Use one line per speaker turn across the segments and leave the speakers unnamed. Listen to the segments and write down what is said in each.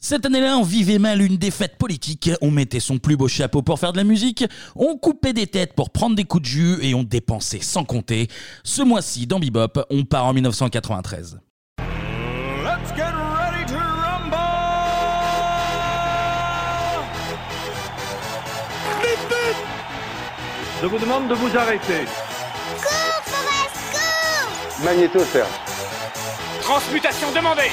Cette année-là, on vivait mal une défaite politique, on mettait son plus beau chapeau pour faire de la musique, on coupait des têtes pour prendre des coups de jus et on dépensait sans compter. Ce mois-ci, dans Bebop, on part en 1993.
Let's get ready to rumble!
Je vous demande de vous arrêter.
Magnéto, Serge.
Transmutation demandée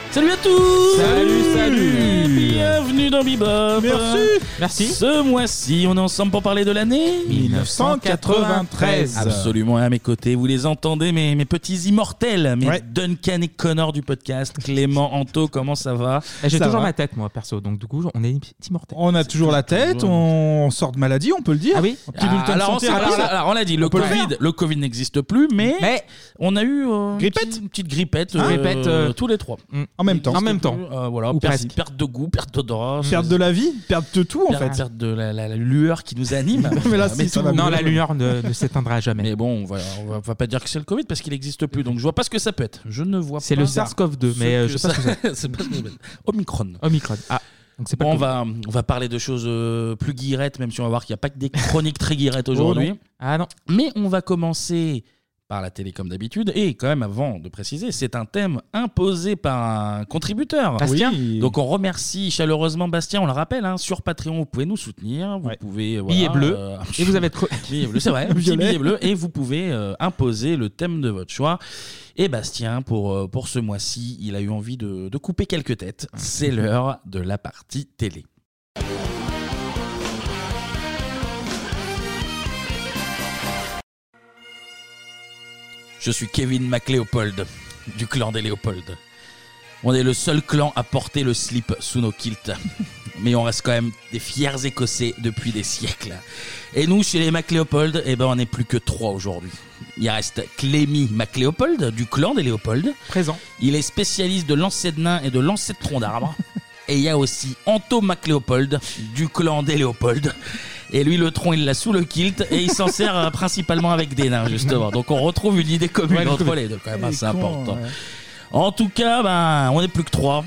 Salut à tous
Salut, salut
Bienvenue dans Bebop
Merci.
Merci Ce mois-ci, on est ensemble pour parler de l'année
1993.
Absolument, à mes côtés, vous les entendez, mes, mes petits immortels, mes
Ouais.
Duncan et Connor du podcast, Clément, Anto, comment ça va
Eh, j'ai Ça toujours va. ma
tête, moi, perso, donc du coup, on est immortels.
On a toujours la tête, on sort de maladie, on peut le dire. Ah oui. Un petit bulletin de
alors, on
santé
s'est-
rapide.
alors, alors, on l'a dit, le
On peut le
Covid,
faire.
le Covid n'existe plus, mais, on a eu euh, une petite- une petite grippette, euh,
Grippette, euh,
tous les trois.
Mm.
En même temps.
En même temps. Euh, voilà,
Ou
perte-
presque.
perte de goût, perte d'odorat.
Perte de la vie, perte de tout en
Perte-
fait.
perte de la, la- la lueur qui nous anime.
Mais là,
Voilà,
si, ça
tout.
va mieux.
ne, s'éteindra jamais. Mais bon, voilà, on va, on va pas dire que c'est le Covid parce qu'il n'existe plus. Donc je vois pas ce que ça peut être. Je ne vois pas.
C'est le SARS-CoV-2,
ce
mais, euh,
que
je sais pas
ça-
ce que
c'est pas ce que ça peut être. Omicron.
Omicron. Ah, donc c'est pas
Bon,
le
on
Covid.
va, on va parler de choses euh, plus guirettes, même si on va voir qu'il n'y a pas que des chroniques très guirettes aujourd'hui.
Oh non.
ah non. Mais on va commencer par la télé comme d'habitude. Et quand même, avant de préciser, c'est un thème imposé par un contributeur.
Bastien.
Oui. Donc on remercie chaleureusement Bastien, on le rappelle, hein, sur Patreon, vous pouvez nous soutenir. Vous pouvez. euh,
Billet bleu. Et vous avez
trop. Billet bleu, c'est vrai. un petit
Violet.
billet bleu. Et vous pouvez euh, imposer le thème de votre choix. Et Bastien, pour, euh, pour ce mois-ci, il a eu envie de, de couper quelques têtes. C'est l'heure de la partie télé. Je suis Kevin MacLéopold, du clan des Léopold. On est le seul clan à porter le slip sous nos kilts. Mais on reste quand même des fiers Écossais depuis des siècles. Et nous, chez les MacLéopold, eh ben, on n'est plus que trois aujourd'hui. Il reste Clémy MacLéopold, du clan des Léopold. Présent. Il est spécialiste de lancer de nains et de lancer de troncs d'arbres. Et il y a aussi Anto MacLéopold, du clan des Léopold. Et lui, le tronc, il l'a sous le kilt et il s'en sert euh, principalement avec des nains, justement. Donc on retrouve une idée commune
Ouais,
entre
commune.
les deux, quand même,
Il est
assez
con,
important.
ouais.
En tout cas, ben, on n'est plus que trois.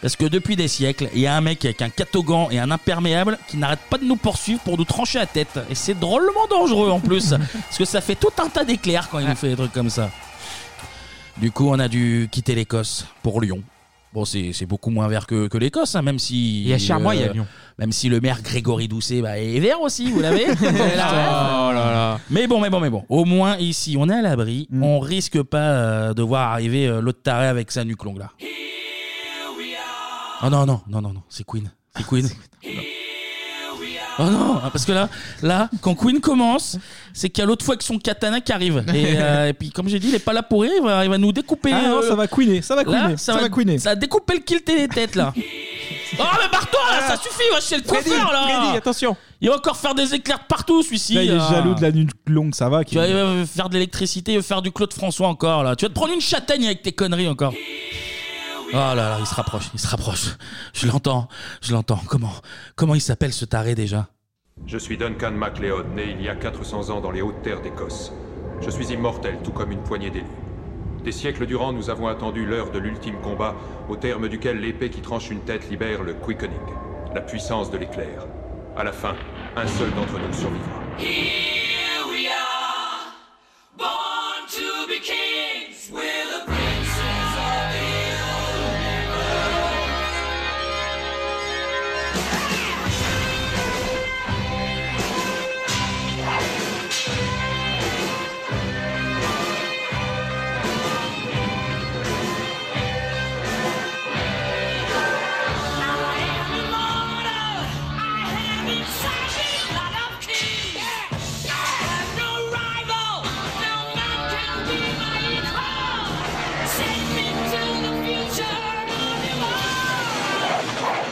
Parce que depuis des siècles, il y a un mec avec un catogan et un imperméable qui n'arrête pas de nous poursuivre pour nous trancher la tête. Et c'est drôlement dangereux en plus. parce que ça fait tout un tas d'éclairs quand il nous fait des trucs comme ça. Du coup, on a dû quitter l'Écosse pour Lyon. Bon, c'est c'est beaucoup moins vert que, que l'Écosse, hein, même si. euh,
Il y a Charmois, il y a Lyon.
Même si le maire Grégory Doucet bah, est vert aussi, vous l'avez Vous avez la ref
Oh là là.
mais bon, mais bon, mais bon. Au moins ici, on est à l'abri.
Mm.
On risque pas euh, de voir arriver euh, l'autre taré avec sa nuque longue là. Oh non, non, non, non, non, c'est Queen. C'est Queen. Oh non, parce que là, là, quand Queen commence, c'est qu'il y a l'autre fois avec son katana qui arrive. Et, euh, et puis, comme j'ai dit, il est pas là pour rire, il va, il va nous découper.
Ah non,
euh,
ça va queener, ça va
là,
queener, ça va queener.
Ça va découper le kilt et les têtes là. Oh mais barre-toi là, ça suffit, va chez le
Ah. Freddy,
coiffeur là.
Freddy,
attention. Il va encore faire des éclairs de partout celui-ci.
Là, il est
là.
euh, jaloux de la nuque longue, ça va.
Tu vas euh, faire de l'électricité, euh, faire du Claude François encore là. Tu vas te prendre une châtaigne avec tes conneries encore. Oh là là, il se rapproche, il se rapproche. Je l'entends, je l'entends. Comment, comment il s'appelle ce taré déjà
Je suis Duncan MacLeod, né il y a 400 ans dans les hautes terres d'Écosse. Je suis immortel, tout comme une poignée d'élus. Des siècles durant, nous avons attendu l'heure de l'ultime combat, au terme duquel l'épée qui tranche une tête libère le quickening, la puissance de l'éclair. À la fin, un seul d'entre nous survivra.
Here we are, born to be kings. We're the princes of the old river. I am immortal. I have inside me blood of kings.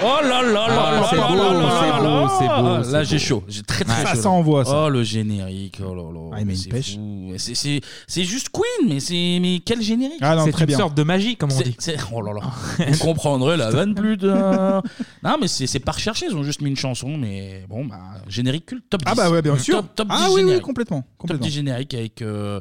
Oh là là là là
Ah, c'est
là
beau,
là là
c'est
là
beau,
là.
c'est beau, c'est
Là, j'ai
beau.
chaud. J'ai très très
Ouais.
chaud.
Ça envoie, ça.
Oh, le générique. Oh là là.
Ah, il met une
c'est
pêche.
fou. C'est- C'est c'est juste Queen, mais c'est mais quel générique.
Ah non, C'est très une bien. sorte de magie, comme on
C'est-
dit.
c'est- Oh là là. Vous comprendrez la vanne plus de. Non, mais c'est c'est pas recherché. Ils ont juste mis une chanson, mais bon, bah, générique culte, top 10.
Ah bah ouais, bien
Top-
sûr.
Top, 10
ah oui, oui,
générique.
complètement.
Top
complètement.
10 générique avec. euh,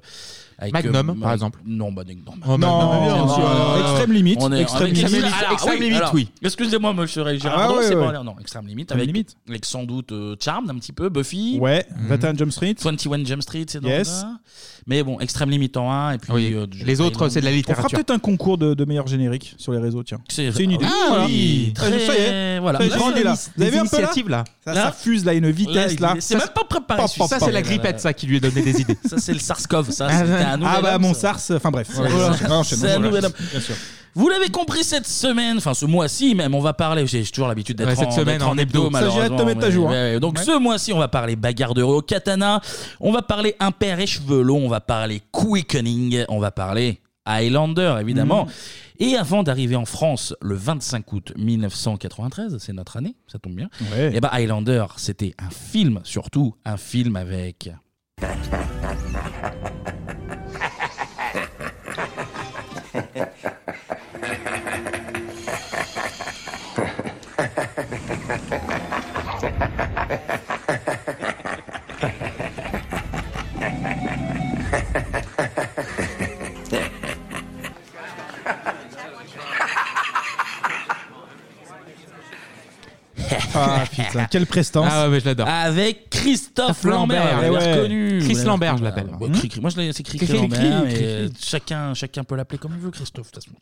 avec,
Magnum,
euh,
par exemple.
Non, bah, Magnum.
Oh, Magnum, Non, bien sûr. Extreme Limit.
On est-
Extreme
on est-
Limit.
Extreme
Alors,
Extreme
oui,
Limit,
alors.
oui. Excusez-moi, monsieur
Ah,
Gérard.
ouais,
c'est
ouais,
pas
ouais.
l'air, Non, Extreme Limit
Extreme
avec,
Limit.
avec sans doute euh, Charmed un petit peu, Buffy.
Ouais, 21 Jump Street.
21 Jump Street, c'est dans
Yes.
le- Mais bon, Extreme Limit en 1. Et puis,
Oui.
euh, je-
On fera peut-être un concours de, de meilleurs génériques sur les réseaux, tiens.
C'est
une idée.
Ah
Voilà.
oui,
Ça y est,
très-
ça y est,
voilà.
ça y est,
Là,
grandi,
il y a
là.
des-
Vous avez
des
vu un peu là
initiatives, là.
Ça,
Là.
ça fuse là, une vitesse
Là,
là.
il- c'est même pas préparé,
Pop,
celui-ci.
pop,
Ça,
pop.
c'est la grippette, ça, qui lui a donné des idées. Ça, c'est le SARS-CoV, ça, c'était un nouvel
Ah bah
homme,
mon
ça.
SARS, enfin bref.
Ouais,
Voilà.
c'est-
Ah, enchaînons.
c'est un
Voilà.
nouvel homme. Vous l'avez compris cette semaine, enfin ce mois-ci même, on va parler. J'ai j'ai toujours l'habitude d'être
Ouais, cette
en,
semaine,
d'être en
en
hebdo,
hebdo. Ça, j'ai hâte de te
malheureusement,
mettre à
mais-
jour, hein.
ouais, ouais. Donc
Ouais.
ce mois-ci, on va parler bagarre de rue au katana, on va parler impair et cheveux longs, on va parler quickening, on va parler Highlander évidemment.
Mhm.
Et avant d'arriver en France le 25 août 1993, c'est notre année, ça tombe bien. Et ben Highlander, c'était un film surtout, un film avec.
Ah putain, quelle prestance.
Ah ouais,
mais je l'adore.
Avec Christophe
Lambert,
Lambert, vous
eh
l'avez
ouais.
reconnu.
Chris
vous l'avez
Lambert, je
reconnu.
l'appelle.
Ah, bon, Cri- Cri- Moi, je l'ai- c'est Chris
Cri- Cri-
Lambert,
Cri-
mais
Cri-
euh,
Cri-
chacun, chacun peut l'appeler comme il veut, Christophe, de toute façon.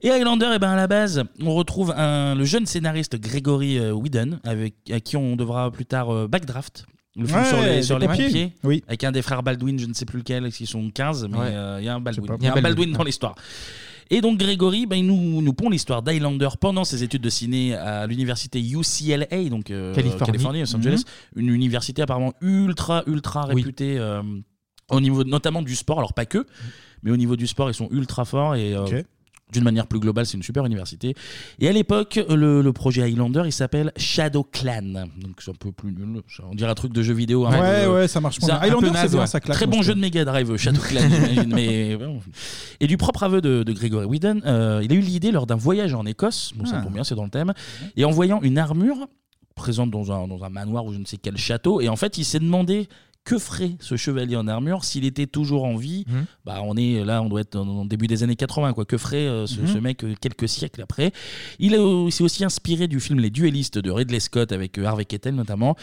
Et Highlander, eh ben, à la base, on retrouve un- le jeune scénariste Gregory euh, Whedon, avec, à qui on devra plus tard euh, Backdraft, le film
Ouais,
sur les,
des
sur les
pompiers.
pompiers,
Oui.
avec un des frères Baldwin, je ne sais plus lequel, qui sont 15, mais
Ouais.
euh, il y a un Baldwin.
pas.
Il y a un Baldwin dans l'histoire. Et donc Grégory, ben, il nous, nous pond l'histoire d'Highlander pendant ses études de ciné à l'université UCLA, donc euh,
Californie.
Los Angeles,
Mhm.
une université apparemment ultra, ultra
Oui.
réputée euh, au niveau de- notamment du sport, alors pas que, mais au niveau du sport, ils sont ultra forts et euh,
Ok.
d'une manière plus globale, c'est une super université. Et à l'époque, le, le projet Highlander, il s'appelle Shadow Clan, donc c'est un peu plus nul, on dirait un truc de jeu vidéo. un
Ouais,
peu-
ouais, ça marche moins
C'est
bien.
un
Highlander,
peu
c'est
naze,
bien,
ouais.
ça claque,
Très
moi,
bon
je
jeu de Mega Drive, euh, Shadow Clan, j'imagine. mais bon. Et du propre aveu de, de Gregory Whedon, euh, il a eu l'idée lors d'un voyage en Écosse, bon, ça
Ah.
tombe bien, c'est dans le thème, et en voyant une armure présente dans un, dans un manoir ou je ne sais quel château, et en fait, il s'est demandé. Que ferait ce chevalier en armure s'il était toujours en vie
Mhm.
Bah, on est là, on doit être dans- dans le début des années 80, quoi. Que ferait euh, ce,
Mhm.
ce mec euh, quelques siècles après Il est au- s'est aussi inspiré du film Les Duellistes de Ridley Scott avec euh, Harvey Keitel notamment,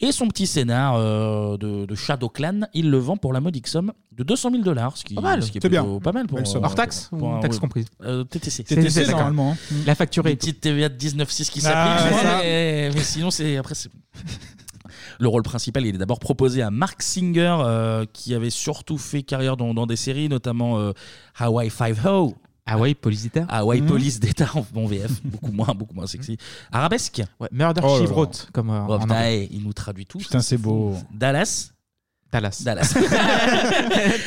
et son petit scénar euh, de, de Shadow Clan, il le vend pour la modique somme de 200 000 dollars, ce qui,
Pas mal,
ce qui est
c'est
plutôt
bien.
pas mal pour
Belle somme.
euh,
Hors taxe
pour-
ou
pour un-
taxe
oui.
comprise
Euh, TTC.
TTC, d'accord. normalement. hein. La facturée.
Mm. Une petite TVA de 19,6 qui s'applique.
Ah, ouais, ça.
mais, mais sinon, c'est après c'est le rôle principal, il est d'abord proposé à Mark Singer, euh, qui avait surtout fait carrière dans, dans des séries, notamment euh, Hawaii Five-O.
Hawaii Police d'État.
Hawaii
Mhm.
Police d'État en bon VF, beaucoup moins, beaucoup moins sexy. Arabesque.
Murder
Oh là
She
là.
Wrote, comme euh,
Oh,
en
putain,
anglais.
eh, il nous traduit tout.
Putain,
ça,
c'est beau.
fou. Dallas.
Dallas.
Dallas.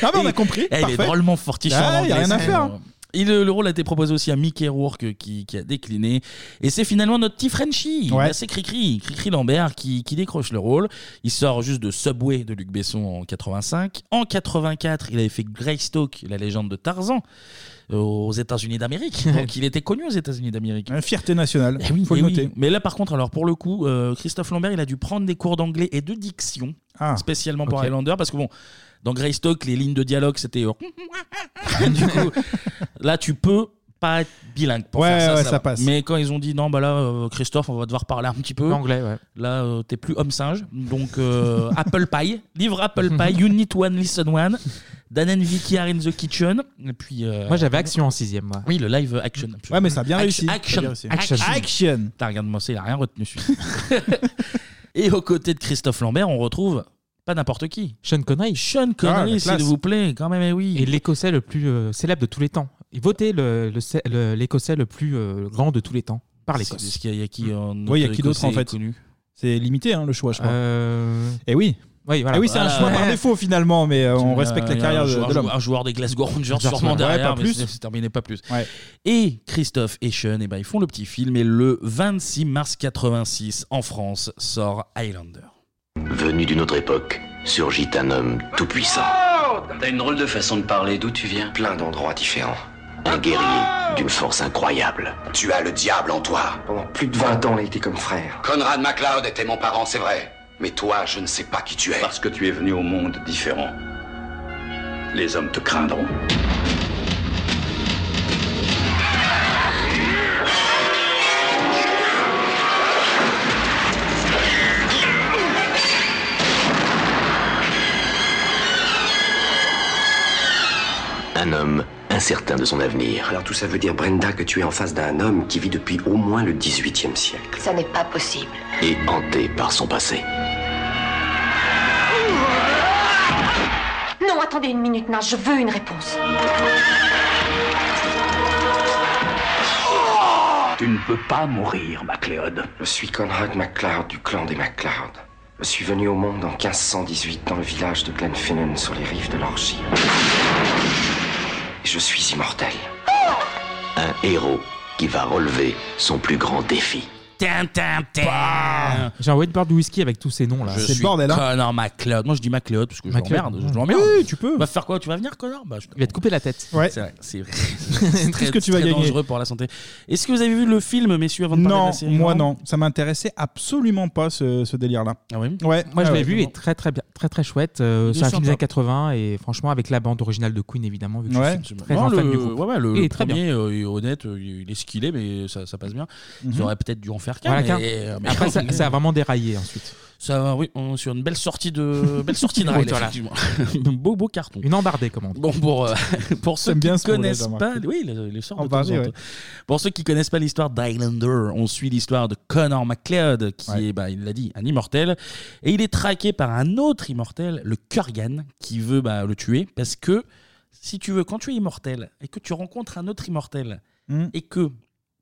Ah bah, on a compris.
Eh, il est
Parfait.
drôlement fortichant.
Ah,
en
y a
anglais,
rien à
c'est-
faire, hein.
Et le, le rôle a été proposé aussi à Mickey Rourke qui, qui a décliné. Et c'est finalement notre petit Frenchie.
Ouais.
Bah, c'est Cricri, Cricri Lambert qui, qui décroche le rôle. Il sort juste de Subway de Luc Besson en 85. En 84, il avait fait Greystoke, la légende de Tarzan, euh, aux États-Unis d'Amérique. Donc il était connu aux États-Unis d'Amérique.
Fierté nationale.
Eh oui,
Faut le
eh oui.
noter.
Mais là, par contre, alors pour le coup, euh, Christophe Lambert, il a dû prendre des cours d'anglais et de diction,
Ah.
spécialement pour
Ok.
Highlander, parce que bon, dans Greystock, les lignes de dialogue, c'était. euh, du coup, là, tu peux pas être bilingue pour
Ouais,
faire ça,
ouais,
ça
ça
va.
passe.
Mais quand ils ont dit non, bah là, euh, Christophe, on va devoir parler un petit peu.
L'anglais, ouais.
Là, euh, t'es plus homme singe. Donc, euh, Apple Pie, livre Apple Pie, You Need One, Listen One, Dan and Vicky are in the kitchen. Et puis, euh,
Moi, j'avais Action en sixième, moi.
Oui, le live action.
Ouais, mais ça a bien réussi.
Action-
Ça a
Action.
bien réussi.
Action.
Action.
Putain, regarde-moi ça, il a rien retenu. celui-là. Et aux côtés de Christophe Lambert, on retrouve pas n'importe qui.
Sean Connery.
Sean
Ah,
Connery,
la
s'il
classe.
vous plaît, quand même, eh oui.
Et l'écossais le plus euh, célèbre de tous les temps. Et votez le- le cé- le- l'écossais le plus euh, grand de tous les temps par
C'est-
l'Écosse.
parce qu'il y a- il y a qui en-
Oui, il y a
autre
qui d'autre en
Écossais
fait
connu
C'est limité hein, le choix, je crois.
Euh,
Et oui.
Oui, voilà.
Ah oui, c'est un
Voilà.
choix par défaut finalement, mais euh, on respecte la
Euh, il y a
carrière
un
de-
joueur,
de l'homme.
Un joueur des Glasgow Rangers,
Rangers,
sûrement
ouais,
derrière,
pas
mais
plus.
c'est c'est terminé, pas plus.
Ouais.
Et Christophe et Sean, eh ben, ils font le petit film et le 26 mars 86, en France, sort Highlander.
Venu d'une autre époque, surgit un homme tout puissant. T'as une drôle de façon de parler, d'où tu viens Plein d'endroits différents. Un guerrier d'une force incroyable. Tu as le diable en toi. Pendant plus de 20 ans, il était comme frère. Conrad MacLeod était mon parent, c'est vrai. Mais toi, je ne sais pas qui tu es. Parce que tu es venu au monde différent. Les hommes te craindront. Un homme incertain de son avenir. Alors tout ça veut dire, Brenda, que tu es en face d'un homme qui vit depuis au moins le 18e siècle.
Ça n'est pas possible.
Et hanté par son passé.
Non, attendez une minute, Nash, je veux une réponse.
Tu ne peux pas mourir, MacLeod. Je suis Conrad MacLeod du clan des MacLeod. Je suis venu au monde en 1518 dans le village de Glenfinnan sur les rives de l'Orgie. Et je suis immortel. Un héros qui va relever son plus grand défi.
Tin, tin, tin.
Bah.
J'ai envoyé de boire du whisky avec tous ces noms là.
Je
le
suis
bordel, hein.
Connor MacLeod. Moi, je dis MacLeod parce que je
MacLeod.
l'emmerde. Je
Mmh.
l'emmerde.
Oui, tu peux.
Tu vas faire quoi Tu vas venir, Connor bah, je...
Il va te couper la tête.
Ouais.
C'est vrai, c'est vrai.
Qu'est-ce que tu vas
très
gagner
dangereux pour la santé. Est-ce que vous avez vu le film, messieurs, avant de parler de
Non,
la série
moi non. Ça m'intéressait absolument pas ce, ce délire-là.
Ah oui
Ouais.
Moi je
Ah
l'ai
ouais,
vu et
vraiment.
très très bien, très très chouette. Euh,
Il est
c'est un film des années
sympa.
80 et franchement avec la bande originale de Queen évidemment vu que
Ouais.
je suis très
Non,
grand
le,
fan du groupe.
ouais, ouais, le,
Il
le
est très
premier, euh, il est honnête, euh, il est ce qu'il est, mais ça, ça passe bien.
Mhm.
Ils auraient peut-être dû en faire qu'un.
Voilà, qu'un.
mais- euh, mais-
Après ça,
mais-
ça a vraiment déraillé ensuite.
ça va, oui, on est sur une belle sortie de belle sortie de rail,
Voilà.
effectivement. beau beau carton.
Une embardée comme on dit.
Bon pour euh, pour ceux
T'aimes bien
qui
ce mot-là,
connaissent
Jean-Marc.
pas, oui, les, les sorts Euh, de
En
temps en
parler,
temps.
ouais.
Pour ceux qui connaissent pas l'histoire d'Highlander, on suit l'histoire de Connor MacLeod, qui
Ouais.
est, bah, il l'a dit, un immortel, et il est traqué par un autre immortel, le Kurgan, qui veut bah, le tuer parce que si tu veux, quand tu es immortel et que tu rencontres un autre immortel
Mm.
et que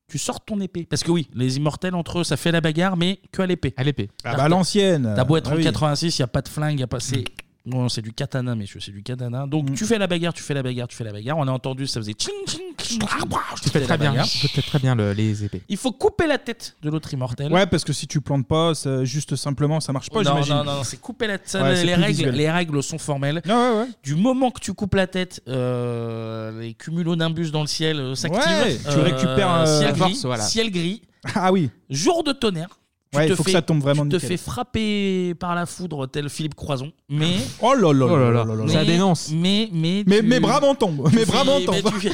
tu sors ton épée, parce que oui, les immortels entre eux, ça fait la bagarre, mais que à l'épée.
À l'épée.
Ah bah l'ancienne.
T'as beau être
Ah
en
oui.
86, il n'y a pas de flingue, y a pas. C'est... Non, c'est du katana, messieurs, c'est du katana. Donc
Hmm.
Mm.
tu fais la bagarre, tu fais la bagarre, tu fais la bagarre. On a entendu, ça faisait. tching, tching, tching, ah, bah,
Tu fais
la
très bien,
bagarre.
tu fais très bien le- les épées.
Il faut couper la tête de l'autre immortel.
Ouais, parce que si tu plantes pas, ça- juste simplement, ça marche pas,
non,
j'imagine.
non, non, non, c'est couper la tête.
Ouais, c'est
les,
plus
règles,
visuel.
les règles sont formelles.
Ah ouais, ouais.
Du moment que tu coupes la tête, euh, les cumulonimbus dans le ciel euh, s'activent.
Ouais, tu récupères, euh,
ciel,
la force,
gris,
voilà.
ciel gris,
Ah oui.
jour de tonnerre. Tu
Ouais,
te
il faut que
fais-
ça tombe vraiment
Tu te
nickel.
fais frapper par la foudre tel Philippe Croison, mais
Oh là là
Oh là là.
là
Ça
Mais-
dénonce.
Mais mais
Mais
tu-
mes bras m'en tombent.
tu
Mes bras m'en
finis- mais
tombent.
tu,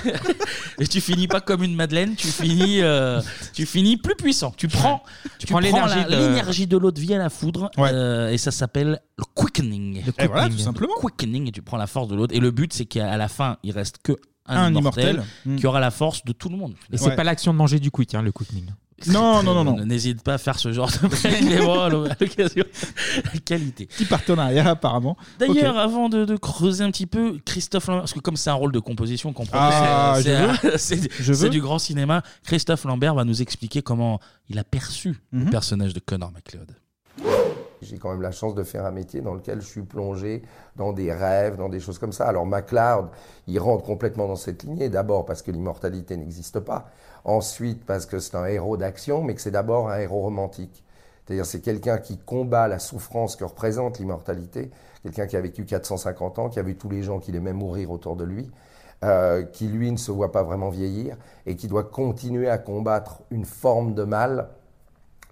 mais tu finis pas comme une madeleine, tu finis euh, tu finis plus puissant. Tu prends tu,
prends l'énergie de-
la- l'énergie de l'eau devient la foudre
Ouais.
euh, et ça s'appelle le quickening.
Le
Et voilà,
quickening.
tout simplement.
Quickening et tu prends la force de l'autre et le but c'est qu'à la fin il reste que un,
Un
immortel,
immortel. Mm.
qui aura la force de tout le monde.
Et c'est
Ouais.
pas l'action de manger du quick, hein, le quickening.
Non, non, non, non.
N'hésite pas à faire ce genre de Clément, à l'occasion. Qualité.
Petit partenariat, apparemment.
D'ailleurs, euh, avant de, de creuser un petit peu, Christophe Lambert, parce que comme c'est un rôle de composition qu'on propose,
Ah,
c'est-
je
c'est- c'est
Je
c'est
veux.
du grand cinéma, Christophe Lambert va nous expliquer comment il a perçu le
Mhm.
personnage de Connor McLeod.
J'ai quand même la chance de faire un métier dans lequel je suis plongé dans des rêves, dans des choses comme ça. Alors MacLeod, il rentre complètement dans cette lignée. D'abord parce que l'immortalité n'existe pas. Ensuite parce que c'est un héros d'action, mais que c'est d'abord un héros romantique. C'est-à-dire c'est quelqu'un qui combat la souffrance que représente l'immortalité. Quelqu'un qui a vécu 450 ans, qui a vu tous les gens qu'il aimait mourir autour de lui. euh, qui lui ne se voit pas vraiment vieillir et qui doit continuer à combattre une forme de mal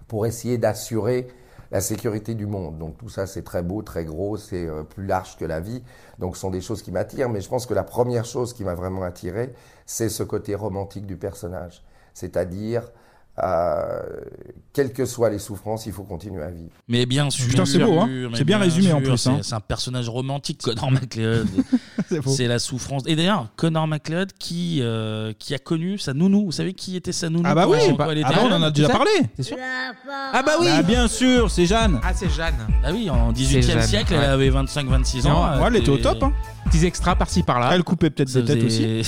pour essayer d'assurer la sécurité du monde. Donc tout ça, c'est très beau, très gros, c'est euh, plus large que la vie. Donc ce sont des choses qui m'attirent, mais je pense que la première chose qui m'a vraiment attiré, c'est ce côté romantique du personnage. C'est-à-dire, euh, quelles que soient les souffrances, il faut continuer à vivre.
Mais bien sûr,
Putain, c'est beau, hein.
mais
C'est bien résumé en
sûr,
plus,
C'est
hein.
c'est un personnage romantique, Connor McLeod.
C'est beau.
c'est la souffrance. Et d'ailleurs, Connor McLeod qui, euh, qui a connu sa nounou. Vous savez qui était sa nounou
Ah bah
quand-
oui,
quand elle était
ah bah on en
jeune
a déjà
ça
parlé.
C'est sûr
Ah bah oui. bien sûr, c'est Jeanne.
Ah, c'est Jeanne.
Ah oui, en 18e
C'est Jeanne,
siècle, elle
ouais.
avait 25-26
Non,
ans.
ouais, elle était au top, hein.
Petits extras par-ci par-là.
Elle coupait peut-être
Ça faisait-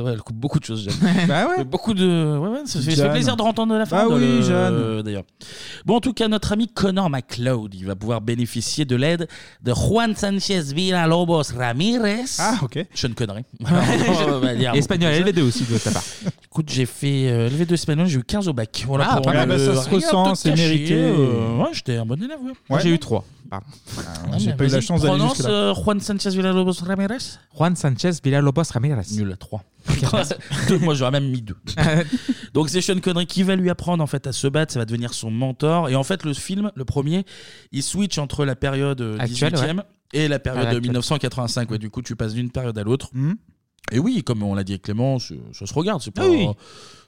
Ouais, elle coupe beaucoup de choses, Jeanne.
Bah ouais.
Beaucoup de. Ouais, ouais, ça fait, ça fait
Jeanne.
plaisir de rentendre la fin.
Ah
dans
oui,
le-
Jeanne.
D'ailleurs. Bon, en tout cas, notre ami Connor McLeod, il va pouvoir bénéficier de l'aide de Juan Sanchez Villalobos Ramirez.
Ah, ok.
Sean Connery.
Oh, On va dire Espagnol,
beaucoup de
LV2 aussi de ta part.
Écoute, j'ai fait euh, LV2 espagnol, j'ai eu 15 au bac. Voilà
Ah,
pour
pas mal.
me-
Ah, bah, ça se
rien
ressent,
te
c'est
cacher,
mérité.
euh, ouais, j'étais un bon élève. ouais.
Moi, j'ai eu 3. Pardon.
Ah, mais vas-y, prononce, euh, Juan Sanchez Villalobos Ramirez
Juan Sanchez Villalobos Ramirez.
Nul, 3. Deux, moi j'aurais même mis deux. Donc c'est Sean Connery qui va lui apprendre en fait à se battre, ça va devenir son mentor. Et en fait le film, le premier, il switch entre la période euh,
Actuelle,
18e
ouais.
et la période euh,
À
de
l'actuelle.
1985. Ouais, du coup tu passes d'une période à l'autre. Et oui, comme on l'a dit avec Clément, ça ça se regarde. C'est pas,
Ah oui.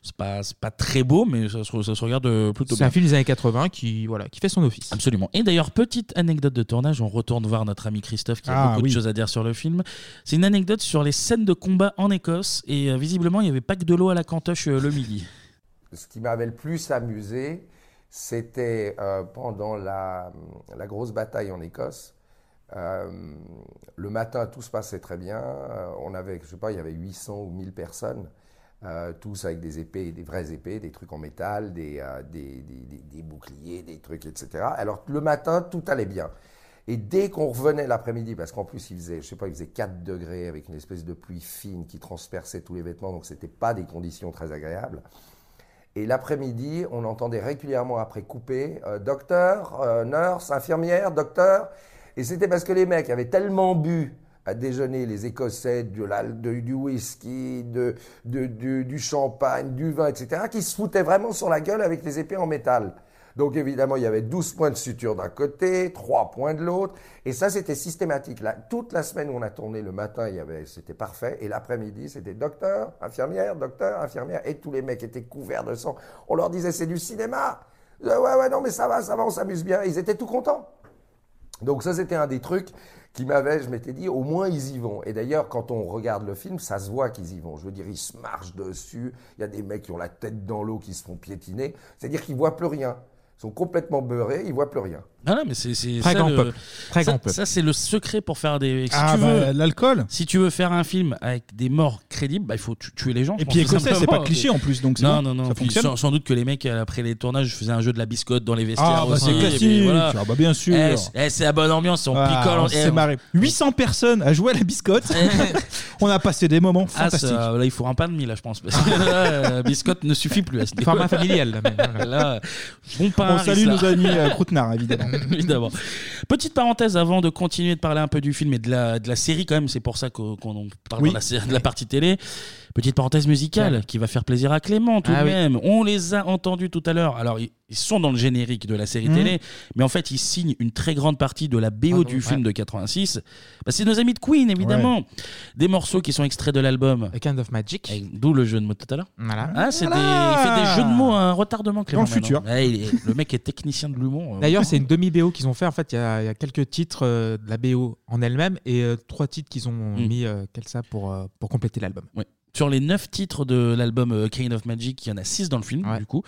c'est pas, c'est pas très beau, mais ça se, ça se regarde euh, plutôt
C'est
bien.
un film des années 80 qui, voilà, qui fait son office.
Absolument. Et d'ailleurs, petite anecdote de tournage, on retourne voir notre ami Christophe qui a
Ah,
beaucoup
oui.
de choses à dire sur le film. C'est une anecdote sur les scènes de combat en Écosse et euh, visiblement il y avait pas que de l'eau à la cantoche euh, le midi.
Ce qui m'avait le plus amusé, c'était euh, pendant la, la grosse bataille en Écosse. Euh, le matin, tout se passait très bien. Euh, on avait, je sais pas, il y avait 800 ou 1000 personnes, euh, tous avec des épées, des vraies épées, des trucs en métal, des, euh, des- des- des- des boucliers, des trucs, etc. Alors le matin, tout allait bien. Et dès qu'on revenait l'après-midi, parce qu'en plus il faisait, je sais pas, il faisait 4 degrés avec une espèce de pluie fine qui transperçait tous les vêtements, donc c'était pas des conditions très agréables. Et l'après-midi, on entendait régulièrement après couper euh, docteur, euh, nurse, infirmière, docteur. Et c'était parce que les mecs avaient tellement bu à déjeuner, les Écossais, de la- de- du whisky, de, de- du, du champagne, du vin, etc., qu'ils se foutaient vraiment sur la gueule avec les épées en métal. Donc évidemment, il y avait 12 points de suture d'un côté, 3 points de l'autre. Et ça, c'était systématique. Là, toute la semaine où on a tourné le matin, il y avait, c'était parfait. Et l'après-midi, c'était docteur, infirmière, docteur, infirmière. Et tous les mecs étaient couverts de sang. On leur disait, c'est du cinéma. Euh, ouais, ouais, non, mais ça va, ça va, on s'amuse bien. Ils étaient tout contents. Donc ça, c'était un des trucs qui m'avait, je m'étais dit, au moins ils y vont. Et d'ailleurs, quand on regarde le film, ça se voit qu'ils y vont. Je veux dire, ils se marchent dessus. Il y a des mecs qui ont la tête dans l'eau, qui se font piétiner. C'est-à-dire qu'ils voient plus rien. Ils sont complètement beurrés, ils voient plus rien.
Ah non, mais c'est c'est
Très
ça
grand
le-
peuple. Très
ça-
grand peuple.
Ça c'est le secret pour faire des. Si
Ah,
tu
bah,
veux
l'alcool.
Si tu veux faire un film avec des morts crédibles, bah, il faut tu- tuer les gens.
Et
je pense,
puis
tout
écossais, c'est
simplement.
pas cliché en plus, donc c'est
non,
bon,
non non
ça
Puis
fonctionne.
Sans, sans doute que les mecs euh, après les tournages faisaient un jeu de la biscotte dans les vestiaires
Ah, bah,
aussi,
c'est
et puis
classique.
voilà.
Ah, bah, bien sûr.
Eh, c'est- eh, c'est la bonne ambiance. On
Ah,
picole.
on
on- eh,
s'est marré. 800 personnes à jouer à la biscotte. on a passé des moments
Ah,
fantastiques.
ça, là, il faut un pain de mie, là, je pense. Parce que là, euh, biscotte ne suffit plus à ce niveau.
Format familial, là, même.
Là, bon pain.
on
riz,
salue
là.
nos amis euh, Croutenard, évidemment.
Évidemment. Petite parenthèse avant de continuer de parler un peu du film et de la, de la série, quand même. C'est pour ça qu'on qu'on en parle
Oui.
dans la sé- de la partie télé. Petite parenthèse musicale
Ouais.
qui va faire plaisir à Clément, tout
Ah
de
oui.
même. On les a entendus tout à l'heure. Alors, ils, ils sont dans le générique de la série
Mhm.
télé, mais en fait, ils signent une très grande partie de la BO
Ah,
du
ouais.
film de 86. Bah, C'est nos amis de Queen, évidemment. Des morceaux qui sont extraits de l'album. Eh,
A Kind of Magic.
D'où le jeu de mots tout à l'heure.
Voilà.
Ah, c'est des- il fait des jeux de mots à un retardement, Clément.
Dans le
maintenant.
futur.
Ouais, il est- le mec est technicien de l'humour. euh,
D'ailleurs,
vraiment.
c'est une demi-BO qu'ils ont fait. En fait, il y, a il y a quelques titres euh, de la BO en elle-même et euh, trois titres qu'ils ont
Mm.
mis, euh, quel ça, pour, euh, pour compléter l'album.
Ouais. Sur les 9 titres de l'album euh, Kind of Magic, il y en a 6 dans le film, du coup.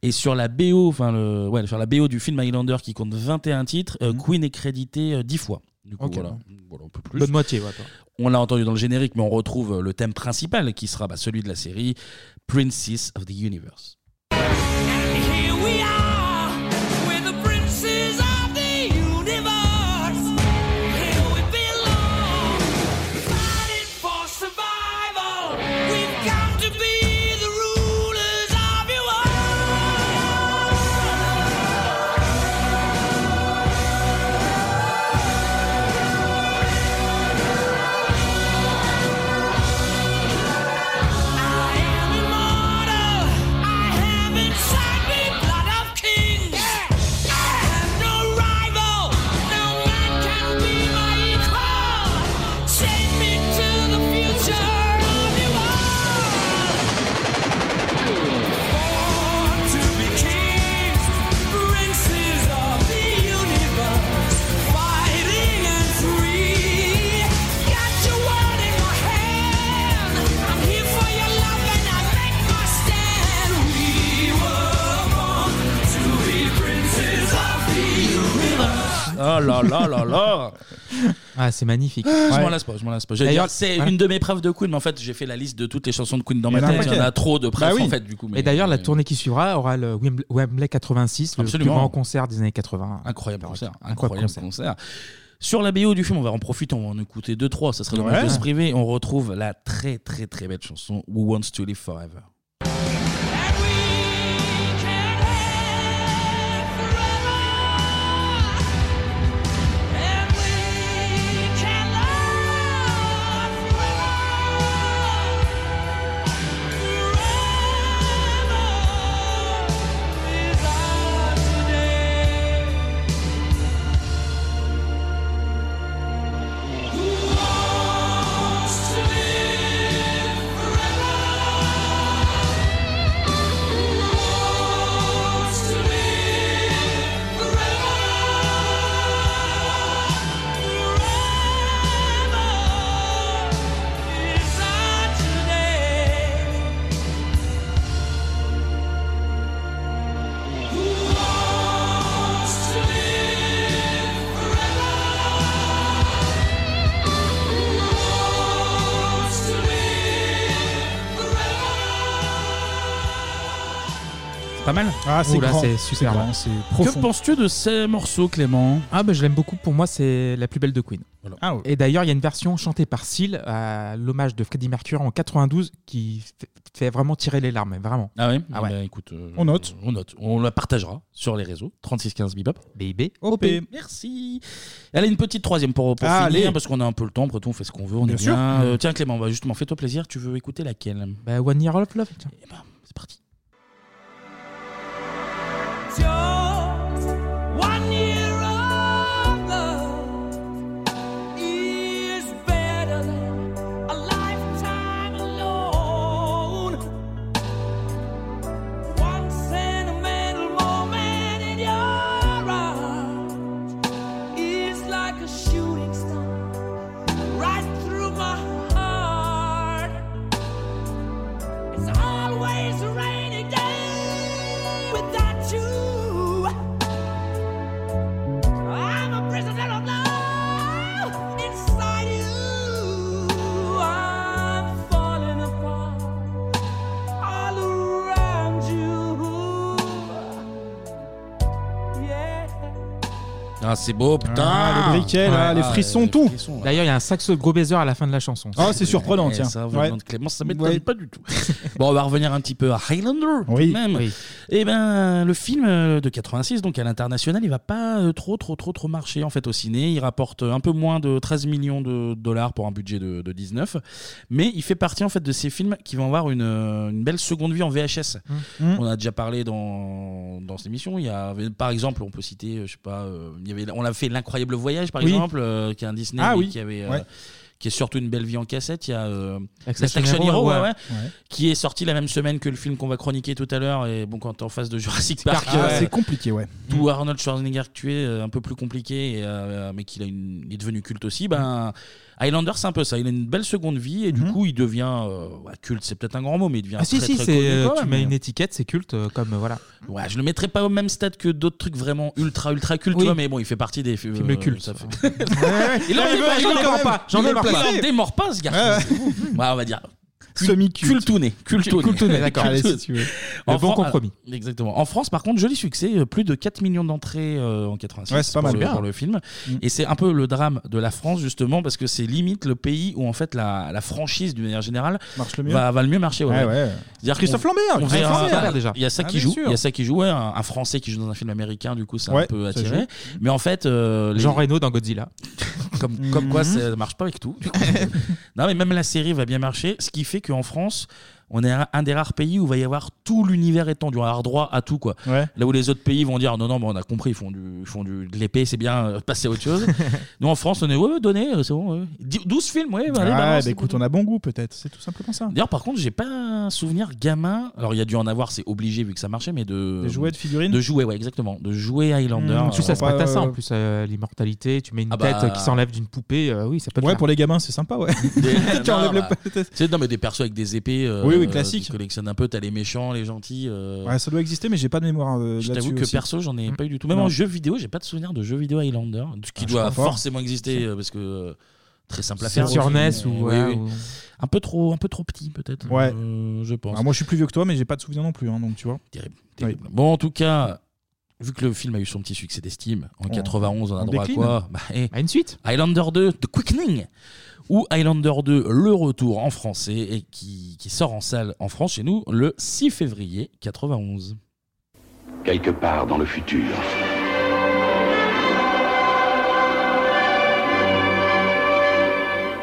Et sur la BO, enfin, le, ouais, sur la BO du film Highlander qui compte 21 titres, euh, Queen est crédité 10 fois. Du coup,
Mm. Ok.
voilà. Voilà, un peu plus.
Bonne moitié, ouais, quoi.
On l'a entendu dans le générique, mais on retrouve euh, le thème principal qui sera bah, celui de la série Princess of the Universe.
Here we are, we're the princes of the universe. Here we belong, fighting for survival. We've got to be the rulers of your world. I am immortal. I have inside me blood of
là là là là
Ah, c'est magnifique.
Ah. Je m'en
Ouais.
lasse pas, je m'en lasse pas. J'allais
D'ailleurs,
dire, C'est
voilà.
une de mes preuves de Queen, mais en fait, j'ai fait la liste de toutes les chansons de Queen dans ma
Il y en a un
tête. Il y en a
paquet.
trop de preuves
Bah oui.
en fait, du coup. mais- euh,
Et d'ailleurs, la tournée qui suivra aura le Wembley- Wembley 86, le
Absolument.
plus grand concert des années 80.
Incroyable concert.
Incroyable
Incroyable concert. Sur la BO du film, on va en profiter, on va en écouter deux, trois. Ça serait dommage
Ouais.
de se priver. On retrouve la très, très, très belle chanson Who Wants to Live Forever. Pas mal Oh
Ah, c'est
Oula,
grand.
c'est
C'est
super.
grand, c'est profond.
Que penses-tu de ces morceaux, Clément
Ah, bah, je l'aime beaucoup. Pour moi, c'est la plus belle de Queen.
Voilà.
Et d'ailleurs, il y a une version chantée par Seal à l'hommage de Freddie Mercury en 92 qui fait- fait vraiment tirer les larmes, vraiment.
Ah ouais, Ah ouais. écoute, euh,
On note.
On note. On la partagera sur les réseaux. 3615 Bebop.
BIB.
OP. Merci. Allez, une petite troisième pour, pour
Ah,
finir,
allez.
parce qu'on a un peu le temps. Après tout, on fait ce qu'on veut. On
Bien
est
sûr.
bien. Euh, tiens, Clément, bah, justement, fais-toi plaisir. Tu veux écouter laquelle
Bah, One Year of Love. tiens.
Just one year of love is better than a lifetime alone. One sentimental moment in your arms is like a shooting star right through my heart. It's always a rainy day without you. I'm a prisoner of love inside you. I'm falling apart all around you. Yeah.
Ah, c'est beau, putain.
Ah,
les briquets, là, les frissons,
les
tout.
frissons, là.
D'ailleurs, il y a un saxo de gros baiser à la fin de la chanson.
Ah, c'est surprenant,
Eh,
tiens.
Ça, venant
Ouais.
de Clément, ça m'étonne
Ouais.
pas du tout. bon, on va revenir un petit peu à Highlander, tout de même. Eh ben, le film euh, de 86, donc à l'international, il va pas euh, trop, trop, trop, trop marcher en fait au ciné. Il rapporte euh, un peu moins de 13 millions de dollars pour un budget de, de 19, mais il fait partie en fait de ces films qui vont avoir une, euh, une belle seconde vie en VHS.
Mm.
On a déjà parlé dans, dans cette émission. Il y a, par exemple, on peut citer, euh, je sais pas, euh, il y avait, on a fait l'incroyable voyage par
Oui.
exemple, euh, qui est un Disney
Ah
mais
oui.
qui avait euh,
Ouais.
qui est surtout une belle vie en cassette. Il y a euh,
Action
Last Action
Hero,
Hero, ouais,
ouais.
ouais,
Ouais.
qui est sorti la même semaine que le film qu'on va chroniquer tout à l'heure. Et bon, quand t'es en face de Jurassic Park,
Ah,
euh,
c'est compliqué, ouais.
Tout Arnold Schwarzenegger tué, euh, un peu plus compliqué, et, euh, mais qu'il a une, il est devenu culte aussi. Ben, Highlander, c'est un peu ça. Il a une belle seconde vie et du coup, il devient euh, ouais, culte. C'est peut-être un grand mot, mais il devient
Ah, si,
très,
si,
très
c'est,
connu,
euh,
quoi,
tu
mais-
mets une étiquette, c'est culte, euh, comme euh, voilà.
Ouais, je le mettrais pas au même stade que d'autres trucs vraiment ultra ultra cultes,
Oui.
tu vois, mais bon, il fait partie des films
Film culte,
Ça
ça.
fait...
Eh,
Il
en
veut-
démord-
il
j'en
veut
démord
le
pas,
placer.
j'en
Il veut
démord
le
pas.
placer.
Il en démord pas, ce garçon. Ouais, on va dire.
Semi-culte.
Cultouné. Cultouné.
Cultouné, d'accord. Allez,
Cultouné.
si tu veux.
En
Le bon
Fran-
compromis.
alors, Exactement. En France, par contre, joli succès, euh, plus de 4 millions d'entrées euh, en 86
Ouais, c'est pas
pour,
mal. Mm.
le,
Bien.
pour le film. Et c'est un peu le drame de la France, justement, parce que c'est limite le pays où, en fait, la, la franchise, d'une manière générale,
Marche le mieux.
Va, va le mieux marcher.
Ouais, ouais.
C'est-à-dire
Christophe
qu'on-
Lambert,
on
Christophe
verra-
Lambert,
bah,
déjà.
Il y a ça
Ah,
qui
bien
joue.
sûr.
Il y a ça qui joue. ouais, un, un Français qui joue dans un film américain, du coup, c'est un
Ouais,
peu
ça
attiré.
joue.
Mais en fait, euh, les-
Jean Reno dans Godzilla.
comme, comme quoi
Mhm.
ça marche pas avec tout. du coup. non, mais même la série va bien marcher, ce qui fait qu'en France, on est un des rares pays où va y avoir tout l'univers étendu, on va avoir droit à tout. quoi.
Ouais.
Là où les autres pays vont dire non, non, mais on a compris, ils font, du, ils font du, de l'épée, c'est bien, euh, passez à autre chose. Nous en France, on est, ouais, ouais, donnez, euh, c'est bon. ouais. Dix- 12 films, ouais, bah, allez,
Ah,
balance,
bah, écoute, on a bon goût peut-être, c'est tout simplement ça.
D'ailleurs, par contre, j'ai pas un souvenir gamin. Alors, il y a dû en avoir, c'est obligé vu que ça marchait, mais de.
De jouets, de figurines
De jouets, ouais, exactement. De jouets Highlander.
Mmh, tu sais, ça
Euh,
se prête à ça en plus, euh, l'immortalité. Tu mets une
Ah bah.
tête euh, qui s'enlève d'une poupée, euh, oui, ça peut
Ouais,
pour les gamins, c'est sympa, Ah ouais.
Des-
Tu
non,
enlèves
bah, tu sais, non, mais des persos avec des épées. euh,
Oui, Oui, oui,
euh,
classique.
Tu collectionnes un peu, t'as les méchants, les gentils. euh,
Ouais, ça doit exister, mais j'ai pas de mémoire euh,
Je
là-dessus.
t'avoue que
aussi.
perso, j'en ai pas eu du tout. Même
Non.
en jeu vidéo, j'ai pas de souvenir de jeu vidéo Highlander, du-
Ah,
qui
je
doit
comprends.
forcément exister euh, parce que euh, très simple à
C'est
faire.
sur
aussi,
NES
mais-
ou,
oui,
ouais,
oui.
ou-
Un peu trop, un peu trop petit peut-être.
Ouais.
euh, je pense.
Alors, moi, je suis plus vieux que toi, mais j'ai pas de souvenir non plus, hein, donc tu vois.
Terrible. terrible. Bon, en tout cas, vu que le film a eu son petit succès d'estime, en
On-
91, on a
on
droit
décline.
à quoi une suite Highlander 2, The Quickening ou Highlander 2, Le Retour en français, et qui, qui sort en salle en France chez nous le 6 février 91.
Quelque part dans le futur.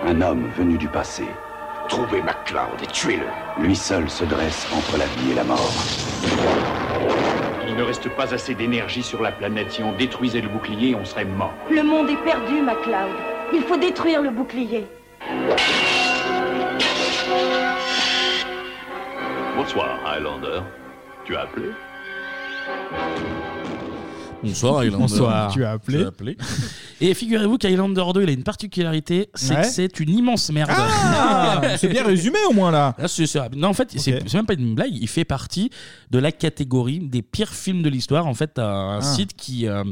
Un homme venu du passé. Trouvez MacLeod et tuez-le. Lui seul se dresse entre la vie et la mort.
Il ne reste pas assez d'énergie sur la planète. Si on détruisait le bouclier, on serait mort.
Le monde est perdu, MacLeod. Il faut détruire le bouclier.
Bonsoir, Highlander. Tu as appelé
Bonsoir Highlander.
Bonsoir. Tu as appelé.
Tu as Et figurez-vous qu'Highlander 2, il a une particularité, c'est
Ouais.
que c'est une immense merde.
Ah, c'est bien résumé au moins là.
Là, c'est ça. Non, en fait, c'est c'est même pas une blague. Il fait partie de la catégorie des pires films de l'histoire. En fait, t'as un
Ah.
site qui, euh,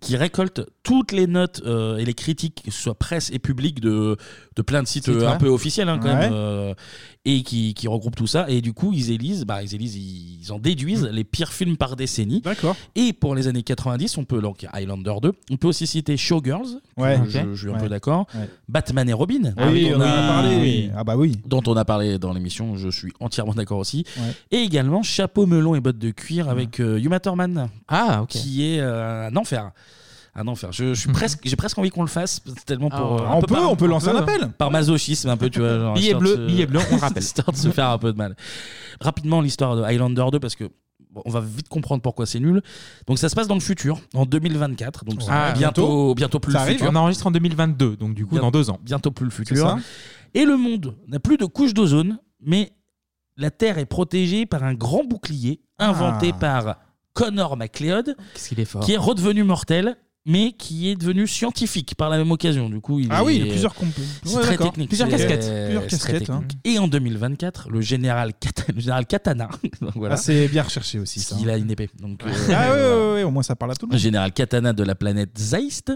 qui récolte toutes les notes euh, et les critiques, que ce soit presse et publique, de, de plein de sites
Site,
euh, un
ouais.
peu officiels, hein, quand même,
Ouais.
euh, et qui, qui regroupe tout ça. Et du coup, ils élisent, bah, ils, élisent ils, en déduisent les pires films par décennie.
Mm. D'accord.
Et pour les années 90, on peut, donc Highlander 2, on peut aussi citer Showgirls. que
Ouais.
Je,
Ok.
je suis un
Ouais.
peu d'accord.
Ouais.
Batman et Robin.
Ah oui,
dont
on en a parlé.
Ah bah oui. Dont on a parlé dans l'émission, je suis entièrement d'accord aussi.
Ouais.
Et également Chapeau melon et bottes de cuir avec euh, Uma Thurman.
Ah, ok.
Qui est euh, un enfer. Un enfer. Je, je suis presque, j'ai presque envie qu'on le fasse tellement
Ah,
pour. euh,
on
un peu
peut,
par-
on peut lancer un appel.
Par masochisme un peu, tu vois. genre,
Billet
histoire
bleu,
de se-
billet bleu, on le rappelle.
histoire de se faire un peu de mal. Rapidement l'histoire de Highlander 2 parce que bon, on va vite comprendre pourquoi c'est nul. Donc ça se passe dans le futur, en 2024. Donc c'est
Ah,
bientôt, bientôt plus
ça
le
arrive.
futur.
On enregistre en 2022, donc du coup,
Bien-
dans deux ans.
Bientôt plus le
C'est
futur.
ça.
Et le monde n'a plus de couche d'ozone, mais la Terre est protégée par un grand bouclier inventé
Ah.
par Connor MacLeod,
Qu'est-ce qu'il est fort.
qui est redevenu mortel, mais qui est devenu scientifique par la même occasion. Du coup, il
Ah oui, il y a
est-
plusieurs comp-
C'est
Ouais,
très
d'accord.
technique.
Plusieurs
C'est-
casquettes.
c'est
Plusieurs
très
casquettes, hein.
technique. Et en 2024, le général, Kata- le général Katana. Donc voilà.
Ah, c'est bien recherché aussi.
Parce
Ça. hein.
qu'il a une épée. Donc, euh,
Ah ouais,
voilà.
ouais, ouais, au moins ça parle à tout le
Le
monde.
général Katana de la planète Zeist,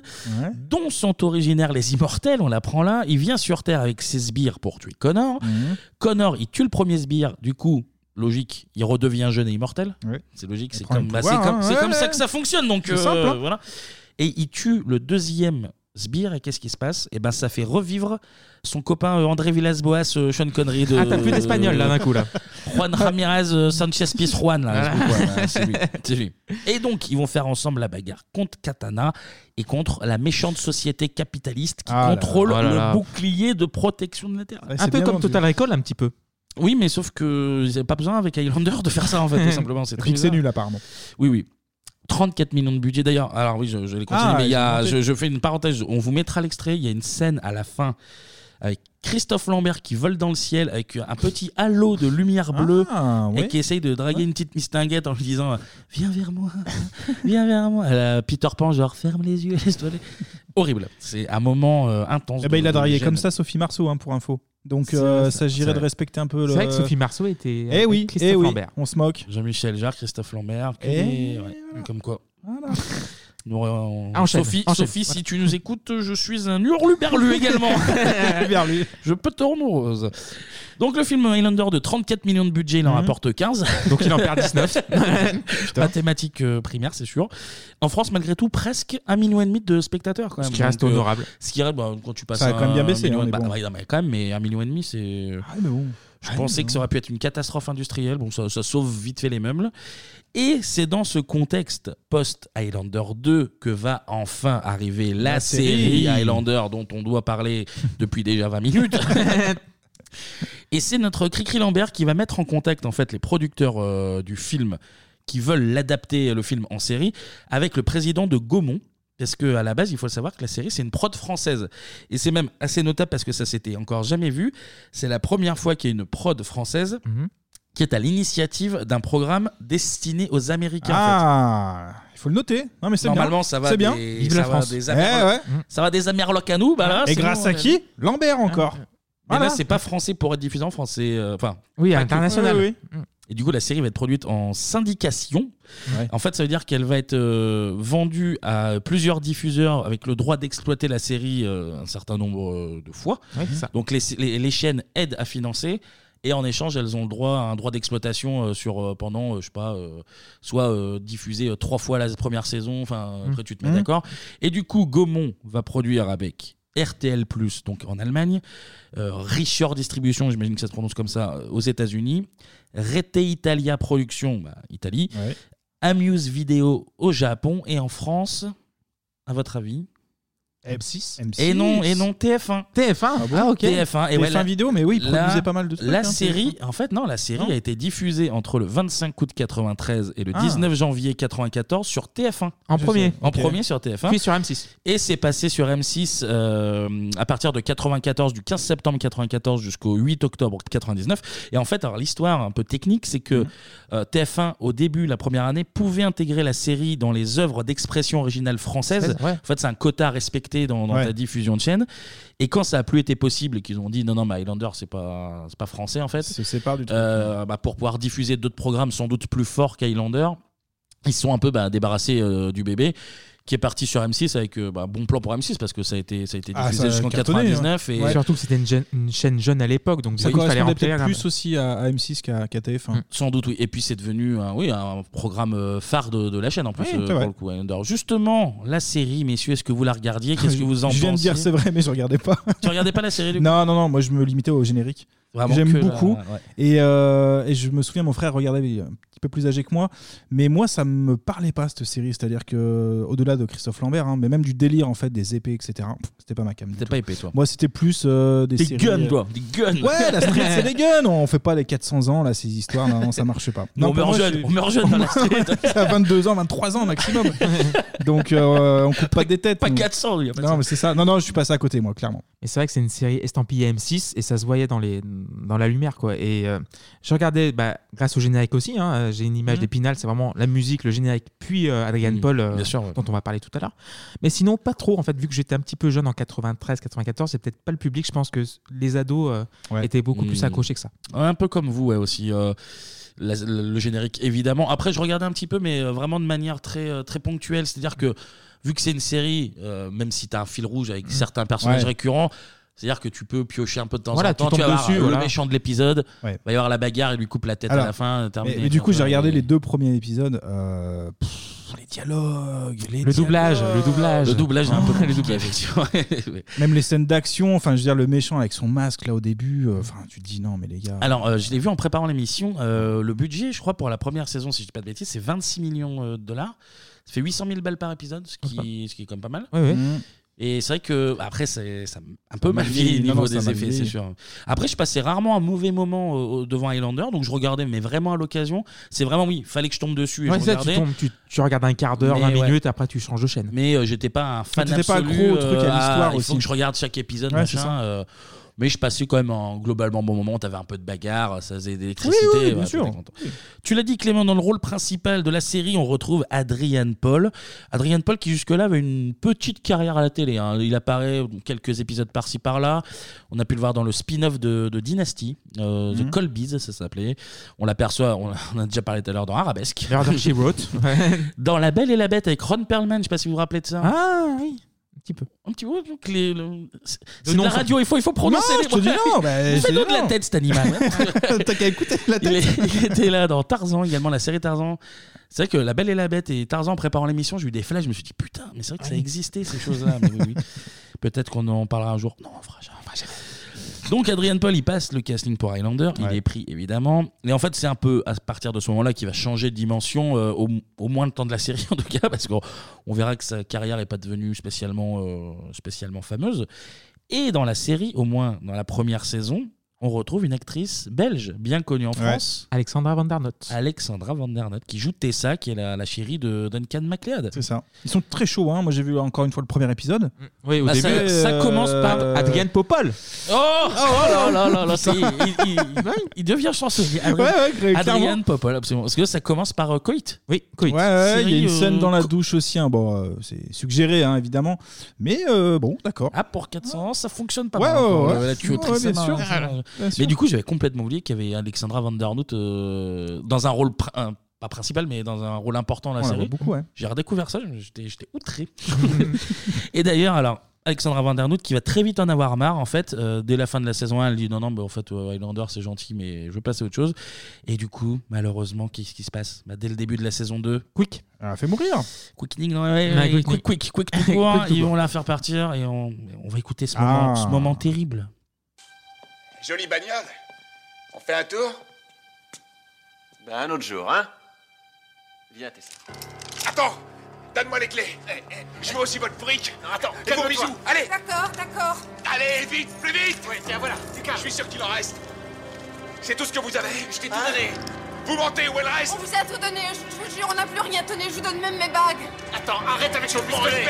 dont sont originaires les immortels, on l'apprend là. Il vient sur Terre avec ses sbires pour tuer Connor. Connor, il tue le premier sbire, du coup, logique, il redevient jeune et immortel. C'est logique, c'est
prend
comme,
le
bah, c'est
pouvoir,
comme,
hein,
c'est
ouais,
comme ça
ouais.
que ça fonctionne. Donc, euh,
C'est simple, hein.
voilà. Et il tue le deuxième sbire, et qu'est-ce qui se passe Et ben, ça fait revivre son copain euh, André Villas-Boas, euh, Sean Connery de.
Ah, t'as plus d'espagnol, là, d'un coup, là.
Juan Ramirez euh, Sanchez Pizjuan là,
Voilà.
je sais pas quoi, là, c'est lui, c'est lui. Et donc ils vont faire ensemble la bagarre contre Katana et contre la méchante société capitaliste qui
Ah là là,
contrôle
oh là
le
là.
bouclier de protection de la Terre.
Un peu comme Total Recall, un petit peu.
Oui, mais sauf que Euh, ils n'avaient pas besoin avec Highlander de faire ça en fait, tout simplement. C'est
Et puis
très
que c'est
bizarre.
nul apparemment.
Oui, oui. 34 millions de budget d'ailleurs. Alors oui, je, je l'ai continué,
Ah,
mais il y
ils ont
a,
monté.
je, je fais une parenthèse. On vous mettra l'extrait. Il y a une scène à la fin avec Christophe Lambert qui vole dans le ciel avec un petit halo de lumière bleue
Ah.
et
ouais.
qui essaye de draguer une petite mistinguette en lui disant Viens vers moi, viens vers moi. À la Peter Pan, genre ferme les yeux, laisse-toi aller. Horrible. C'est un moment euh, intense.
Eh ben,
de-
il a
de
dragué
gêne.
comme ça Sophie Marceau hein, pour info. Donc
C'est
euh,
vrai, c'est- c'est
s'agirait de
vrai.
respecter un peu le.
C'est vrai que Sophie Marceau
était
Eh
avec
oui,
Christophe
eh oui,
Lambert.
On se moque.
Jean-Michel Jarre, Christophe Lambert. qui
Et
est- ouais, Comme quoi. Nous, euh, on-
Ah, enchaîne,
Sophie,
enchaîne.
Sophie, si tu nous écoutes, je suis un hurluberlu également. Je peux te rendre heureuse. Donc le film Highlander de 34 millions de budget, il en rapporte 15.
Mhm. Donc, il en perd 19.
Mathématiques euh, primaires, c'est sûr. En France, malgré tout, presque un million et demi de spectateurs quand même.
qui reste
Donc, euh,
honorable.
Ce qui reste, bah, quand tu passes
Ça a
à
quand même bien
un
baissé,
million
hein,
et-
mais
bah,
bon.
ouais, non, mais quand même, mais un million et demi, c'est. Je
Ah,
pensais
mais
que ça aurait pu être une catastrophe industrielle. Bon, ça, ça sauve vite fait les meubles. Et c'est dans ce contexte post-Highlander 2 que va enfin arriver la,
La
série
série.
Highlander dont on doit parler depuis déjà 20 minutes. Et c'est notre Cricri Lambert qui va mettre en contact en fait les producteurs euh, du film qui veulent l'adapter euh, le film en série avec le président de Gaumont. Parce que à la base, il faut le savoir que la série c'est une prod française et c'est même assez notable parce que ça s'était encore jamais vu. C'est la première fois qu'il y a une prod française
Mhm.
qui est à l'initiative d'un programme destiné aux Américains. en fait.
Ah, il faut le noter. Non mais c'est bien.
Normalement, ça va
C'est bien.
des- ça va
Eh
des Amer-
ouais.
Ça va des Amerlocs à nous. bah là,
Et
c'est
grâce
bon,
à
on est-
qui Lambert encore.
Mais
Voilà.
là, c'est pas français pour être diffusé en France, c'est euh, enfin.
Oui,
pas
international. Mm.
que-
Oui, oui, oui.
Et du coup, la série va être produite en syndication.
Ouais.
En fait, ça veut dire qu'elle va être euh, vendue à plusieurs diffuseurs avec le droit d'exploiter la série euh, un certain nombre euh, de fois.
Ouais, c'est ça.
Donc les, les- les chaînes aident à financer. Et en échange, elles ont le droit à un droit d'exploitation euh, sur euh, pendant, euh, je sais pas, euh, soit euh, diffusé euh, trois fois la première saison, enfin,
Mm.
euh, après tu te mets
Mm.
d'accord. Et du coup, Gaumont va produire avec RTL, donc en Allemagne, euh, Richard Distribution, j'imagine que ça se prononce comme ça, euh, aux États-Unis, Rete Italia Production, bah, Italie, Amuse Video au Japon, et en France, à votre avis
M6.
et non, et non TF1.
TF1 Ah,
bon
ok. TF1. Et ouais,
TF1
la-
vidéo, mais oui, il
la-
produisait pas mal de trucs,
La
hein,
série, en fait, non, la série
Non.
a été diffusée entre le 25 août 93 et le
Ah.
19 janvier 94 sur TF1.
En premier.
En
Ok.
premier sur TF1.
Puis sur M6.
Et c'est passé sur M6 euh, à partir de 94, du 15 septembre 94 jusqu'au 8 octobre 99. Et en fait, alors l'histoire un peu technique, c'est que euh, TF1 au début, la première année, pouvait intégrer la série dans les œuvres d'expression originale française.
Ouais.
En fait, c'est un quota respecté dans, dans
Ouais.
ta diffusion de chaîne. Et quand ça a plus été possible et qu'ils ont dit non, non, mais Highlander, c'est pas, c'est pas français en fait.
Se sépare du
truc. pour pouvoir diffuser d'autres programmes sans doute plus forts qu'Highlander, ils se sont un peu bah, débarrassés euh, du bébé qui est parti sur M6 avec euh, bah, bon plan pour M6 parce que ça a été, ça a été
Ah,
diffusé
ça a
jusqu'en
cartonné, hein.
99. Et
Ouais.
Surtout que c'était une, jeune- une chaîne jeune à l'époque, donc
Ça
du coup, il
correspondait
fallait remplir.
peut-être
la-
plus aussi à, à M6 qu'à qu'à TF1.
Sans doute, oui. Et puis c'est devenu un, oui, un programme euh, phare de, de la chaîne en plus,
Oui,
euh,
c'est
pour
vrai.
le coup, Highlander. Justement, la série, messieurs, est-ce que vous la regardiez Qu'est-ce que vous en
Je viens de
pensez
dire c'est vrai, mais je regardais pas.
Tu regardais pas la série du coup
Non, non, non, moi je me limitais au générique.
Vraiment
J'aime
que la-
beaucoup.
ouais.
Et, euh, et je me souviens, mon frère regardait, il est un petit peu plus âgé que moi, mais moi ça me parlait pas cette série. C'est-à-dire que au-delà de Christophe Lambert, hein, mais même du délire en fait des épées, etc. pff, C'était pas ma cam. du
T'es
tout.
pas épais, toi.
Moi c'était plus euh, des,
Des
séries.
guns,
euh,
toi. Des guns.
Ouais, la street c'est des guns. On fait pas les 400 ans là ces histoires. Non, non, ça marche pas. Non,
Nous, on
pour moi,
meurt jeune,
je suis-
on meurt jeune dans la street.
C'est à 22 ans, 23 ans maximum. Donc euh, on coupe pas des têtes.
Pas
nous.
400, lui. y a pas de
Non,
ça.
mais c'est ça. Non, non, je suis passé à côté, moi, clairement.
Et c'est vrai que c'est une série estampillée M6 et ça se voyait dans, les, dans la lumière. quoi. Et euh, je regardais, bah, grâce au générique aussi, hein, euh, j'ai une
Mhm.
image d'Épinal, c'est vraiment la musique, le générique, puis euh, Adrien Paul, euh, dont on va parler tout à l'heure. Mais sinon, pas trop, en fait, vu que j'étais un petit peu jeune en 93-94, c'est peut-être pas le public. Je pense que s- les ados euh, étaient beaucoup plus
Hmm.
accrochés que ça.
Ouais, un peu comme vous, ouais, aussi. euh, la- le, le générique, évidemment. Après, je regardais un petit peu, mais euh, vraiment de manière très, euh, très ponctuelle. C'est-à-dire que, vu que c'est une série, euh, même si tu as un fil rouge avec certains personnages
Hmm. Ouais.
récurrents, c'est-à-dire que tu peux piocher un peu de temps
Voilà,
en
tu
temps.
tombes
vas avoir
dessus,
le
voilà.
méchant de l'épisode,
Ouais.
va y avoir la bagarre, il lui coupe la tête à la fin. euh, terminé.
mais, mais du coup, j'ai regardé les deux premiers épisodes. euh, pff, les dialogues, les
Le doublage,
dialogues.
le doublage.
Le doublage est un peu
Oh.
compliqué, effectivement. Ouais.
Même les scènes d'action, enfin, je veux dire, le méchant avec son masque là au début, euh, enfin, tu te dis non, mais les gars.
Alors, euh, je l'ai vu en préparant l'émission. euh, le budget, je crois, pour la première saison, si je dis pas de bêtises, c'est 26 millions euh, de dollars. Ça fait 800 000 balles par épisode, ce qui, ce qui est quand même pas mal.
Ouais, ouais. Mhm.
Et c'est vrai que, après, c'est ça a un peu
Ça
mal
m'a
vieilli
vieilli.
niveau
Non, non, ça
des
m'a
effets, c'est
vieilli.
sûr. Après, je passais rarement un mauvais moment euh, devant Highlander, donc je regardais, mais vraiment à l'occasion. C'est vraiment, oui, fallait que je tombe dessus et
Ouais,
je
c'est ça, tu,
regardais.
tombes, tu, tu regardes un quart d'heure,
Mais
20
ouais.
minutes, après tu changes de chaîne.
Mais euh, j'étais pas un fan
T'étais pas
absolu.
accro au truc, à
euh,
l'histoire
Il faut
aussi.
que je regarde chaque épisode,
Ouais, c'est
machin.
ça.
euh, mais je passais quand même un globalement bon moment. T'avais un peu de bagarre, ça faisait de l'électricité.
Oui, oui, bien
ouais,
sûr.
t'étais content. Tu l'as dit, Clément, dans le rôle principal de la série, on retrouve Adrian Paul. Adrian Paul qui jusque-là avait une petite carrière à la télé. hein. Il apparaît dans quelques épisodes par-ci par-là. On a pu le voir dans le spin-off de, de Dynasty, euh, The
Mhm.
Colbys, ça s'appelait. On l'aperçoit, on, on a déjà parlé tout à l'heure dans Arabesque.
Murder, She Wrote. Ouais.
Dans La Belle et la Bête avec Ron Perlman, je sais pas si vous vous rappelez de ça.
Ah oui, un petit peu.
Un petit peu. donc les- le- C'est
Le
c'est de
nom,
la
ça-
radio, il faut, il faut prononcer
Non,
les
je te dis non, bah, je te
Fais-nous
dis
de la
non.
tête cet animal.
T'as qu'à écouter la
tête. Il, est- il était là dans Tarzan également, la série Tarzan. C'est vrai que La Belle et la Bête et Tarzan en préparant l'émission, j'ai eu des flashs, je me suis dit putain, mais c'est vrai que ça existait ces choses-là. Mais oui, oui. Peut-être qu'on en parlera un jour. Non, on fera jamais, on fera jamais. Donc Adrien Paul, il passe le casting pour Highlander, il est pris évidemment. Et en fait, c'est un peu à partir de ce moment-là qu'il va changer de dimension, euh, au, au moins le temps de la série en tout cas, parce qu'on on verra que sa carrière n'est pas devenue spécialement, euh, spécialement fameuse. Et dans la série, au moins dans la première saison, on retrouve une actrice belge, bien connue en France.
Alexandra Vandernot.
Alexandra Vandernot, qui joue Tessa, qui est la, la chérie de Duncan MacLeod.
C'est ça. Ils sont très chauds, hein. moi j'ai vu encore une fois le premier épisode.
Oui,
Bah,
au Ah, ça- début, ça commence par Adrien
Popol.
Oh, là là là là, c'est- il,
Putain.
il- il- ouais, il devient chancelier. Adrien,
Ouais, ouais, clairement.
Adrien Popol, absolument. Parce que ça commence par euh, Coit.
Oui, Coit.
Ouais, ouais, il y a une
Série, euh,
scène dans la douche aussi. hein. Bon, euh, c'est suggéré, hein, évidemment. Mais euh, bon, d'accord.
Ah, pour 400 ans, ça fonctionne pas
Ouais,
mal.
ouais,
Pour,
ouais.
euh, La tuyauterie,
Ouais,
ça
bien
marche.
sûr. Bien
Mais
sûr.
du coup, j'avais complètement oublié qu'il y avait Alexandra Vandernoot euh, dans un rôle, pr- un- pas principal, mais dans un rôle important dans la
On la voit
série.
beaucoup, ouais.
J'ai redécouvert ça, j'étais j'étais outré. Et d'ailleurs, alors. Alexandra Vandernoot qui va très vite en avoir marre en fait euh, dès la fin de la saison 1 elle dit non non mais en fait euh, Highlander c'est gentil mais je veux passer à autre chose et du coup malheureusement qu'est-ce qui se passe Bah, dès le début de la saison 2
Quick
elle fait mourir
Quickening non, ouais,
Ouais,
quick,
Quickening.
quick quick quick tout court,
Quick tout
ils
court.
vont la faire partir et on, on va écouter ce moment
Ah.
ce moment terrible
Jolie bagnole. On fait un tour
Ben, un autre jour, hein Viens, Tessa.
Attends Donne-moi les clés. Je veux aussi votre brique. Eh, Attends, les gros bisous. Allez D'accord, d'accord. Allez, vite, plus vite Oui, tiens, voilà. Je suis sûr qu'il en reste. C'est tout ce que vous avez. Je t'ai tout donné. Vous mentez, où elle reste
On vous a tout donné, je, je vous jure, on n'a plus rien. Tenez, je vous donne même mes bagues.
Attends, arrête avec son pistolet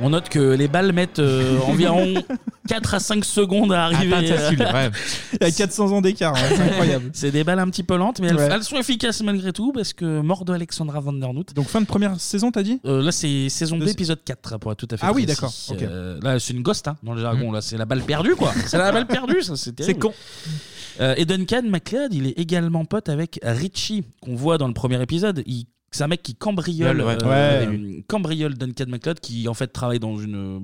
On note que les balles mettent euh, environ 4 à 5 secondes à arriver. euh,
Atteindre sa cible, ouais. Il y a 400 ans d'écart, ouais, c'est incroyable.
C'est des balles un petit peu lentes, mais elles,
Mm. Ouais.
elles sont efficaces malgré tout parce que mort de Alexandra Vandernoot.
Donc fin de première saison, t'as dit
Euh, Là, c'est saison 2, épisode 4, pour être tout à fait
Ah oui,
précis.
d'accord, ok. Mm.
Euh, là, c'est une ghost hein, dans le jargon. Là, c'est la balle perdue, quoi. C'est la balle perdue, ça, c'est terrible.
C'est con.
Euh, et Duncan MacLeod, il est également pote avec Richie, qu'on voit dans le premier épisode. Il- C'est un mec qui cambriole,
Ouais.
euh,
Ouais.
une- cambriole Duncan MacLeod, qui en fait travaille dans une, euh,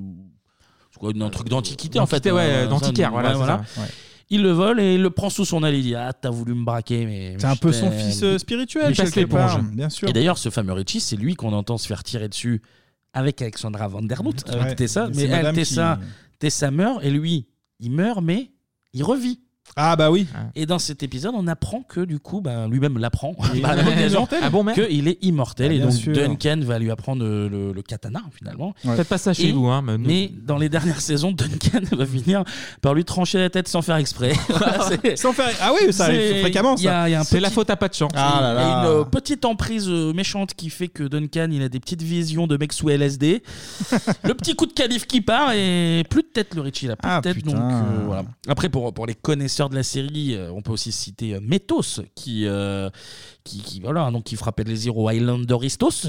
je crois, dans un truc d'antiquité en fait.
D'antiquité, ouais,
Euh,
d'antiquaire,
un-
voilà,
ouais,
c'est
voilà.
ça, ouais.
Il le vole et il le prend sous son aile. Il dit Ah, t'as voulu me braquer, mais.
C'est un peu
je
son
t'ai-
fils, euh, spirituel,
Il passe
quelque part,
l'éponge.
bien sûr.
Et d'ailleurs, ce fameux Richie, c'est lui qu'on entend se faire tirer dessus avec Alexandra Vandernoot, avec
Ouais.
Tessa.
C'est
Mais elle,
madame
Tessa,
qui-
Tessa meurt et lui, il meurt, mais il revit.
Ah bah oui.
Et dans cet épisode, on apprend que du coup, ben, lui-même l'apprend par
il est
l'occasion
immortel. Ah bon, merde.
qu'il est immortel.
Ah,
et
bien
donc
sûr.
Duncan va lui apprendre le, le- le katana finalement.
Ouais. Faites pas ça chez
Et-
vous, hein, mais
mais,
nous-
dans les dernières saisons, Duncan va finir par lui trancher la tête sans faire exprès.
Sans faire. Ah oui, ça arrive
C'est-
fréquemment,
il y a-
ça.
il y a un
C'est la
petit-
faute à pas de chance.
Ah là
il y a
là.
une euh, petite emprise euh, méchante qui fait que Duncan, il a des petites visions de mecs sous LSD. le petit coup de calife qui part et plus de tête le Richie, là, plus
Ah,
de tête. Donc, euh, voilà. Après, pour, pour les connaisseurs de la série, euh, on peut aussi citer euh, Métos, qui, euh, qui, qui, voilà, donc qui frappait les zéros Islanderistos,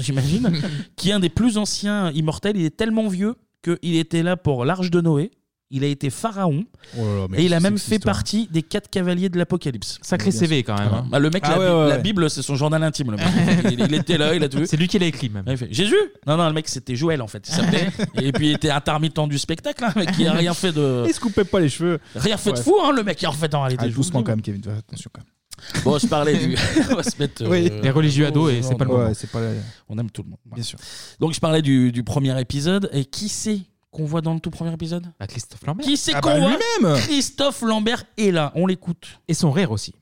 j'imagine, qui est un des plus anciens immortels. Il est tellement vieux qu'il était là pour l'Arche de Noé. Il a été pharaon
Oh là là, mais
et il a
c'est
même
que cette
fait
histoire.
partie des quatre cavaliers de l'Apocalypse.
Sacré
Bien
CV
sûr.
quand même, hein.
Bah, le mec,
Ah
la,
ouais, ouais,
la
ouais.
Bible, c'est son journal intime. Le mec. il, il était là, il a tout vu.
C'est lui qui l'a écrit même.
Ouais, il fait, Jésus Non, non, le mec c'était Joël en fait. il s'appelait. et puis il était intermittent du spectacle, hein, le mec, il a rien fait de.
Il se coupait pas les cheveux.
Rien fait de
Ouais.
fou, hein, le mec, en fait, en réalité.
Ah,
je vous le
doucement
dis.
quand même, Kevin. Fais Attention quand même.
Bon, je parlais du. on va se mettre. euh,
Oui. Les religieux
au-
ados, et
au-
c'est pas le moment. Ouais, c'est pas
On aime tout le monde.
Bien sûr.
Donc, je parlais du, du premier épisode. Et qui c'est qu'on voit dans le tout premier épisode
Bah,
Christophe Lambert.
Qui c'est
Ah
qu'on
bah,
voit
lui-même
Christophe Lambert est là, on l'écoute.
Et son rire aussi.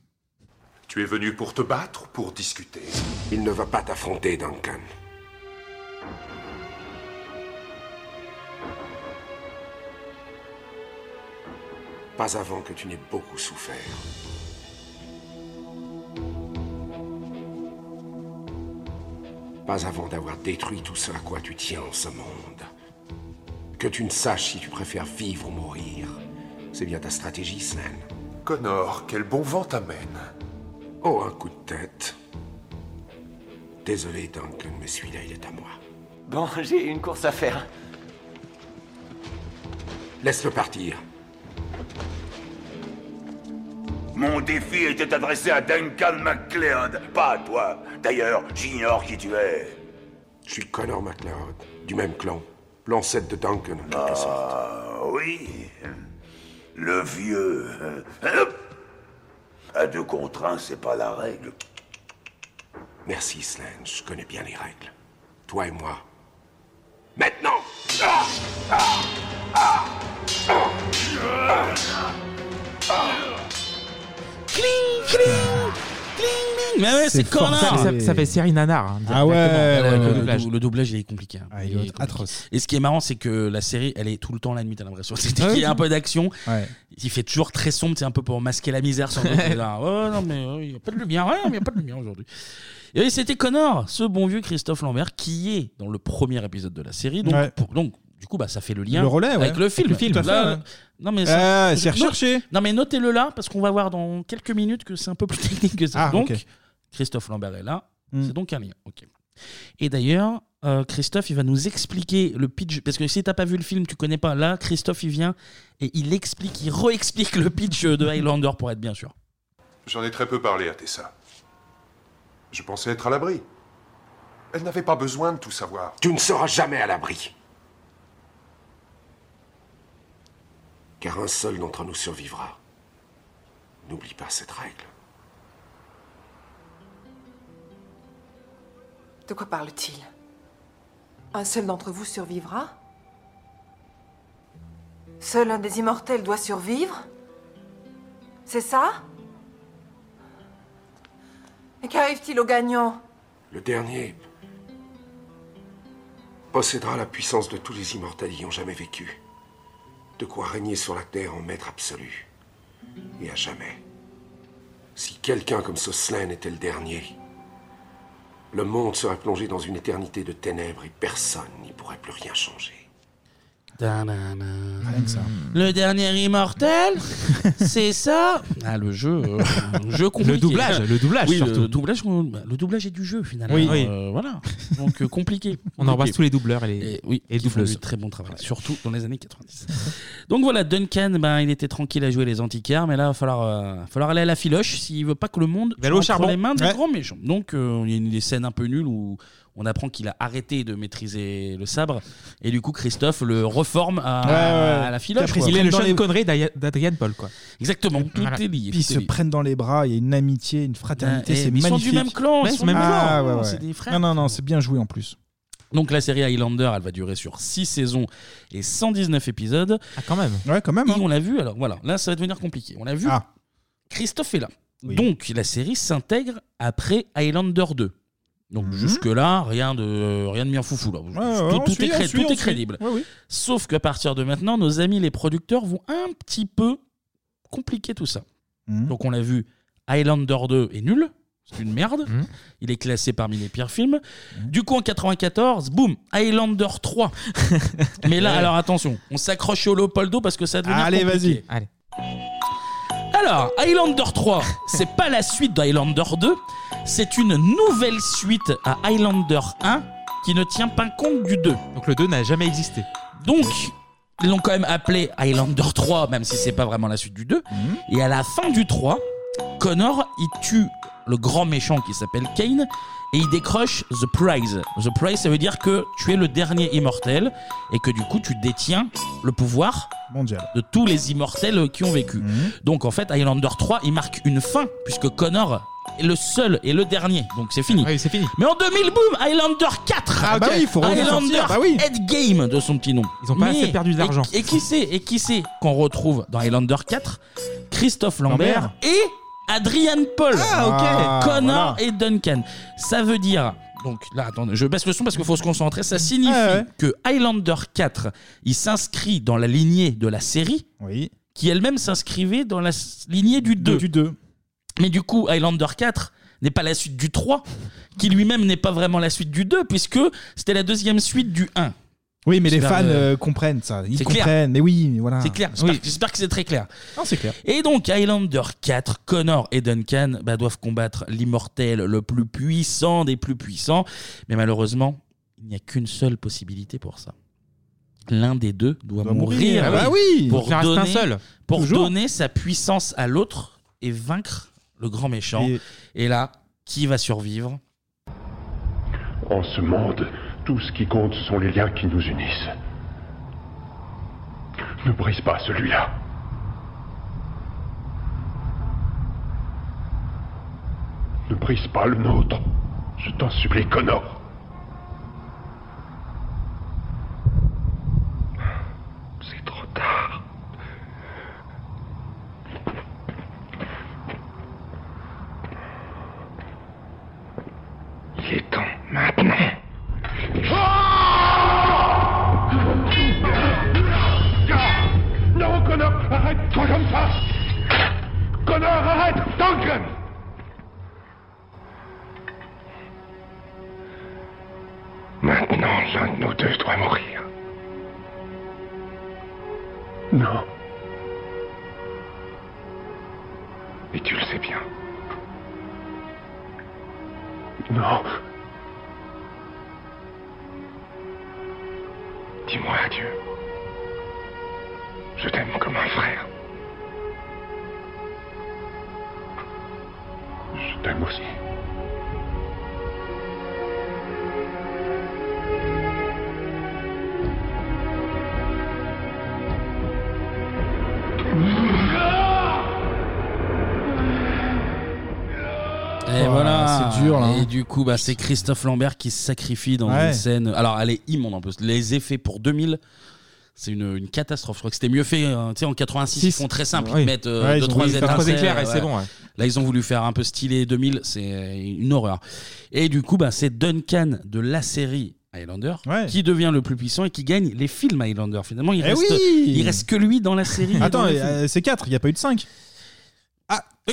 Tu es venu pour te battre ou pour discuter Il ne va pas t'affronter, Duncan. Pas avant que tu n'aies beaucoup souffert. Pas avant d'avoir détruit tout ce à quoi tu tiens en ce monde. Que tu ne saches si tu préfères vivre ou mourir. C'est bien ta stratégie, Slan.
Connor, quel bon vent t'amène.
Oh, un coup de tête. Désolé, Duncan, mais celui-là, il est à moi.
Bon, j'ai une course à faire.
Laisse-le partir.
Mon défi était adressé à Duncan MacLeod, pas à toi. D'ailleurs, j'ignore qui tu es.
Je suis Connor MacLeod, du même clan. L'ancêtre de Duncan, en quelque sorte.
Ah oui, le vieux. euh, Hop À deux contre un, c'est pas la règle.
Merci, Slan, je connais bien les règles. Toi et moi. Maintenant Ah Ah Ah Ah Ah
Cling, cling, cling, cling,
mais Ah ouais, c'est connard.
Ça, ça- ça fait série nanar. hein,
Ah ouais,
directement, le
ouais, ouais, ouais.
doublage.
Le, dou- le doublage il est compliqué. hein.
Ah, il
est
doit être
compliqué. Et ce qui est marrant, c'est que la série, elle est tout le temps la nuit, t'as l'impression. C'est
Ouais,
qu'il y a un
c'est-
peu d'action.
Ouais.
Il fait toujours très sombre, c'est un peu pour masquer la misère sans doute. Et là, oh non, mais euh, il n'y a pas de lumière, ouais, mais il n'y a pas de lumière aujourd'hui. Et c'était Connor, ce bon vieux Christophe Lambert, qui est dans le premier épisode de la série. Donc,
Ouais.
pour- donc du coup, bah, ça fait le lien
Le relais, ouais.
avec le film.
Avec le film.
Là,
Tout à fait,
euh,
ouais.
non, mais ça-
Ah, c'est recherché.
Non, Non, mais notez-le là, parce qu'on va voir dans quelques minutes que c'est un peu plus technique que ça.
Ah,
donc,
ok.
Christophe Lambert est là.
Hmm.
C'est donc un lien. Ok. Et d'ailleurs, euh, Christophe, il va nous expliquer le pitch. Parce que si t'as pas vu le film, tu connais pas. Là, Christophe, il vient et il explique, il re-explique le pitch de Highlander pour être bien sûr.
J'en ai très peu parlé à Tessa. Je pensais être à l'abri. Elle n'avait pas besoin de tout savoir.
Tu ne seras jamais à l'abri. Car un seul d'entre nous survivra. N'oublie pas cette règle.
De quoi parle-t-il Un seul d'entre vous survivra Seul un des immortels doit survivre C'est ça Et qu'arrive-t-il aux gagnants
Le dernier possédera la puissance de tous les immortels ayant jamais vécu. De quoi régner sur la terre en maître absolu. Et à jamais. Si quelqu'un comme ce Slain était le dernier, le monde serait plongé dans une éternité de ténèbres et personne n'y pourrait plus rien changer.
Hmm. Le dernier immortel, c'est ça Ah, le jeu. euh, jeu compliqué.
Le doublage, le doublage
Oui,
surtout.
Le doublage, on- bah, le doublage est du jeu finalement.
Oui.
Euh, voilà. Donc euh, compliqué.
On embrasse
Compliqué.
tous les doubleurs et les,
oui,
et les
qui font
doubleuses.
du très bon travail, surtout dans les années 90. Donc voilà, Duncan, ben, il était tranquille à jouer les antiquaires, mais là, il va falloir, euh, falloir aller à la filoche s'il veut pas que le monde
va aller au
entre
charbon.
les mains des
Ouais.
grands méchants. Donc, euh, il y a une- des scènes un peu nulles où on apprend qu'il a arrêté de maîtriser le sabre, et du coup, Christophe le reforme à,
Ouais, ouais.
à la filoche. quoi.
Il est le
Dans
Sean
les-
Connery d'A- d'Adrien Paul, quoi.
Exactement, tout
Voilà.
est lié.
Puis ils
tout est
se
lié.
prennent dans les bras, il y a une amitié, une fraternité,
Ah, et-
c'est
mais ils sont
magnifique.
du même clan, ils
Ouais,
sont
c'est même
du même
clan,
clan,
ouais, ouais.
c'est des frères.
Non, non, non, c'est bien joué en plus.
Donc la série Highlander, elle va durer sur 6 saisons et 119 épisodes.
Ah quand même.
Ouais, quand même. hein. Ah.
on l'a vu, alors voilà, là ça va devenir compliqué. On l'a vu. Christophe est là. Donc la série s'intègre après Highlander 2. Donc jusque-là, rien de rien de bien foufou là.
Mhm. ouais,
tout
on
tout
suit,
est, cré-
on suit,
tout
on suit.
est crédible.
Ouais, oui.
Sauf qu'à partir de maintenant, nos amis les producteurs vont un petit peu compliquer tout ça. Donc on l'a vu, Highlander 2 est nul. C'est une merde. Il est classé parmi les pires films. Du coup, en 94, boum, Highlander 3. Mais là,
Ouais.
alors attention, on s'accroche au Leopoldo parce que ça devient
Allez,
compliqué.
vas-y. Allez.
Alors, Highlander 3, c'est pas la suite d'Highlander 2, c'est une nouvelle suite à Highlander 1 qui ne tient pas compte du 2. Donc le 2 n'a jamais existé. Donc, ils l'ont quand même appelé Highlander 3, même si c'est pas vraiment la suite du 2. Et à la fin du 3, Connor, il tue le grand méchant qui s'appelle Kane et il décroche The Prize. The Prize, ça veut dire que tu es le dernier immortel et que du coup, tu détiens le pouvoir de tous les immortels qui ont vécu.
Mhm.
Donc en fait, Highlander 3, il marque une fin, puisque Connor est le seul et le dernier. Donc c'est fini. c'est fini. Mais en 2000, boum, Highlander 4
Ah, bah oui, faut revenir
Highlander
sortir, bah oui.
Head Game de son petit nom.
Ils ont pas
Mais-
assez perdu d'argent.
Et, et qui c'est Et qui c'est qu'on retrouve dans Highlander 4 Christophe Lambert,
Lambert.
et Adrian Paul.
Ah, ok. Ah, voilà.
Connor et Duncan. Ça veut dire. Donc là, attendez, je baisse le son parce qu'il faut se concentrer. Ça signifie que Highlander 4, il s'inscrit dans la lignée de la série, qui elle-même s'inscrivait dans la s- lignée du 2. Mais du coup, Highlander 4 n'est pas la suite du 3, qui lui-même n'est pas vraiment la suite du 2, puisque c'était la deuxième suite du 1.
Oui, mais les
J'espère,
fans
euh,
euh, comprennent ça. Ils
c'est clair.
comprennent. Mais oui, mais voilà.
C'est clair, j'espère
Oui.
j'espère que c'est très clair.
Non, c'est clair.
Et donc, Highlander 4, Connor et Duncan bah, doivent combattre l'immortel le plus puissant des plus puissants. Mais malheureusement, il n'y a qu'une seule possibilité pour ça. L'un des deux doit
Doit mourir.
mourir,
Ah bah oui.
pour,
Il en reste un
donner,
seul.
pour
Toujours.
donner sa puissance à l'autre et vaincre le grand méchant.
Et-
et là, qui va survivre
En ce monde, tout ce qui compte sont les liens qui nous unissent. Ne brise pas celui-là. Ne brise pas le nôtre. Je t'en supplie, Connor. C'est trop tard. pas comme ça Connor, arrête Duncan Maintenant, l'un de nous deux doit mourir. Non. Et tu le sais bien. Non. Dis-moi adieu. Je t'aime comme un frère. Je t'aime aussi.
Et
Oh,
voilà.
c'est dur, là, hein.
Et du coup, bah, c'est Christophe Lambert qui se sacrifie dans
Ouais.
une scène. Alors, elle est immonde en plus. Les effets pour 2000. C'est une, une catastrophe. Je crois que c'était mieux fait. hein. Tu sais, en 86, ils font très simple.
Oui.
Ils mettent
Ouais, ils
2
ont
3
voulu faire
étincelles.
trois éclairs et c'est bon, ouais.
Là, ils ont voulu faire un peu stylé 2000. C'est une horreur. Et du coup, bah, c'est Duncan de la série Highlander qui devient le plus puissant et qui gagne les films Highlander. Finalement, il,
Eh
reste,
oui
il reste que lui dans la série. et
Attends,
dans les
euh,
films.
c'est 4, il n'y a pas eu de 5.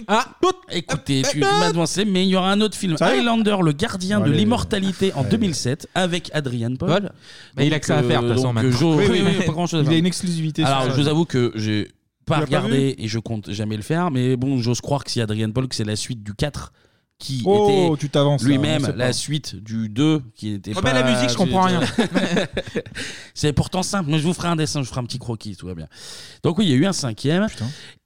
Ah, écoutez, tu
ah,
m'as avancé, mais il y aura un autre film,
Sérieux
Highlander, le gardien de
Allez.
l'immortalité en 2007, avec Adrian Paul.
Paul Mais il a que ça à faire, de toute façon,
donc,
maintenant.
Jo-
Oui,
oui,
oui,
oui,
mais
pas grand-chose à
il
faire.
a une exclusivité sur
Alors,
ça.
je vous avoue que j'ai pas
l'as pas
regardé et je compte jamais le faire, mais bon, j'ose croire que si Adrian Paul, que c'est la suite du 4 qui
Oh,
était
tu t'avances, là, on
lui-même
sait pas.
la suite du 2 qui était
Remets
pas
la musique, je comprends rien.
c'est pourtant simple, mais je vous ferai un dessin, je vous ferai un petit croquis, tout va bien. Donc oui, il y a eu un cinquième.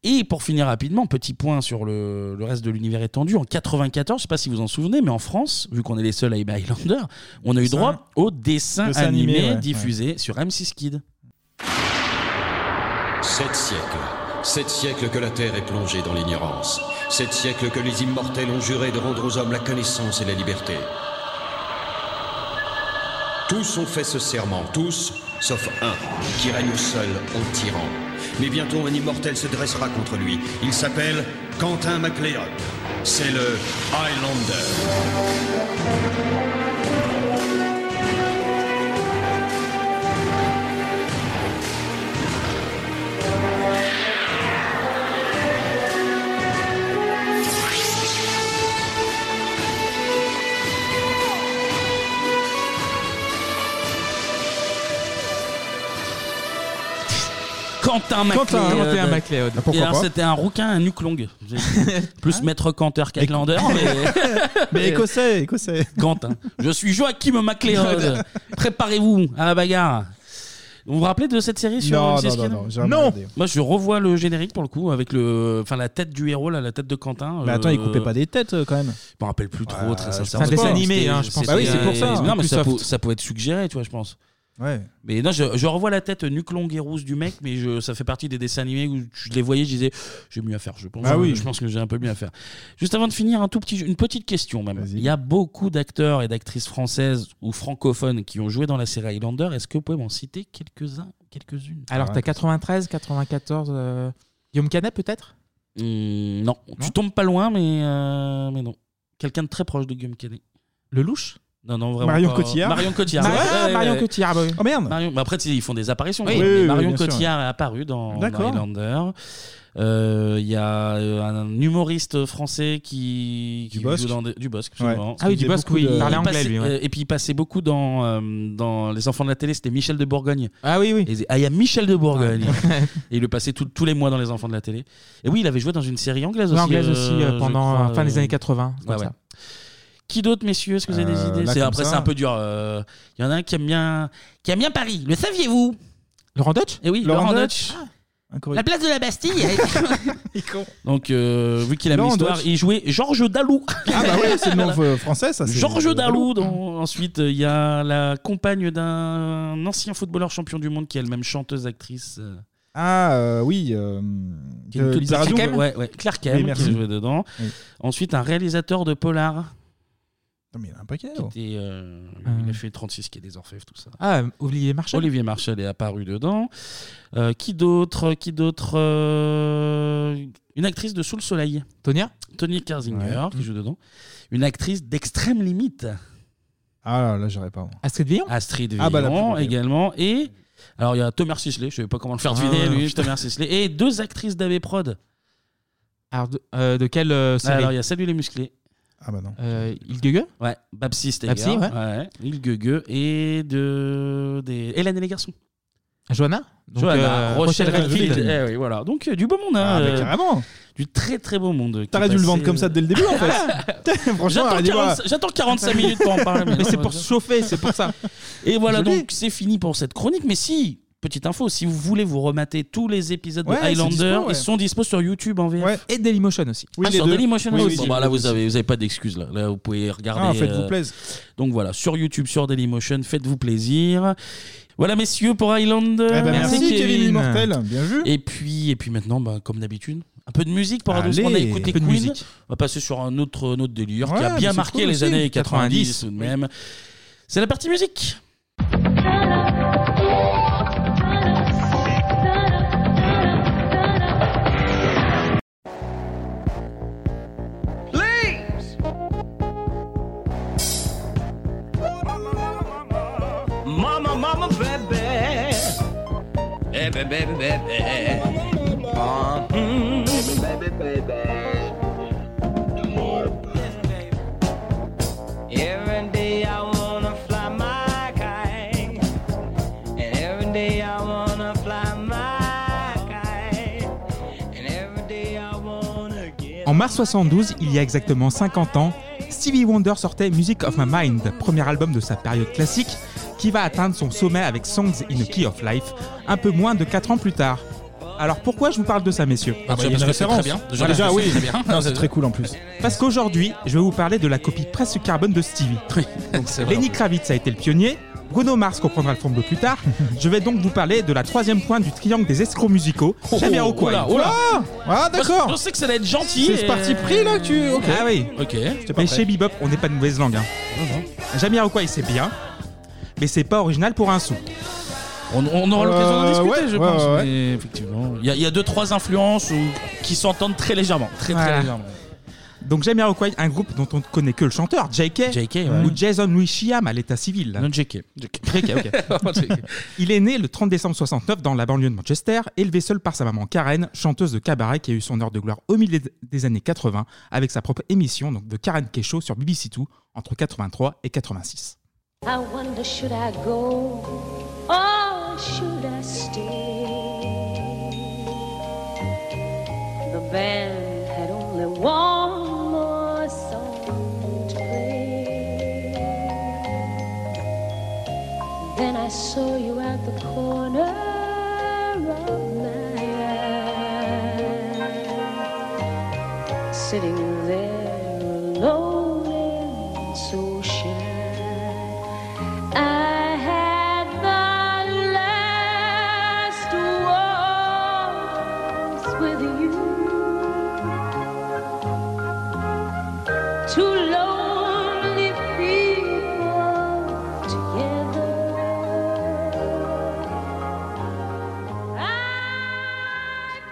Et pour finir rapidement, petit point sur le, le reste de l'univers étendu. En 94, je sais pas si vous en souvenez, mais en France, vu qu'on est les seuls à Iba Highlander, on a eu
Dessin.
droit au dessin
Dessin
animé,
animé, ouais,
diffusé sur M6 Kid.
Sept siècles. Sept siècles que la Terre est plongée dans l'ignorance. Sept siècles que les immortels ont juré de rendre aux hommes la connaissance et la liberté. Tous ont fait ce serment, tous, sauf un, qui règne seul au tyran. Mais bientôt un immortel se dressera contre lui. Il s'appelle Quentin MacLeod. C'est le Highlander.
Quentin
Quentin,
MacLeod.
Quentin MacLeod.
Et
Ah, Pourquoi
alors,
pas
C'était un rouquin, un nuclong. Plus maître canteur qu'Highlander. Mais... hein.
Mais écossais, écossais.
Quentin. Je suis Joachim MacLeod. Préparez-vous à la bagarre. Vous vous rappelez de cette série sur
Non,
M6
non,
Kid
non, non, j'ai jamais regardé.
Moi, je revois le générique pour le coup, avec le, enfin la tête du héros, là, la tête de Quentin.
Mais attends,
euh,
il coupait pas des têtes euh, quand même.
Je me rappelle plus trop, très
je pense
sincèrement.
pas. C'est un dessin
C'était-
animé, hein, je pense.
c'était-
Bah oui, c'est pour
Ah,
ça.
Non, mais
Plus
ça,
soft.
pou- ça pouvait être suggéré, tu vois, je pense.
Ouais.
Mais non, je, je revois la tête nuque longue et rousse du mec, mais je, ça fait partie des dessins animés où je les voyais, je disais, j'ai mieux à faire, je pense.
Bah oui.
Je pense que j'ai un peu mieux à faire. Juste avant de finir, un tout petit, une petite question même. Il y a beaucoup d'acteurs et d'actrices françaises ou francophones qui ont joué dans la série Highlander. Est-ce que vous pouvez m'en citer quelques-uns, quelques-unes
Alors, t'as 93, 94. euh, Guillaume Canet, peut-être
Hmm, non. tu tombes pas loin, mais, euh, mais non. Quelqu'un de très proche de Guillaume Canet.
Le louche
Non, non, vraiment.
Marion
pas-
Cotillard
Marion Cotillard.
Ah,
Ouais, ouais, ouais,
Marion
ouais.
Cotillard, bah oui.
Oh merde
Marion- mais après, tu sais, ils font des apparitions.
Oui,
quoi.
oui,
Mais
oui,
Marion
bien sûr.
Cotillard est apparu dans, dans
D'accord.
Highlander. Euh, Il y a euh, un humoriste français qui, qui
Bosc.
joue dans des- du Bosque.
Ouais.
absolument.
Ah oui, du
Il faisait
Bosque,
beaucoup
oui, il parlait anglais,
passait-
lui, ouais.
euh, Et puis il passait beaucoup dans, euh, dans Les Enfants de la télé, c'était Michel de Bourgogne. Ah oui, oui. ah, il y a Michel de Bourgogne. et il le passait tout- tous les mois dans Les Enfants de la télé. Et oui, il avait joué dans une série anglaise
Ouais,
aussi.
anglaise
euh,
aussi, euh,
je
pendant,
crois,
euh, fin des
euh,
années 80, c'est
ouais,
comme
ouais.
ça.
Qui d'autre, messieurs Est-ce que vous avez
Euh,
des idées
là,
C'est-
comme
Après,
ça.
c'est un peu dur. euh, Il y en a un qui aime bien, qui aime bien Paris. Le saviez-vous
Laurent Dutch
Eh oui, Laurent, Dutch.
Incroyable.
La place de la Bastille. Donc, euh, vu qu'il aime
Laurent
l'histoire,
Dutch.
il jouait Georges Dalou.
Ah bah ouais, c'est le nom
Voilà.
euh, français ça. c'est-
Georges Dalou. dans- Ensuite, euh, il y a la compagne d'un ancien footballeur champion du monde qui est elle-même chanteuse, actrice. euh,
Ah euh, oui. Euh,
qui est une
de
toute
Lisa
petite-
Radou.
Ouais, ouais, Clark Kent,
Oui,
qui
merci.
jouait dedans.
Oui.
Ensuite, un réalisateur de Polar.
mais il a un paquet.
Qui était, euh,
Ah.
Il a fait 36 qui est des Orfèvres, tout ça.
Ah, Olivier Marchal.
Olivier Marchal est apparu dedans. Euh, qui d'autre Qui d'autre Euh, Une actrice de Sous le Soleil.
Tonia
Tony Kersinger
Ouais.
qui joue dedans. Une actrice d'extrême limite.
Ah là, là j'aurais pas. moi.
Astrid Villon
Astrid Villon
Ah bah, la plus
également. Et Alors il y a Thomas Sisley, je ne sais pas comment le faire deviner,
Ah,
lui,
putain. Euh,
Thomas Sisley. Et deux actrices d'AB Prod.
Alors, de, euh, de quelle euh, série
Alors il y a Salut les musclés.
Ah bah non.
Euh, Il Guegue
Ouais, Babsi, c'était
Babsi, ouais.
Il Guegueux et de. Des... Hélène et les garçons.
Johanna Donc,
Johanna,
euh,
Rochelle,
Rochelle
Redfield.
Redfield.
Eh oui, voilà. Donc euh, du beau monde, hein.
Ah, mais
euh,
carrément.
Du très très beau monde. qui
T'aurais dû le
passait,
vendre comme ça dès le début en fait. Franchement,
J'attends
elle dit,
40
ouais.
j'attends 45 minutes pour en parler.
Mais c'est
pour
se chauffer, c'est pour ça.
Et voilà,
Joli.
donc c'est fini pour cette chronique. Mais si, petite info, si vous voulez vous remater tous les épisodes
Ouais,
de Highlander,
c'est dispo, ouais.
ils sont dispo sur YouTube en VF.
Et Dailymotion aussi.
ah, sur Dailymotion aussi. Bon, bah, là, vous
avez
avez, vous avez pas d'excuses. Là. là, vous pouvez regarder.
Ah, faites-vous
euh,
plaisir.
Donc voilà, sur YouTube, sur Dailymotion, faites-vous plaisir. Voilà, messieurs, pour Highlander.
Eh ben, merci, Kevin Immortel. Bien vu.
Et puis, et puis maintenant, bah, comme d'habitude, un peu de musique pour
Allez,
adoucir. On a écouté
un peu de
Queen.
musique.
On va passer sur un autre, un autre délire
Ouais,
qui a
mais
bien
c'est
marqué
cool
les
aussi.
années 90, tout de même. C'est la partie musique.
Leaves! Mama, mama, baby. Eh, baby, baby, baby. Uh, mm. Every day I wanna fly my kite. And every day I wanna fly my kite. And every day I wanna get.
En mars 72, il y a exactement 50 ans, Stevie Wonder sortait Music of My Mind, premier album de sa période classique, qui va atteindre son sommet avec Songs in a Key of Life, un peu moins de 4 ans plus tard. Alors pourquoi je vous parle de ça, messieurs
Ah bah, il y a une référence. Déjà,
Voilà.
oui. Non, c'est très cool en plus.
Parce qu'aujourd'hui, je vais vous parler de la copie presque carbone de Stevie. Donc,
C'est vrai.
Lenny Kravitz a été le pionnier. Bruno Mars comprendra le flambeau plus tard. Je vais donc vous parler de la troisième pointe du triangle des escrocs musicaux.
Oh,
Jamie
oh,
Jamiroquai.
oh là, oh là.
Ah,
Je pensais que ça allait être gentil.
C'est ce
et-
parti pris, là, que tu- ok. Ah oui.
Ok.
Mais chez Bebop, on n'est pas de mauvaise langue. Hein. Jamiroquai, c'est bien, mais c'est pas original pour un sou.
On, on aura l'occasion
Euh,
d'en discuter, je pense. mais
effectivement.
Il y, a- il y a deux, trois influences ou- qui s'entendent très légèrement. Très, très légèrement.
Donc Jamiroquai, un groupe dont on ne connaît que le chanteur, JK, ou Jason Louis Chiam à l'état civil. Non,
JK.
ok. Il est né le 30 décembre 69 dans la banlieue de Manchester, élevé seul par sa maman Karen, chanteuse de cabaret qui a eu son heure de gloire au milieu des années 80 avec sa propre émission donc de Karen Show sur BBC2 entre 83 et 86.
I wonder should I go or should I stay? The band had only one more song to play. Then I saw you at the corner of my eye, sitting there alone and so shy. I had the last waltz with you. Two lonely people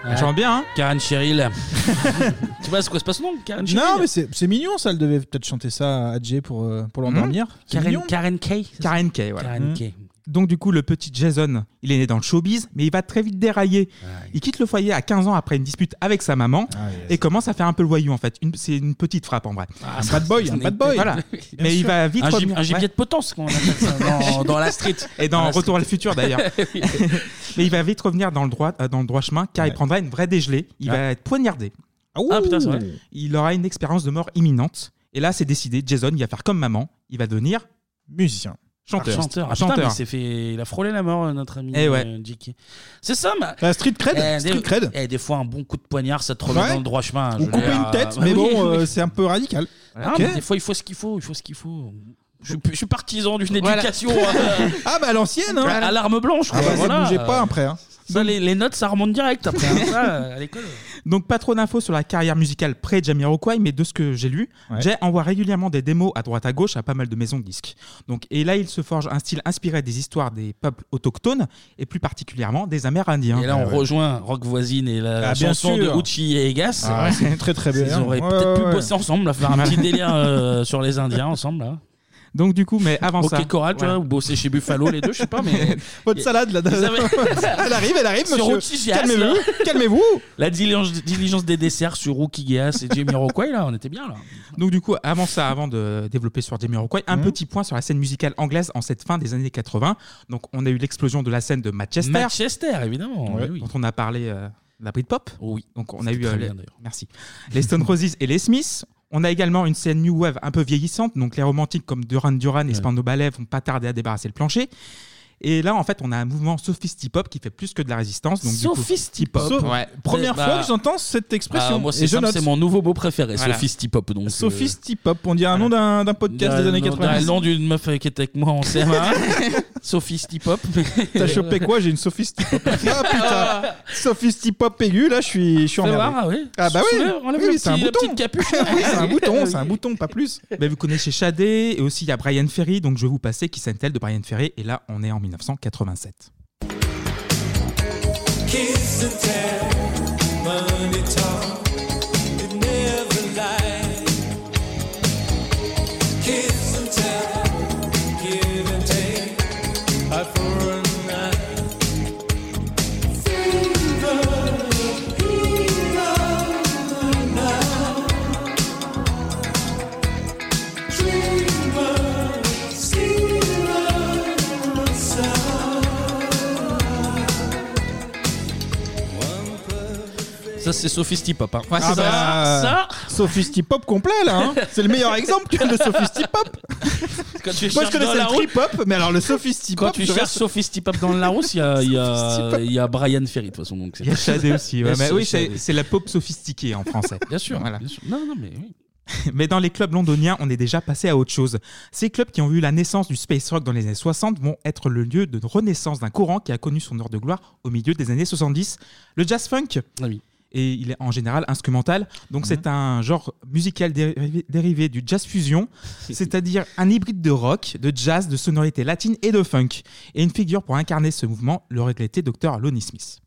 Ouais.
J'entends bien, hein
Karen Cheryl. tu vois, c'est quoi se passe, non Karen Cheryl
Non, mais c'est c'est mignon ça. Elle devait peut-être chanter ça à Jay pour, euh, pour l'endormir. C'est
Karen-
mignon.
Hmm. Karen Kay
Karen Kay, voilà.
Karen
Mm.
Kay.
Donc du coup, le petit Jason, il est né dans le showbiz, mais il va très vite dérailler. Il quitte le foyer à 15 ans après une dispute avec sa maman
Ah,
et commence à faire un peu le voyou en fait. Une- C'est une petite frappe en vrai.
Ah, Un bad boy, un bad boy.
Voilà.
Bien
mais il
sûr.
va vite
Un gib-
revenir-
un gibier
ouais.
de potence, comment on appelle ça, dans- dans la street.
Et
Dans
dans
la
Retour à le
street.
futur d'ailleurs.
Oui.
mais il va vite revenir dans le droit, euh, dans le droit chemin car il prendra une vraie dégelée. Il
Ah.
va être poignardé.
Ah, putain, c'est vrai.
Il aura une expérience de mort imminente. Et là, c'est décidé. Jason, il va faire comme maman. Il va devenir musicien, chanteur,
Ah, chanteur. Ah, putain, mais il s'est fait, il a frôlé la mort, euh, notre ami
Eh ouais.
euh, JK. C'est ça, ma.
street cred, street
des...
cred.
eh, des fois, un bon coup de poignard, ça te remet
Ouais.
dans le droit chemin. je
Ou
veux
couper
dire,
une tête,
euh,
mais
oui,
bon,
oui.
euh, c'est un peu radical.
Ah,
Ok.
mais Des fois, il faut ce qu'il faut. Il faut ce qu'il faut. Je, suis- je suis partisan d'une éducation. euh,
ah bah à l'ancienne, hein.
À l'arme blanche,
Ah
quoi,
bah, ça
voilà.
bougeait pas après, hein.
Ça, les, les notes, ça remonte direct après. hein, ça, euh, à l'école.
Donc pas trop d'infos sur la carrière musicale près de Jamiroquai, mais de ce que j'ai lu,
Ouais.
Jay envoie régulièrement des démos à droite à gauche à pas mal de maisons de disques. Donc et là il se forge un style inspiré des histoires des peuples autochtones et plus particulièrement des Amérindiens.
Ah,
Et là, on rejoint Rock Voisine et la
Ah, bien
chanson
sûr.
de Uchi et Egas.
Ah, c'est très, très bien.
Ils auraient
Ouais,
peut-être
ouais,
pu
ouais.
bosser ensemble, à faire un petit délire euh, sur les Indiens ensemble. là.
Donc du coup, mais avant
Ok,
ça.
Coral, tu vois, vous bossez chez Buffalo, les deux, je sais pas, mais-
Votre salade, là.
Vous avez-
Elle arrive, elle arrive,
Sur
monsieur.
Oukigias,
Calmez-vous,
là.
calmez-vous.
La diligence, diligence des desserts sur Roukigas et Jamiroquai, là, on était bien, là.
Donc du coup, avant ça, avant de développer sur Jamiroquai, un petit point sur la scène musicale anglaise en cette fin des années 80. Donc on a eu l'explosion de la scène de Manchester.
Manchester, évidemment,
Ouais,
eh oui.
dont on a parlé euh, de la Britpop. Oui. Donc on a
C'était
eu euh,
très
les-
bien, d'ailleurs.
merci. Les Stone Roses et les Smiths. On a également une scène new wave un peu vieillissante, donc les romantiques comme Duran Duran et Spandau Ballet vont pas tarder à débarrasser le plancher. Et là, en fait, on a un mouvement sophistipop qui fait plus que de la résistance. Donc, du coup-
Sophistipop.
So-
Ouais.
Première
Bah,
fois que j'entends cette expression.
Ah, moi,
Et
c'est
je
simple,
note.
c'est mon nouveau beau préféré,
Voilà.
Sophistipop. Donc, euh,
Sophistipop, on dirait un nom d'un d'un podcast
d'un-
des années
d'un-
80.
Le nom d'une meuf euh, qui était avec moi en CM1. Sophistipop.
T'as chopé quoi J'ai une sophistipop. Ah putain Sophistipop aiguë, là, je suis, je suis
Fais
emmerdé.
voir, ah oui.
Ah bah oui
Soulève, enlève
Oui,
le
oui, c'est un
petit- la
bouton
petite capuche.
Oui, c'est un bouton, c'est un bouton, pas plus.
Mais vous connaissez Shadé et aussi il y a Brian Ferry, donc je vais vous passer qui s'appelle de Brian Ferry. Et là, on est en 1987.
Kiss and tell, money talk, it never lies. Kiss and tell, give and take, eye for an eye. Fever, fever, now. Dreamer, stealer, sound.
Ça, c'est Sophistipop. Hein.
Ah
ça,
bah,
ça,
Sophistipop complet là, hein. c'est le meilleur exemple que le sophistipop.
quand tu
Moi
cherches
je
dans
connaissais
la
le
route-
trip hop, mais alors le sophistipop.
Quand tu
je
cherches
reste-
Sophistipop dans le Larousse, il y a, il y a- il y a Brian Ferry, de toute façon. donc c'est-
Il y a Shadé aussi. ouais,
Il y a
mais oui,
Shadé.
c'est c'est la pop sophistiquée en français.
Bien sûr,
Voilà.
bien sûr. Non, non, mais oui.
Mais dans les clubs londoniens, on est déjà passé à autre chose. Ces clubs qui ont eu la naissance du space rock dans les années 60 vont être le lieu de renaissance d'un courant qui a connu son heure de gloire au milieu des années 70, le jazz funk. Et il est en général instrumental, donc c'est un genre musical dérivé, dérivé du jazz fusion, c'est-à-dire un hybride de rock, de jazz, de sonorités latines et de funk. Et une figure pour incarner ce mouvement, le regretté Dr. Lonnie Smith.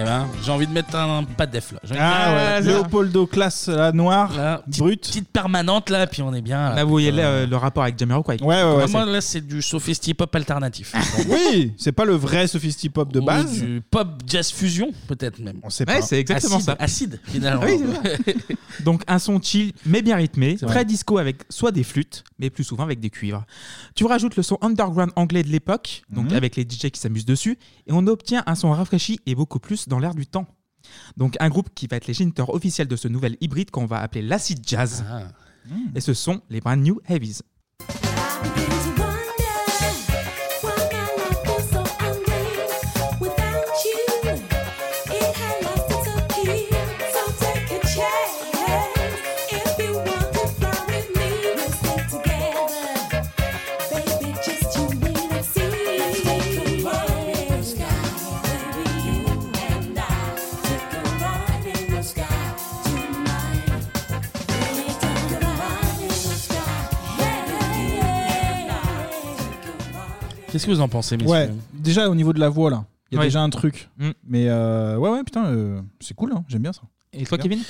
Eh ben, j'ai envie de mettre un padef là. euh, J'ai envie de-
Ah ouais,
là,
Leopoldo classe là, noir, brut. Ah,
Petite permanente là, puis on est bien.
Là, vous voyez là, euh, le rapport avec Jamiroquai.
Ouais, ouais, ouais,
Vraiment, là, c'est du sophistipop alternatif.
Oui, c'est pas le vrai sophistipop de
Ou
base.
Oh, du pop jazz fusion, peut-être même.
On sait
Ouais, c'est exactement
acide,
ça.
Acide, finalement.
Oui, c'est vrai. Donc un son chill mais bien rythmé,
vrai.
très disco avec soit des flûtes, mais plus souvent avec des cuivres. Tu rajoutes le son underground anglais de l'époque, donc
Mhm.
avec les DJ qui s'amusent dessus, et on obtient un son rafraîchi et beaucoup plus dans l'air du temps. Donc un groupe qui va être les géniteurs officiels de ce nouvel hybride qu'on va appeler l'acid jazz.
Ah.
Et ce sont les brand new heavies.
Qu'est-ce que vous en pensez, messieurs
Ouais, déjà au niveau de la voix là, il y a
Ouais.
déjà un truc.
Mm.
Mais euh, ouais, ouais, putain, euh, c'est cool, hein, j'aime bien ça.
Et toi, Kevin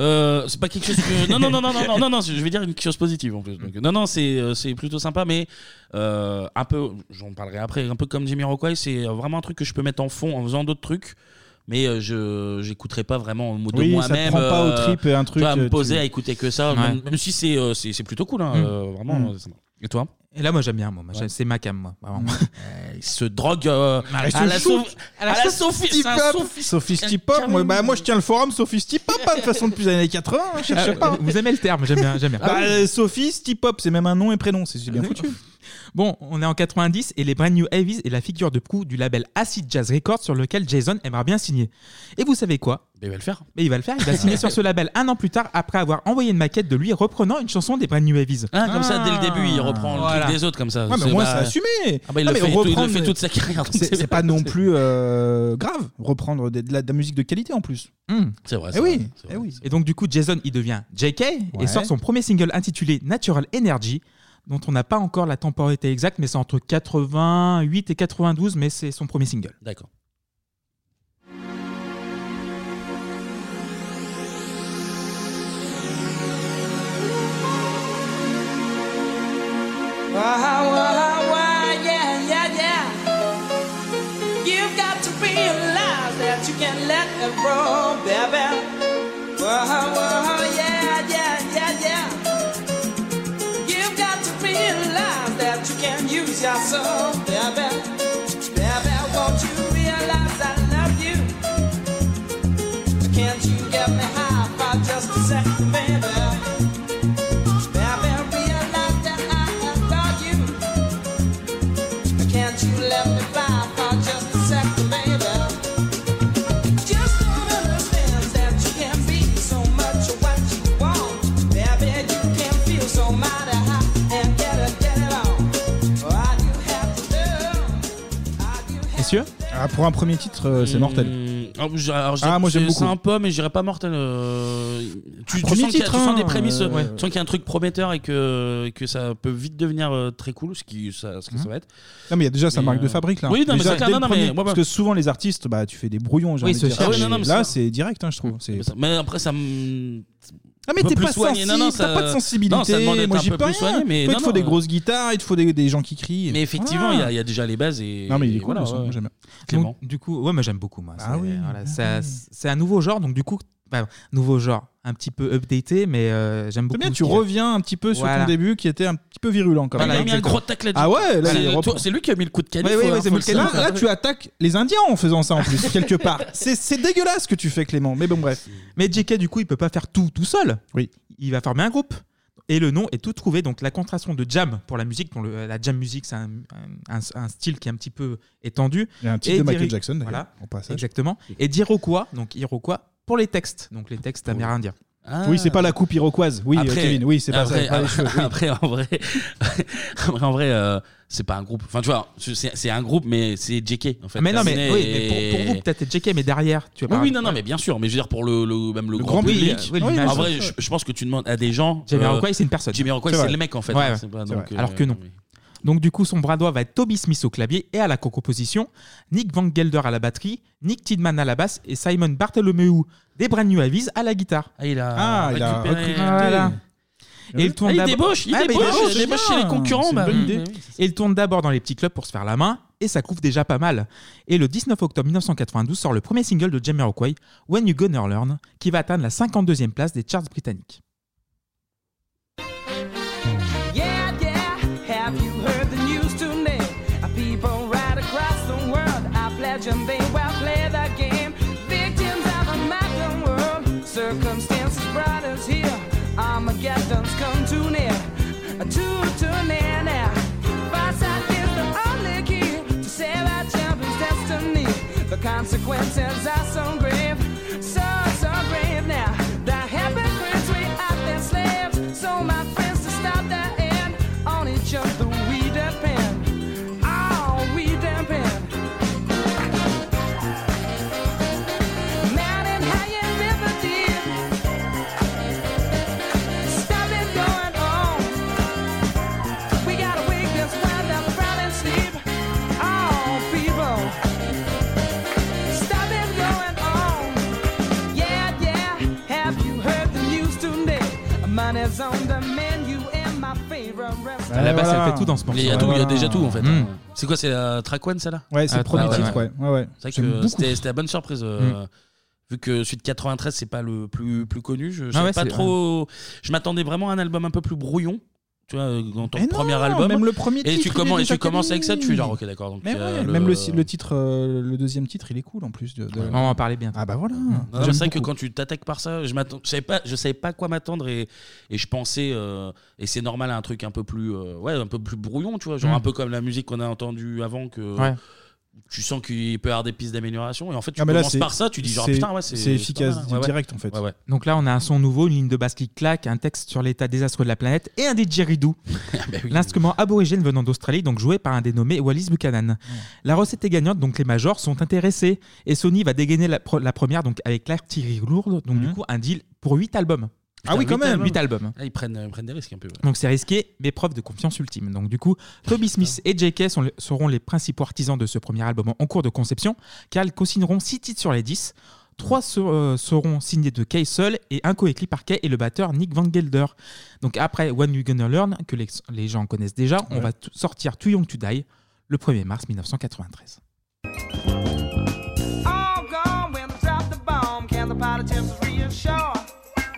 Euh, C'est pas quelque chose que. Non, non, non, non, non, non, non, non, je vais dire une chose positive en plus.
Mm.
Donc, non, non, c'est euh, c'est plutôt sympa, mais euh, un peu, j'en parlerai après, un peu comme Jimmy Rockway, c'est euh, vraiment un truc que je peux mettre en fond en faisant d'autres trucs. Mais euh, je j'écouterai pas vraiment de
Oui, ça te
moi-même.
prend pas au
euh,
trip, un
tu
truc,
vois, à
euh,
me
tu-
poser à écouter que ça,
Ouais.
même, même si c'est euh, c'est c'est plutôt cool, hein,
Mm.
euh, vraiment.
Mm.
euh, c'est sympa. Et toi
Et là, moi, j'aime bien. Moi. Moi, j'aime- C'est ma cam, moi. vraiment.
Il se drogue euh,
Bah,
Ah, il se
à la
shoot.
Sophie-
Ah,
à la Sophie. c'est un Sophie-
Sophistipop, moi, bah, moi je tiens le forum Sophistipop hein, de façon depuis les années 80, hein, je
Euh,
cherche
Ah,
pas.
Vous aimez le terme, j'aime bien. J'aime bien.
Ah
Bah, euh, Sophistipop, c'est même un nom et prénom, c'est c'est bien foutu.
Bon, on est en 90 et les Brand New Heavies est la figure de proue du label Acid Jazz Records sur lequel Jason aimera bien signer. Et vous savez quoi
Ben, Il va le faire.
Mais il va le faire, il va signer sur ce label un an plus tard après avoir envoyé une maquette de lui reprenant une chanson des Brand New Heavies.
Ah, comme ça, dès le début, il reprend le truc des autres, comme ça.
Ouais, mais
C'est-
moi,
bah,
c'est
assumé.
Ah, bah, il
Ah, mais
le fait, tout- il le
reprendre-
fait toute sa carrière. donc
C'est c'est pas non plus euh, grave reprendre des- de la, de la musique de qualité en plus.
C'est vrai.
Eh oui, eh oui.
Et donc du coup, Jason, il devient JK
Ouais.
et sort son premier single intitulé Natural Energy, dont on n'a pas encore la temporalité exacte, mais c'est entre 88 et 92, mais c'est son premier single.
D'accord.
Wow, wow, wow, yeah, yeah, yeah. You've got to realize that you can let it roll, baby. Wow, wow, yeah, yeah, yeah, yeah. You've got to realize that you can use your soul, baby. Baby, won't you realize I love you? Can't you get me high for just a second, baby? Baby, realize that I adore you. Can't you let me by for just a second, baby? Just don't understand that you can be so much of what you want. Baby, you can feel so mighty hot and get it, get it on. All you have to do.
Messieurs Ah, Pour un premier titre, euh, c'est mortel.
Mmh, alors, je- alors, je-
Ah, moi, j'aime
c'est-
beaucoup.
C'est un peu, mais j'irais pas mortel. euh, tu, tu
premier
sens qu'il y a-
titre,
tu sens
hein,
des prémices,
euh,
euh,
ouais.
tu sens qu'il y a un truc prometteur et que, et que ça peut vite devenir euh, très cool, ce, qui, ça, ce que ça va être.
Hum. Non, mais il y a déjà sa
Mais,
marque de
euh,
fabrique là.
Oui, non, mais
Déjà,
c'est clair,
dès
non,
le
non,
premier,
mais- ouais,
Parce
ouais.
que souvent les artistes, bah, tu fais des brouillons. j'ai
Oui,
envie
se
de dire.
cherchent.
Et
Ah oui, non, non, mais
là,
c'est-
c'est direct, hein, je trouve. C'est-
Mais après, ça me.
Ah mais
me
t'es
plus
pas
soigné.
sensible,
Non, non,
t'as
ça-
pas de sensibilité.
Non, ça demande d'être
Moi
un
j'y
peu
peux
plus
rien.
hein.
soigné,
Toi,
mais
il
non, euh,
te faut des
non.
grosses guitares, il te faut des, des gens qui crient.
Ah.
Mais effectivement, il y a- il y, a déjà les bases. Et,
Non, mais il est
et
cool,
voilà,
le son,
ouais.
j'aime bien.
Clément.
Donc, du coup, ouais, moi j'aime beaucoup. Moi.
Ah
C'est-
oui,
voilà,
ah
ça- c'est un nouveau genre, donc du coup, bah, nouveau genre, un petit peu updaté, mais euh, j'aime
C'est
beaucoup.
bien,
ce
tu
qu'il fait.
reviens un petit peu sur
Voilà.
ton début qui était un petit peu virulent quand même.
Voilà,
il a mis un gros tacle là-dessus.
Ah ouais, là,
C'est-
il
toi-
reprend.
c'est lui qui a mis le coup de canif.
Ouais, ouais,
faut-
ouais, c'est
faut
vous
le
le canif.
savoir.
Là, tu attaques les Indiens en faisant ça en plus, quelque part. C'est c'est dégueulasse ce que tu fais, Clément. Mais bon, bref.
Mais JK, du coup, il peut pas faire tout tout seul.
Oui.
Il va former un groupe. Et le nom est tout trouvé. Donc, la contraction de jam pour la musique, dont le- la jam music, c'est un, un- un style qui est un petit peu étendu.
Il y a un titre
Et
de Michael
diri-
Jackson, d'ailleurs,
Voilà.
au passage.
Exactement. Et d'Iroquois, donc Iroquois, pour les textes. Donc, les textes amérindiens.
Oui, c'est pas la coupe iroquoise. Oui, euh, Kevin, oui, c'est pas ça.
Ah. après,
pas les
après-
cheveux, oui.
après, en vrai, après, en vrai, euh, c'est pas un groupe. Enfin, tu vois, c'est c'est un groupe, mais c'est JK en
Ah,
fait.
mais non, mais,
Disney
oui,
et-
mais pour, pour vous, peut-être JK, mais derrière, tu
Oui,
vois.
oui, non, non, mais bien sûr. Mais je veux dire, pour le, le- même le,
Le
grand
grand
public.
public, oui, l'image.
en vrai, je, je pense que tu demandes à des gens.
Jamie
euh,
Iroquois, c'est une personne.
Jamie Iroquois, c'est le mec en fait.
Ouais,
hein,
ouais.
c'est pas-
C'est
donc,
vrai.
euh,
Alors que non. Donc du coup, son bras droit va être Toby Smith au clavier et à la co-composition, Nick Van Gelder à la batterie, Nick Tidman à la basse et Simon Bartholomew des Brand New Avies à la guitare.
Ah, il a
Ah, il a récupéré. recruté.
Voilà. Et il tourne
Ah, il
d'abord-
débauche, il
mais
débauche, il
c'est
débauche
bien.
chez les concurrents,
C'est une
bah.
bonne
Mm.
idée.
Mm.
Et il tourne d'abord dans les petits clubs pour se faire la main, et ça couvre déjà pas mal. Et le 19 octobre 1992 sort le premier single de Jamiroquai, When You Gonna Learn, qui va atteindre la 52e place des charts britanniques.
Yeah, yeah. Have you heard the news today? Uh, People right across the world are pledging they will play the game. Victims of a modern world. Circumstances brought us here. Armageddon's come too near. uh, Too, too near now. Foresight is the only key to save our champion's destiny. The consequences are so grave, so, so grave now. The hypocrites, we are their slaves. So, my friends, to stop the end, on each other we depend. Oh, we depend. Mountain high and river deep. Stop it going on. We gotta wake this wild up, proud and sleep. Oh, people. Stop it going on. Yeah, yeah. Have you heard the news today? Money's on the menu in my favorite restaurant.
À la base, elle fait tout dans ce morceau.
Il y a, tout, il y a
Voilà.
déjà tout en fait. hein.
Mm.
C'est euh, quoi, c'est la track one celle-là
Ouais, c'est le
Ah,
premier
track
titre, ouais. Ouais, ouais.
C'est
J'aime
vrai que
beaucoup.
c'était c'était la bonne surprise. euh, Vu que celui de 93, c'est pas le plus, plus connu, je
Ah
savais
ouais,
pas
c'est-
trop. Je m'attendais vraiment à un album un peu plus brouillon. tu vois, euh, dans ton
Mais non,
premier album.
même le premier
et
titre,
tu
il
commences,
est
et tu
déjà
commences avec ça, tu
canon.
fais genre, ok, d'accord. donc,
Mais
euh,
ouais, même le, le titre, euh, le deuxième titre, il est cool en plus. De, de-
Ouais.
On va en parler bientôt.
Ah bah voilà.
Non,
J'aime
c'est vrai que
beaucoup.
quand tu t'attaques par ça, je m'attends, je savais pas, je savais pas à quoi m'attendre et, et je pensais euh, et c'est normal à un truc un peu plus euh, ouais un peu plus brouillon, tu vois, genre
Mm.
un peu comme la musique qu'on a entendue avant que
Ouais.
tu sens qu'il peut y avoir des pistes d'amélioration et en fait tu
Ah, mais là,
commences
c'est-
par ça, tu dis genre
c'est-
putain ouais c'est
c'est
pas
efficace
mal, hein. Ouais, ouais.
direct, en fait.
Ouais, ouais.
Donc là, on a un son nouveau, une ligne de basse qui claque, un texte sur l'état désastreux de la planète et un didgeridoo.
Ah, bah
L'instrument aborigène venant d'Australie, donc joué par un dénommé Wallis Buchanan. La recette est gagnante, donc les majors sont intéressés. Et Sony va dégainer la, pro- la première donc avec l'artillerie lourde, donc du coup, un deal pour 8 albums.
Hum.
Ah
Putain, huit albums.
8 albums.
Ah, ils prennent ils prennent des risques un peu. ouais.
Donc c'est risqué, mais preuve de confiance ultime. Donc du coup, Toby Smith et J.K. sont le- seront les principaux artisans de ce premier album en cours de conception, car ils co-signeront 6 titres sur les 10. 3 euh, seront signés de Kay seul et un coécrit par Kay et le batteur Nick Van Gelder. Donc après When You Gonna Learn, que les, les gens connaissent déjà, on
Ouais.
va t- sortir Too Young to Die le 1er mars 1993.
All gone when I dropped the bomb. Can the politicians reassure?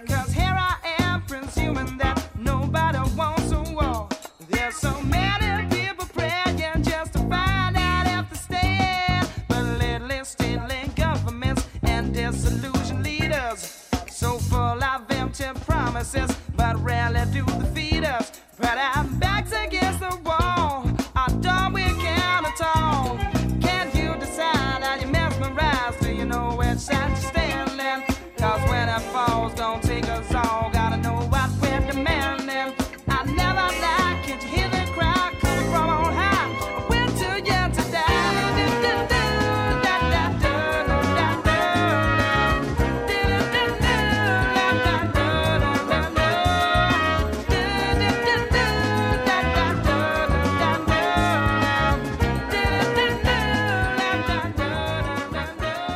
Cause here I am, presuming that nobody wants a war. There's so many people praying just to find out if they stand. But lately, stealing governments and disillusioned leaders. So full of empty promises, but rarely do they feed us. But I'm backed against the wall. I don't we can at all. Can you decide how you mesmerize? Do you know which side you're standing? Cause when it falls, don't take us all. Gotta know what we're demanding. I never lie. Can't you hear the cry coming from on high? We're too young to die.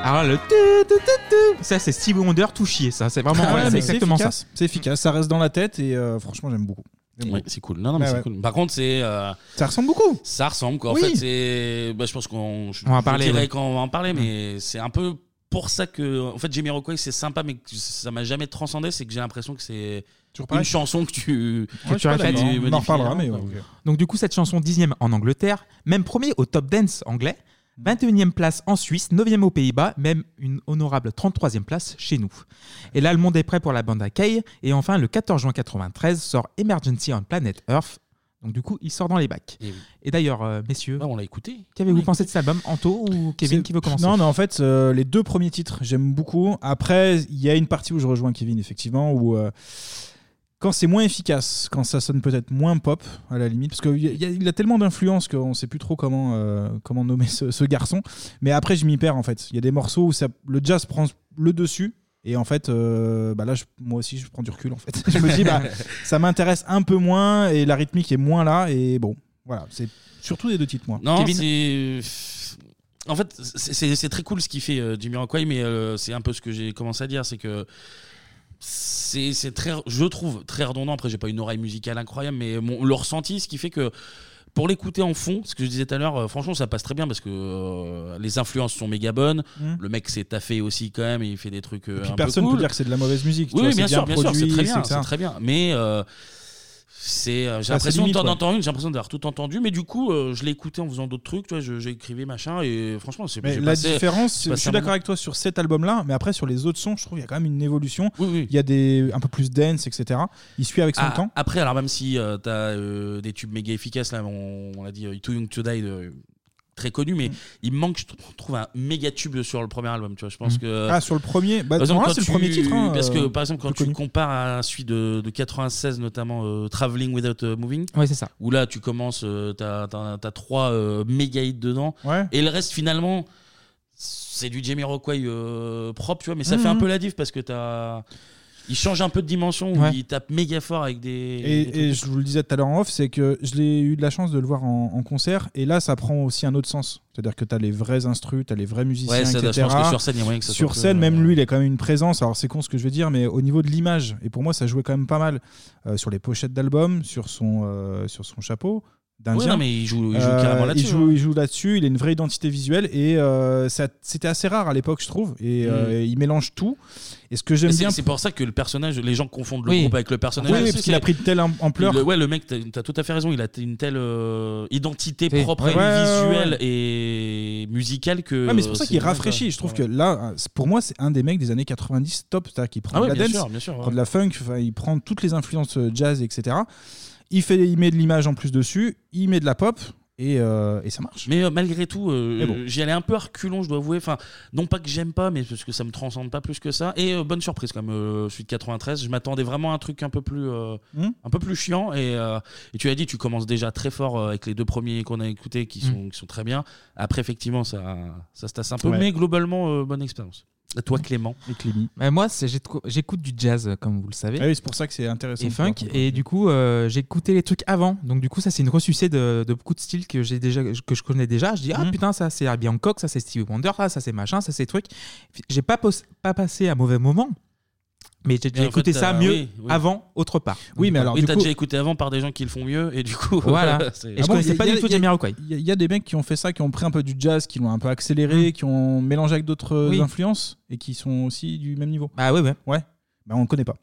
Alors là, Ah, le tu, tu, tu, tu, ça c'est Steve Wonder tout chier, ça c'est vraiment
Ah
voilà,
ouais,
c'est
mais
exactement
efficace,
ça.
C'est efficace, ça reste dans la tête et euh, franchement, j'aime beaucoup. J'aime
Ouais,
beaucoup.
c'est cool. Non, non, mais
Ouais,
c'est
ouais.
cool. Par contre, c'est. euh,
Ça ressemble beaucoup.
Ça ressemble, quoi. En
Oui.
fait, c'est. bah, je pense qu'on. je-
On va en
je
parler,
dirais
ouais.
qu'on va en parler, mais c'est un peu pour ça que. En fait, Jamie Rockway, c'est sympa, mais que ça m'a jamais transcendé. C'est que j'ai l'impression que c'est. Une
pareil.
chanson que tu.
Que tu répètes.
tu
On en
modifies,
reparlera,
hein.
mais euh, ouais, Donc du coup, cette chanson 10e en Angleterre, même premier au Top Dance anglais, 21e place en Suisse, 9e aux Pays-Bas, même une honorable 33e place chez nous. Et là, le monde est prêt pour la bande à Kay. Et enfin, le 14 juin 93 sort Emergency on Planet Earth. Donc du coup, il sort dans les bacs.
Et,
d'ailleurs, euh, messieurs,
on l'a écouté.
Qu'avez-vous pensé de cet album, Anto ou Kevin
C'est-
qui veut commencer
Non, mais en fait, euh, les deux premiers titres, j'aime beaucoup. Après, il y a une partie où je rejoins Kevin, effectivement, où euh, quand c'est moins efficace, quand ça sonne peut-être moins pop, à la limite, parce qu'il y a- il y a, il a tellement d'influence qu'on ne sait plus trop comment, euh, comment nommer ce, ce garçon. Mais après, je m'y perds, en fait. Il y a des morceaux où ça- le jazz prend le dessus. Et en fait, euh, bah là, je- moi aussi, je prends du recul. En fait, je me dis, bah, ça m'intéresse un peu moins et la rythmique est moins là. Et bon, voilà, c'est surtout des deux titres, moi.
Non, c'est. En fait, c'est- c'est c'est très cool ce qu'il fait euh, Jimmy Rockway, mais euh, c'est un peu ce que j'ai commencé à dire, c'est que c'est c'est très, je trouve très redondant. Après, j'ai pas une oreille musicale incroyable, mais mon, le ressenti, ce qui fait que pour l'écouter en fond, ce que je disais tout à l'heure, euh, franchement, ça passe très bien parce que euh, les influences sont méga bonnes.
Mm.
Le mec s'est taffé aussi quand même, et il fait des trucs. euh,
Puis
un
personne
peu
ne
cool.
peut dire que c'est de la mauvaise musique. tu
Oui,
vois,
oui,
c'est
bien sûr, bien sûr, c'est
produit,
très bien,
etc.
c'est très bien. Mais euh, c'est, euh, j'ai
Ah, c'est
l'impression
limite,
d'en
ouais.
entendre une, j'ai l'impression d'avoir tout entendu, mais du coup, euh, je l'ai écouté en faisant d'autres trucs, tu vois, je- j'écrivais machin, et franchement, c'est.
Mais
j'ai
la
passé- j'ai
différence, je
passé
suis
un
d'accord
moment-
avec toi sur cet album-là, mais après sur les autres sons, je trouve qu'il y a quand même une évolution. Il y a des un peu plus dance, etc. Il suit avec son
Ah,
temps.
Après, alors même si euh, t'as euh, des tubes méga efficaces, là, on, on l'a dit, euh, Too Young to Die, de- très connu,
Mm.
mais il manque, je tr- trouve, un méga tube sur le premier album, tu vois, je pense
Mm.
que.
Ah, sur le premier Bah,
Par exemple,
pour moi,
quand
c'est le
tu-
premier titre, hein,
parce que,
euh,
par exemple, quand
plus
tu
connu.
compares à celui de, de 96, notamment euh, Traveling Without euh, Moving,
Ouais, c'est ça.
où là, tu commences, euh, t'as t'as- t'as trois euh, méga hits dedans, et le reste, finalement. C'est du Jamie Rockway propre, tu vois, mais ça
Mhm.
fait un peu la diff parce que t'as. Il change un peu de dimension, où
Ouais.
il tape méga fort avec des. des
Et,
trucs.
et je vous le disais tout à l'heure en off, c'est que je l'ai eu de la chance de le voir en, en concert, et là ça prend aussi un autre sens. C'est-à-dire que tu as les vrais instrus, tu as les vrais musiciens,
Ouais, ça, je
etc.
pense que sur scène, il y a moyen que ça
Sur
soit
scène,
plus, euh,
même lui, il a quand même une présence. Alors c'est con ce que je vais dire, mais au niveau de l'image, et pour moi ça jouait quand même pas mal euh, sur les pochettes d'albums, sur, son, euh, sur son chapeau. d'Indien. Euh,
Ouais, non, mais il joue- il joue carrément là-dessus,
Il joue,
hein.
il joue là-dessus, il a une vraie identité visuelle et euh, ça- c'était assez rare à l'époque, je trouve. Et euh, il mélange tout. Et ce que j'aime
Mm. Mais c'est-
bien.
C'est pour ça que le personnage, les gens confondent le
Oui.
groupe avec le personnage.
Oui, oui,
C'est-
parce qu'il a pris de telle am- ampleur.
Le- ouais, le mec, t'as t'as tout à fait raison. Il a t- une telle euh, identité
C'est-
propre,
ouais,
et
ouais, ouais,
visuelle et musicale que.
Ouais, mais c'est pour ça qu'il
bien,
rafraîchit.
quoi.
Je trouve que là, c'est- pour moi, c'est un des mecs des années 90 top, c'est-à-dire qu'il prend
Ah
de la
ouais, bien
dance,
sûr, bien sûr,
il
ouais.
prend de la funk, enfin, il prend toutes les influences euh, jazz, etc. Il fait, il met de l'image en plus dessus, il met de la pop et, euh, et ça marche.
Mais euh, malgré tout, euh,
Mais bon.
j'y allais un peu à reculons, je dois avouer. Enfin, non pas que j'aime pas, mais parce que ça me transcende pas plus que ça. Et euh, bonne surprise quand même, euh, celui de 93. Je m'attendais vraiment à un truc un peu plus, euh,
Hmm.
un peu plus chiant. Et, euh, et tu as dit, tu commences déjà très fort euh, avec les deux premiers qu'on a écoutés,
Hmm.
qui sont, qui sont très bien. Après, effectivement, ça, ça se tasse un peu,
Ouais.
mais globalement, euh, bonne expérience. À toi, Clément.
Et Clémy.
Bah, moi, c'est- j'ai trou- j'écoute du jazz, euh, comme vous le savez.
Ah oui, c'est pour ça que c'est intéressant
Et
de pouvoir
funk. Et du coup, euh, j'ai écouté les trucs avant. Donc, du coup, ça, c'est une ressucée de, de beaucoup de styles que, j'ai déjà, que je connais déjà. Je dis,
Mhm.
ah putain, ça, c'est Herbie Hancock, ça, c'est Stevie Wonder, ah, ça, c'est machin, ça, c'est truc. J'ai pas, pos- pas passé un mauvais moment. Mais j'ai
Et
j'ai
en
écouté
fait,
ça
euh,
mieux
oui, oui.
avant, autre part.
Oui, mais alors,
Oui,
du
t'as
coup-
déjà écouté avant par des gens qui le font mieux, et du coup.
Voilà.
bah, c'est- Ah
Et je connaissais pas du tout Jamiroquai.
Il y, a- il y a des mecs qui ont fait ça, qui ont pris un peu du jazz, qui l'ont un peu
Mm.
accéléré, qui ont mélangé avec d'autres euh,
Oui.
influences et qui sont aussi du même niveau.
Ah ouais, ouais.
Ouais. Bah, on ne connaît pas.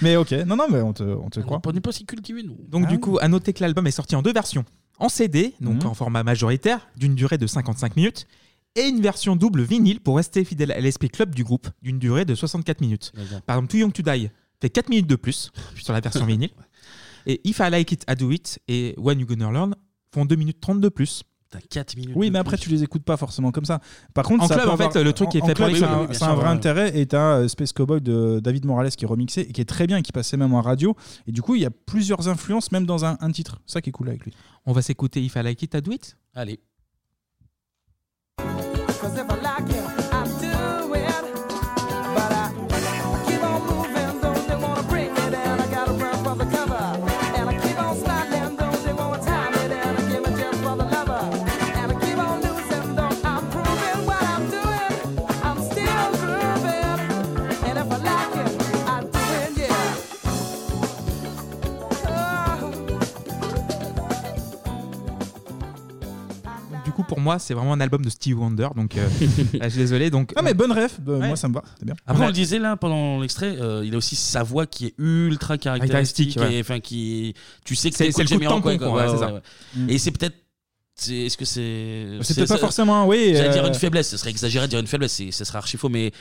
mais ok, non, non, mais on te, on te croit.
On n'est pas si cultivé, nous.
Donc du coup, à noter que l'album est sorti en deux versions. En CD, donc
Mhm.
en format majoritaire, d'une durée de 55 minutes, et une version double vinyle pour rester fidèle à l'esprit club du groupe, d'une durée de 64 minutes.
D'accord.
Par exemple, Too Young to Die fait 4 minutes de plus sur la version vinyle. Et If I Like It, I Do It et When You Gonna Learn font 2 minutes 30 de plus.
T'as 4 minutes.
Oui, mais après, tu les écoutes pas forcément comme ça. Par contre,
En
ça
club,
peut
en
avoir-
fait, le truc est
en
fait pour
club,
les
c'est
clubs.
un-
Oui, bien
C'est
sûr,
un vrai
ouais.
intérêt. Et t'as euh, Space Cowboy de David Morales qui est remixé et qui est très bien, qui passait même en radio. Et du coup, il y a plusieurs influences, même dans un, un titre. Ça qui est cool avec lui.
On va s'écouter If I Like It, I Do It
Allez.
Cause if I like it, I do it. But I, I keep on moving, don't they wanna break me down? I gotta run for the cover. And I keep on sliding, don't they wanna tie me down? I give it just for the lover. And I keep on losing, though I'm proving what I'm doing. I'm still grooving. And if I like it, I do it, yeah.
Du coup, pour moi, c'est vraiment un album de Stevie Wonder. Donc, euh, je suis désolé. Donc,
Ah, mais bonne ref. Bah, Moi, ça me va. C'est bien.
Après, on le disait là pendant l'extrait, euh, il a aussi sa voix qui est ultra caractéristique.
Caractéristique, ouais.
et, enfin, qui, tu sais que
C'est-
t'écoutes
c'est le coup de tampon,
Jamiroquai, quoi.
quoi, ouais, c'est ça.
ouais. Et c'est peut-être. c'est- Est-ce que c'est.
C'est peut-être pas forcément, oui,
J'allais dire
euh,
une faiblesse, ce serait exagéré de dire une faiblesse, c'est- ce serait archi faux, mais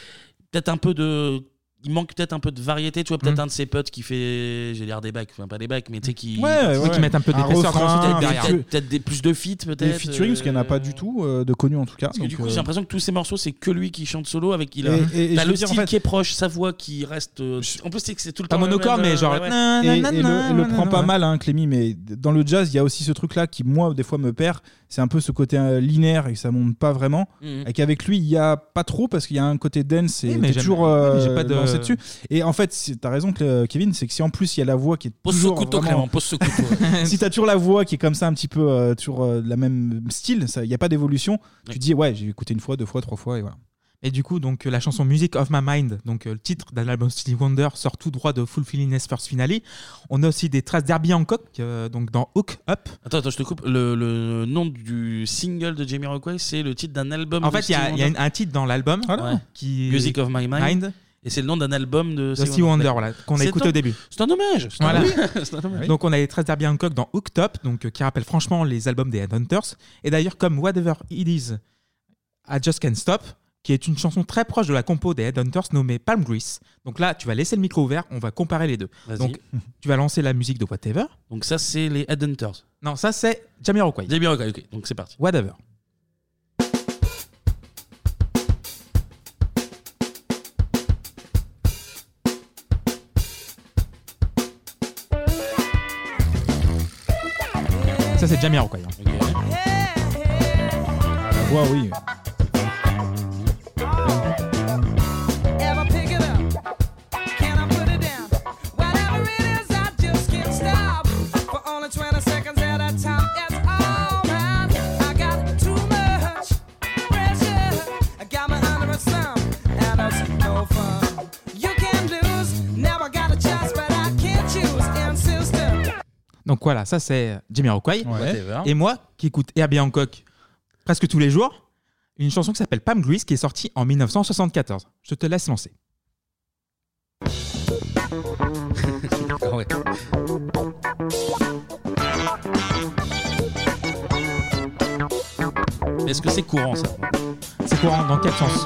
peut-être un peu de. Il manque peut-être un peu de variété, tu vois.
Mm.
Peut-être un de ses potes qui fait. J'ai l'air des bacs, enfin pas des bacs, mais tu sais qui.
Ouais, ouais, ouais. Un refrain,
Peut-être
un
des-
feature-
peut-être- Peut-être des- plus de feats, peut-être.
Et featuring, parce qu'il n'y en a
euh,
pas du tout, euh, de connu en tout cas.
parce que du
Donc,
coup,
euh,
j'ai l'impression que tous ces morceaux, c'est que lui qui chante solo avec il a,
Et- et- et
t'as
je
le
veux dire, en
style
fait-
qui est proche, sa voix qui reste. euh, En plus, c'est que c'est tout le
Pas
temps. le
monocorde,
même,
mais
euh,
genre,
ouais, ouais.
Et, et le, et le prend pas mal, hein, Clémy, mais dans le jazz, il y a aussi ce truc-là qui, moi, des fois, me perd. C'est un peu ce côté euh, linéaire et que ça monte pas vraiment.
Mhm.
Et qu'avec lui, il y a pas trop parce qu'il y a un côté dance et
Oui, mais
t'es
j'aime-
toujours
oui, mais
euh,
j'ai pas de-
lancé dessus. Et en fait, c'est- t'as raison, Clé- euh, Kevin, c'est que si en plus il y a la voix qui est
Pose ce
toujours
couteau,
vraiment-
Clément, pose ce couteau.
si t'as toujours la voix qui est comme ça, un petit peu euh, toujours euh, de la même style, il y a pas d'évolution. Tu dis ouais, j'ai écouté une fois, deux fois, trois fois et voilà.
Et du coup, donc euh, la chanson Music of My Mind, donc euh, le titre d'un album Stevie Wonder, sort tout droit de Fulfillingness First Finale. On a aussi des traces d'Herbie Hancock, euh, donc dans Hook Up.
Attends, attends, je te coupe. Le, le nom du single de Jamie Rockway, c'est le titre d'un album.
En
de
fait, il y a,
Stevie
il y a
Wonder.
un titre dans l'album
Ouais.
qui
Music of My Mind.
Mind.
Et c'est le nom d'un album de
Stevie Wonder, voilà, qu'on a
C'est
écouté
un-
au début.
C'est un hommage. c'est un-
Voilà.
oui, c'est un
Ah
hommage.
Donc on a les traces d'Herbie Hancock dans Hook Top, donc euh, qui rappelle franchement les albums des Headhunters. Et d'ailleurs, comme Whatever It Is, I Just Can't Stop, qui est une chanson très proche de la compo des Headhunters nommée Palm Grease. Donc là, tu vas laisser le micro ouvert, on va comparer les deux.
Vas-y.
Donc tu vas lancer la musique de Whatever.
Donc ça, c'est les Headhunters.
Non, ça c'est Jamiroquai.
Jamie Rockway, ok. Donc c'est parti.
Whatever. Ça c'est Jamiroquai. hein. Ah,
La voix, oui.
Ever pick it up? Can I put it down? Whatever it is, I just can't stop. For only 20 seconds at a time, it's all right. I got too much pressure. I got me under a thumb, and it's no fun. You can lose. Now I got a choice, but I can't choose. Insistent.
Donc voilà, ça c'est Jamie Rockway.
Whatever.
Et moi, qui écoute Herbie Hancock presque tous les jours, une chanson qui s'appelle Pam Grease qui est sortie en 1974. Je te laisse lancer.
Ouais. Mais Est-ce que c'est courant ça
C'est courant dans quel sens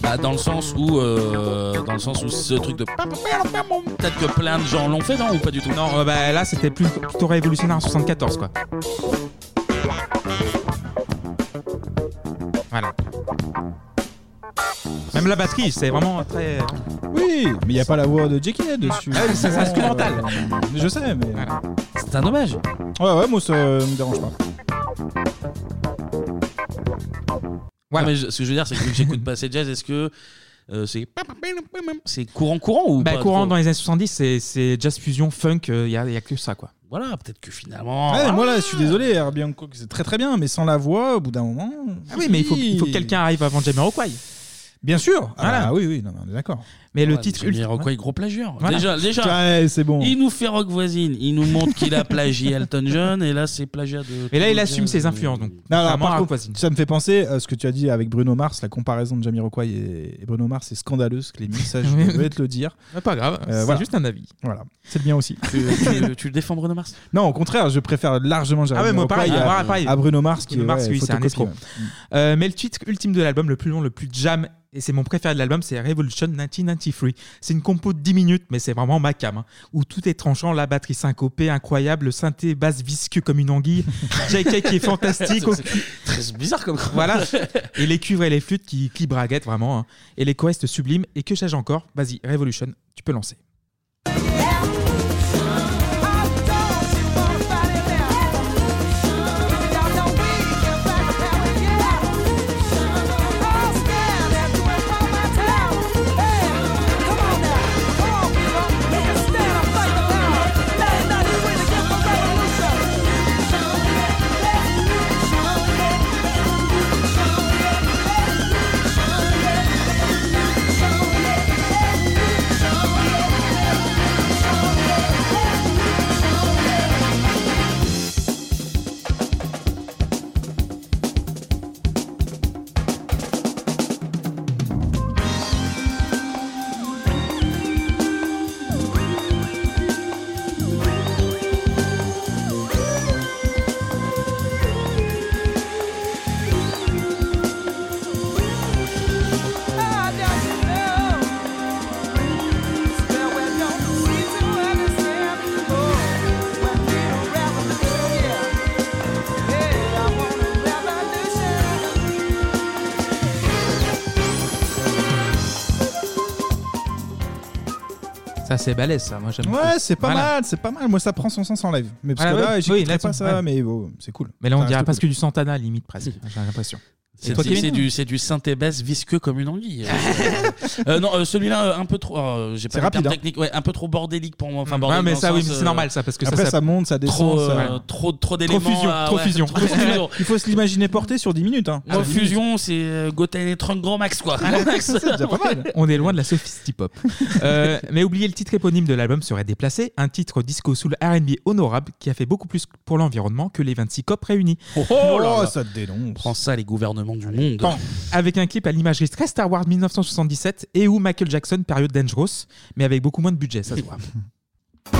bah, dans le sens où euh, dans le sens où ce truc de peut-être que plein de gens l'ont fait non ou pas du tout
Non, euh, bah, là c'était plus plutôt révolutionnaire en 74 quoi. Voilà. Même la batterie, c'est vraiment très.
Oui, mais il n'y a pas la voix de Jackie Head dessus.
Ah oui, c'est
Bon,
instrumental.
euh, mais je sais, mais.
C'est un dommage.
Ouais, ouais, moi ça euh, me dérange pas.
Non, mais je- ce que je veux dire c'est que vu que j'écoute pas assez de jazz est-ce que euh, c'est c'est courant courant ou
Bah,
pas
courant
trop
dans les années 70, c'est- c'est jazz fusion, funk, il n'y a, y a que ça quoi.
Voilà, peut-être que finalement.
Ouais, mais Eh, moi là, je suis désolé, Herbie Hancock, c'est très très bien, mais sans la voix, au bout d'un moment.
Ah oui, mais il faut, il faut que quelqu'un arrive avant Jamiroquai.
Bien sûr. Ah
Voilà.
bah oui, oui, non, mais on est d'accord.
Mais le titre ultime-
Jamiroquai, gros plagieur.
Voilà.
Déjà, déjà.
Ouais, c'est bon.
Il nous fait rock voisine. Il nous montre qu'il a plagié Elton John et là c'est plagiat de.
Et là, il
de-
assume ses influences donc.
Non, alors,
Contrairement
par
à
contre,
Rockwell.
ça me fait penser à ce que tu as dit avec Bruno Mars, la comparaison de Jamiroquai et, et Bruno Mars est scandaleuse, Clémy, ça je devais te le dire. Euh,
Mais Ah, pas grave, c'est juste un avis.
Voilà, c'est le bien aussi.
Tu, tu- tu le défends Bruno Mars
Non, au contraire, je préfère largement
Ah ouais,
Jamiroquai
moi pareil,
à,
moi, pareil.
à Ah, Bruno Mars qui
Bruno Mars,
ouais,
oui, c'est un
photocopie, Mm.
escroc.
ouais.
Euh, mais le titre ultime de l'album, le plus long, le plus jam, et c'est mon préféré de l'album, c'est Revolution 1993. C'est une compo de 10 minutes, mais c'est vraiment ma cam, hein, où tout est tranchant, la batterie syncopée, incroyable, le synthé basse visqueux comme une anguille, JK qui est fantastique.
C'est- c'est bizarre comme
Voilà. Et les cuivres et les flûtes qui, qui braguettent vraiment, hein. et les choristes sublimes, et que sais-je encore. Vas-y, Revolution, tu peux lancer. Ça, c'est balèze, ça. Moi, j'aime
Ouais,
beaucoup.
c'est pas
Voilà.
mal, c'est pas mal. Moi, ça prend son sens en live. Mais parce
Voilà,
que là,
Ah oui,
j'écouterai
oui, là,
pas
tu-
ça,
ouais.
mais bon, c'est cool.
Mais là, on
Ça
dirait
reste
presque
cool.
du Santana, limite, presque. J'ai l'impression.
C'est
Et toi,
c'est-
Kevin
c'est du, c'est du synthé basse visqueux comme une anguille. Euh, euh, non, euh, celui-là, euh, un peu trop. euh, J'ai pas
C'est
le terme
rapide, hein.
technique, ouais, un peu trop bordélique pour moi. Enfin,
Mm.
bordélique
Ouais, mais
dans
ça,
le
oui,
sens,
mais c'est
euh,
normal, ça, parce que ça,
Après,
ça-
ça, monte, ça descend.
Trop,
ça-
euh, trop, trop d'éléments.
Trop fusion.
ah,
trop
ouais,
fusion.
trop fusion.
Il faut se l'imaginer porter sur 10 minutes.
Ah,
Hein.
Moi, fusion, c'est euh, Gotham Electronic Grand Max, quoi. Grand Max.
On est loin de la sophistipop. Euh, mais oublier le titre éponyme de l'album serait déplacé, un titre disco soul R&B honorable qui a fait beaucoup plus pour l'environnement que les 26 copes réunis.
Oh là là. ça te dénonce.
Prends ça, les gouvernements du monde.
Pan. Avec un clip à l'imagerie très Star Wars 1977 et où Michael Jackson, période Dangerous, mais avec beaucoup moins de budget, ça se voit.
Oh,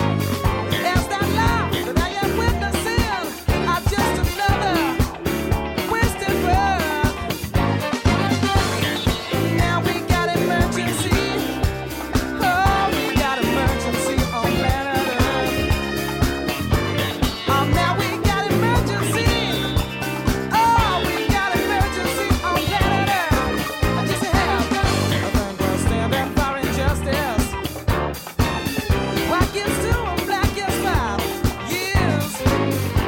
Oh, Oh, Black is two and black is five years.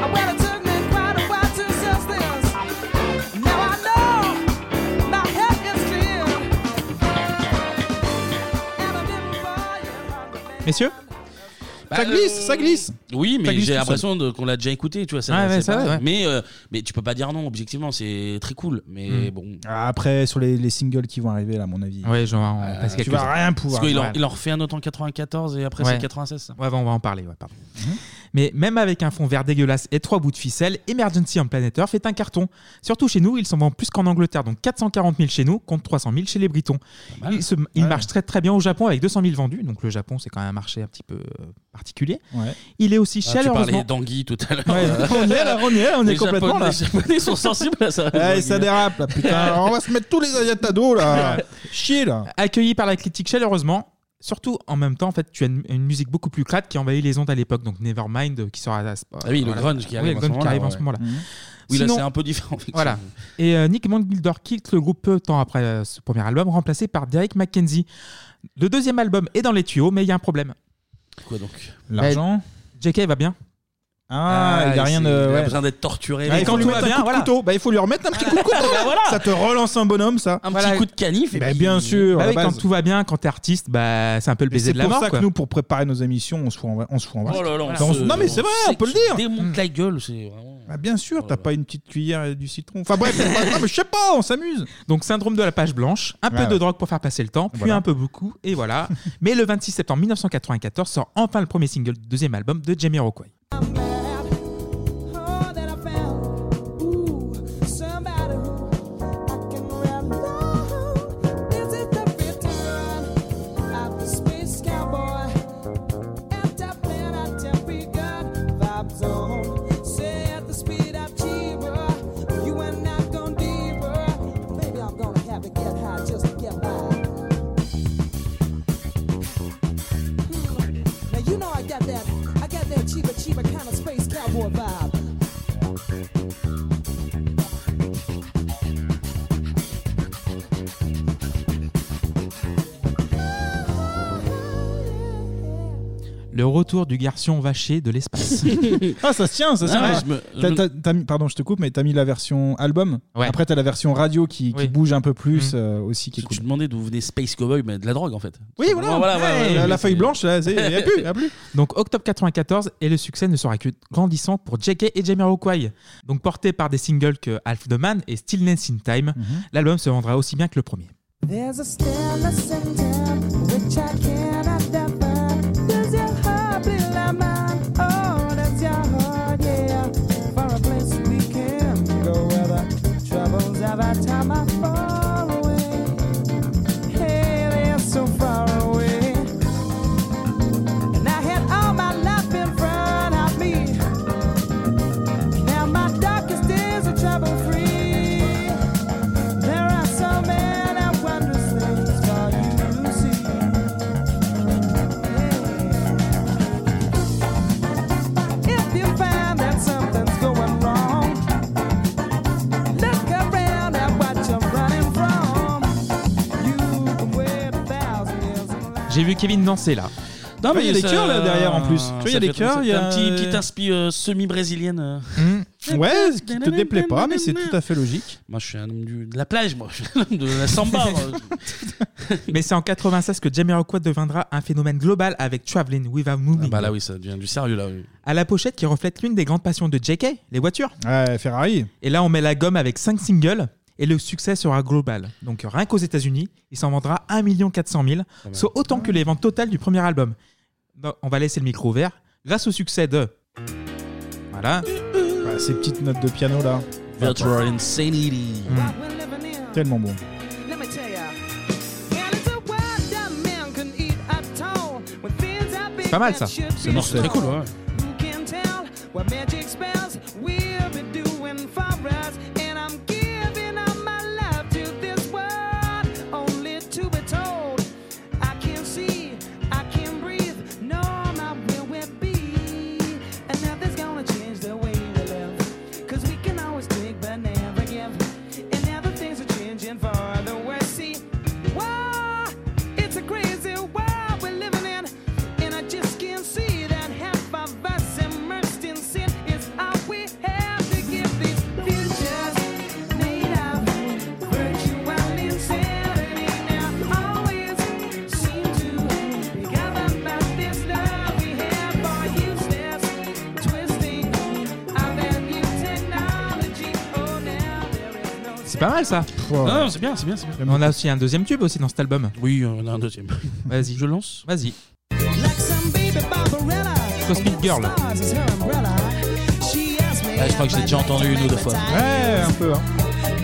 Well, it took me quite a while to sense this. Now I know my head is clear.
Messieurs
ça glisse, ça glisse.
Bah, euh, Oui,
Ça
mais
glisse
j'ai
tout
l'impression de- qu'on l'a déjà écouté, tu vois. Ça,
Ouais, ouais,
c'est
ça
pas-
va, ouais.
Mais, euh, mais tu peux pas dire non, objectivement, c'est très cool. Mais
Mm.
bon.
Après, sur les, les singles qui vont arriver, là, à mon avis.
Ouais, genre, on
euh,
passe
Tu
quelques-
vas rien pouvoir.
Parce qu'il en,
ouais.
il en refait un autre en 94 et après
Ouais.
c'est 96. ça.
Ouais, bah, on va en parler, ouais, pardon. Mais même avec un fond vert dégueulasse et trois bouts de ficelle, Emergency on Planet Earth est un carton. Surtout chez nous, il s'en vend plus qu'en Angleterre, donc 440 000 chez nous contre 300 000 chez les Britons. Il, se- il marche très très bien au Japon avec 200 000 vendus, donc le Japon c'est quand même un marché un petit peu euh, particulier.
Ouais.
Il est aussi
Ah, tu parlais
chaleureusement.
d'anguille tout à l'heure.
Ouais, on y est là, on y est, on
Les
est complètement
Japonais-
là.
Les Japonais sont sensibles à ça.
Eh, ça dérape là, putain. on va se mettre tous les ayats dos là. Chier là.
Accueilli par la critique chaleureusement. Surtout en même temps, en fait, tu as une, une musique beaucoup plus crade qui envahit les ondes à l'époque, donc Nevermind euh, qui sort à la.
Ah oui, le grunge qui arrive
le
en
grunge
ce
qui
moment-là,
arrive en
ouais.
ce moment-là.
Mhm. Oui, là,
Sinon-
c'est un peu différent, effectivement.
Voilà. Et euh, Nick Manguildor quitte le groupe peu de temps après euh, ce premier album, remplacé par Derek McKenzie. Le deuxième album est dans les tuyaux, mais il y a un problème.
Quoi donc
L'argent
JK va bien.
Ah, il a rien de.
Il a
ouais.
besoin d'être torturé.
Ouais,
mais
il faut
quand
lui
tout
mettre
va
un
bien,
coup de
voilà.
couteau. Bah, il faut lui remettre
Ah.
un petit coup de couteau. Ça te relance un bonhomme, ça.
Bah, Un petit coup de canif.
Bah, bien sûr.
Bah
à
oui,
la
quand
base.
tout va bien, quand t'es artiste, bah, c'est un peu le
Et
baiser
C'est
de la
pour
mort.
ça
quoi.
que nous, pour préparer nos émissions, on se fout en, va- on se fout en
Oh là là, on
Bah,
se-
on se- Non, mais c'est vrai, on peut le dire. Hmm.
Démonte la gueule, c'est vraiment. Oh
Bah, bien sûr, t'as pas une petite cuillère et du citron. Enfin bref, c'est pas grave, mais je sais pas, on s'amuse.
Donc syndrome de la page blanche, un
Ouais,
peu de
ouais.
drogue pour faire passer le temps, puis
Voilà.
un peu beaucoup, et voilà. Mais le 26 septembre 1994 sort enfin le premier single du deuxième album de Jamie Rockway.
Oh, that I found, ooh, somebody who I can rely This is the return of the space cowboy. Interplanetary god vibe zone. Say at the speed of Chiba, you and I gonna diva. Baby, I'm gonna have to get high just to get by. Hmm. Now you know I got that, I got that Chiba Chiba kind of space cowboy vibe.
Le retour du garçon vaché de l'espace.
ah, ça se tient, ça se tient.
Ah ouais,
Ah,
je me- je
t'as-
me-
t'as- t'as mis- pardon, je te coupe, mais t'as mis la version album.
Ouais. Mmh.
Après, t'as la version radio qui, qui bouge un peu plus euh, aussi. Qui est
Tu
cool.
te demandais d'où venait Space Cowboy, mais de la drogue en fait.
Oui,
Tout
voilà.
simplement,
Ouais, la- la feuille
c'est-
blanche, là, c'est- y a plus, y a plus.
Donc octobre 94 et le succès ne sera que grandissant pour J.K. et Jamiroquai. Donc porté par des singles que Half the Man et Stillness in Time,
Mhm.
l'album se vendra aussi bien que le premier.
There's a stillness in time which I cannot define. Does your heart belong mine? Oh, does your heart, yeah, for a place we can go where the troubles of our time are far away. Hey, they're so far away. And I had all my life in front of me. Now my darkest days are trouble free. There are so many wondrous things for you to see. If you find that something's going wrong, look around at what you're running from. You can wait a thousand years.
J'ai vu Kevin danser là.
Non, mais
il y a des
ça-
cœurs là derrière en plus.
ça
Tu vois, il y a
fait
des cœurs,
penser-
il y a
un petit petite inspi euh, semi-brésilienne. euh.
Hmm. Ouais, ce qui te déplaît pas, mais c'est tout à fait logique.
Moi, je suis un homme du- de la plage, moi. Je suis un homme de la samba. moi.
Mais c'est en 96 que Jamiroquai deviendra un phénomène global avec Traveling Without Moving.
bah là oui, ça devient du sérieux là. oui.
À la pochette qui reflète l'une des grandes passions de J.K., les voitures.
Ouais, Ferrari.
Et là, on met la gomme avec 5 singles et le succès sera global. Donc rien qu'aux États-Unis, il s'en vendra 1 400 000,
Ah bah,
soit autant que les ventes totales du premier album. Non, on va laisser le micro ouvert. Grâce au succès de. Voilà.
ces petites notes de piano là.
Virtual Insanity.
Tellement bon.
Let me tell ya. And it's a world that man can eat at all. When things are big
C'est pas mal ça.
that should be small. Who can tell what magic spells we'll be doing for us? And I'm giving all my love to this world, only to be told I can't see, I can't breathe, no, I'm not where we'll be. And nothing's gonna change the way we live, 'cause we can always take but never give. And now the things are changing for the worse. See, why? It's a crazy world we're living in. And I just can't see that half of us immersed in sin is all Oh,
c'est pas mal ça.
Non, c'est bien, c'est bien, c'est bien.
On a aussi un deuxième tube aussi dans cet album.
Oui, on a un deuxième.
Vas-y. Je
lance.
Vas-y.
Cosmic Girl. Ah, je crois que je l'ai déjà entendu une ou deux fois. Euh,
Ouais, un peu. Hein.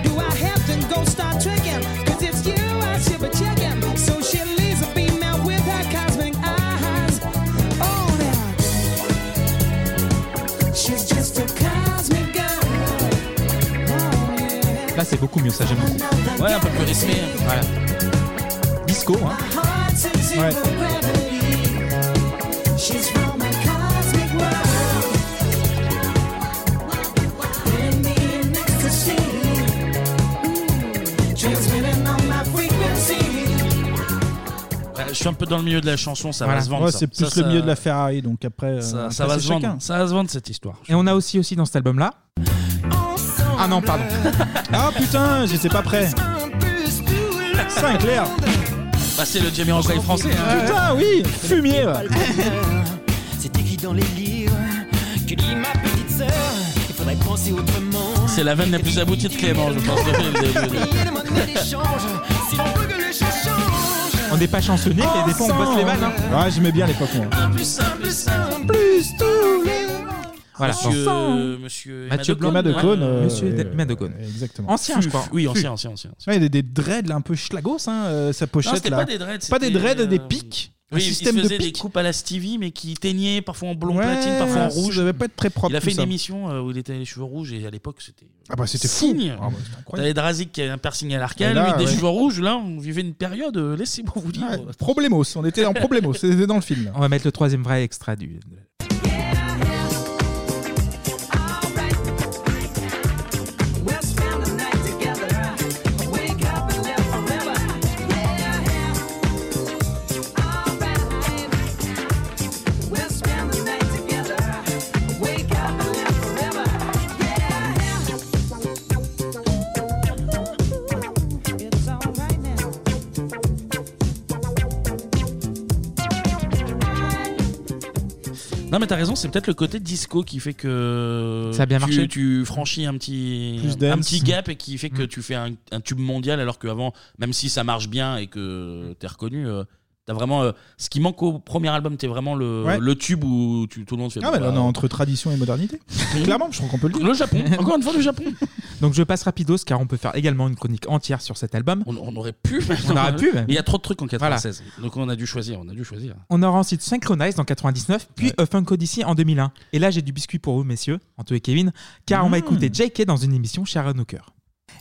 Do I have to go start tricking? 'Cause it's you I should be checking. So she leaves a beam out with her cosmic eyes. Oh, now. She's just a cosmic girl.
Là, c'est beaucoup mieux, ça j'aime beaucoup.
Ouais, un peu plus rythmé. hein.
Voilà. Disco, hein.
Hearts in zero gravity. She's from a cosmic world. Putting me in ecstasy. Mm. Transmitting on my frequency.
Euh, Je suis un peu dans le milieu de la chanson, ça
Voilà.
va se vendre.
Ouais,
ça.
c'est plus
Ça, ça-
le milieu de la Ferrari, donc après. euh,
Ça,
après,
ça va
c'est
se vendre.
chacun.
Ça va se vendre cette histoire.
Et on a aussi aussi dans cet album là. Ah non, pardon.
ah putain, j'étais pas prêt. Sinclair.
Bah, c'est le Jamiroquai français. hein.
Putain, oui, fumier. ouais.
C'est écrit dans les livres que lit ma petite sœur. Il faudrait penser autrement.
C'est la veine la plus aboutie de Clément, je pense. depuis le début.
Demander l'échange si l'on veut que les choses changent.
On n'est pas chansonnier, mais des fois on bosse les vannes. hein.
Ouais, j'aimais bien l'époque, moi.
Un plus un plus un plus tous les
Voilà.
Monsieur,
Bon.
monsieur
Mathieu
Emma
Blanc,
de Caunes,
ouais.
ouais.
euh,
Monsieur
euh,
Emma de Caunes.
Exactement.
Ancien, je crois.
Oui,
Fut.
ancien, ancien, ancien.
Ouais, il y a des, des dreads là, un peu schlagos, hein, euh, sa pochette
c'était
là.
pas des dreads,
Pas des
c'était,
dreads, des
euh,
pics. un
Oui, il se
système de
faisait des
pics.
coupes à la Stevie, mais qui teignaient parfois en blond
Ouais,
platine, parfois en
ça
rouge.
devait pas être très propre,
Il a fait
tout
une
ça.
émission euh, où il était les cheveux rouges et à l'époque c'était. euh,
Ah bah, c'était fou.
signe.
Ah bah, c'était incroyable.
T'avais Drazik qui avait un piercing à
Et
l'arcade,
là,
lui des
ouais.
cheveux rouges. Là, on vivait une période. euh, Laissez-moi vous dire.
Problemos, on était en Problemos, c'était dans le film.
On va mettre le troisième vrai extrait du.
We'll spend the night together. Wake up and live forever. Yeah. Alright. We'll spend the night together. Wake up and live forever. Yeah. It's alright now.
Non, mais t'as raison, c'est peut-être le côté disco qui fait que.
Ça a bien
Euh, tu-
marché. Mm.
Tu franchis un petit,
Plus
un
dance.
petit gap et qui fait que tu fais un, un tube mondial alors qu'avant, même si ça marche bien et que t'es reconnu. euh, T'as vraiment euh, ce qui manque au premier album, t'es vraiment le,
Ouais.
le tube où tu, tout le monde fait.
Ah, mais là,
bah,
on est entre tradition et modernité. Clairement, je crois qu'on peut le dire.
Le Japon, encore une fois le Japon.
Donc je passe rapidos car on peut faire également une chronique entière sur cet album.
On, aurait pu.
On aurait pu.
Mais
même.
il y a trop de trucs en 96. Donc on a dû choisir, on a dû choisir.
On aura ensuite Synchronize en 99, puis A Funk Odyssey en 2001. Et là, j'ai du biscuit pour vous, messieurs, Antoine et Kevin, car
Mmh.
on va écouter JK dans une émission Sharon Hooker.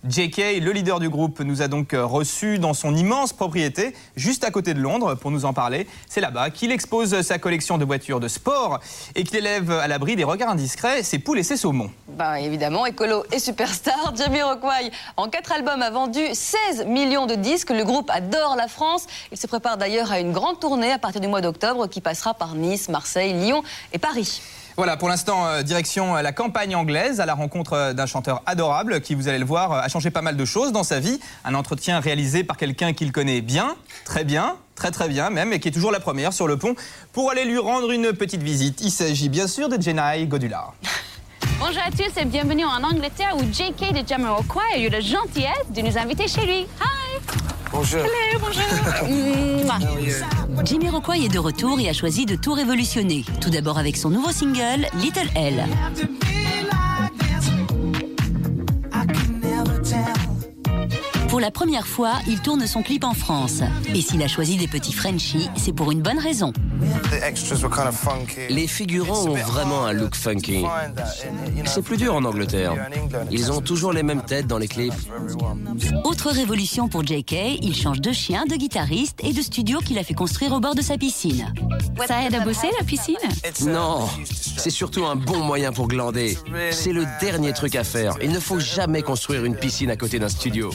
JK, le leader du groupe, nous a donc euh, reçus dans son immense propriété, juste à côté de Londres, pour nous en parler. C'est là-bas qu'il expose sa collection de voitures de sport et qu'il élève à l'abri des regards indiscrets ses poules et ses saumons.
Ben évidemment, écolo et superstar, Jamiroquai. En quatre albums a vendu 16 millions de disques. Le groupe adore la France. Il se prépare d'ailleurs à une grande tournée à partir du mois d'octobre qui passera par Nice, Marseille, Lyon et Paris.
Voilà, pour l'instant, euh, direction euh, la campagne anglaise, à la rencontre euh, d'un chanteur adorable qui, vous allez le voir, euh, a changé pas mal de choses dans sa vie. Un entretien réalisé par quelqu'un qu'il connaît bien, très bien, très très bien même, et qui est toujours la première sur le pont, pour aller lui rendre une petite visite. Il s'agit bien sûr de Jenai Godula.
Bonjour à tous et bienvenue en Angleterre où JK de Jamiroquai a eu la gentillesse de nous inviter chez lui. Hi!
Bonjour.
Hello, bonjour.
Mouah. Jimmy Rockway est de retour et a choisi de tout révolutionner. Tout d'abord avec son nouveau single, Little L. Pour la première fois, il tourne son clip en France. Et s'il a choisi des petits Frenchies, c'est pour une bonne raison.
Les figurants ont vraiment un look funky. C'est plus dur en Angleterre. Ils ont toujours les mêmes têtes dans les clips.
Autre révolution pour JK, il change de chien, de guitariste et de studio qu'il a fait construire au bord de sa piscine.
Ça aide à bosser la piscine?
Non, c'est surtout un bon moyen pour glander. C'est le dernier truc à faire. Il ne faut jamais construire une piscine à côté d'un studio.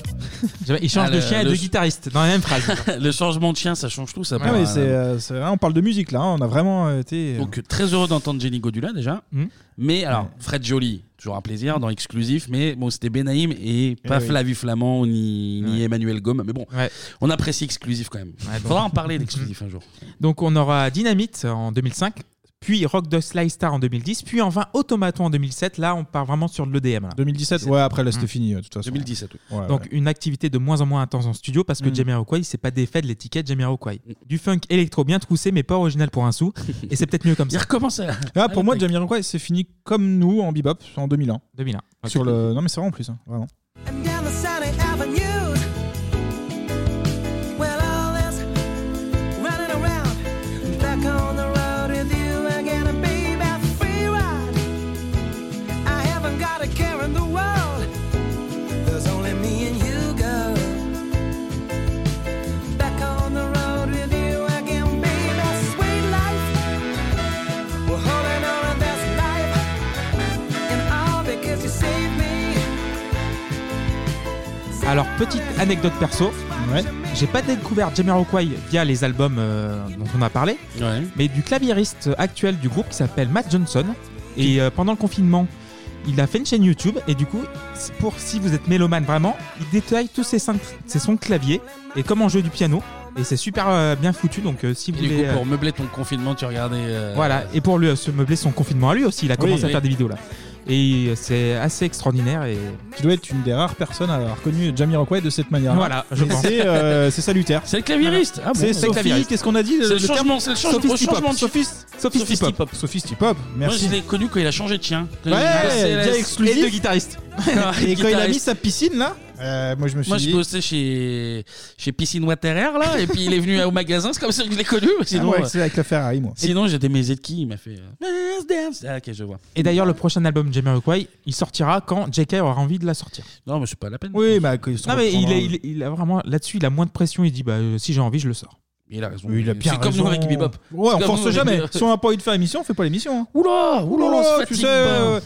Il change
Ah,
de
le-
chien et
le-
de guitariste dans la même phrase.
le changement de chien, ça change tout, ça.
Ah oui, c'est, euh, c'est vrai, on parle de musique là, hein, on a vraiment euh, été. euh,
Donc très heureux d'entendre Jenny Godula déjà.
Hmm.
Mais alors Fred Joly, toujours un plaisir dans exclusif, mais bon c'était Benaïm et pas
Eh oui.
Flavie Flamand ni, ni Emmanuel Gomme, mais bon, on apprécie exclusif quand même.
bon.
Faudra en parler d'exclusif un jour.
Donc on aura Dynamite en 2005, puis Rock de Sly Star en 2010, puis enfin Automaton en 2007. Là, on part vraiment sur de l'EDM. là.
2017, ouais, après là c'était
Mm.
fini, euh, de toute façon.
2017,
oui. Ouais,
Donc
ouais.
une activité de moins en moins intense en studio parce que
Mm.
Jamiroquai, c'est pas défait de l'étiquette Jamiroquai. Du funk électro bien troussé mais pas original pour un sou. Et c'est peut-être mieux comme ça. Il
recommence à...
Ah, pour moi, Jamiroquai, c'est fini comme nous en bebop en 2001.
2001. ok.
Sur le... Non, mais c'est vrai en plus, hein, vraiment.
And down the sunny avenue. Well, all this running around. Back on the road with you again, and baby, a free ride. I haven't got a care in the world. There's only me and you, girl. Back on the road with you again, baby, sweet life. We're holding on to this life. And all because you saved me.
Alors, petite anecdote perso. J'ai pas découvert Jamiroquai via les albums euh, dont on a parlé, mais du claviériste actuel du groupe qui s'appelle Matt Johnson. Et euh, pendant le confinement, il a fait une chaîne YouTube et du coup, c'est pour si vous êtes mélomane vraiment, il détaille tous ses, cinq- ses sons de clavier et comment jouer du piano. Et c'est super euh, bien foutu, donc euh, si
Et
vous
du
voulez,
coup, pour
euh,
meubler ton confinement, tu regardais. euh,
voilà, et pour lui, euh, se meubler son confinement à lui aussi, il a
Oui,
commencé à
oui.
faire des vidéos là. Et euh, c'est assez extraordinaire. Et...
Tu dois être une des rares personnes à avoir connu Jamiroquai de cette manière. hein.
Voilà, je
Et
pense.
C'est euh, c'est salutaire.
C'est le claviériste. Ah bon,
c'est
c'est le
Sophie,
claviériste.
qu'est-ce qu'on a dit
C'est le
terme
changement, c'est le change-
Sophie
au
Stipop.
changement de-
Sophie- Sophie
Sophie
Stipop. Sophie Stipop, merci.
Moi, je l'ai Ah, connu quand il a changé de chien.
Ouais, bien exclusif.
Et de
guitariste.
Et quand il a mis
Guitariste.
sa piscine là, euh, moi je me suis
Moi,
dit.
je bossais chez, chez Piscine Waterer, là, et puis il est venu au magasin, c'est comme ça que je l'ai connu. mais
Ah
Sinon,
ouais,
euh,
c'est avec la Ferrari moi.
sinon j'étais mes qui il m'a fait. euh, Ah, ok, je vois.
Et d'ailleurs, le prochain album Jamiroquai, il sortira quand JK aura envie de la sortir.
Non, mais c'est pas la peine.
Oui, bah, que-
Non, mais il, est- il, est- il a vraiment là-dessus, il a moins de pression. Il dit, bah, euh, si j'ai envie, je le sors.
Il a raison.
Oui, il a eh bien
C'est comme nous
raison.
avec Bebop.
Ouais,
C'est
on
comme nous
force
avec
jamais.
Bebop.
Si on n'a pas envie de faire émission, on fait pas l'émission. hein.
Oula, oula,
Oula,
on se
tu
fatigue,
sais.
ben.
euh,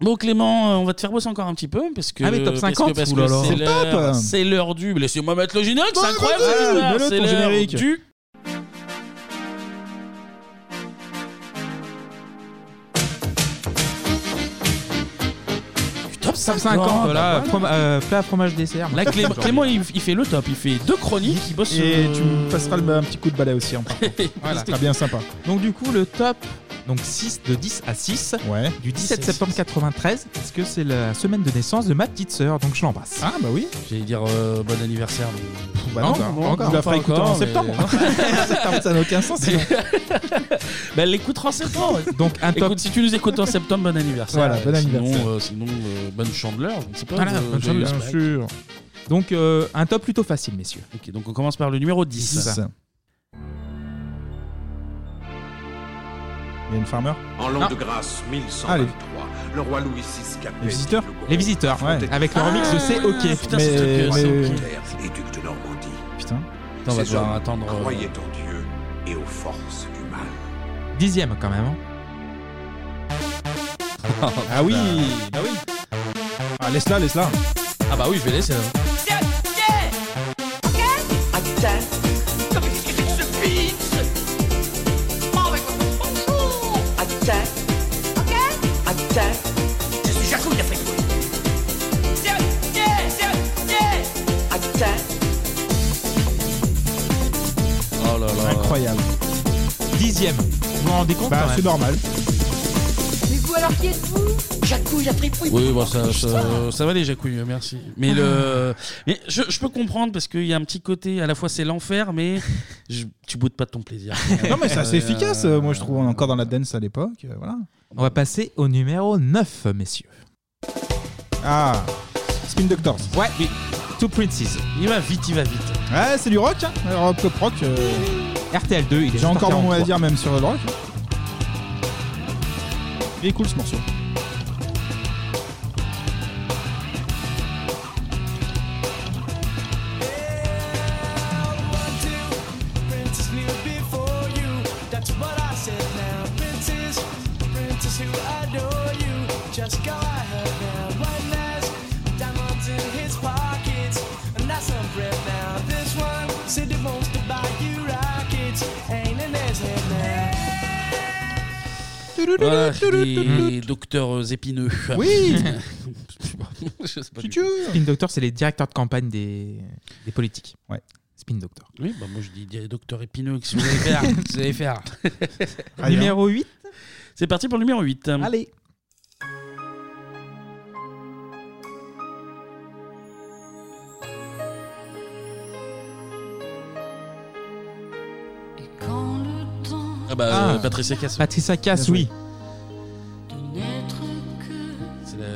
Bon Clément, euh, on va te faire bosser encore un petit peu parce que
Ah, mais top
parce que-
50,
parce que
oulala.
c'est
C'est
l'heure-
top.
c'est l'heure du. mais Laissez-moi mettre le générique, c'est
Ouais,
incroyable.
vas-y,
cette histoire.
mets-le,
C'est
ton
l'heure
générique.
du. Top
50,
50,
voilà,
voilà.
from- euh, plat, fromage, dessert.
Là, Clé-
Genre,
Clément, il, il fait le top, il fait deux chroniques, il bosse.
Et
euh,
tu me passeras le- un petit coup de balai aussi hein. en partant.
Voilà.
Ce sera bien sympa.
Donc du coup, le top, donc 6 de 10 à 6, du 17 septembre 93, parce que c'est la semaine de naissance de ma petite sœur, donc je l'embrasse.
Ah bah oui.
J'allais dire euh, bon anniversaire. mais-
Bah non,
Ah Pas
non,
encore,
tu la feras
pas
écouter
encore,
en
mais-
septembre.
ça n'a aucun sens. sinon.
Bah, elle l'écoutera en septembre.
Donc un top.
Écoute, si tu nous écoutes en septembre, bon anniversaire.
Voilà, bon
Sinon,
anniversaire.
euh, Sinon, euh, bonne chandeleur. Je ne sais pas.
Voilà,
euh,
bonne
j'ai-
chandeleur.
j'espère.
Bien sûr. Donc euh, un top plutôt facile, messieurs.
Ok, donc on commence par le numéro 10.
Dix.
Il y a une farmer
En l'an
Ah.
de grâce
Ah,
1123,
les-
le roi Louis VI Capet,
Les visiteurs
le gros
Les visiteurs,
ouais.
avec le remix de
Ah,
C'est OK.
putain, Mais- c'est
roi
mais-
Saint-Pierre et duc de Normandie.
Putain.
Attends, on va
Ces
devoir
hommes
attendre, euh,
Croyaient en Dieu et aux forces du mal.
Dixième quand même. hein.
Ah oui, ah oui. Ah laisse-la, laisse-la.
Ah bah oui, je vais laisser.
hein.
Ah putain Non mais qu'est-ce que c'est que ce pitch Oh mais bonjour Ah putain Ok Ah putain Je suis Jaco, il a fait quoi Tiens, tiens, tiens, tiens Ah putain
Oh là là.
Incroyable.
Dixième. Vous vous rendez compte
Bah
Oh, quand même
c'est normal.
Mais vous alors qui êtes-vous Jaco, il a pris pour
Oui, bon, ça, ça, ça va les jacouilles, merci. Mais le, mais je, je peux comprendre parce qu'il y a un petit côté, à la fois c'est l'enfer, mais je- tu boutes pas de ton plaisir.
Non mais c'est assez
Euh,
efficace. euh, Moi je trouve on est encore dans la dance à l'époque. euh, Voilà.
On va passer au numéro 9, messieurs.
Ah. Spin Doctors.
Ouais, oui. Two Princes.
Il va vite, il va vite.
Ouais, c'est du rock, hein. euh, Rock pop rock. euh,
RTL2, il est
J'ai encore mon mot à
43.
dire même sur le rock. Il est cool ce morceau.
Princess knew before you. That's what I said now. Princess, princess who adore you. Just go ahead now. One last diamonds in his pockets. And that's some bread now. This one said he wants to buy you rockets. Ain't in his head now.
Voilà, des docteurs épineux.
Oui.
euh, Je sais pas du tout.
Spin Doctor, c'est les directeurs de campagne des, des politiques.
Ouais.
Spin Doctor.
Oui, bah moi je dis des docteur épineux, qu'est-ce que vous allez faire Vous allez faire.
Allez, Numéro
8 C'est parti pour le numéro 8.
Allez.
Quand le temps
Ah bah,
Ah.
euh, Patrice Cass.
Patrice Cass, oui.
C'est la-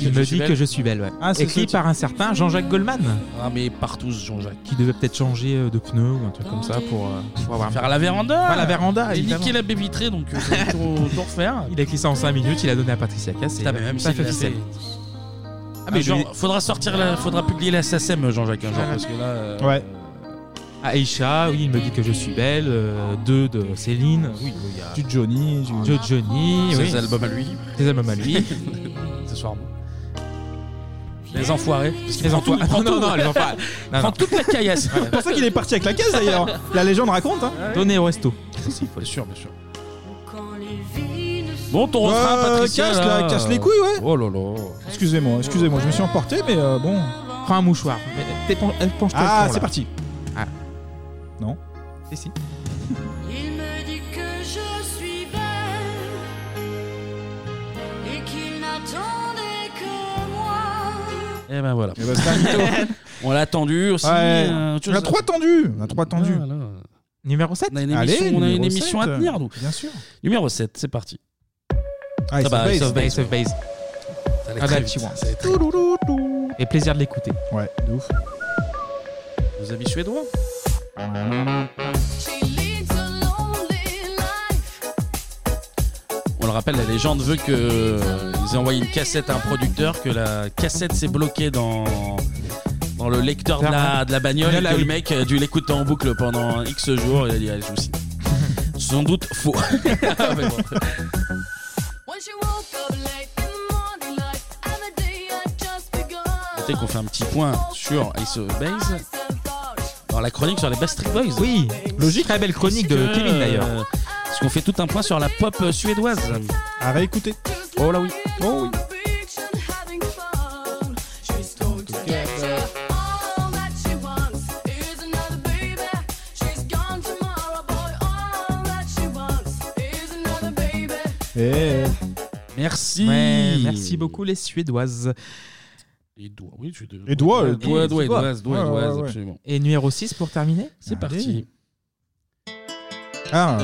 Il me dit que je suis belle, ouais. Écrit par un certain Jean-Jacques Goldman.
Ah, mais partout ce Jean-Jacques.
Qui devait peut-être changer euh, de pneu ou un truc comme ça pour, euh, pour avoir.
Faire la véranda
Ouais, la véranda,
Il
évidemment.
niquait la baie vitrée, donc euh, c'est tout tout refaire.
Il a écrit ça en 5 minutes, il a donné à Patricia Cass. et
Putain, mais
il a
même
pas
s'il
fait
l'a
ficelle.
fait-
Ah,
Ah,
mais
mais genre,
je lui-
faudra sortir la. Faudra publier la SACEM, Jean-Jacques, un jour, parce que là. euh,
Ouais. Aïcha, oui, il me dit que je suis belle. euh, deux de Céline. Oui, il y a-
Du Johnny.
Du Johnny.
Ah. Ses
oui.
albums à lui.
Ses albums à lui.
Ce soir. Les enfoirés.
Les enfoirés.
Prends
Non,
tout.
non, les enfoirés. Non,
Prends
non.
toute la caillasse.
C'est pour ça qu'il est parti avec la caisse d'ailleurs. La légende raconte. Hein.
Ah Donné au resto.
Bien sûr, bien sûr. Bon, ton refrain,
Euh,
Patricia.
casse la- casse les couilles, ouais.
Oh là là.
Excusez-moi, excusez-moi, je me suis emporté, mais euh, bon.
Prends un mouchoir.
Ah, c'est parti.
Ah.
Non.
Si, si.
Il me dit que je suis belle et qu'il n'attendait que moi.
Et ben voilà.
Eh c'est un mytho.
On l'a attendu aussi.
Ouais.
euh, autre
on a
chose.
trois tendus. On a trois tendus.
Numéro 7
Ah On a une
Allez,
émission, on a une
numéro
émission à
sept.
tenir, nous.
Bien sûr.
Numéro 7, c'est parti.
Ah, Ace of Base. bah, Ace of
ouais.
Base.
Ça allait
Ah,
très
là,
vite,
tu vois.
ça allait très vite.
Et plaisir de l'écouter.
Ouais, de ouf.
Nos amis suédois. On le rappelle, la légende veut que euh, ils aient envoyé une cassette à un producteur, que la cassette s'est bloquée dans, dans le lecteur de la, de la bagnole
Là,
et
là,
que le
oui.
mec a dû l'écouter en boucle pendant X jours. Il a dit, allez, je vous signe. Sans doute faux. Ah, Mais bon. Notez qu'on fait un petit point sur Ace of Base. Dans la chronique sur les Bastard Boys. euh,
Oui, logique. Très belle chronique de Kevin, d'ailleurs.
Parce qu'on fait tout un point sur la pop euh, suédoise.
À réécouter.
Oh là oui.
Oh oui. Eh.
Merci.
Ouais, merci beaucoup les Suédoises.
Et doigts, oui, tu
Et doigts, euh, doigts,
doigts,
doigts.
doigts, doigts, doigts,
Ouais, ouais,
doigts,
ouais.
absolument.
Et numéro 6 pour terminer
C'est parti.
Ah.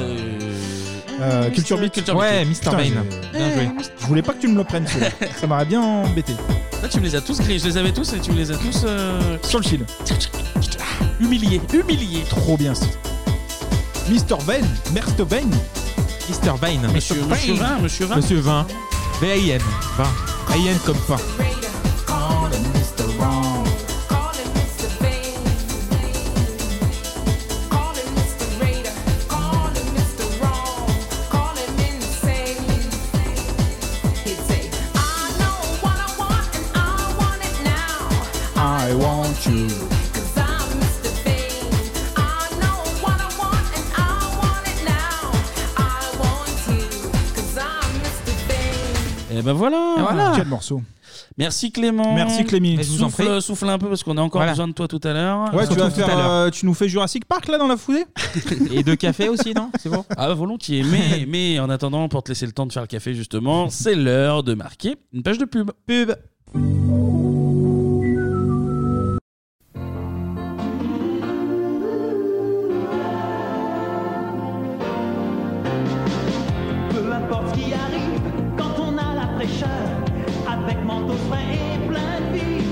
Euh, Culture Beat.
Culture
Ouais,
Beat.
Mr.
Putain,
Bane.
j'ai-
Bien joué.
Je voulais pas que tu me le prennes, celui-là. ça m'aurait bien embêté.
Là, Ah, tu me les as tous créés, je les avais tous et tu me les as tous. euh,
Sur le fil.
Humiliés, humiliés.
Trop bien, Ben. ce titre. Mr. Vane, Mr. Vane.
Mr. Vane.
Monsieur- Monsieur Vin, Monsieur Vin.
Monsieur Vin. V-A-I-N. Vin. A-I-N comme pain.
I want you.
Eh
Et ben voilà.
Quel morceau.
Merci Clément.
Merci, Clémy. Mais je vous en
Souffle,
prie.
souffle un peu parce qu'on a encore
Voilà.
besoin de toi tout à l'heure.
Ouais, tu, vas
Surtout tout à
faire,
l'heure.
euh, tu nous fais Jurassic Park là dans la foulée
Et deux cafés aussi, non C'est bon
Ah, volontiers. Mais, mais en attendant, pour te laisser le temps de faire le café, justement, c'est l'heure de marquer une page de pub. Pub.
Peu importe ce qui arrive, quand on a la fraîcheur, avec manteau frais et plein de vie.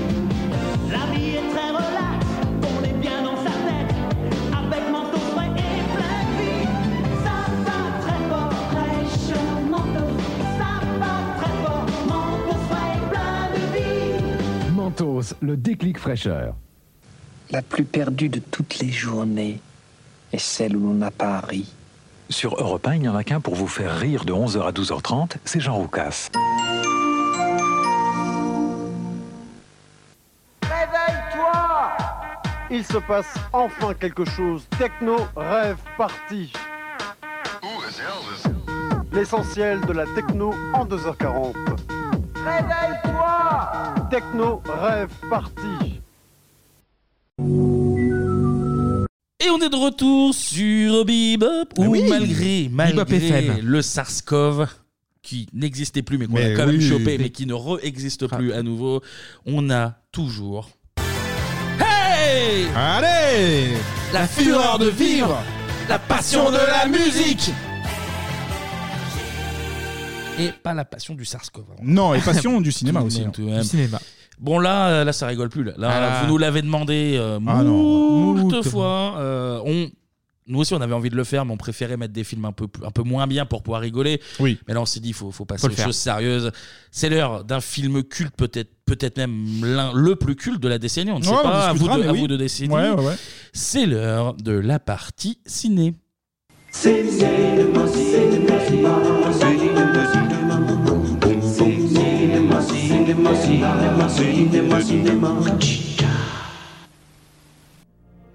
La vie est très relaxe, on est bien dans sa tête, avec manteau frais et plein de vie. Ça va très fort, très chaud, manteau. Ça va très fort, manteau frais et plein de vie.
Mentos, le déclic fraîcheur.
La plus perdue de toutes les journées est celle où l'on n'a pas ri.
Sur Europe 1, il n'y en a qu'un pour vous faire rire de 11h à 12h30, c'est Jean Roucas.
Réveille-toi Il se passe enfin quelque chose. Techno rêve parti. L'essentiel de la techno en 2h40. Réveille-toi Techno rêve parti.
est de retour sur Bebop,
Ah
où
oui.
Ah malgré,
Bebop FM.
malgré le SARS-CoV qui n'existait plus, mais qu'on
Mais
a quand même
oui. Ah.
chopé, mais qui ne re-existe plus à nouveau, on a toujours. Hey
Allez
La
fureur de vivre,
la
passion de la musique.
Et pas la passion du SARS-CoV.
Non, et passion du cinéma
Tout de
aussi.
même,
hein.
tout de même. Bon là, euh, là ça rigole plus. Là, Là,
Ah là.
vous nous l'avez demandé euh,
Ah non,
moult
moult.
fois. euh, on, nous aussi, on avait envie de le faire, mais on préférait mettre des films un peu, un peu moins bien pour pouvoir rigoler.
Oui.
Mais là, on s'est dit, il faut, faut passer
Faut le
aux
faire.
choses sérieuses. C'est l'heure d'un film culte, peut-être, peut-être même l'un, le plus culte de la décennie. On ne
Ouais,
sait
on
pas. À vous,
discutera,
de,
mais
à
oui.
vous de décider.
Ouais, ouais, ouais.
C'est l'heure de la partie ciné.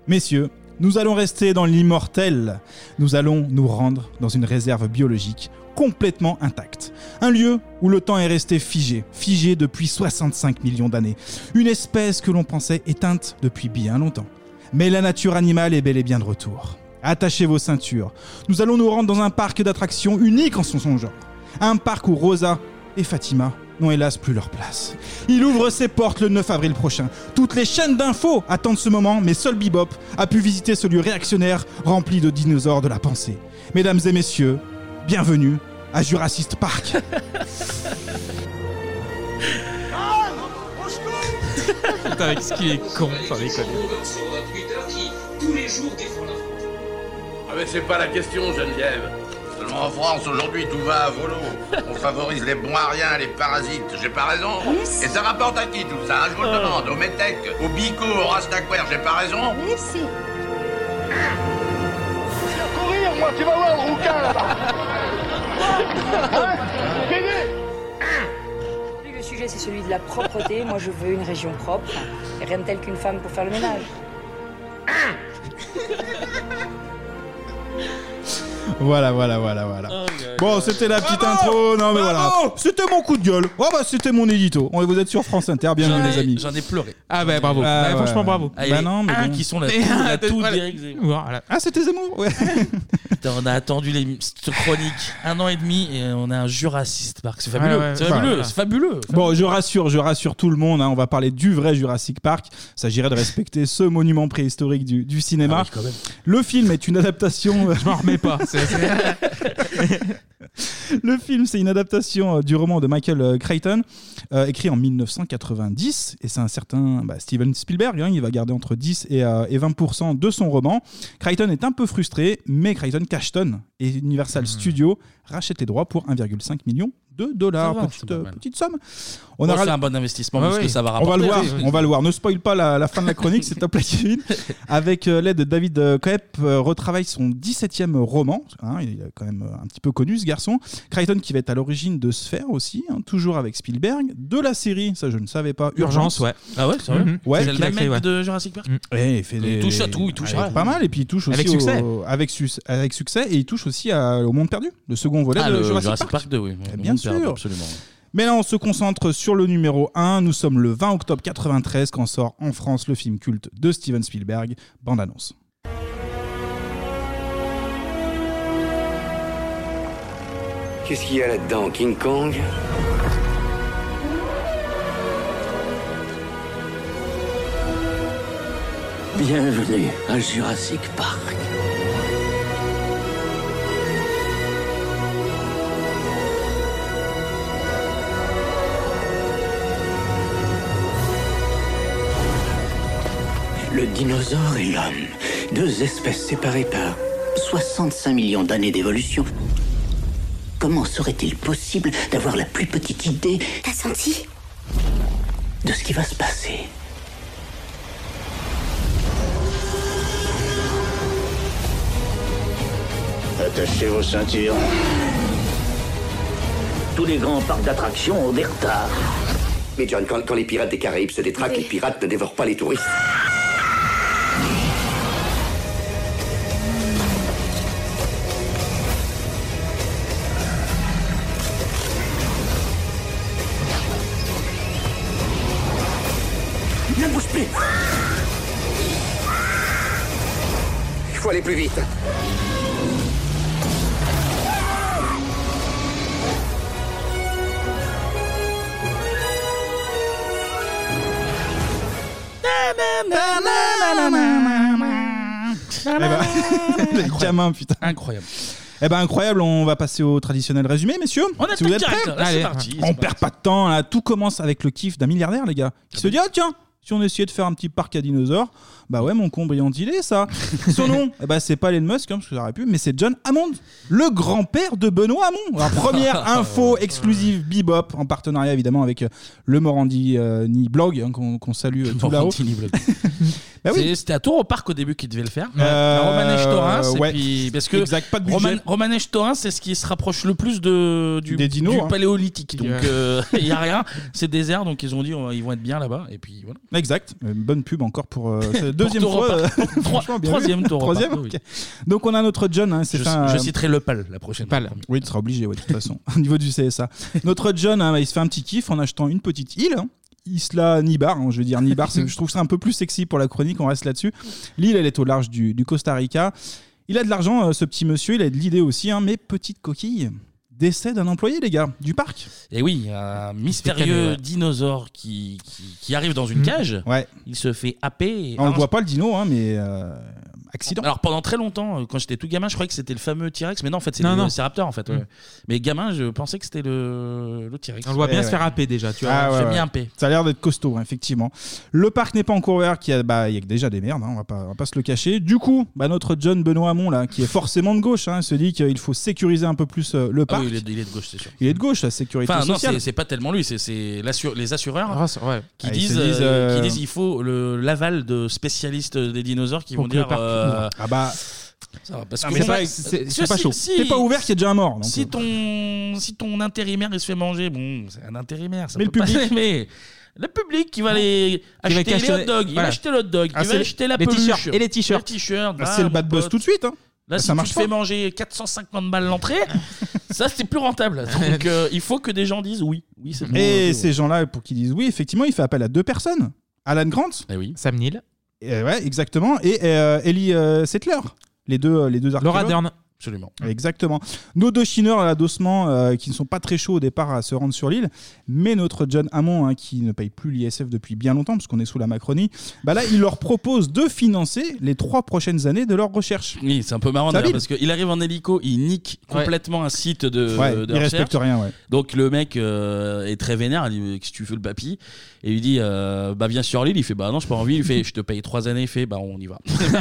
Messieurs, nous allons rester dans l'immortel. Nous allons nous rendre dans une réserve biologique complètement intacte. Un lieu où le temps est resté figé, figé depuis 65 millions d'années. Une espèce que l'on pensait éteinte depuis bien longtemps. Mais la nature animale est bel et bien de retour. Attachez vos ceintures. Nous allons nous rendre dans un parc d'attractions unique en son son genre. Un parc où Rosa et Fatima n'ont hélas plus leur place. Il ouvre ses portes le 9 avril prochain. Toutes les chaînes d'infos attendent ce moment, mais seul Bebop a pu visiter ce lieu réactionnaire rempli de dinosaures de la pensée. Mesdames et messieurs, bienvenue à Jurassic Park.
Putain, avec ce qu'il est con, sans déconner.
Sur un Twitter qui, tous les jours, défend la France.
Ah mais c'est pas la question Geneviève. Seulement en France aujourd'hui tout va à volo. On favorise les bons à rien, les parasites. J'ai pas raison. Et ça rapporte à qui tout ça hein Je vous le demande. Au Metec, au Bico, au Rastaquaire, j'ai pas raison.
Merci.
Courir, moi, tu vas voir le rouquin
Le sujet, c'est celui de la propreté. Moi, je veux une région propre. Et rien de tel qu'une femme pour faire le ménage.
voilà, voilà, voilà, voilà.
Oh
Bon, c'était la petite intro. Non, mais voilà. C'était mon coup de gueule. Oh, bah, c'était mon édito. On- Vous êtes sur France Inter, bienvenue,
J'en ai-
les amis.
J'en ai pleuré.
Ah ouais, bravo. Ah Ouais, ouais. franchement, bravo.
Ah, il y
Bah
a
non, mais
un
bon.
qui sont là.
Mais
tout-
un,
là,
deux,
tout
voilà.
Derek Zemmour.
Ah, c'était Zemmour Ouais.
Putain, on a attendu les, cette chronique un an et demi et on a un Jurassiste Park. C'est fabuleux.
Ouais, ouais,
c'est
enfin,
fabuleux.
voilà.
C'est fabuleux.
Bon, je rassure, je rassure tout le monde. hein, on va parler du vrai Jurassic Park. Il s'agirait de respecter ce monument préhistorique du, du cinéma. Le film est une adaptation. euh, je m'en remets pas. Le film, c'est une adaptation euh, du roman de Michael euh, Crichton, euh, écrit en 1990. Et c'est un certain bah, Steven Spielberg. hein, il va garder entre 10 et, euh, et 20% de son roman. Crichton est un peu frustré, mais Crichton Cashton et
Hmm.
Universal Studios rachètent les droits pour 1,5 million de dollars.
Ça va,
petite,
c'est pas
euh,
mal.
petite somme.
Bon,
aura-
c'est un bon investissement, parce que ça va
On va le voir.
rapporter. hein.
On va le voir. Ne spoil pas la, la fin de la chronique, s'il te plaît, Kevin. Avec euh, l'aide de David euh, Koepp, euh, retravaille son 17e roman. hein, il est quand même euh, un petit peu connu, ce garçon. Crichton, qui va être à l'origine de Sphere aussi, hein, toujours avec Spielberg. De la série, ça je ne savais pas.
Urgence, ouais.
Ah ouais, c'est vrai
Mhm. Ouais.
C'est le même mec de Jurassic Park
Ouais, Eh, il fait
Il
des-
touche à tout, il touche
Ouais,
à tout.
Pas mal, et puis il touche aussi
Avec succès.
au- avec, su- avec succès, et il touche aussi à- au Monde Perdu, le second volet
Ah,
de
le
Jurassic,
Jurassic
Park.
Park 2,
Eh
oui. Le
bien
Monde Perdu,
sûr.
absolument.
Mais là, on se concentre sur le numéro 1. Nous sommes le 20 octobre 93 quand sort en France le film culte de Steven Spielberg, bande annonce.
Qu'est-ce qu'il y a là-dedans King Kong
Bienvenue à Jurassic Park.
Le dinosaure et l'homme, deux espèces séparées par 65 millions d'années d'évolution. Comment serait-il possible d'avoir la plus petite idée T'as senti De ce qui va se passer.
Attachez vos ceintures. Tous les grands parcs d'attractions ont des retards.
Mais John, quand, quand les pirates des Caraïbes se détraquent, les pirates ne dévorent pas les touristes.
Ne bouge plus
Il
faut aller plus vite.
Eh ben, le gamin, putain.
Incroyable.
Eh ben incroyable, on va passer au traditionnel résumé, messieurs.
On attaque
si vous êtes
direct,
prêts.
là, c'est parti,
On
c'est
perd pas de temps. là. Tout commence avec le kiff d'un milliardaire, les gars, qui se dit ah tiens, si on essayait de faire un petit parc à dinosaures, bah ouais, mon con brillant, il est ça. Son nom, eh ben c'est pas Elon Musk, hein, parce que j'aurais pu, mais c'est John Hammond, le grand-père de Benoît Hamon. Alors, première info exclusive Bebop en partenariat évidemment avec euh, le Morandi euh, ni blog hein, qu'on qu'on salue euh, tout là-haut.
Morandini Blog.
Bah oui.
C'est- C'était à Tour au Parc au début qui devait le faire.
Euh,
Romanèche Torrens.
ouais.
Et puis, parce que
Exact, pas de budget.
Roman- Romanèche Torrens, c'est ce qui se rapproche le plus de, du,
Des dinos,
du
hein.
paléolithique. Donc
Ouais.
euh, il n'y a rien. C'est désert, donc ils ont dit on- ils vont être bien là-bas. Et puis voilà.
Exact. Euh, Bonne pub encore pour euh, c'est la
Pour
deuxième
Tour
fois.
Europa.
euh,
Pour trois-
franchement, bien
troisième
vu.
Tour Europa,
Troisième.
oui.
ok. Donc on a notre John. hein, c'est
Je-
un-
je citerai le PAL la prochaine
Pal. Oui, tu seras obligé, ouais, de toute façon. Au niveau du CSA, notre John, hein, il se fait un petit kiff en achetant une petite île. hein. Isla Nibar, hein, je veux dire Nibar, c'est- je trouve ça un peu plus sexy pour la chronique, on reste là-dessus. L'île, elle est au large du, du Costa Rica. Il a de l'argent, euh, ce petit monsieur, il a de l'idée aussi, hein, mais petite coquille, décès d'un employé, les gars, du parc.
Et oui, un
cané,
mystérieux
ouais.
dinosaure qui, qui, qui arrive dans une
Mm.
cage.
Ouais.
Il se fait happer. et
On ne
un-
voit pas le dino, hein, mais euh, accident.
Alors pendant très longtemps, euh, quand j'étais tout gamin, je croyais que c'était le fameux T-Rex, mais non, en fait, c'est
Non,
le
non.
c'est Raptor en fait. ouais.
Mm.
Mais gamin, je pensais que c'était le, le T-Rex.
On le voit bien Eh Ouais, se faire ouais. happer,
déjà,
Ah ouais,
J'ai
ouais.
bien happer.
Ça a l'air d'être costaud, hein, effectivement. Le parc n'est pas en coureur, qui a, bah, il y a que déjà des merdes, hein, on, va pas, on va pas se le cacher. Du coup, bah, notre John Benoît Hamon, là, qui est forcément de gauche, hein, se dit qu'il faut sécuriser un peu plus euh, le
Ah
parc.
oui, il est, il est de gauche, c'est sûr.
Il est de gauche, la sécurité
Enfin, non,
sociale.
c'est c'est pas tellement lui, c'est- c'est l'assure- les assureurs qui,
Ah, ils se
disent,
disent,
euh,
euh,
qui disent il faut le- l'aval de spécialistes des dinosaures qui
Pour
vont
que le
dire. euh,
parc ouvre. Ah bah.
ça va, parce
Ah,
que
mais
moi,
c'est- c'est c'est pas
si-
chaud.
si-
T'es pas ouvert, qu'il y a déjà un mort. donc,
si
euh,
ton si ton intérimaire il se fait manger, bon, c'est un intérimaire, ça
Mais
mais
le
peut le
public-
pas. Mais le public qui va aller
Qui va
acheter
acheter-
les hot dogs, il va
voilà.
acheter le hot dog,
Ah,
il
c'est
va
les-
acheter la
les
peluche,
t-shirts et les
t-shirts, t-shirts.
Ah,
bah,
c'est le
mon
bad buzz
pote.
tout de suite. hein.
Là,
Ah,
si
ça
tu
marche
te
pas.
fais manger 450 balles l'entrée, ça c'est plus rentable. Donc euh, il faut que des gens disent oui, oui c'est bon.
Et
Ouais.
ces gens-là, pour qu'ils disent oui, effectivement, il fait appel à deux personnes. Alan Grant.
Eh
Sam Neill.
ouais, exactement. Et euh, Ellie euh, Settler. Les deux, euh, les deux
Laura
archéologues.
Dern.
Absolument.
Exactement. Nos deux chineurs, là, d'ossement, euh, qui ne sont pas très chauds au départ à se rendre sur l'île, mais notre John Hammond, hein, qui ne paye plus l'ISF depuis bien longtemps, parce qu'on est sous la Macronie, bah là, il leur propose de financer les trois prochaines années de leur recherche.
Oui, c'est un peu marrant
Ça
d'ailleurs
bide.
parce qu'il arrive en hélico, il nique
Ouais.
complètement un site de.
Ouais,
de
il respecte
recherche.
rien, ouais.
Donc le mec euh, est très vénère, il dit Qu'est-ce que tu veux le papy Et il dit euh, Bah viens sur l'île, il fait Bah non, j'ai pas envie, il fait Je te paye trois années, il fait Bah on y va.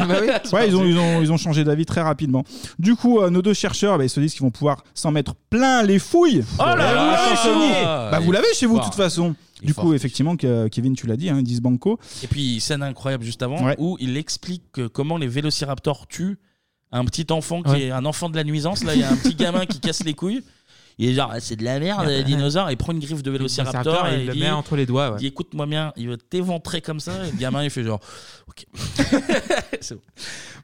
Bah ouais, ils ont, ils, ont, ils ont changé d'avis très rapidement. Du coup, euh, nos deux chercheurs, bah, ils se disent qu'ils vont pouvoir s'en mettre plein les fouilles.
Oh
Bah,
là là
vous l'avez
là
chez vous.
là
Bah, vous
Il
l'avez
est
chez vous, de
fort.
toute façon. Du coup, effectivement, que- Kevin, tu l'as dit, hein, ils disent banco.
Et puis scène incroyable juste avant
Ouais.
où il explique que comment les vélociraptors tuent un petit enfant qui
Ouais.
est un enfant de la nuisance. Là, il y a un petit gamin qui casse les couilles. Il est genre, Ah, c'est de la merde, les dinosaures. Il prend une griffe de vélociraptor
vélociraptor,
et
il le
dit-
met entre les doigts, ouais.
Il dit, écoute-moi bien, il va t'éventrer comme ça. Et le gamin, il fait genre, ok. C'est bon.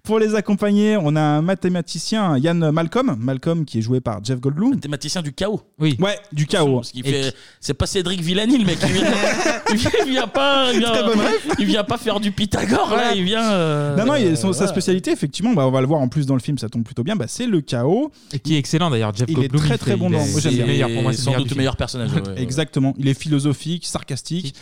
Pour les accompagner, on a un mathématicien, Yann Malcolm, Malcolm qui est joué par Jeff Goldblum.
Mathématicien du chaos.
Oui.
Ouais, du chaos.
Parce qu'il fait- C'est pas Cédric Villani, le mec. Il vient, il vient- il vient pas, il vient, il vient pas faire du Pythagore. Là,
Voilà.
il vient. euh,
Non, non, il- son- sa
voilà.
spécialité, effectivement, bah, on va le voir en plus dans le film, ça tombe plutôt bien, bah, c'est le chaos.
Et qui est excellent d'ailleurs, Jeff
Il
Goldblum.
est très
il
très
fait-
bon
il
dans.
est-
Moi, j'aime
c'est
bien.
le meilleur pour moi, c'est le
sans
meilleur
doute
du
le
film.
meilleur personnage. ouais, ouais, ouais.
Exactement, il est philosophique, sarcastique.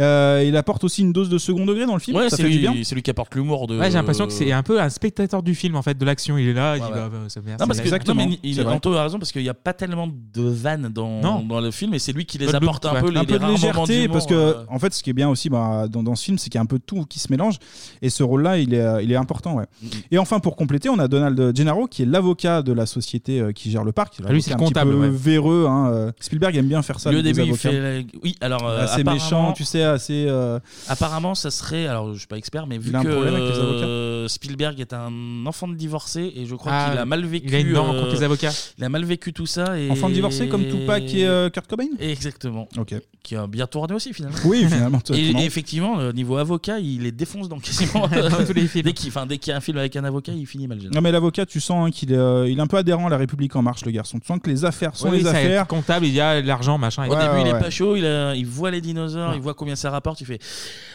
Euh, il apporte aussi une dose de second degré dans le film.
Ouais,
ça
c'est
fait du bien.
lui, c'est lui qui apporte l'humour de.
Ouais, j'ai l'impression que c'est un peu un spectateur du film en fait, de l'action. Il est là, il dit
Ouais,
bah,
ouais.
bah, ça merde.
Non,
ça
parce
merde.
que, non, mais il, Anto a raison parce qu'il n'y a pas tellement de vannes dans,
Non.
dans le film et c'est lui qui les
Pas de
apporte
look,
un peu
ouais.
les,
un peu
les
de
rares moments
légèreté
d'humour,
parce que
euh,
en fait ce qui est bien aussi bah, dans, dans ce film c'est qu'il y a un peu tout qui se mélange et ce rôle là il est, euh, il est important ouais.
Mm-hmm.
et enfin pour compléter on a Donald Gennaro qui est l'avocat de la société euh, qui gère le parc
Ah, lui,
L'avocat
c'est le
un petit
comptable,
peu
ouais.
véreux hein, euh, Spielberg aime bien faire ça
Lui, au
avec des
début, il
avocats.
fait la- oui, alors, euh,
assez
apparemment-
méchant tu sais assez euh,
apparemment ça serait alors je suis pas expert mais vu
Il a un
que
problème avec les
euh, Spielberg est un enfant de divorcé et je crois
Ah,
qu'il a mal vécu euh,
il a une dent contre les avocats.
il a mal vécu tout ça et...
Enfant de divorcé comme Tupac et, euh, Kurt Cobain
exactement
ok
qui a bien tourné aussi finalement
Oui, finalement, tout-
et,
tout le monde.
et effectivement euh, niveau avocat il les défonce dans quasiment
Dans tous les films.
dès qu'il enfin, dès qu'il y a un film avec un avocat il finit mal gêné.
non mais l'avocat tu sens hein, qu'il est, euh, il est un peu adhérent à la République en marche le garçon tu sens que les affaires sont
Oui,
les
ça,
affaires
comptable, il y a l'argent, machin.
Au
et-
début,
ouais,
il est
ouais.
pas chaud, il, a- il voit les
Ah
dinosaures, il voit combien ça rapporte, il fait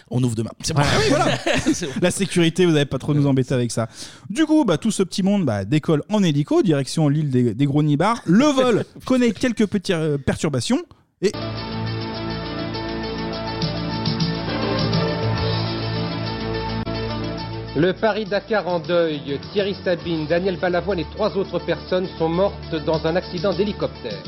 on ouvre demain. C'est bon.
La sécurité, vous n'allez pas trop nous nous embêter avec ça. Du coup, bah, tout ce petit monde bah, décolle en hélico, direction l'île des, des gros nibards. Le vol connaît quelques petites euh, perturbations. Et
Le Paris-Dakar en deuil, Thierry Sabine, Daniel Balavoine et trois autres personnes sont mortes dans un accident d'hélicoptère.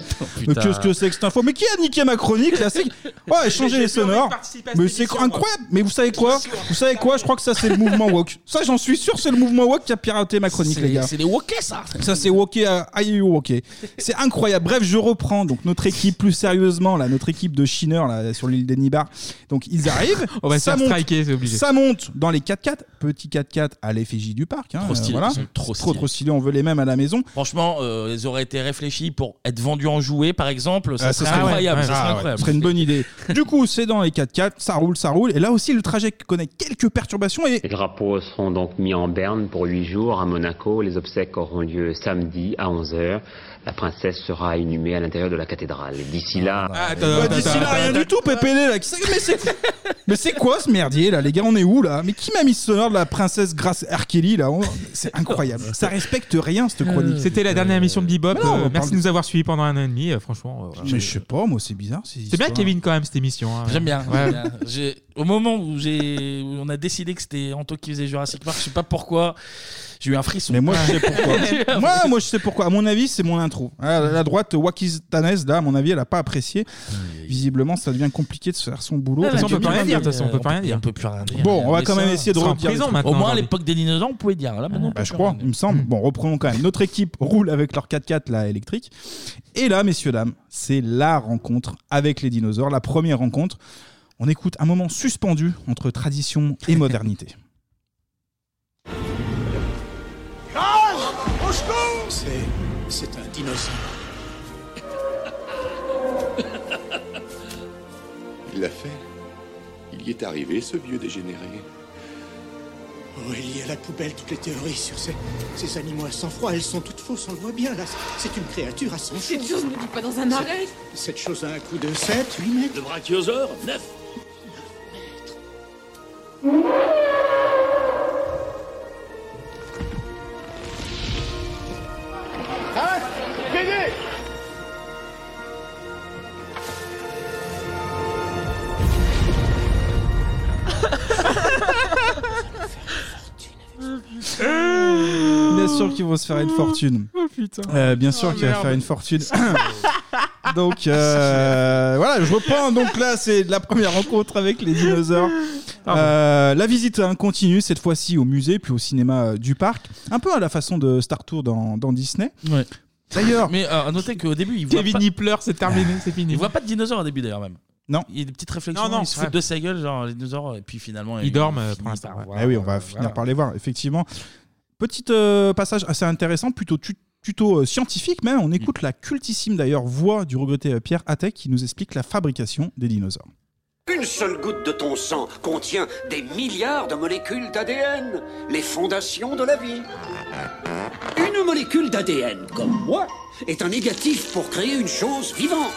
mais qu'est-ce que c'est que cette info Mais qui a niqué ma chronique là C'est- Ouais, changer
J'ai
les
plus envie de
sonores.
participer à
Mais
cette
c'est
émission,
incroyable. Mais vous savez quoi Vous savez quoi Je crois que ça c'est le mouvement woke. Ça, j'en suis sûr, c'est le mouvement woke qui a piraté ma chronique, les gars.
C'est les wokés, ça
Ça c'est ok, aïe ok. C'est incroyable. Bref, je reprends donc notre équipe plus sérieusement là, notre équipe de chineurs là sur l'île des Nibar. Donc ils arrivent.
On va se
ça
faire
monte,
striker, c'est obligé.
Ça monte dans les 4x4, petit 4x4 à l'effigie du parc. hein,
Trop stylé,
voilà.
ils sont trop
trop
stylés.
stylés. On veut les mêmes à la maison.
Franchement, euh, ils auraient été réfléchis pour être vendus en jouets, par exemple. Euh, Ça
Ah,
serait incroyable. ça serait incroyable.
Ce serait une bonne idée. Du coup, c'est dans les 4x4, ça roule, ça roule. Et là aussi, le trajet connaît quelques perturbations et
Les drapeaux seront donc mis en berne pour huit jours à Monaco. Les obsèques auront lieu samedi à 11h. La princesse sera inhumée à l'intérieur de la cathédrale. Et D'ici là...
Bah, D'ici là, rien du tout, PPD. Là. Qui c'est- Mais c'est mais c'est quoi ce merdier là Les gars, on est où là Mais qui m'a mis ce sonore de la princesse Grace Arkeli là On- C'est incroyable. Ça respecte rien cette chronique.
Euh, C'était la dernière émission de Bebop.
Mais non, on
Euh,
parle
merci
de-
de nous avoir suivis pendant un an et demi. euh, franchement, euh,
Mais je sais pas, moi c'est bizarre.
c'est bien Kevin quand même cette émission. hein.
J'aime bien.
Ouais.
j'aime bien. J'ai- Au moment où, j'ai- où on a décidé que c'était Anto qui faisait Jurassic Park, je sais pas pourquoi, j'ai eu un frisson.
Mais moi, je sais pourquoi.
J'ai eu un
moi, moi, je sais pourquoi. À mon avis, c'est mon intro. À la droite, Wakis Tanes, là, à mon avis, elle a pas apprécié. Visiblement, ça devient compliqué de se faire son boulot.
Ouais,
Parce
mais
que-
on peut rien dire, de toute façon, on peut
On
pas rien dire.
Bon, on va quand même essayer de
en
redire.
prison maintenant. Au moins à l'époque des dinosaures, on pouvait dire. Là, maintenant, on peut
Bah, je
plus
crois,
rien dire.
il me semble. Bon, reprenons quand même. Notre équipe roule avec leur 4x4 là, électrique. Et là, messieurs, dames, c'est la rencontre avec les dinosaures, la première rencontre. On écoute un moment suspendu entre tradition et modernité.
Au secours C'est. C'est un dinosaure.
Il l'a fait. Il y est arrivé, ce vieux dégénéré.
Oh, il y a la poubelle toutes les théories sur ces, ces animaux à sang froid. Elles sont toutes fausses, on le voit bien là. C'est une créature à sang froid.
Cette chose ne vit pas dans un arrêt.
Cette chose a un coup de 7, 8 mètres. Le brachiosaure, 9.
Hein Gagné
Bien sûr qu'ils vont se faire une fortune.
Oh, putain.
Euh, bien sûr
Oh,
qu'il va
merde.
faire une fortune. donc euh, voilà, je reprends. Donc là, c'est la première rencontre avec les dinosaures.
Ah
Euh, la visite hein, continue cette fois-ci au musée puis au cinéma euh, du parc, un peu à la façon de Star Tour dans, dans Disney. D'ailleurs,
Mais euh, à noter qu'au début, il voit.
Kevin,
pas...
il
pleure, c'est terminé, c'est fini.
Il voit pas de dinosaures au début d'ailleurs, même.
Non.
Il y a des petites réflexions,
Non, non,
il se
ouais.
fout de sa gueule, genre les dinosaures, et puis finalement.
Ils dorment, euh,
finit
pour l'instant,
par
ouais.
voir,
Eh oui, on va
euh,
finir
voilà.
par les voir, effectivement. Petit euh, passage assez intéressant, plutôt tu- tuto euh, scientifique même. On écoute la cultissime d'ailleurs voix du regretté euh, Pierre Attec qui nous explique la fabrication des dinosaures.
Une seule goutte de ton sang contient des milliards de molécules d'ADN, les fondations de la vie. Une molécule d'ADN, comme moi, est un négatif pour créer une chose vivante.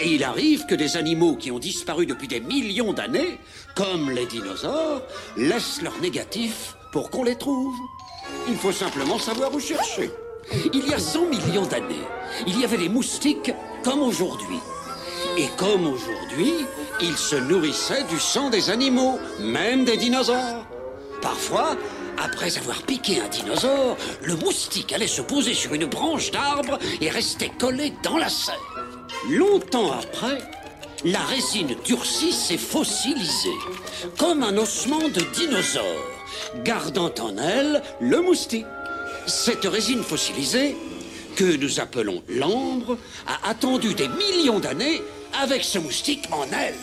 Et il arrive que des animaux qui ont disparu depuis des millions d'années, comme les dinosaures, laissent leur négatif pour qu'on les trouve. Il faut simplement savoir où chercher. Il y a 100 millions d'années, il y avait les moustiques comme aujourd'hui. Et comme aujourd'hui, ils se nourrissaient du sang des animaux, même des dinosaures. Parfois, après avoir piqué un dinosaure, le moustique allait se poser sur une branche d'arbre et restait collé dans la serre. Longtemps après, la résine durcie s'est fossilisée, comme un ossement de dinosaure, gardant en elle le moustique. Cette résine fossilisée, que nous appelons l'ambre, a attendu des millions d'années avec ce moustique en elle,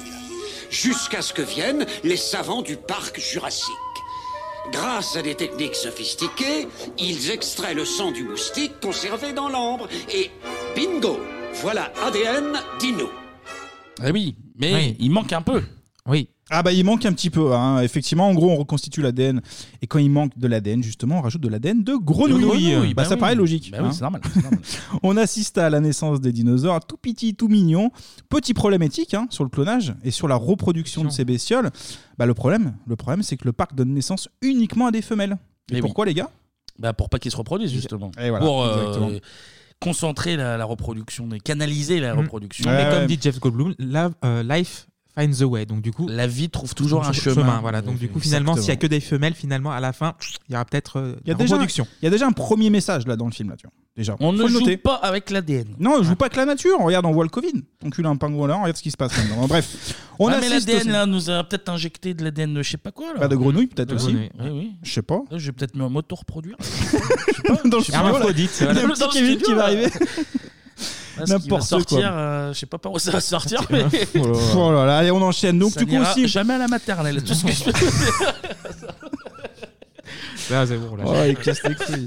jusqu'à ce que viennent les savants du parc jurassique. Grâce à des techniques sophistiquées, ils extraient le sang du moustique conservé dans l'ambre et bingo, voilà ADN dino.
Eh oui, mais il manque un peu.
Oui.
Ah bah il manque un petit peu, hein. effectivement. En gros, on reconstitue l'ADN et quand il manque de l'ADN, justement, on rajoute de l'ADN de grenouille.
Grenouille,
bah,
oui, bah
ça
oui.
paraît logique. hein.
Bah oui, c'est normal,
on assiste à la naissance des dinosaures, tout petit, tout mignon. Petit problème éthique hein, sur le clonage et sur la reproduction de ces bestioles. Bah, le problème, le problème, c'est que le parc donne naissance uniquement à des femelles. Et pourquoi, les gars
Eh bah Pour pas qu'ils se reproduisent, justement.
Et voilà,
pour euh,
exactement.
concentrer la, la reproduction, et canaliser
Mmh.
la reproduction.
Mm. Mais comme dit Jeff Goldblum, la- euh, life finds a way. Donc du coup,
la vie trouve toujours un chemin.
voilà. Donc du coup,
Exactement.
finalement, s'il y a que des femelles, finalement, à la fin, il y aura peut-être euh,
Il y, a
la
déjà,
reproduction.
il y a déjà un premier message là dans le film. Là, tu vois. Déjà,
On
Faut
ne
le
joue Ah.
noter.
pas avec l'ADN.
Non, on joue pas que la nature. Regarde, on voit le Covid. On cule un pingouin là, on regarde ce qui se passe maintenant. Bref, on
ah,
a
mais l'ADN, là, nous a peut-être injecté de l'ADN de je sais pas quoi. Là.
Bah, de grenouille, peut-être
De
aussi.
grenouille, Oui, oui.
Je sais pas.
Là, Je vais peut-être m'auto-reproduire.
Dans le studio, là. Il y a un petit Kevin qui va arriver.
N'importe
N'importe
quoi.
quoi. Eh
sortir, euh, je sais pas par où ça va sortir, mais.
Oh là là, allez, on enchaîne. Donc,
Ça
du coup,
n'ira
aussi.
jamais à la maternelle. Tout ce que je
Là, c'est bon, là.
Oh, il casse les couilles.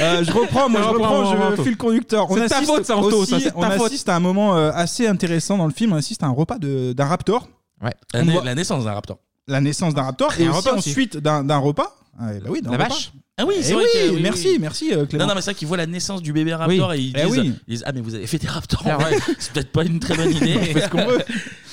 Euh, je reprends, moi je
Ça reprend,
reprends,
on
je
reprend.
fais le conducteur. On
C'est ta
assiste
faute, ça, Anto,
aussi,
ça, c'est
on
ta faute.
assiste à un moment euh, assez intéressant dans le film, on assiste à un repas de- d'un raptor.
Ouais.
On
La, na-
voit-
la naissance d'un raptor.
la naissance d'un raptor
Et
et
un
aussi
repas aussi.
ensuite d'un d'un repas. Ah, bah oui, d'un
La
repas.
vache. Ah oui, c'est
Eh
vrai
oui,
que- oui,
merci,
oui.
merci euh, Clément.
Non, non, mais c'est vrai qu'ils voient la naissance du bébé raptor
Oui.
et ils
Eh
disent,
oui.
ils disent, Ah, mais vous avez fait des raptors.
Ah ouais.
c'est peut-être pas une très bonne idée.
On fait ce qu'on veut.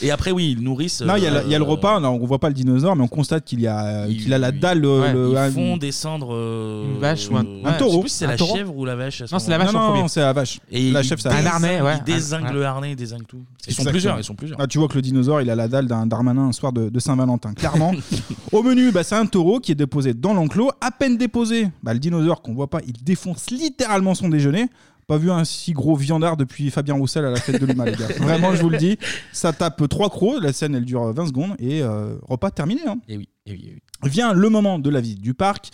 Et après, oui, ils nourrissent.
Non, il y, a le- il y a le
euh,
repas, on on voit pas le dinosaure, mais on constate qu'il y a, euh, qu'il a la dalle. le- le- hein,
ils
un-
font descendre euh,
Une vache ou un-
euh,
un
ouais, Je sais
taureau.
plus si c'est
Un
la
taureau
chèvre ou la vache. à ce
Non, c'est la
moment-là.
vache en Non, non, premier. c'est la vache.
Et
La
ils
chèvre, c'est la vache. Un
désinguent-
harnais, ouais.
Ils désinguent
Un-
le harnais, ils désinguent tout. Ils sont
Exactement.
plusieurs, ils sont plusieurs.
Ah, tu vois que le dinosaure, il a la dalle d'un Darmanin un soir de, de Saint-Valentin, clairement. Au menu, bah, c'est un taureau qui est déposé dans l'enclos. À peine déposé, bah, le dinosaure qu'on voit pas, il défonce littéralement son déjeuner. Pas vu un si gros viandard depuis Fabien Roussel à la fête de l'humain, les gars. Vraiment, je vous le dis, ça tape trois crocs. La scène, elle dure 20 secondes et euh, repas terminé. hein.
Et Eh oui, et oui, et oui.
Vient le moment de la visite du parc.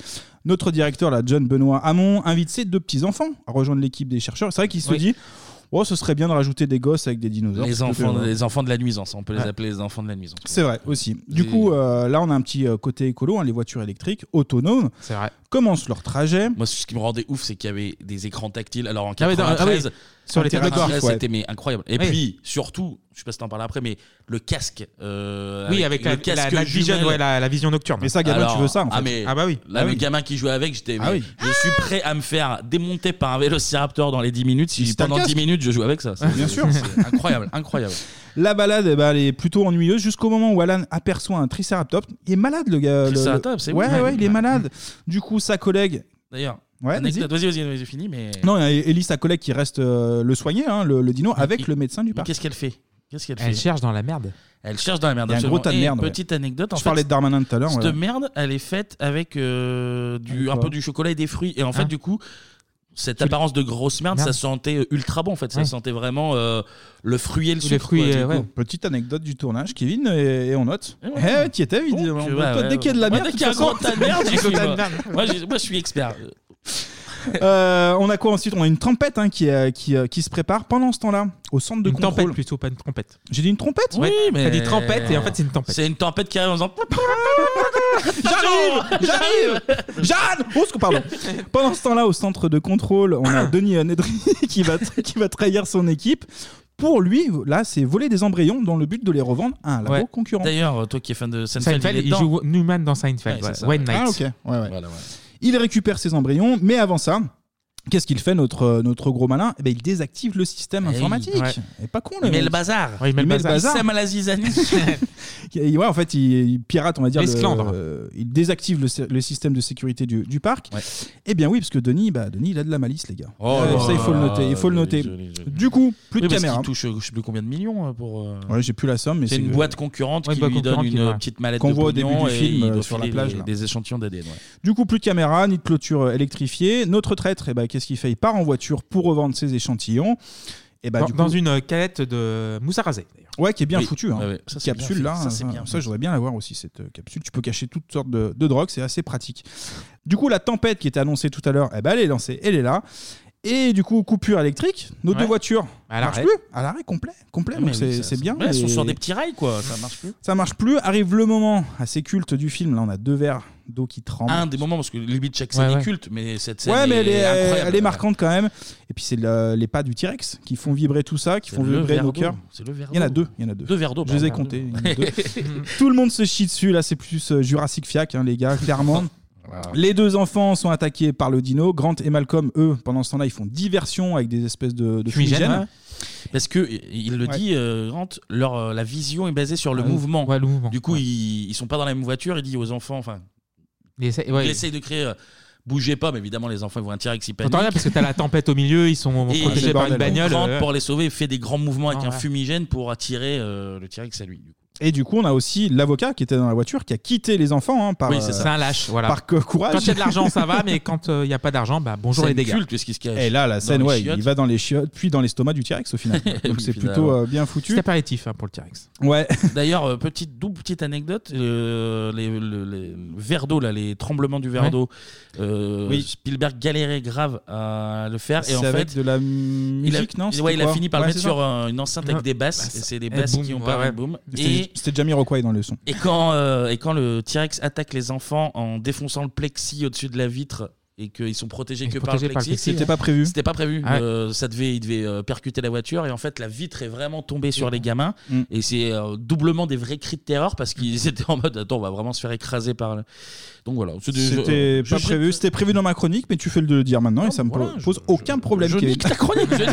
Notre directeur, là, John Benoît Hamon, invite ses deux petits-enfants à rejoindre l'équipe des chercheurs. C'est vrai qu'il se
Oui.
dit Oh, ce serait bien de rajouter des gosses avec des dinosaures.
Les
C'est
enfants,
plutôt-
les enfants de la nuisance, on peut les
Ouais.
appeler les enfants de la nuisance.
C'est vrai aussi. Du coup, euh, là, on a un petit euh, côté écolo hein, les voitures électriques autonomes
C'est vrai.
commencent leur trajet.
Moi, ce qui me rendait ouf, c'est qu'il y avait des écrans tactiles. Alors en
Ah oui, dans- ah oui,
93,
sur les
93,
tableurs, ouais.
c'était mais incroyable. Et
Ah
Oui.
puis surtout, je sais pas si t'en parles après, mais le casque. euh,
Oui, avec la-
le casque
la- la vision,
jumelle.
ouais, la- la vision nocturne. Mais ça, gamin, tu veux ça, en
ah
fait.
mais
Ah bah oui.
Là,
Ah
le
oui.
gamin qui jouait avec, j'étais.
Ah
mais
oui.
Je suis prêt à me faire démonter par un vélociraptor dans les 10 minutes si
Si t'as le
pendant 10
casque.
minutes je joue avec ça. C'est-
Bien sûr.
c'est incroyable, incroyable.
La balade, eh ben, elle est plutôt ennuyeuse jusqu'au moment où Alan aperçoit un tricératops. Il est malade, le gars. le- le-
Triceratops, c'est
Ouais,
ouf.
ouais, il est malade. Du coup, sa collègue.
D'ailleurs.
Ouais,
anecdote. Vas-y, vas-y, vas-y, fini, mais.
Non, il y a Ellie, sa collègue, qui reste euh, le soigner, hein, le, le dino, avec le médecin du
Mais
parc.
qu'est-ce qu'elle fait Qu'est-ce qu'elle fait
Elle cherche dans la merde.
Elle cherche dans la merde.
Il y a un
absolument.
gros tas de
Et
merde,
Petite
ouais.
anecdate. En
Je
fait,
parlais de Darmanin tout à l'heure,
Cette
ouais.
merde, elle est faite avec euh, du,
Avec
un
quoi
peu du chocolat et des fruits. Et en fait,
Hein
du coup. Cette apparence de grosse merde,
Merde.
ça sentait euh, ultra bon en fait. Ça
Ouais.
sentait vraiment euh, le fruit et le sucre. quoi,
euh,
du coup.
Petite anecdate du tournage, Kevin, et, et on note. Eh, tu y étais, évidemment.
Oh, Tu vois,
Toi,
ouais,
dès qu'il y a de la
moi,
merde,
dès
de
qu'il y a un
toute façon,
gros tas de merde,
un
j'y
gros
suis,
tas de
moi.
merde.
Moi, j'ai- moi, je suis expert.
Euh, on a quoi ensuite On a une trompette hein, qui, euh, qui, euh, qui se prépare pendant ce temps-là au centre de
Une
contrôle.
tempête plutôt, pas une trompette.
J'ai dit une trompette
Oui, mais.
T'as dit trompette et en fait, c'est une tempête.
C'est une tempête qui arrive en faisant.
J'arrive J'arrive Jeanne Oh, ce- pardon. Pendant ce temps-là, au centre de contrôle, on a Denis Nedry qui va, qui va trahir son équipe. Pour lui, là, c'est voler des embryons dans le but de les revendre à un labo
Ouais.
concurrent.
D'ailleurs, toi qui es fan de Seinfeld,
Seinfeld,
il est
il
dedans.
joue Newman dans Seinfeld.
Ouais,
ouais.
c'est ça.
Wayne Knight.
Ah, ok. Ouais, ouais. Il récupère ses embryons, mais avant ça, qu'est-ce qu'il fait, notre, notre gros malin Eh ben, Il désactive le système
Eh oui.
informatique.
Ouais.
Et pas con,
Il met
mec.
le bazar.
il met le bazar.
Il sème à la zizanie.
Et ouais, en fait, il, il pirate, on va dire. le-
L'esclandre.
euh, il désactive le, sé- le système de sécurité du, du parc. Eh bien, oui, parce que Denis, bah, Denis, il a de la malice, les gars.
Oh
Euh,
là
ça, il faut
là
le noter. Il faut le
là,
noter.
joli, joli.
Du coup, plus
Oui,
de
parce
caméra.
qu'il touche, euh, je sais plus combien de millions euh, pour. euh,
Ouais, j'ai plus la somme, mais
c'est une
que-
boîte concurrente
Ouais,
qui
boîte
lui donne
concurrente qui-
une euh,
ouais.
petite mallette
Qu'on
de
voit au début
pognon
du
et
film,
il
euh,
doit
sur la
filer
plage,
des-
là.
Des échantillons d'ADN. ouais.
Du coup, plus de caméra, ni de clôture euh, électrifiée. Notre traître, eh ben, qu'est-ce qu'il fait Il part en voiture pour revendre ses échantillons. Et ben,
Dans-
du coup-
Dans une calette de mousse à raser. d'ailleurs.
Ouais, qui est bien
Oui.
foutu. Hein.
Ouais, ouais, ça, c'est
capsule
bien
là,
fait. Ça,
ça,
c'est bien
ça, j'aurais bien la voir aussi cette euh, capsule. Tu peux cacher toutes sortes de, de drogues, c'est assez pratique. Du coup, la tempête qui était annoncée tout à l'heure, eh ben, elle est lancée, elle est là. Et du coup, coupure électrique, nos
Ouais. Bah,
deux voitures
À
marchent
l'arrêt.
plus, à l'arrêt complet, complet.
Ah,
donc
mais oui,
c'est
ça-
c'est
ça-
bien.
Ouais, Elles sont
Et-
sur des petits rails, quoi. Ça marche plus.
Ça marche plus. Arrive le moment assez culte du film. Là, on a deux verres d'eau qui tremblent.
Un des moments, parce que limite chaque scène
Ouais,
est
ouais.
culte, mais cette scène
Ouais, mais elle est,
incroyable.
elle est marquante quand même. Et puis c'est le- les pas du T-Rex qui font vibrer tout ça, qui
C'est
font
le
vibrer
verre
nos
d'eau.
cœurs.
C'est le verre
Il y en a
d'eau.
deux. Il y en a deux.
Deux verres d'eau,
Je les ai
pardon.
comptés. il y en a deux. tout le monde se chie dessus. Là, c'est plus euh, Jurassic Fiac, hein, les gars, clairement. Les deux enfants sont attaqués par le dino. Grant et Malcolm, eux, pendant ce temps-là, ils font diversion avec des espèces de, de
Fumigène,
fumigènes.
ouais. Parce que il le
Ouais.
dit, euh, Grant, leur euh, la vision est basée sur le,
Ouais,
mouvement.
ouais, le mouvement.
Du coup, ils, ils sont pas dans la même voiture. Il dit aux enfants, enfin,
Il essaie-
il
ouais,
essaye de créer. euh, Bougez pas, mais évidemment, les enfants ils voient un T-Rex, ils paniquent.
T'entends rien parce que t'as la tempête au milieu, ils sont
Et
protégés par une
on
bagnole.
rentre
euh,
pour les sauver, il fait des grands mouvements avec
Ah,
un
ouais.
fumigène pour attirer euh, le T-Rex à lui. du coup.
Et du coup, on a aussi l'avocat qui était dans la voiture, qui a quitté les enfants hein, par,
Oui, c'est ça.
euh,
C'est un lâche, voilà.
par euh, courage.
Quand il y a de l'argent, ça va, mais quand euh, il n'y a pas d'argent, bah, bonjour
C'est
les
une
dégâts.
culte,
qu'est-ce
Et là, la scène, ouais, il va dans les chiottes, puis dans l'estomac du T-Rex au final. Donc c'est plutôt euh, bien foutu.
C'est apéritif hein, pour le T-Rex.
Ouais.
D'ailleurs, euh, petite double petite anecdote, euh, les, le- les verres d'eau, là, les tremblements du verre
Ouais.
d'eau, euh,
Oui.
Spielberg galérait grave à le faire. Et
C'est
en
avec
fait,
de la
il a,
musique, non
ouais,
C'était
il a
quoi
fini par
Ouais,
le mettre
c'est ça.
sur un- une enceinte avec des basses.
Ouais,
et c'est des
et
basses qui
boum,
ont
ouais,
pas
ouais.
boum.
C'était-
Et,
C'était Jamie Rockway dans le son.
et quand, euh, et quand le T-Rex attaque les enfants en défonçant le plexi au-dessus de la vitre et qu'ils sont protégés que par le
protégés par le
plexi,
plexi, C'était ouais. pas prévu.
C'était pas prévu.
Ah ouais.
Euh, ça devait, il devait euh, percuter la voiture et en fait la vitre est vraiment tombée sur les gamins
Mm.
et c'est euh, doublement des vrais cris de terreur parce qu'ils étaient en mode attends on va vraiment se faire écraser par. Le... Donc voilà. C'est des-
C'était
euh, je
pas
jette-
prévu. C'était prévu dans ma chronique, mais tu fais le dire maintenant et ça me po- pose aucun problème. Kevin.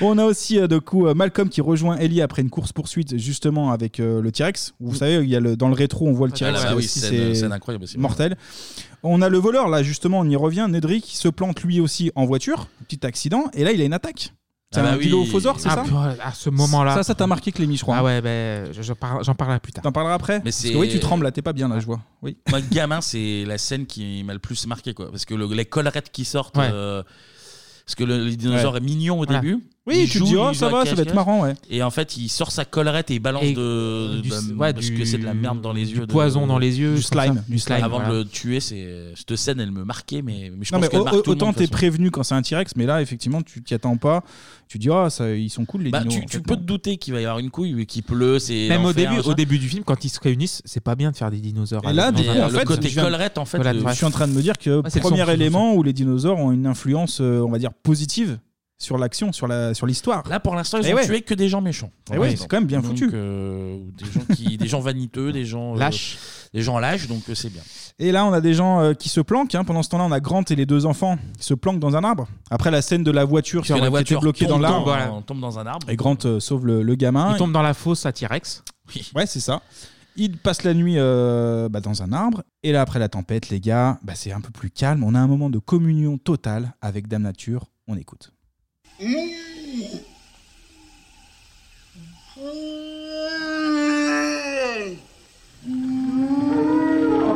On a aussi euh, de coup euh, Malcolm qui rejoint Ellie après une course poursuite justement avec euh, le T-Rex. Vous savez, il y a le, dans le rétro, on voit le
Ah,
T-Rex.
là,
qui
oui,
aussi,
scène-
c'est
scène incroyable aussi.
Mortel. On a le voleur là justement, on y revient. Nedry qui se plante lui aussi en voiture, petit accident, et là il a une attaque. C'est
Ah bah
un
oui.
dilophosaure, c'est
Ah,
ça
purée, à ce moment-là.
Ça, ça t'a marqué Clémy, je crois.
Ah ouais, ben, je- je parle- j'en parlerai plus tard.
T'en parleras après
Mais
Parce
c'est-
que oui, tu trembles là, t'es pas bien là, je vois. Oui.
Moi gamin c'est la scène qui m'a le plus marqué quoi parce que le- les collerettes qui sortent.
Ouais.
euh, parce que le, le dinosaure
Ouais.
est mignon au
Voilà.
début.
Oui,
Il
tu te
joue,
dis, oh,
il joue
ça
à
va, ça va être
cache-cache.
marrant, ouais.
Et en fait, il sort sa collerette et il balance
Et
de,
du-
de-
ouais,
parce
du-
que c'est de la merde dans les
du
yeux. de-
poison dans les yeux, Du comme slime, ça. du slime,
Avant de
voilà.
le tuer, c'est cette scène, elle me marquait, mais, mais je
Non,
pense
mais
qu'elle
au-
marque tout le
autant
monde, de
t'es
toute façon.
prévenu quand c'est un T-Rex, mais là effectivement tu t'y attends pas. Tu dis ah ça ils sont cool les
Bah,
dinos.
tu,
en
tu
fait.
peux te douter qu'il va y avoir une couille, vu qu'il pleut, c'est
Même au
l'enfer,
début,
machin.
au début du film, quand ils se réunissent, c'est pas bien de faire des dinosaures. euh,
Et
à
là,
la-
du
dans
coup,
un-
en fait,
côté
je viens-
collerette, en fait, euh,
Voilà,
de-
bref.
Je suis en train de me dire que
Ouais, c'est le
premier
son qui-
élément où les dinosaures ont une influence, euh, on va dire positive sur l'action, sur la, sur l'histoire.
Là, pour l'instant, ils
Eh
ont
ouais.
tué que des gens méchants.
Eh ouais, c'est quand même bien
Donc,
foutu.
euh, des, gens qui, des gens vaniteux, des gens euh,
Lâches.
Des gens lâches, donc euh, c'est bien.
Et là, on a des gens euh, qui se planquent. hein. Pendant ce temps-là, on a Grant et les deux enfants qui se planquent dans un arbre. Après la scène de la voiture
Parce
qui
que la
était
voiture
bloquée dans
tombe
l'arbre.
dans- voilà, tombe dans un arbre.
Et Grant euh, sauve le, le gamin.
Il tombe dans la fosse à T-Rex.
Ouais, c'est ça. Il passe la nuit euh, bah, dans un arbre. Et là, après la tempête, les gars, bah, c'est un peu plus calme. On a un moment de communion totale avec Dame Nature. On écoute.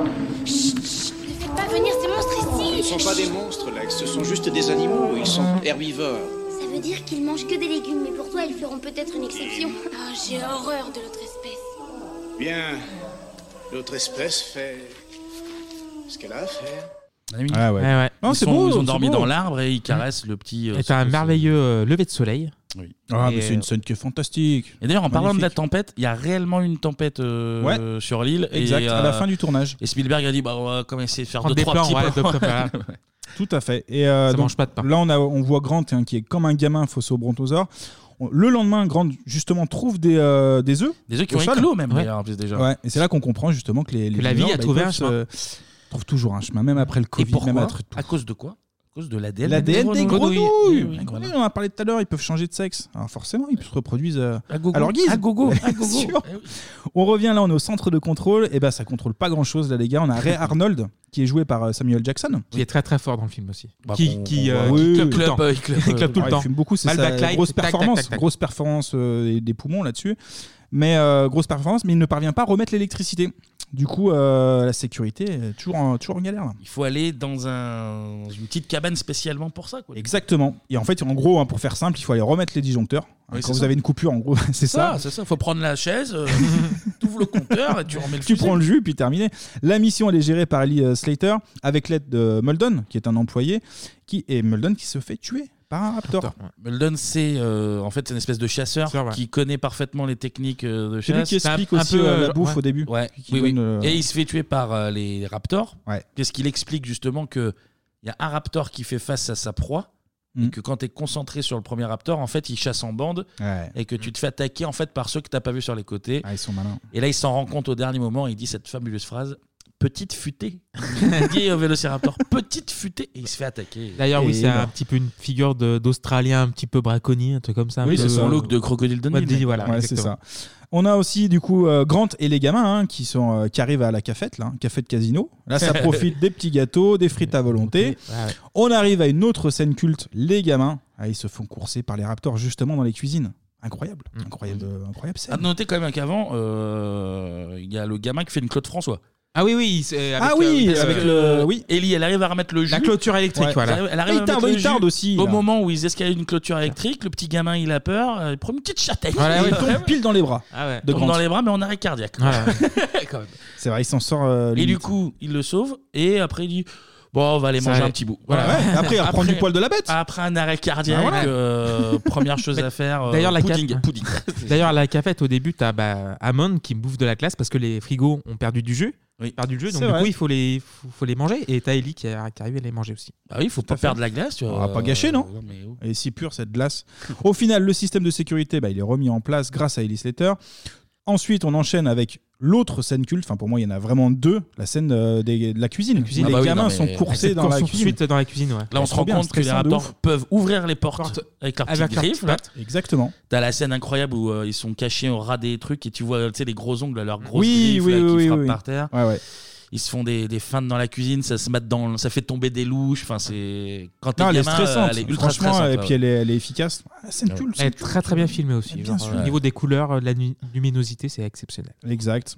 Ne faites pas venir ces monstres
Ce ne
ici
sont pas des monstres, Lex, ce sont juste des animaux. Ils sont herbivores.
Ça veut dire qu'ils mangent que des légumes, mais pour toi, ils feront peut-être une exception. Ah, j'ai horreur de l'autre espèce.
Bien, l'autre espèce fait ce qu'elle a à faire.
Ah ouais.
ouais.
Non,
ils,
c'est
sont-
beau,
ils ont
c'est
dormi
beau.
dans l'arbre et ils caressent le petit. euh,
Et t'as un euh, merveilleux euh, lever de soleil.
Ah,
Et,
mais c'est une scène qui est fantastique.
Et d'ailleurs, en parlant de la
Magnifique.
tempête, il y a réellement une tempête euh, sur l'île. et,
Exact, à la
euh,
fin du tournage.
Et Spielberg a dit bah, on va quand même essayer de faire
Prendre
deux,
des
trois
plans,
petits
ouais,
plans.
deux, trois plans.
Tout à fait. Et euh,
Ça
donc,
mange pas de pain.
Là, on, a, on voit Grant hein, qui est comme un gamin face au brontosaure. On- Le lendemain, Grant justement trouve des, euh, des œufs.
Des œufs qui
au
ont
sol.
éclos même, d'ailleurs, en plus, déjà.
Ouais. Et c'est là qu'on comprend justement que les, les
Que la vie
dinosaures,
a
bah,
trouvé
ils
un
peuvent
chemin.
se- trouvent toujours un chemin, même après le Covid, même après tout.
À cause de quoi À cause de l'ADN.
L'ADN des grenouilles.
Eh
Eh
Oui,
Oui,
voilà.
On en a parlé tout à l'heure, ils peuvent changer de sexe. Alors forcément, ils se reproduisent euh, à,
gogo,
leur guise.
à gogo, à
Bien
gogo.
sûr. On revient là, on est au centre de contrôle. Et ben, ça contrôle pas grand chose là, les gars. On a Ray Arnold qui est joué par euh, Samuel Jackson.
Qui est très très fort dans le film aussi.
Bah,
qui
on-
qui,
on
euh,
voit-
qui
oui,
club
oui,
tout le temps.
oui.
Qui club tout le
Ouais,
temps.
Il fume beaucoup, c'est
Mal
ça.
backlight,
grosse
tac, tac,
performance,
tac, tac.
grosse performance euh, et des poumons là-dessus. Mais euh, grosse performance, mais il ne parvient pas à remettre l'électricité. Du coup, euh, la sécurité est toujours en, toujours en galère. là.
Il faut aller dans un- dans une petite cabane spécialement pour ça. Quoi.
Exactement. Et en fait, en gros, hein, pour faire simple, il faut aller remettre les disjoncteurs. Hein,
Oui,
Quand
c'est
vous
ça.
avez une coupure, en gros, c'est ça.
C'est ça. Faut prendre la chaise, euh, t'ouvres le compteur et tu remets le
Tu
fusil.
prends le jus, puis terminé. La mission, elle est gérée par Ellie euh, Slater, avec l'aide de Muldoon, qui est un employé, qui et Muldoon qui se fait tuer par un raptor.
Muldoon, c'est euh, en fait c'est une espèce de chasseur qui connaît parfaitement les techniques euh, de
C'est
chasse.
lui qui explique aussi, euh, la bouffe au début.
Ouais.
Qui
Oui, oui.
donne, euh,
Et il se fait tuer par euh, les raptors. Qu'est-ce qu'il explique justement que il y a un raptor qui fait face à sa proie.
Mm.
Et que quand tu es concentré sur le premier raptor, en fait, il chasse en bande
Ouais. Ah,
et que tu te fais attaquer en fait par ceux que t'as pas vu sur les côtés.
ils sont malins.
Et là, il s'en rend compte au dernier moment. et Il dit cette fabuleuse phrase petite futée. dit au vélociraptor, petite futée. Et il se fait attaquer.
D'ailleurs, oui,
Et
c'est
il
un
bah,
meurt.
petit peu une figure de- d'Australien, un petit peu braconnier, un truc comme ça. un
Oui,
peu-
c'est son look de crocodile de
Ouais,
Nil.
Voilà,
Ouais, c'est ça. On a aussi du coup euh, Grant et les gamins hein, qui sont euh, qui arrivent à la cafette là, hein, cafette casino. Là, ça profite des petits gâteaux, des frites à volonté.
ouais.
On arrive à une autre scène culte, les gamins. Ah, ils se font courser par les raptors justement dans les cuisines. Incroyable, incroyable, euh, incroyable scène.
À noter quand même qu'avant, euh, il y a le gamin qui fait une Claude François.
Ah oui, oui. c'est avec,
ah oui,
euh,
avec
euh,
le. Oui. Ellie, elle arrive à remettre le jus.
La clôture électrique, voilà.
Elle arrive-
Ah,
Elle arrive
Et il
à
tarde,
remettre le
il tarde
jus.
aussi,
Au
là.
moment où ils escaladent une clôture électrique, le petit gamin, il a peur, euh, il prend une petite châtaigne.
Voilà, ouais, il tombe pile dans les bras.
Ah ouais.
de
tombe
Grant.
dans les bras, mais en arrêt cardiaque.
Voilà.
Quand même.
C'est vrai, il s'en sort. euh,
Et du
limite.
coup, il le sauve, et après, il dit. Bon, on va aller
Ça
manger
allait.
un petit bout.
Ouais, ouais. Après, il reprend du poil de la bête.
Après un arrêt cardiaque,
Ah, voilà.
euh, première chose à faire. euh,
Bah, D'ailleurs, la
pudding,
caf-
pudding.
D'ailleurs, à la cafette, au début, t'as bah, Amon qui bouffe de la classe parce que les frigos ont perdu du jeu. Perdu le jeu, donc
C'est
du
vrai.
coup, il faut les, faut, faut les manger. Et t'as Ellie qui, a- qui arrive à les manger aussi.
Bah oui, faut
Tout à fait.
euh,
On va pas gâcher, non Elle est si pure cette glace. Au final, le système de sécurité, bah, il est remis en place grâce à Ellie Slater. Ensuite, on enchaîne avec l'autre scène culte. Enfin, pour moi, il y en a vraiment deux. La scène euh, des- de la cuisine.
cuisine.
les
Ah bah oui,
gamins
non, mais-
sont
Cette
coursés dans
course
la
tout de
cuisine.
suite dans la cuisine, ouais.
Là, on se
Trop
rend
bien,
compte que les
stressant de
raptors
ouf.
peuvent ouvrir les portes avec leurs petites
avec leurs
griffes.
petites
là.
pattes. Exactement.
T'as la scène incroyable où euh, ils sont cachés au ras des trucs et tu vois tu sais, les gros ongles, à leurs grosses
Oui,
griffes
oui,
là,
oui,
qui
oui,
frappent
oui.
par terre.
Ouais, ouais.
Ils se font des, des feintes dans la cuisine, ça se met dans, le- ça fait tomber des louches. Enfin, c'est quand t'es
Non, elle est
gamin, euh,
stressante.
elle est ultra
Franchement,
stressante.
et
ouais.
puis elle est, elle est efficace. Ah, scène
Ouais.
culte.
Elle est
scène culte.
très très bien filmée aussi.
Ah, Bien
genre,
sûr.
Au niveau des couleurs, euh, de la nu- luminosité, c'est exceptionnel.
Exact.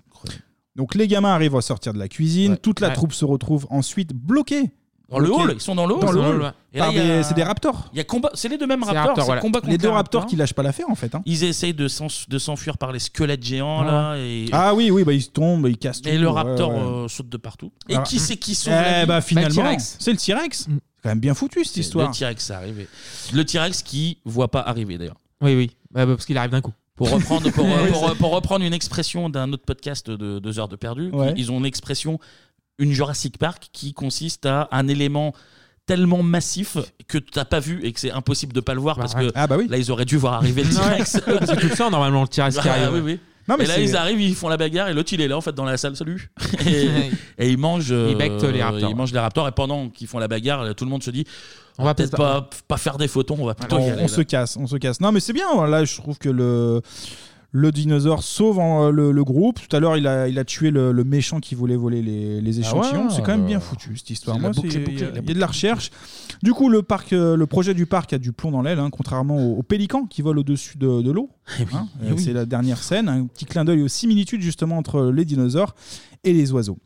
Donc les gamins arrivent à sortir de la cuisine, toute la
Ouais.
troupe se retrouve ensuite bloquée.
Dans le
Bloquée.
hall, ils sont dans le hall.
Dans le hall.
Et là,
Par
il y a-
des- C'est des raptors.
Il y a combat, c'est les deux mêmes
C'est
raptors.
raptors,
c'est
voilà.
combat
Les
contre
deux
un
raptors
raptor.
qui lâchent pas l'affaire en fait. hein.
Ils essayent de s'en- de s'enfuir par les squelettes géants Oh là. Et...
Ah oui, oui, bah, ils se tombent, ils cassent tout.
Et le
ouais,
raptor
ouais.
euh, saute de partout. Et
Ah.
qui c'est qui sauve la
Eh bah
vie Bah, le
finalement,
T-Rex.
c'est le T-Rex. C'est quand même bien foutu cette histoire.
Le T-Rex arrive. et- Le T-Rex qui voit pas arriver d'ailleurs.
Oui, oui. Bah, bah, parce qu'il arrive d'un coup.
Pour reprendre, pour, euh, pour- pour reprendre une expression d'un autre podcast de deux heures de perdu,
Ouais.
ils ont une expression, une Jurassic Park qui consiste à un élément tellement massif que tu n'as pas vu et que c'est impossible de pas le voir
Bah,
parce que là ils auraient dû voir arriver le T-Rex.
Ah, Ouais, parce que tu le sens normalement, le T-Rex qui
Ah,
arrive.
oui, oui.
Non, mais
et là
c'est-
ils arrivent, ils font la bagarre et l'autre il est là en fait dans la salle, salut. Et, et ils mangent, euh,
Ils bectent les raptors.
Ils mangent les raptors et pendant qu'ils font la bagarre, tout le monde se dit, on va peut-être pas, pas, faire des photons, on va plutôt Ah, y
on,
aller.
on
là.
se casse, on se casse. Non, mais c'est bien. Là, je trouve que le le dinosaure sauve en- euh, le, le groupe. Tout à l'heure, il a, il a tué le, le méchant qui voulait voler les, les échantillons.
ouais,
c'est quand même
bah,
bien foutu cette histoire.
c'est
Moi,
la boucle
c'est-
est bouclée,
il y a-
la
il y a
boucle
de la recherche. Du coup, le parc, euh, le projet du parc a du plomb dans l'aile, hein, contrairement aux au pélicans qui volent au-dessus de, de l'eau. Hein,
eh
euh,
oui.
C'est la dernière scène. Un petit clin d'œil aux similitudes justement entre les dinosaures et les oiseaux.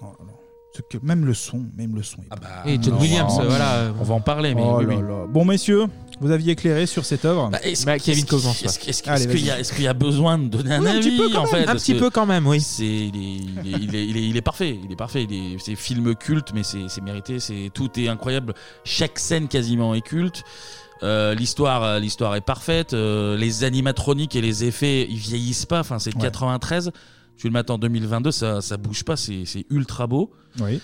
Oh là là. C'est que Même le son, même le
Ah
son. est bon.
Et John
on va-
Williams,
on-
voilà.
bah, On va en parler, mais
Oh
oui,
là
oui.
là. Bon, messieurs, vous aviez éclairé sur cette œuvre.
Bah, est-ce-
Kevin
est-ce-
commence, ouais.
Est-ce est-ce- est-ce
Allez,
qu'il
vas-y.
y, a- est-ce qu'il y a besoin de donner un
Oui, un petit
avis
peu quand
en
même,
fait,
un
parce
petit
que
peu quand même, oui.
C'est il est, il est- il est- il est- il est parfait, il est parfait, il est- c'est film culte, mais c'est c'est mérité, c'est tout est incroyable. Chaque scène quasiment est culte. Euh, l'histoire, euh, l'histoire est parfaite. euh, les animatroniques et les effets, ils vieillissent pas. Enfin, c'est de
Ouais.
93. Tu le mets en 2022, ça, ça bouge pas. C'est c'est ultra beau.
Oui.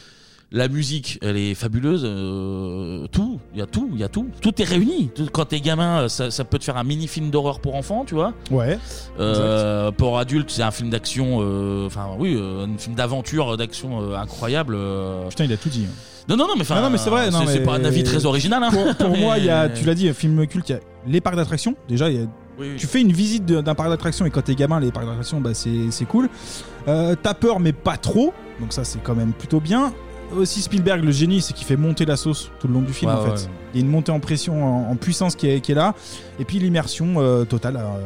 La musique, elle est fabuleuse. euh, tout, il y a tout, il y a tout. Tout est réuni. Tout- quand t'es gamin, euh, ça, ça peut te faire un mini film d'horreur pour enfants, tu vois.
Ouais.
Euh, pour adultes, c'est un film d'action. euh, Enfin, oui, euh, un film d'aventure, euh, d'action euh, incroyable. euh.
Putain, il a tout dit.
Non, non, non, mais enfin,
Ah non, mais c'est vrai. non,
c'est
mais-
pas un avis très original. hein.
Pour, pour moi, il y a,
Mais-
tu l'as dit, film culte, il y a les parcs d'attractions. Déjà, il y a-
Oui, oui.
tu fais une visite de- d'un parc d'attractions et quand t'es gamin, les parcs d'attractions, bah, c'est c'est cool. Euh, T'as peur, mais pas trop. Donc, ça, c'est quand même plutôt bien. Aussi, Spielberg, le génie, c'est qu'il fait monter la sauce tout le long du film,
Ouais,
en
ouais.
fait. Il y a une montée en pression, en, en puissance qui est, qui est là. Et puis, l'immersion euh, totale euh,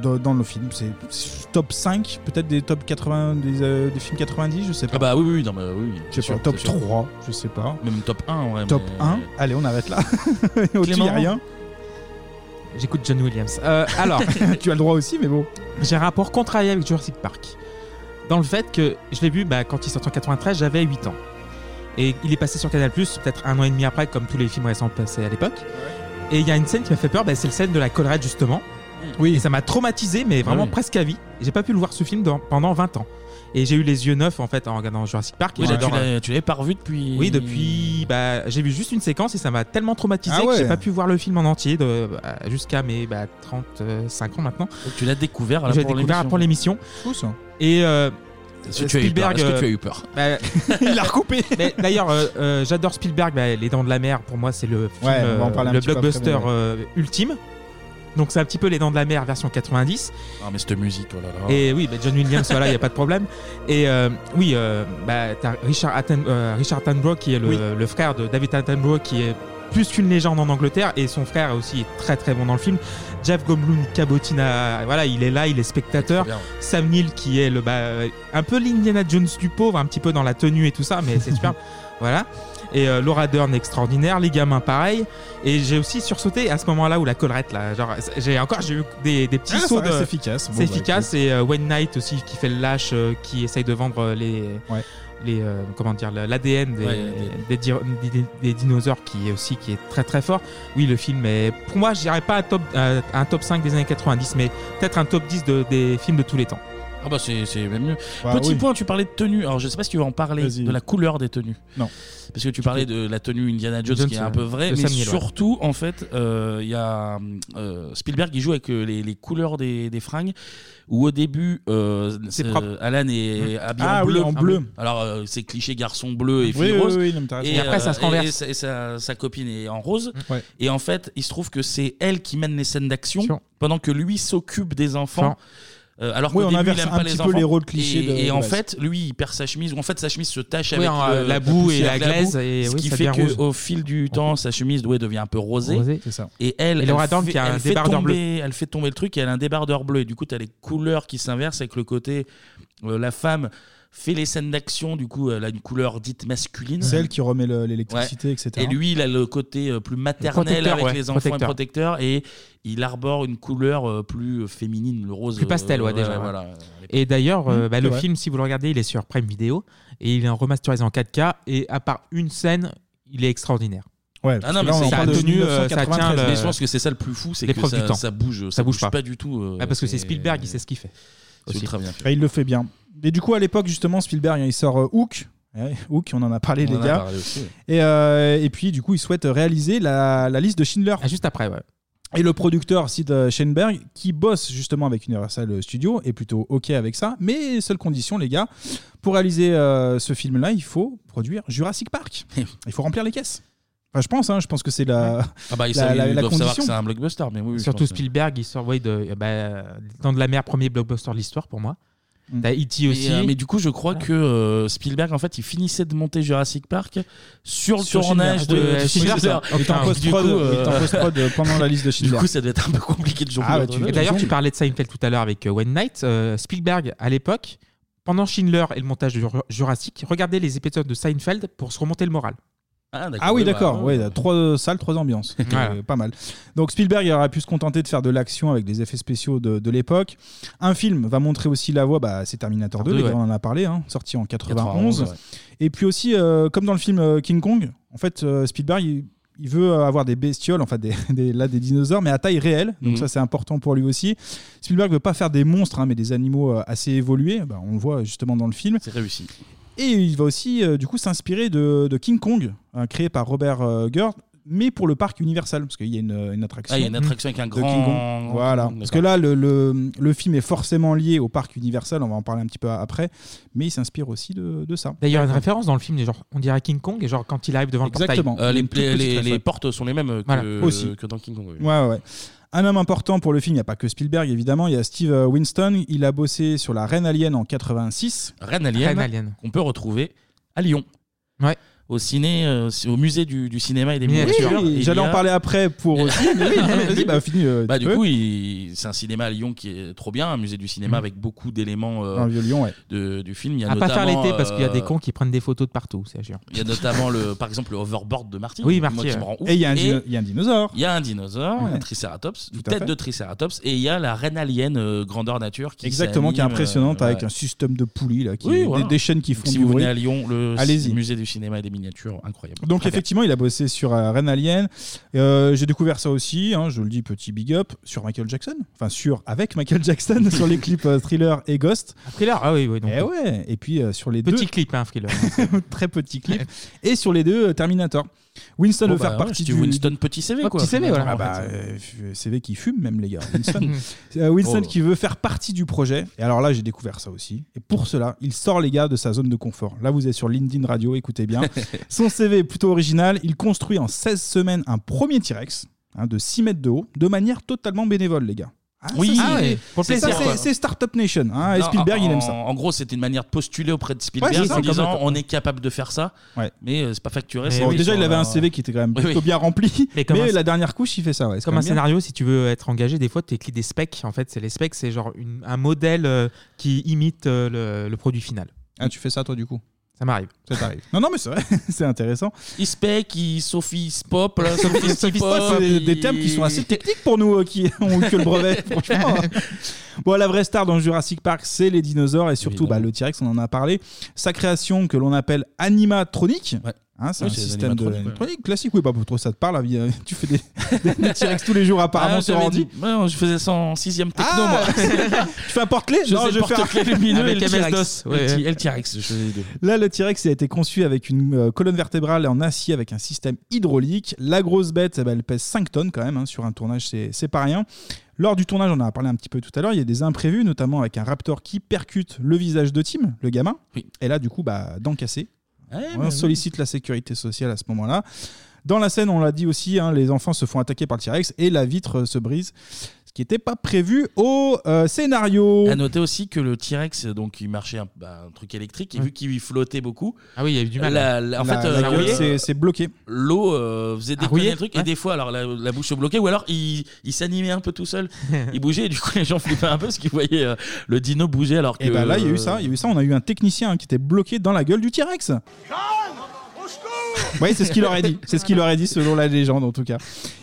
dans, dans le film. C'est c'est top 5, peut-être des top 80, des, euh, des films 90, je sais pas.
Ah bah oui, oui, oui, non, mais oui. oui,
Je
c'est
sais pas,
sûr,
top
c'est sûr.
3, je sais pas.
Même top 1, ouais.
Top
mais-
1. Allez, on arrête là. Au-dessus, il y a
Clément
rien.
J'écoute John Williams. Euh, alors,
tu as le droit aussi, mais bon.
J'ai un rapport contrarié avec Jurassic Park. Dans le fait que je l'ai vu bah, quand il sortait en 93, j'avais 8 ans. Et il est passé sur Canal, peut-être un an et demi après, comme tous les films récents passés à l'époque. Et il y a une scène qui m'a fait peur, bah, c'est la scène de la collerette, justement.
Oui.
Et ça m'a traumatisé, mais vraiment
Ah oui.
presque à vie. Et J'ai pas pu le voir ce film dans- pendant 20 ans. Et j'ai eu les yeux neufs, en fait, en regardant Jurassic Park. Et
Oui,
j'adore,
tu
euh,
hein.
l'as- tu l'avais pas revu depuis.
oui, depuis. Bah, j'ai vu juste une séquence et ça m'a tellement traumatisé
Ah
que j'ai
ouais.
pas pu voir le film en entier de, bah, jusqu'à mes bah, 35 ans maintenant.
Tu l'as découvert là,
J'ai
pour
découvert
l'émission.
hein.
pour l'émission.
Cool, ça.
Et euh,
Est-ce que tu as eu peur Est-ce que tu as eu peur
euh, bah,
Il l'a recoupé.
Mais d'ailleurs, euh, euh, j'adore Spielberg. bah, Les Dents de la Mer, pour moi, c'est le film,
Ouais, on va en
euh,
parler un
le
petit peu après,
blockbuster
mais ouais.
euh, ultime. Donc c'est un petit peu Les Dents de la Mer version 90.
Ah, mais cette musique, oh là là.
Et oui, bah, John Williams, voilà, il n'y a pas de problème. Et euh, oui, euh, bah, t'as Richard, Atten, euh, Richard Attenborough, qui est le,
Oui.
le frère de David Attenborough, qui est plus qu'une légende en Angleterre, et son frère aussi est très très bon dans le film. Jeff Goldblum cabotine, à- voilà, il est là, il est spectateur.
Très bien.
Sam Neill, qui est le, bah, euh, un peu l'Indiana Jones du pauvre, un petit peu dans la tenue et tout ça, mais c'est super. Voilà. Et euh, Laura Dern extraordinaire, les gamins pareil. Et j'ai aussi sursauté à ce moment-là où la collerette là, genre j'ai encore j'ai eu des, des petits
Ah, ça
sauts. de-
reste efficace. Bon,
c'est
bah,
efficace et euh, Wayne Knight aussi qui fait le lâche, euh, qui essaye de vendre euh, les les euh, comment dire le- l'ADN des,
Ouais,
des di- des- des- des dinosaures qui est aussi qui est très très fort. Oui, le film est pour moi, je dirais pas un top euh, un top 5 des années 90 mais peut-être un top 10 de- des films de tous les temps.
Ah bah c'est c'est même mieux.
Bah
Petit
oui.
point, tu parlais de tenue. Alors je sais pas si tu veux en parler
Vas-y.
de la couleur des tenues.
Non.
Parce que tu parlais de la tenue Indiana Jones,
Jones,
qui est
euh,
un peu vrai,
de
mais
Sam Neill, ouais.
surtout en fait, euh, il y a euh, Spielberg qui joue avec euh, les, les couleurs des, des fringues. Où au début, euh, c'est-
propre.
Alan est
Mm.
habillé
Ah
en
oui,
bleu.
en bleu.
Alors euh, c'est cliché garçon bleu et
Oui,
fille
oui,
rose.
oui, non, mais t'as raison.
et,
Et après, ça se
euh, et-
renverse.
et sa- et sa, sa copine est en rose.
Ouais.
Et en fait, il se trouve que c'est elle qui mène les scènes d'action pendant que lui s'occupe des enfants.
Enfin.
Euh, alors
Oui, on
qu'au début, il
inverse
aime
un
pas
petit
les
peu
enfants.
les rôles clichés
et
de-
et
de
en
base.
fait, lui, il perd sa chemise. Ou en fait, sa chemise se tache
Oui,
avec
en, euh,
le-
la boue et
poussière,
la
avec
glaise,
boue,
et
ce
oui,
qui
ça
fait
devient
que
rose.
au fil du temps, sa chemise ouais, devient un peu rosée.
Rosée, c'est ça.
Et elle,
Et Laura
elle,
Dern
fait,
qui a un
elle fait
débardeur bleu.
tomber, elle fait tomber le truc et elle a un débardeur bleu. Et du coup, tu as les couleurs qui s'inversent avec le côté euh, la femme fait les scènes d'action. Du coup, elle a une couleur dite masculine.
C'est elle qui remet le-
Ouais.
l'électricité, etc.
Et lui, il a le côté euh, plus maternel
Protecteur,
avec
ouais,
les enfants
protecteur.
et protecteur, et il arbore une couleur euh, plus féminine, le rose.
Plus pastel,
euh,
ouais, déjà. ouais.
voilà.
Et d'ailleurs, euh,
Mmh,
bah,
c'est
le
vrai.
film, si vous le regardez, il est sur Prime Video et il est en remasterisé en 4K. Et à part une scène, il est extraordinaire.
Ouais,
Ah non, mais c'est
ça a tenu, euh, ça tient. le-
Mais je pense que c'est ça le plus fou, c'est que
l'épreuve
ça,
du temps.
ça bouge, ça, bouge pas, du tout. euh,
Ah, parce que c'est Spielberg, il sait ce qu'il fait.
C'est
Aussi.
très bien fait.
Et Bah, il le fait bien. Et du coup, à l'époque, justement, Spielberg, il sort euh, Hook. Ouais, Hook, on en a parlé,
On
les
en a
gars.
parlé aussi, ouais.
et, euh, et puis, du coup, il souhaite réaliser la, la liste de Schindler.
Ah,
juste après, ouais.
Et le producteur Sid euh, Schoenberg, qui bosse justement avec Universal Studios, est plutôt OK avec ça. Mais seule condition, les gars, pour réaliser euh, ce film-là, il faut produire Jurassic Park.
Eh
il faut remplir les caisses. Enfin, je pense, hein, je pense que c'est la,
Ah bah, ils,
la-
savent-
la-
ils
la
doivent savoir que
condition.
c'est un blockbuster, mais oui, oui. je
Surtout
pense que-
Spielberg, il sort ouais, de euh, bah, euh, Temps de la mer, premier blockbuster de l'histoire pour moi.
Mm.
T'as E.T.
Mais,
aussi.
euh, mais du coup, je crois que euh, Spielberg, en fait, il finissait de monter Jurassic Park sur le
Sur
tournage
Schindler.
de,
Oui,
de
Schindler,
Schindler.
ça. Ah, Il est en
Du
post-prod,
coup, euh,
il est en post-prod pendant la liste de Schindler. Ah,
Du coup, ça devait être un peu compliqué de jongler. entre deux.
Et d'ailleurs, tu parlais de Seinfeld tout à l'heure avec euh, Wayne Knight. Euh, Spielberg, à l'époque, pendant Schindler et le montage de Jur- Jurassic, regardait les épisodes de Seinfeld pour se remonter le moral.
Ah oui,
bah,
d'accord. Ouais, trois euh, salles, trois ambiances. Donc,
Voilà.
euh, Pas mal. Donc Spielberg il aurait pu se contenter de faire de l'action avec des effets spéciaux de, de l'époque. Un film va montrer aussi la voie, bah, c'est Terminator 2,
Deux,
les gars,
ouais.
on en a parlé, hein, sorti en 91.
91, ouais.
Et puis aussi, euh, comme dans le film euh, King Kong, en fait, euh, Spielberg, il, il veut euh, avoir des bestioles, enfin des, des- là des dinosaures, mais à taille réelle. Donc
Mhm.
ça, c'est important pour lui aussi. Spielberg veut pas faire des monstres, hein, mais des animaux euh, assez évolués. Bah, on le voit justement dans le film.
C'est réussi.
Et il va aussi euh, du coup s'inspirer de, de King Kong, hein, créé par Robert euh, Gerd, mais pour le parc Universal, parce qu'il y a une, une attraction.
Ah, il y a une attraction avec un
de
grand-
King
grand
Kong. Voilà.
King Kong,
Parce que là, le, le- le film est forcément lié au parc Universal, on va en parler un petit peu après, mais il s'inspire aussi de, de ça.
D'ailleurs, il y a une référence dans le film, genre, on dirait King Kong, et genre quand il arrive devant
Exactement.
le
Euh,
portail.
les,
Une toute
les-
petite
les-
référence.
les portes sont les mêmes que,
Voilà. Aussi.
que dans King Kong. oui.
Ouais, ouais, ouais. Un homme important pour le film, il n'y a pas que Spielberg évidemment, il y a Steve euh, Winston, il a bossé sur La Reine Alien en 86.
Reine Alien,
Reine Alien.
qu'on peut retrouver à Lyon. Au ciné, euh, au musée du, du cinéma et des
Oui,
miniatures.
oui,
Il
j'allais
y
en
a-
parler après pour aussi. mais oui, vas-y, bah, finis, euh,
Bah,
tu
du
peux.
coup, il- c'est un cinéma à Lyon qui est trop bien, un musée du cinéma
Mhm.
avec beaucoup d'éléments euh,
Mm. Un vieux lion, ouais.
de- du film. Il y a
À pas faire
notamment,
l'été parce qu'il y a des
euh,
cons qui prennent des photos de partout, c'est sûr.
Il y a notamment, le, par exemple, le hoverboard de Marty.
Oui,
moi,
Marty,
qui
ouais.
me rend ouf.
Et il y a un dino- il y a un dinosaure.
Il y a un dinosaure,
Ouais.
un tricératops, une
à
tête
fait.
de tricératops, et il y a la reine alien euh, grandeur nature qui
Exactement, qui est
s'anime,
impressionnante
euh,
avec
ouais.
un système de poulies, là, qui,
Oui,
des-
voilà.
des, chaînes qui
Donc,
font
Si
du
vous
bruit.
venez à Lyon, le
Allez-y.
musée du cinéma et des miniatures, incroyable.
Donc
Très bien.
effectivement, il a bossé sur euh, Reine Alien. Euh, J'ai découvert ça aussi, hein, je le dis, petit big up, sur Michael Jackson. Enfin, sur avec Michael Jackson, sur les clips euh, Thriller et Ghost. Eh
Thriller, ah oui, oui. Donc,
Et ouais, et puis euh, sur les deux...
Petit clip, hein, Thriller.
très petit clip. et sur les deux, euh, Terminator. Winston
Bon,
veut
bah,
faire
ouais,
partie
je dis
du
Winston petit CV,
Ouais,
quoi.
Petit CV, voilà.
Ah,
Ah
bah,
bah, euh, f- CV qui fume même les gars. Winston, Euh, Winston
Oh.
qui veut faire partie du projet. Et alors là, j'ai découvert ça aussi. Et pour cela, il sort les gars de sa zone de confort. Là, vous êtes sur LinkedIn Radio, écoutez bien. Son CV est plutôt original. Il construit en 16 semaines un premier T-Rex hein, de 6 mètres de haut, de manière totalement bénévole, les gars. Ah,
Oui,
ça, c'est-
ah ouais, pour le
c'est- ça,
plaisir,
c'est-
quoi.
C'est Startup Nation. hein, et
Non,
Spielberg,
en-
il aime ça.
En gros, c'était une manière de postuler auprès de Spielberg
Ouais, c'est ça,
en
c'est
disant
comme-
on est capable de faire ça, mais euh, c'est pas facturé. c'est
Bon,
oui,
déjà,
sur
il avait
la-
un CV qui était quand même
Oui,
plutôt
oui.
bien rempli. Mais,
comme un-
la dernière couche, il fait ça. Ouais, c'est
Comme
quand
un
même bien.
scénario, si tu veux être engagé, des fois tu écris des specs. En fait, c'est les specs, c'est genre une- un modèle euh, qui imite euh, le, le produit final.
Ah, tu fais ça toi du coup
Ça m'arrive.
Ça t'arrive. Non, non, mais c'est vrai, c'est intéressant.
Il spec, il E sophie pop, là, sophie
Sophie
pop,
Spot, c'est
il-
des termes qui sont assez techniques pour nous euh, qui ont eu que le brevet, franchement. Bon, la vraie star dans Jurassic Park, c'est les dinosaures et surtout bah, le T-Rex, on en a parlé. Sa création que l'on appelle animatronique. Hein, c'est
Oui,
un
c'est des
système de
animatroniques, ouais.
animatronique classique. Oui, bah, pour toi, ça te parle. hein, Tu fais des, des T-Rex tous les jours, apparemment,
Ah,
sur
j'avais
ordi.
dit- Ouais, non, je faisais ça en 6 techno, moi.
Ah Tu fais un porte-clés
Je
Non,
faisais
je vais faire-
porte-clés lumineux et
Avec
le
MS-DOS,
T-Rex.
ouais.
Le T- Et le T-Rex, je faisais les deux.
Là, le T-Rex a été conçu avec une euh, colonne vertébrale en acier avec un système hydraulique. La grosse bête, eh ben, elle pèse 5 tonnes quand même. hein. sur un tournage, c'est c'est pas rien. Lors du tournage, on en a parlé un petit peu tout à l'heure, il y a des imprévus, notamment avec un raptor qui percute le visage de Tim, le gamin. Et là, du coup, bah, dent cassée.
Ouais,
on
Eh, mais-
sollicite la sécurité sociale à ce moment-là. Dans la scène, on l'a dit aussi, hein, les enfants se font attaquer par le T-Rex et la vitre euh, se brise, ce qui n'était pas prévu au euh, scénario.
À noter aussi que le T-Rex, donc il marchait un, bah, un truc électrique,
Hum.
et vu qu'il flottait beaucoup.
Ah oui, il y a eu du mal,
la-
hein.
la- en
La-
fait,
la
euh,
gueule,
rouillé,
c'est-
euh,
c'est bloqué. Ah,
L'eau euh, faisait déconner
rouillé,
le truc, et
ouais.
des fois, alors la, la bouche se bloquait, ou alors il, il s'animait un peu tout seul, il bougeait, et du coup les gens flippaient un peu parce qu'ils voyaient euh, le dino bouger alors que.
Et bah là, il y a eu ça,
Euh,
il y a eu ça. On a eu un technicien hein, qui était bloqué dans la gueule du T-Rex. Oui, c'est ce qu'il aurait dit. C'est ce qu'il aurait dit selon la légende, en tout cas.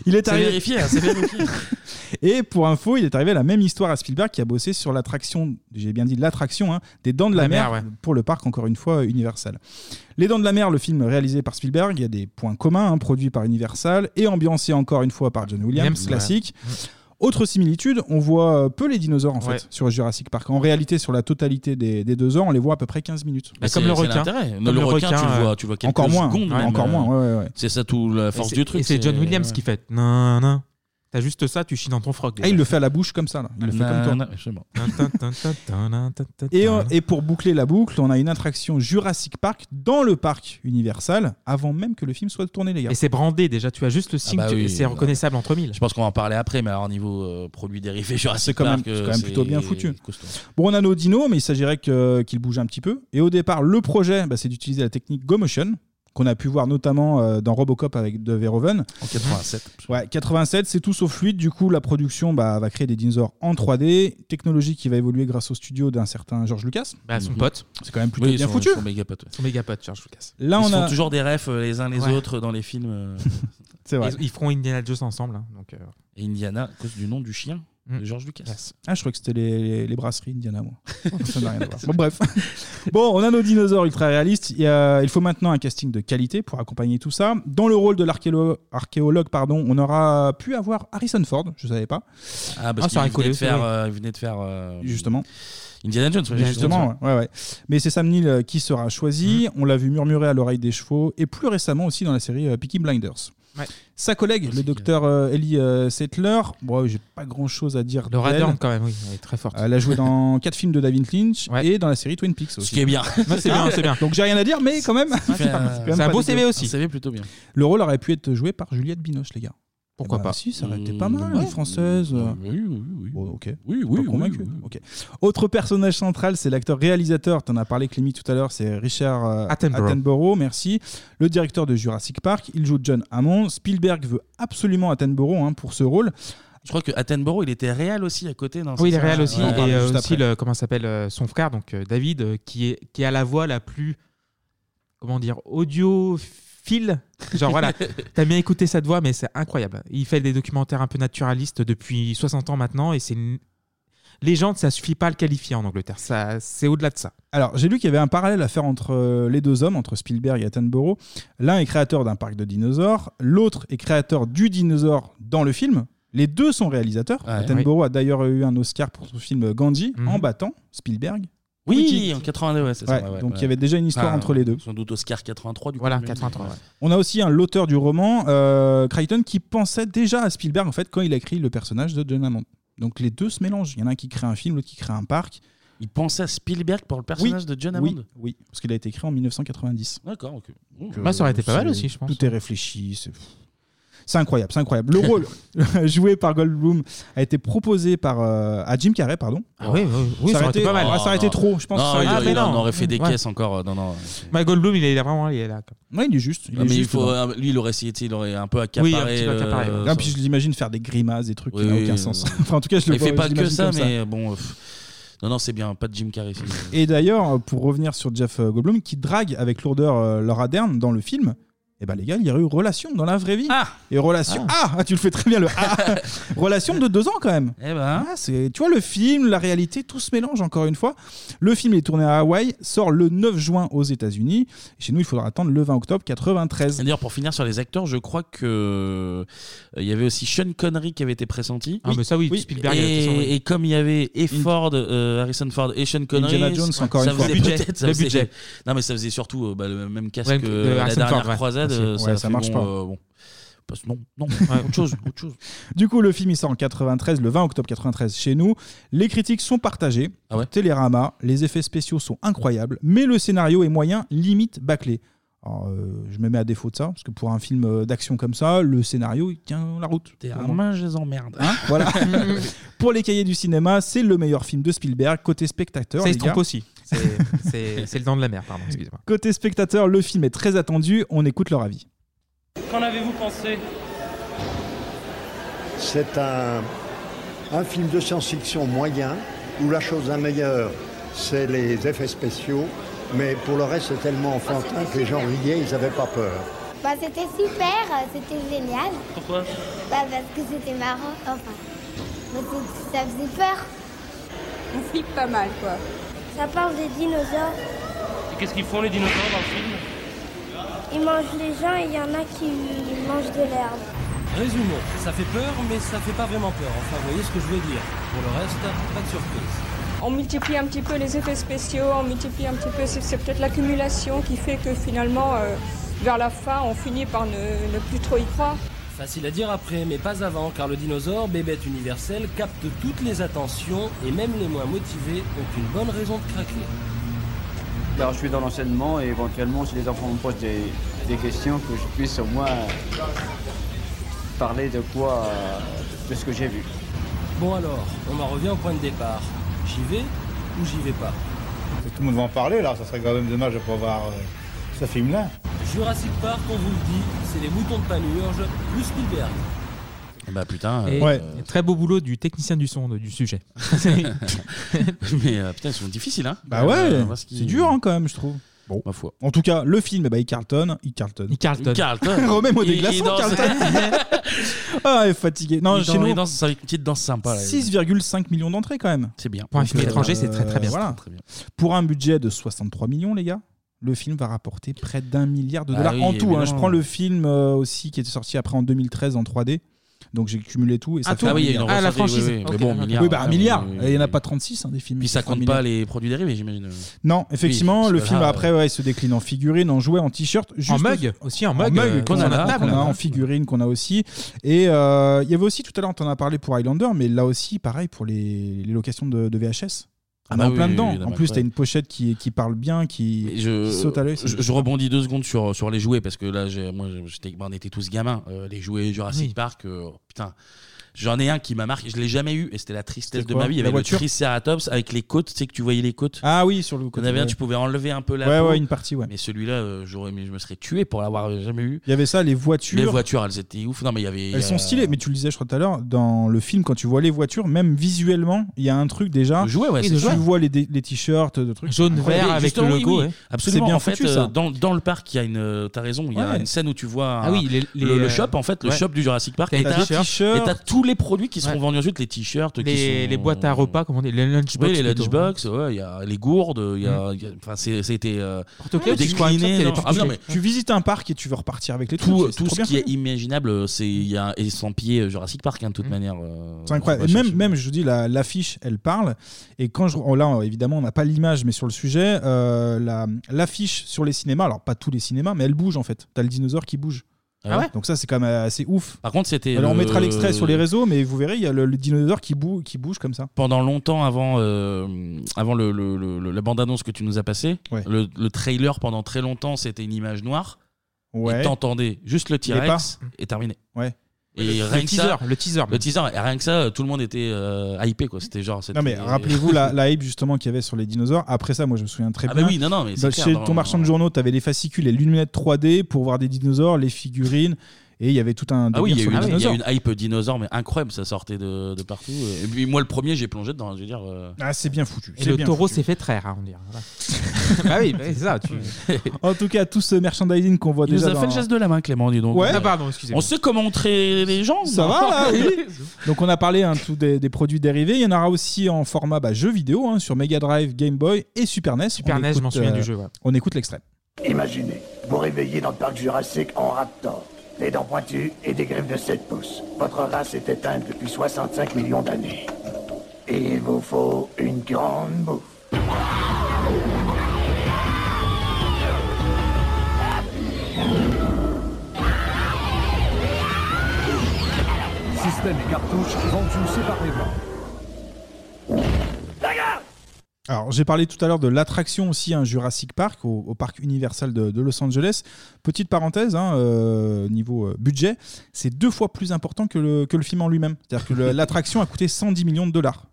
Il est
C'est
arrivé.
vérifié, hein, c'est vérifié.
Et pour info, il est arrivé à la même histoire à Spielberg qui a bossé sur l'attraction, j'ai bien dit l'attraction, hein, des Dents de la,
La
Mer,
mer, ouais.
pour le parc, encore une fois, euh, Universal. Les Dents de la Mer, le film réalisé par Spielberg, il y a des points communs, hein, produit par Universal et ambiancé encore une fois par John Williams,
Williams,
classique.
Mm.
Autre similitude, on voit euh, peu les dinosaures en
Ouais.
fait sur Jurassic Park. En réalité, sur la totalité des, des deux heures, on les voit à peu près 15 minutes.
Mais c'est- c'est l'intérêt. Le, requin, tu le vois, tu le vois quelques
encore moins,
secondes.
ouais,
même,
encore
euh,
moins. ouais, ouais, ouais.
C'est ça tout la force
Et c'est-
du truc.
Et c'est John Williams
ouais.
qui fait. Non, non. T'as juste ça, tu chies dans ton froc.
Ah, il le fait à la bouche comme ça, là. Il le fait
Nan-
comme toi.
nan-
Et, euh, et pour boucler la boucle, on a une attraction Jurassic Park dans le parc Universal avant même que le film soit tourné, les gars.
Et c'est brandé déjà, tu as juste
Ah
le signe,
bah
tu-
oui,
c'est
euh,
bah-
reconnaissable entre mille.
Je pense qu'on va en parler après, mais alors niveau euh, produits dérivés, Jurassic
Ah, C'est quand même,
Park, euh,
c'est quand même plutôt bien
c'est
foutu.
costaud.
Bon, on a nos dinos, mais il s'agirait que- qu'ils bougent un petit peu. Et au départ, le projet, bah, c'est d'utiliser la technique Go Motion, qu'on a pu voir notamment euh, dans Robocop avec de Verhoeven.
En 87.
Ouais, 87, c'est tout sauf fluide. Du coup, la production bah, va créer des dinosaures en 3D, technologie qui va évoluer grâce au studio d'un certain George Lucas.
Bah, son pote.
Mhm. C'est quand même plutôt
Oui,
bien
son-
foutu.
son méga pote, ouais.
Son méga pote, George Lucas.
Là,
Ils
on
se
a-
font toujours des refs euh, les uns les
Ouais.
autres dans les films. euh,
C'est vrai.
Ils, ils feront Indiana Jones ensemble. hein, donc, euh, Mm.
Et Indiana, à cause du nom du chien de George Lucas.
Ah, je crois que c'était les, les- les brasseries Indiana, moi. Ça n'a rien à voir. Bon, bref. Bon, on a nos dinosaures ultra réalistes. Il, y a- il faut maintenant un casting de qualité pour accompagner tout ça. Dans le rôle de l'archéolo- archéologue, pardon, on aura pu avoir Harrison Ford, je savais pas.
Ah, parce qu'il venait, de faire, euh, il venait de faire. euh,
Justement.
Indiana Jones, ouais,
Justement,
Bah, ouais.
ouais, ouais, ouais. Mais c'est Sam Neill euh, qui sera choisi. On l'a vu murmurer à l'oreille des chevaux et plus récemment aussi dans la série euh, Peaky Blinders.
Ouais.
Sa collègue, le docteur euh, Ellie euh, Settler, bon, j'ai pas grand chose à dire.
Laura
d'elle.
Dern, quand même, oui, elle est très forte.
Elle a joué dans quatre films de David Lynch et dans la série Twin Peaks aussi.
qui est bien.
Ah, c'est bien, c'est bien. Donc j'ai rien à dire, mais quand même.
fait un-
quand même
c'est un
pas
beau
dégueu.
CV aussi. Un CV plutôt bien.
Le rôle aurait pu être joué par Juliette Binoche, les gars.
Pourquoi
Eh ben,
pas.
Si, ça aurait été pas mal. hein, Une française.
Mm, Oui, oui, oui.
Bon, Oh, ok.
Oui,
Pas
oui, oui,
convaincu.
oui, oui.
Ok. Autre personnage central, c'est l'acteur-réalisateur. T'en as parlé, Clémy, tout à l'heure. C'est Richard euh,
Attenborough.
Attenborough. Merci. Le directeur de Jurassic Park. Il joue John Hammond. Spielberg veut absolument Attenborough hein, pour ce rôle.
Je crois que Attenborough, il était réel aussi à côté. Non,
Oui, il
c'est
est
ça
réel aussi.
Ouais.
et euh, aussi, le, comment s'appelle euh, son frère, donc euh, David, euh, qui, est, qui a la voix la plus. Comment dire Audiophile. Genre, voilà. T'as bien écouté cette voix, mais c'est incroyable. Il fait des documentaires un peu naturalistes depuis 60 ans maintenant. Et c'est une légende, ça suffit pas à le qualifier en Angleterre. Ça, c'est au-delà de ça.
Alors, j'ai lu qu'il y avait un parallèle à faire entre euh, les deux hommes, entre Spielberg et Attenborough. L'un est créateur d'un parc de dinosaures, l'autre est créateur du dinosaure dans le film. Les deux sont réalisateurs. Attenborough a d'ailleurs eu un Oscar pour son film Gandhi en battant Spielberg
Oui,
Wicked.
en 82, ouais, c'est
Ouais,
ça. ouais, ouais,
donc il
ouais.
y avait déjà une histoire
Enfin,
entre les deux.
Sans doute Oscar 83, du coup.
Voilà,
mais-
83, On a aussi un l'auteur du roman, euh, Crichton, qui pensait déjà à Spielberg en fait quand il a écrit le personnage de John Hammond. Donc les deux se mélangent. Il y en a un qui crée un film, l'autre qui crée un parc.
Il pensait à Spielberg pour le personnage de John Hammond
Oui, parce qu'il a été créé en 1990.
D'accord, ok.
Donc,
Ah,
Bah, ça aurait
euh,
été pas mal
c'est-
aussi, je pense.
Tout est réfléchi. c'est- C'est incroyable, c'est incroyable. Le rôle joué par Goldblum a été proposé par euh, à Jim Carrey, pardon.
Ah oui, oui, oui, ça aurait été pas mal.
ah, ça aurait été
Non,
trop, je pense.
non,
que ça aurait
il,
été-
il en aurait fait des caisses encore. euh, Non, non.
Mais Goldblum, il est là, vraiment, il est là.
Ouais, il est juste. Il
Non,
est
mais il
juste
faut,
dedans.
euh, lui, il aurait essayé, tu sais, il aurait un peu accaparé.
Oui, un petit peu accaparé,
euh,
Ah, puis je l'imagine faire des grimaces, des trucs
Oui,
qui n'ont
oui,
aucun
euh,
sens. enfin, en tout cas, je le
Il fait
vois-
pas
je
que
l'imagine
ça,
comme
mais euh, bon. euh, pff. Non, non, c'est bien, pas de Jim Carrey. c'est-
Et d'ailleurs, euh, pour revenir sur Jeff euh, Goldblum, qui drague avec lourdeur euh, Laura Dern dans le film, eh ben les gars, il y aurait eu relation dans la vraie vie. Et relation. Ah, ah, tu le fais très bien le ah. Relation de deux ans quand même.
Eh ben.
Ah, c'est, tu vois, le film, la réalité, tout se mélange encore une fois. Le film est tourné à Hawaï, sort le 9 juin aux États-Unis. Chez nous, il faudra attendre le 20 octobre 93.
Et D'ailleurs, pour finir sur les acteurs, je crois que euh, il y avait aussi Sean Connery qui avait été pressenti.
Ah, mais ça, oui, Spielberg, de toute façon, oui.
Et, et comme il y avait et Ford, euh, Harrison Ford et Sean Connery,
Indiana Jones,
ça
encore une fois.
faisait
Le budget,
peut-être- ça
le
faisait-
budget.
Non, mais ça faisait surtout euh, bah, le même casque
Ouais,
que
de
la
Harrison
dernière
Ford, ouais.
croisade.
Aussi.
euh,
Ouais,
a
ça
fait
marche
bon,
pas.
euh, bon. Parce- Non, non, autre chose, autre chose.
Du coup, le film il sort en 93, le 20 octobre 93 chez nous. Les critiques sont partagées. Télérama, les effets spéciaux sont incroyables, mais le scénario est moyen, limite bâclé. Alors, euh, je me mets à défaut de ça, parce que pour un film euh, d'action comme ça, le scénario il tient la route.
T'es
Pour
un
moi.
main, je les emmerde.
Hein voilà. pour les cahiers du cinéma, c'est le meilleur film de Spielberg côté spectateur.
Ça, il
les
se trompe
gars.
aussi. C'est- C'est c'est le temps de la mer, pardon, excusez-moi.
Côté spectateur, le film est très attendu. On écoute leur avis.
Qu'en avez-vous pensé
C'est un, un film de science-fiction moyen où la chose la meilleure, c'est les effets spéciaux, mais pour le reste, c'est tellement enfantin que les gens riaient, ils n'avaient pas peur.
Bah, c'était super, euh, c'était génial.
Pourquoi
Bah, parce que c'était marrant, enfin. mais c'est- ça faisait peur. On flippe pas mal, quoi. Ça parle des dinosaures.
Et qu'est-ce qu'ils font les dinosaures dans le film
Ils mangent les gens et il y en a qui mangent de l'herbe. Résumons, ça fait peur, mais ça fait pas vraiment peur. Enfin, vous voyez ce que je veux dire. Pour le reste, pas de surprise.
On multiplie un petit peu les effets spéciaux, on multiplie un petit peu, c'est c'est peut-être l'accumulation qui fait que finalement, euh, vers la fin, on finit par ne- ne plus trop y croire.
Facile à dire après, mais pas avant, car le dinosaure, bébête universelle, capte toutes les attentions et même les moins motivés ont une bonne raison de craquer.
Alors Bah, je suis dans l'enseignement et éventuellement si les enfants me posent des, des questions que je puisse au moins parler de quoi euh, de ce que j'ai vu.
Bon alors, on en revient au point de départ. J'y vais ou j'y vais pas
Tout le monde va en parler là, ça serait quand même dommage de pas voir euh, ce film-là.
Jurassic Park, on vous le dit, c'est les moutons de Panurge plus Spielberg.
Bah putain.
Et-
euh,
et Très beau boulot du technicien du son de- du sujet.
Mais euh, putain, ils sont difficiles, hein.
Bah ouais,
Euh, on voit ce qui-
c'est dur hein, quand même, je trouve. Bon,
ma foi.
En tout cas, le film, eh ben, il cartonne, il cartonne. Il
cartonne.
Carlton.
Romain
Il-
Modé
il
Glaçon,
danse-
Carlton. ah, il est fatigué. Non,
il
chez
danse-
nous,
il danse avec une petite danse sympa. là.
6,5 millions d'entrées quand même. euh,
C'est bien.
Pour un film étranger, c'est très, très bien.
voilà.
C'est très, très bien.
Pour un budget de 63 millions, les gars, le film va rapporter près d'un milliard de
Ah
dollars
oui,
en tout. hein.
évidemment.
Je prends le film euh, aussi qui était sorti après en 2013 en 3D. Donc j'ai cumulé tout et ça
Ah,
fait
tout
un
Ah oui, il y a
milliard.
une Ah, la ressortie, franchise. oui, oui. Mais
Ok,
bon,
d'accord.
milliard,
Oui, bah un
oui,
milliard.
oui,
Et Il n'y en a pas 36 hein, des films.
Puis ça compte
63
pas
millions.
les produits dérivés, j'imagine.
Non,
Oui,
effectivement,
parce
le
que
film
là,
après, ouais, il se décline en figurine, en jouet, en t-shirt, juste
mug, aussi, en mug, euh,
qu'on
sur
a,
la table.
qu'on a en figurine, qu'on a aussi. Et euh, il y avait aussi tout à l'heure, on en a parlé pour Highlander, mais là aussi, pareil pour les, les locations de, de VHS.
Ah
on
bah
est en
oui,
plein
oui,
dedans.
oui, non,
en
mais
plus,
ouais.
t'as une pochette qui, qui parle bien, qui,
Et je,
qui saute à l'œil.
je, je rebondis deux secondes sur, sur les jouets parce que là, j'ai- moi, j'étais, bon, on était tous gamins. Euh, les jouets Jurassic
Oui.
Park, euh, putain. J'en ai un qui m'a marqué, je l'ai jamais eu et c'était la tristesse
C'était
de
quoi
ma vie. Il y
La
avait
voiture
le Triceratops avec les côtes, tu sais que tu voyais les côtes.
Ah oui, sur le
T'en
côté,
avais un,
ouais.
tu pouvais enlever un peu la
Ouais,
peau.
ouais, une partie, ouais.
Mais celui-là, euh, j'aurais, mais je me serais tué pour l'avoir euh, jamais eu.
Il y avait ça, les voitures.
Les voitures, elles étaient ouf. Non, mais il y avait. euh,
Elles sont stylées, mais tu le disais, je crois, tout à l'heure, dans le film, quand tu vois les voitures, même visuellement, il y a un truc déjà.
jouet, ouais,
Et
c'est
Tu
jouet.
vois les, dé- les t-shirts, de trucs.
Jaune,
incroyables.
Ouais, justement, oui, oui. Absolument.
C'est bien
en fait,
foutu,
euh,
ça.
Dans, dans le parc, il y a une. euh, T'as raison. Il y a
Ouais.
une scène où tu vois
Ah
un-
oui, les-
le,
les,
le
euh,
shop. En fait, le
ouais.
shop du Jurassic Park.
T'as
Et
les t-shirts.
et t'as tous les produits qui seront
Ouais.
vendus ensuite, les t-shirts, qui
Les,
sont-
les boîtes à repas, comment on dit, les lunchbox.
Oui, les
plutôt.
lunchbox, ouais, il y a les gourdes, il y
Mm.
a, il y a- enfin c'est- c'était euh,
Autoclave, tu crois, Autoclave, elle est
décliné, non. Ah, mais non,
particulière.
mais
Tu visites un parc et tu veux repartir avec les
tout,
trucs. c'est
tout
trop
ce
bien
qui
fait. Mm.
est imaginable, c'est il y a et sans pied euh, Jurassic Park hein, de toute manière. euh,
C'est incroyable.
on
Et
va
même, même, je vous dis, la- l'affiche, elle parle. Et quand je, on- là, on- évidemment, on n'a pas l'image, mais sur le sujet, euh, la- l'affiche sur les cinémas, alors pas tous les cinémas, mais elle bouge en fait. T'as le dinosaure qui bouge.
Ah ouais
Donc ça, c'est quand même assez ouf.
Par contre, c'était.
Alors, on
le-
mettra l'extrait sur les réseaux, mais vous verrez, il y a le, le dinosaure qui, bou- qui bouge comme ça.
Pendant longtemps avant, euh, avant le, le- le- le- la bande-annonce que tu nous as passée, le, le trailer pendant très longtemps c'était une image noire.
Ouais.
Et t'entendais juste le T-Rex
pas.
et terminé.
Ouais.
Et
Le
rien que ça-
teaser, le teaser même.
Le teaser. Et rien que ça, euh, tout le monde était euh, hypé quoi. C'était genre. c'était- euh,
Non mais rappelez-vous la, la hype justement qu'il y avait sur les dinosaures. Après ça, moi je me souviens très
Ah bah
bien.
oui, non, non, mais c'est
Dans-
clair,
chez
dans-
ton marchand de journaux, t'avais les fascicules, les lunettes 3D pour voir des dinosaures, les figurines, et il y avait tout un
Ah
délire
oui, il y, a eu
sur les
une- il y a
dinosaures.
eu une hype dinosaure, mais incroyable, ça sortait de, de partout. euh. Et puis moi, le premier, j'ai plongé dedans, je veux dire. euh.
Ah, c'est bien foutu.
Et
c'est
le
bien
taureau
foutu.
s'est fait traire, hein, on dirait. Voilà. bah oui, bah c'est ça. Tu...
En tout cas, tout ce merchandising qu'on voit
Il
déjà.
nous a fait le geste de la main, Clément, dis donc.
Ouais.
Ah, pardon, excusez-moi. On sait comment on traite les gens.
Ça
non
va là, oui. Donc on a parlé hein, tout des, des produits dérivés. Il y en aura aussi en format bah, jeu vidéo hein, sur Mega Drive, Game Boy et Super NES.
Super
On
NES, je
écoute,
m'en souviens
euh,
du jeu, ouais.
On écoute l'extrait.
Imaginez, vous réveillez dans le parc jurassique en raptor, les dents pointues et des griffes de 7 pouces. Votre race est éteinte depuis 65 millions d'années. Et il vous faut une grande bouffe.
Système et cartouche vendus séparément.
Alors, j'ai parlé tout à l'heure de l'attraction aussi, un Jurassic Park, au, au parc Universal de, de Los Angeles. Petite parenthèse, hein, euh, niveau euh, budget, c'est deux fois plus important que le, que le film en lui-même. C'est-à-dire que le- l'attraction a coûté 110 millions de dollars.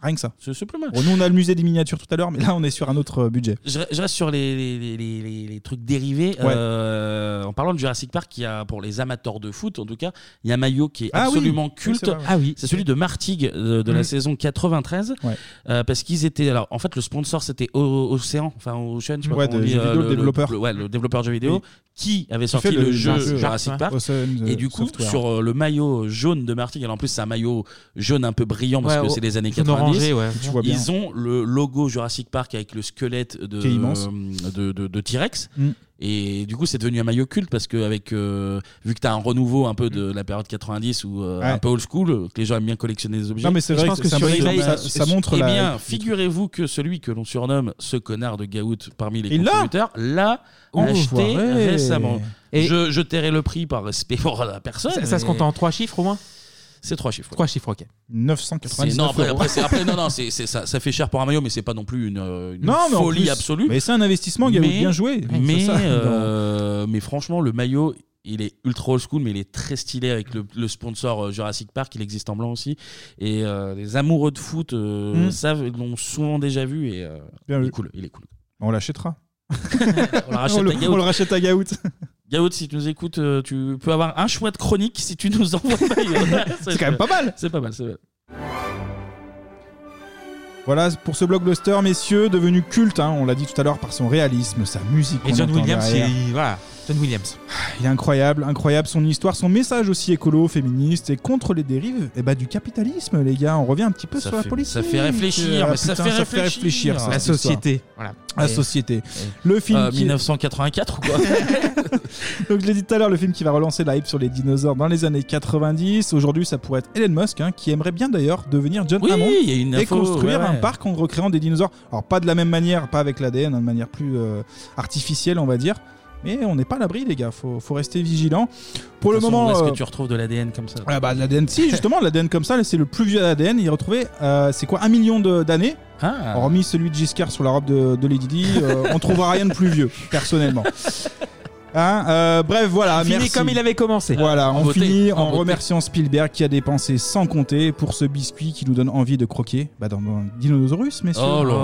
Rien que ça.
C'est plus mal.
Bon, nous, on a le musée des miniatures tout à l'heure, mais là, on est sur un autre euh, budget.
Je, je reste sur les, les- les- les- les trucs dérivés.
Ouais.
Euh, en parlant de Jurassic Park, il y a, pour les amateurs de foot, en tout cas, il y a un maillot qui est
Ah oui.
absolument
Oui,
culte.
c'est vrai, ouais. Ah oui.
C'est celui de Martigues euh, de, de la
Mhm.
saison 93.
Ouais.
Euh, parce qu'ils étaient. Alors, en fait, le sponsor, c'était O- Océan, enfin Ocean, je sais pas
Ouais,
comment
de
on dit,
jeux
euh,
vidéo, le développeur.
Le, ouais, le développeur de jeux vidéo.
Oui.
Qui avait
Qui
sorti
fait
le,
le
jeu
jeu,
Jurassic
ouais.
Park
Ocean,
et
euh,
du coup
Software.
sur euh, le maillot jaune de Martigues alors en plus c'est un maillot jaune un peu brillant parce
Ouais,
que
au-
c'est les années
jaune
90
orangé, ouais. Tu vois bien.
ils ont le logo Jurassic Park avec le squelette de
Qui est immense.
de, de- de T-Rex.
Mm.
Et du coup, c'est devenu un maillot culte parce que, avec, euh, vu que tu as un renouveau un peu de la période 90 ou euh,
Ouais.
un peu old school, euh, que les gens aiment bien collectionner des objets.
Non, mais c'est
Et
vrai
je pense
que ça montre-
eBay,
ça- ça
sur-
montre
Eh
la-
bien, figurez-vous que celui que l'on surnomme ce connard de Gaout parmi les
Il l'a
contributeurs l'a
Oh,
acheté
enfoiré.
récemment. je, je tairai le prix par respect pour la personne.
Ça, ça se
mais-
compte en trois chiffres au moins
C'est trois chiffres.
Trois chiffres, ok.
C'est-
999
non, après,
euros.
après, c'est- après, non, non, c'est- c'est- ça, ça fait cher pour un maillot, mais c'est pas non plus une, euh, une
Non, mais en
folie
plus-
absolue.
mais c'est un investissement, Gaël,
Mais-
bien joué.
Mais,
C'est ça.
euh, mais franchement, le maillot, il est ultra old school, mais il est très stylé avec le, le sponsor euh, Jurassic Park. Il existe en blanc aussi. Et euh, les amoureux de foot euh,
Mm.
savent, l'ont souvent déjà vu. Et euh,
Bien
il
vu.
est cool. Il est cool.
On l'achètera.
On, la rachète
On le-
à Gaout.
on le rachète à Gaout.
Gaout, si tu nous écoutes, euh, tu peux avoir un choix de chronique si tu nous envoies le maillot.
C'est quand même pas mal.
C'est pas mal, c'est pas mal.
Voilà pour ce blockbuster, messieurs, devenu culte, hein, on l'a dit tout à l'heure, par son réalisme, sa musique.
Et
qu'on
John
entend
Williams,
derrière.
il- voilà. John Williams.
Il est incroyable, incroyable son histoire, son message aussi écolo, féministe et contre les dérives eh ben, du capitalisme, les gars. On revient un petit peu
Ça
sur
fait-
la politique. Ah,
ça fait réfléchir, mais ça fait réfléchir.
cette
La
histoire.
société, voilà.
La
Et-
société.
et-
Le film.
Euh,
qui-
1984 ou quoi
Donc je l'ai dit tout à l'heure, le film qui va relancer la hype sur les dinosaures dans les années 90. Aujourd'hui, ça pourrait être Elon Musk, hein, qui aimerait bien d'ailleurs devenir John
Oui,
Hammond
il y a une
et
info,
construire
ouais, ouais.
un parc en recréant des dinosaures. Alors pas de la même manière, pas avec l'ADN, hein, de manière plus euh, artificielle, on va dire. Mais on n'est pas à l'abri, les gars. Faut, faut rester vigilant. Pour
De
le
toute façon,
moment,
où est-ce
euh,
que tu retrouves de l'ADN comme ça
ah bah de l'ADN, si justement, l'ADN comme ça, là, c'est le plus vieux ADN. Il est retrouvé, euh, c'est quoi, un million de- d'années
Ah.
Hormis celui de Giscard sur la robe de, de Lady Di, euh, on trouvera rien de plus vieux, personnellement. Hein, euh, bref, voilà.
On finit
merci.
comme il avait commencé.
Voilà,
En
on
beauté,
finit
en
en,
beauté.
remerciant Spielberg qui a dépensé sans compter pour ce biscuit qui nous donne envie de croquer bah, dans un dinosaurus, messieurs.
Oh là là,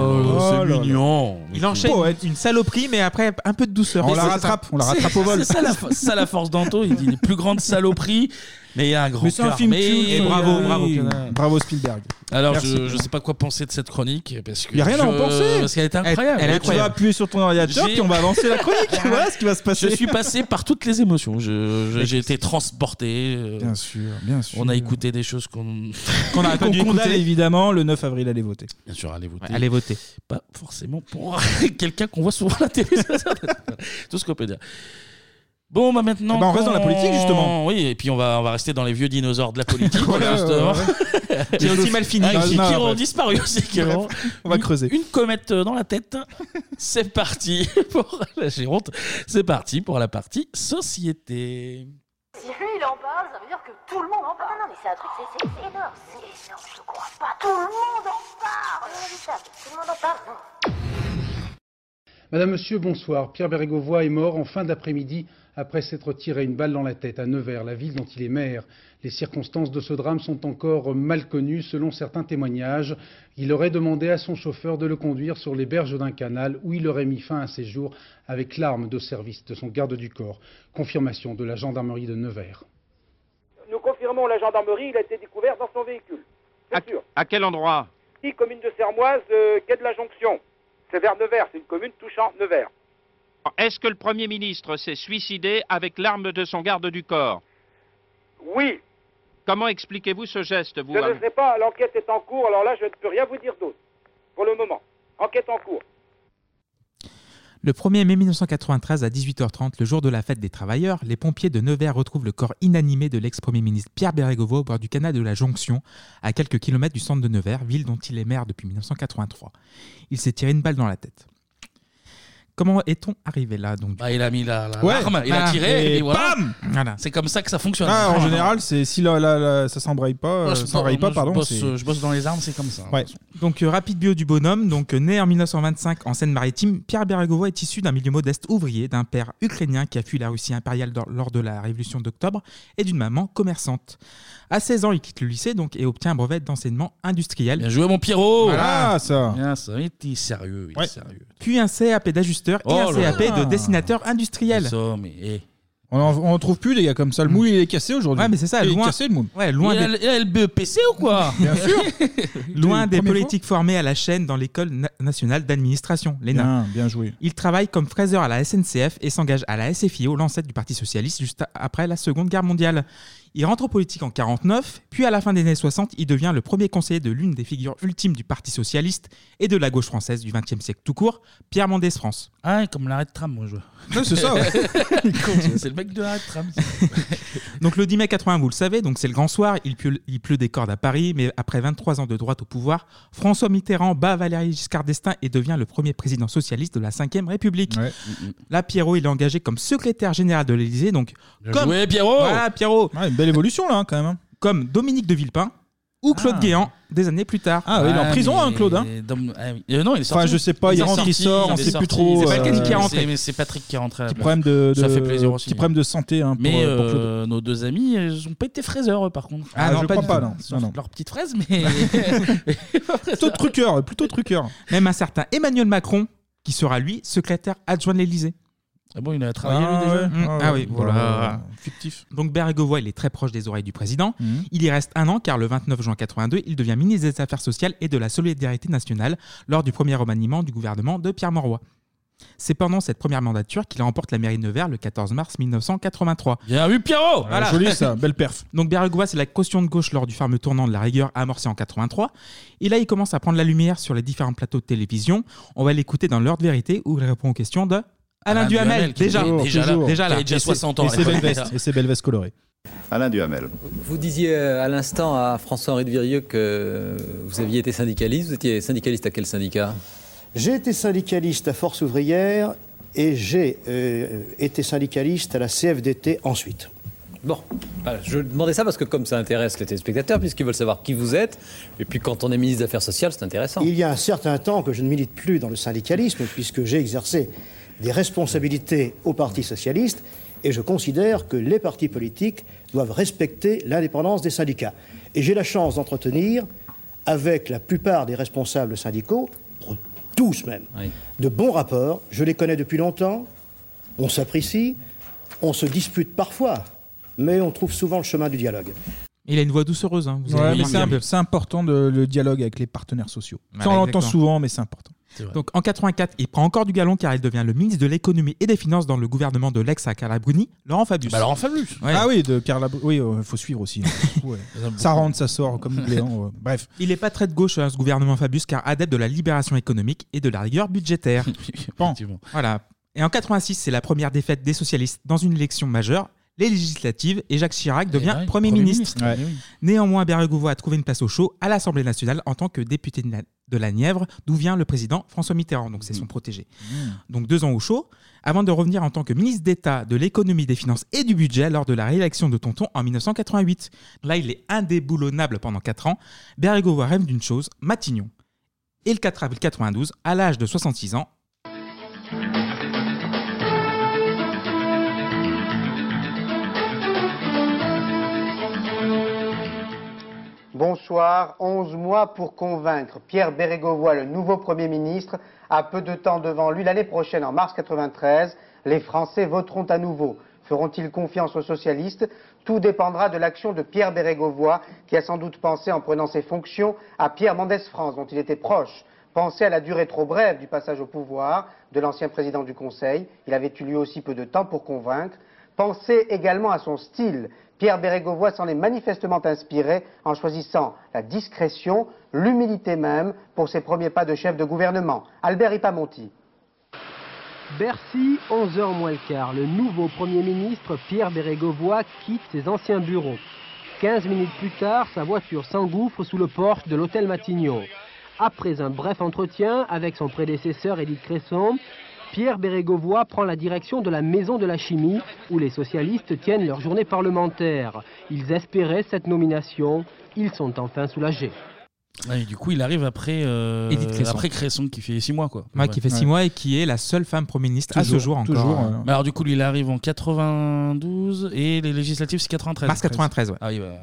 c'est
Oh là là.
mignon.
Il enchaîne une, une saloperie, mais après un peu de douceur.
On la
C'est-
rattrape, on la
c'est-
rattrape au Ah, vol.
C'est ça, la fo- c'est ça la force d'Anto, il dit les plus grandes saloperies, mais il y a un grand
Mais c'est un
cœur.
film
Mais-
culte,
Et bravo, bravo.
Bravo Spielberg.
Alors,
Merci.
je, je sais pas quoi penser de cette chronique parce que
Il n'y a rien
je-
à en penser.
parce qu'elle est incroyable.
Et Tu vas appuyer sur ton ordinateur
J'ai-
et on va avancer la chronique. voilà ce qui va se passer.
Je suis passé par toutes les émotions. Je- je- J'ai été transporté. euh,
Bien sûr, bien sûr.
On a écouté des choses qu'on
Qu'on a condamne évidemment le 9 avril, allez voter.
Bien sûr, allez voter.
Ouais, allez voter.
Pas forcément pour quelqu'un qu'on voit souvent à la télé. Tout ce qu'on peut dire. Bon, bah maintenant.
Eh ben, on reste dans la
qu'on-
politique, justement.
Oui, et puis on va, on va rester dans les vieux dinosaures de la politique,
Ouais, ouais,
justement.
ouais. Qui ont aussi mal fini.
Ah, qui,
Non,
qui
non,
ont
ouais.
disparu aussi. qui
Bref,
ont-
on va
Une-
creuser.
Une comète euh, dans la tête. C'est parti pour la Géronte. C'est parti pour la partie société.
Si lui il en parle, ça veut dire que tout le monde en parle. Non, non, mais c'est un truc, c'est c'est énorme. C'est énorme, je le crois pas. Tout le monde en parle. Regarde, Tout le monde en parle. Non.
Madame, Monsieur, bonsoir. Pierre Bérégovoy est mort en fin d'après-midi après s'être tiré une balle dans la tête à Nevers, la ville dont il est maire. Les circonstances de ce drame sont encore mal connues selon certains témoignages. Il aurait demandé à son chauffeur de le conduire sur les berges d'un canal où il aurait mis fin à ses jours avec l'arme de service de son garde du corps. Confirmation de la gendarmerie de Nevers.
Nous confirmons la gendarmerie, il a été découvert dans son véhicule. C'est sûr.
À quel endroit
Ici, commune de Sermoise, euh, quai de la Jonction. C'est vers Nevers, c'est une commune touchant Nevers.
Est-ce que le Premier ministre s'est suicidé avec l'arme de son garde du corps
Oui.
Comment expliquez-vous ce geste, vous
Je ne sais pas, l'enquête est en cours, alors là, je ne peux rien vous dire d'autre. Pour le moment. Enquête en cours.
Le 1er mai 1993 à 18h30, le jour de la fête des travailleurs, les pompiers de Nevers retrouvent le corps inanimé de l'ex-premier ministre Pierre Bérégovo au bord du canal de la Jonction, à quelques kilomètres du centre de Nevers, ville dont il est maire depuis 1983. Il s'est tiré une balle dans la tête. Comment est-on arrivé là donc
Bah, il a mis la, la-
Ouais.
l'arme, il a
Ah,
tiré, et,
et
voilà.
bam
C'est comme ça que ça fonctionne.
Ah, en
Voilà.
général, c'est si la, la- la- ça s'embraye pas, euh,
Moi, je-
s'embraye pas,
moi, je
pardon.
bosse,
c'est-
euh, je bosse dans les armes, c'est comme ça.
Ouais.
Donc euh, rapide bio du bonhomme, donc euh, né en 1925 en Seine-Maritime, Pierre Beregovo est issu d'un milieu modeste ouvrier, d'un père ukrainien qui a fui la Russie impériale dor- lors de la révolution d'octobre et d'une maman commerçante. À 16 ans, il quitte le lycée donc et obtient un brevet d'enseignement industriel.
Bien joué mon Pierrot
Voilà.
Bien, ça, il est sérieux, il est sérieux.
Puis un CAP d'ajusteur et
Oh
un
là
CAP
là.
de dessinateur industriel.
Ça, mais, eh.
On en, on en trouve plus, les gars, comme
Mm.
ça. Le moule, il est cassé aujourd'hui.
Ouais, mais c'est ça,
il
loin-
est cassé, le moule.
Ouais, loin
il, a,
des-
il a le BEPC E ou quoi
Bien sûr.
Loin des
Premier
politiques formées à la chaîne dans l'école na- nationale d'administration, l'ENA.
Bien, bien joué.
Il travaille comme fraiseur à la SNCF et s'engage à la SFIO, l'ancêtre du Parti Socialiste, juste a- après la Seconde Guerre mondiale. Il rentre en politique en 49, puis à la fin des années 60, il devient le premier conseiller de l'une des figures ultimes du Parti Socialiste et de la gauche française du XXe siècle tout court, Pierre Mendès France.
Ah, comme l'arrêt de tram, moi, je
Ouais, c'est ça, ouais.
c'est le mec de l'arrêt de tram.
Donc le 10 mai 80, vous le savez, donc c'est le grand soir, il pleut, il pleut des cordes à Paris, mais après 23 ans de droite au pouvoir, François Mitterrand bat Valéry Giscard d'Estaing et devient le premier président socialiste de la Ve République. Là, Pierrot, il est engagé comme secrétaire général de l'Élysée, donc
Bien
comme
joué, Pierrot
Voilà, Pierrot.
une belle évolution là, hein, quand même.
Comme Dominique de Villepin ou Claude
Ah.
Guéant des années plus tard.
Ah, oui, il est en prison, hein,
mais-
Claude, hein.
Dom- ah oui. Euh, non, il est
Enfin,
sorti.
je sais pas, il
est
rentre, il
sorti,
sort, on
est
sait plus
sorti.
trop,
C'est pas
euh,
quelqu'un qui est
c'est-
rentré. Mais c'est Patrick qui est rentré. à la
Petit
place.
problème de, de,
Ça fait plaisir aussi.
Petit problème de santé. Hein, pour,
mais
euh, pour Claude.
euh, nos deux amis, euh, ils n'ont pas été fraiseurs, eux, par contre.
Ah, Ah, non, je pas crois du pas, tout. non.
Sauf
Non, non.
Leur petite fraise, mais.
plutôt
truqueur, plutôt truqueur.
Même un certain Emmanuel Macron, qui sera lui secrétaire adjoint de l'Élysée.
Ah bon, il a travaillé lui déjà
Mmh, Ah, oui, voilà.
Fictif.
Donc Bergovoy, il est très proche des oreilles du président.
Mmh.
Il y reste un an car le 29 juin 82, il devient ministre des Affaires sociales et de la solidarité nationale lors du premier remaniement du gouvernement de Pierre Mauroy. C'est pendant cette première mandature qu'il remporte la mairie de Nevers le 14 mars 1983.
Bien vu Pierrot
Ah, joli, ça, belle perf.
Donc Bergovoy, c'est la caution de gauche lors du fameux tournant de la rigueur amorcé en 83. Et là, il commence à prendre la lumière sur les différents plateaux de télévision. On va l'écouter dans l'heure de vérité où il répond aux questions de Alain, Duhamel.
qui est
déjà,
toujours,
déjà,
toujours.
là, déjà là.
Qui a déjà
Et c'est-
60 ans,
et
à
c'est
l'époque.
belle
Et ses belles vestes colorées.
Alain Duhamel.
Vous disiez euh, à l'instant à François-Henri de Virieux que euh, vous aviez été syndicaliste. Vous étiez syndicaliste à quel syndicat
J'ai été syndicaliste à Force ouvrière et j'ai euh, été syndicaliste à la CFDT ensuite.
Bon, voilà, je demandais ça parce que comme ça intéresse les téléspectateurs, puisqu'ils veulent savoir qui vous êtes, et puis quand on est ministre des Affaires sociales, c'est intéressant.
Il y a un certain temps que je ne milite plus dans le syndicalisme puisque j'ai exercé des responsabilités au Parti socialiste et je considère que les partis politiques doivent respecter l'indépendance des syndicats. Et j'ai la chance d'entretenir avec la plupart des responsables syndicaux, tous même, de bons rapports. Je les connais depuis longtemps, on s'apprécie, on se dispute parfois, mais on trouve souvent le chemin du dialogue.
Il a une voix doucereuse. hein, vous
Ouais,
avez
mais
remarqué
c'est
un
im-
peu.
c'est important de, le dialogue avec les partenaires sociaux.
Voilà,
ça, on l'entend
exactement.
souvent, mais c'est important.
Donc en 84, il prend encore du galon car il devient le ministre de l'économie et des finances dans le gouvernement de l'ex à Carla Bruni, Laurent Fabius.
Bah, Laurent Fabius. Ah oui, de Carla. Oui, il faut suivre aussi. hein. Ouais. ça rentre, ça sort comme une bléant, ouais. Bref.
Il n'est pas très de gauche hein, ce gouvernement Fabius car adepte de la libération économique et de la rigueur budgétaire.
Bon.
Voilà. Et en 86, c'est la première défaite des socialistes dans une élection majeure, les législatives, et Jacques Chirac devient
ouais,
Premier
Eh ben Premier
ministre.
ministre, ouais.
Néanmoins, Bérégovoy a trouvé une place au chaud à l'Assemblée nationale en tant que député de la, de la Nièvre, d'où vient le président François Mitterrand, donc c'est
Mm.
son protégé. Donc deux ans au chaud, avant de revenir en tant que ministre d'État de l'économie, des finances et du budget lors de la réélection de Tonton en 1988. Là, il est indéboulonnable pendant quatre ans. Bérégovoy rêve d'une chose, Matignon. Et le 4 avril 92, à l'âge de 66 ans,
Bonsoir. 11 mois pour convaincre Pierre Bérégovoy, le nouveau Premier ministre, a peu de temps devant lui. L'année prochaine, en mars 93, les Français voteront à nouveau. Feront-ils confiance aux socialistes Tout dépendra de l'action de Pierre Bérégovoy, qui a sans doute pensé, en prenant ses fonctions, à Pierre Mendès France, dont il était proche. Pensé à la durée trop brève du passage au pouvoir de l'ancien président du Conseil. Il avait eu lui aussi peu de temps pour convaincre. Pensez également à son style. Pierre Bérégovoy s'en est manifestement inspiré en choisissant la discrétion, l'humilité même pour ses premiers pas de chef de gouvernement. Albert Ipamonti.
Bercy, 11h moins le quart. Le nouveau Premier ministre, Pierre Bérégovoy, quitte ses anciens bureaux. 15 minutes plus tard, sa voiture s'engouffre sous le porche de l'hôtel Matignon. Après un bref entretien avec son prédécesseur Édith Cresson, Pierre Bérégovoy prend la direction de la Maison de la Chimie, où les socialistes tiennent leur journée parlementaire. Ils espéraient cette nomination. Ils sont enfin soulagés.
Ouais, et du coup, il arrive après, euh,
Edith Cresson.
après Cresson qui fait 6 mois. Quoi.
Ouais, qui fait six
Ouais.
mois et qui est la seule femme Premier ministre à ce jour encore.
hein. Mais alors, du coup, lui, il arrive en 92 et les législatives, c'est 93.
Mars 93, ouais.
Ah oui, bah,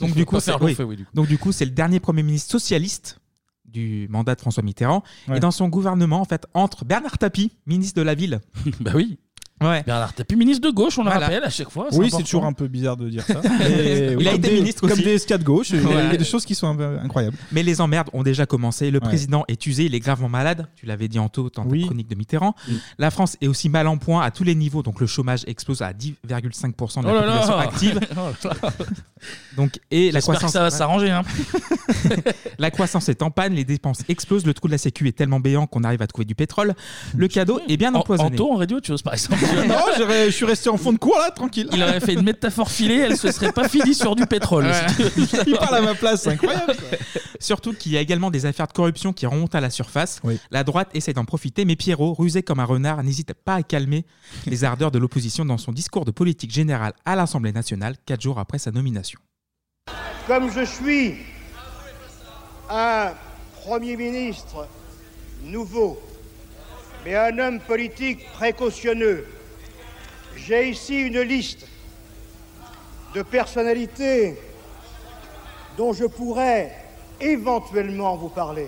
Donc du coup,
c'est
c'est
long
oui.
fait, oui, du coup.
Donc, du coup, c'est le dernier premier ministre socialiste du mandat de François Mitterrand.
Ouais.
Et dans son gouvernement, en fait, entre Bernard Tapie, ministre de la ville.
bah oui.
Ouais.
Bernard Tapie, ministre de gauche, on le rappelle à chaque fois.
Oui,
important.
c'est toujours un peu bizarre de dire ça.
Il a
comme
été
des-
ministre aussi.
Comme des SK de gauche, il y a- il y a
Ouais.
des choses qui sont un peu incroyables.
Mais les emmerdes ont déjà commencé.
Ouais.
Le président est usé, il est gravement malade. Tu l'avais dit en tôt dans ta chronique de Mitterrand. La France est aussi mal en point à tous les niveaux. Donc le chômage explose à 10,5% de la
Oh là là
population active.
Oh là là.
Donc, et la
J'espère que
croissance.
ça va s'arranger, hein.
la croissance est en panne, les dépenses explosent, le trou de la Sécu est tellement béant qu'on arrive à trouver du pétrole. Le cadeau est bien empoisonné.
Anto, en radio, tu oses par exemple
non, j'aurais- je suis resté en fond de cours là, tranquille.
Il aurait fait une métaphore filée, elle se serait pas finie sur du pétrole.
Il parle à ma place,
hein.
c'est incroyable. Surtout qu'il y a également des affaires de corruption qui remontent à la surface. La droite essaie d'en profiter, mais Pierrot, rusé comme un renard, n'hésite pas à calmer les ardeurs de l'opposition dans son discours de politique générale à l'Assemblée nationale, quatre jours après sa nomination.
Comme je suis un Premier ministre nouveau, mais un homme politique précautionneux, j'ai ici une liste de personnalités dont je pourrais éventuellement vous parler.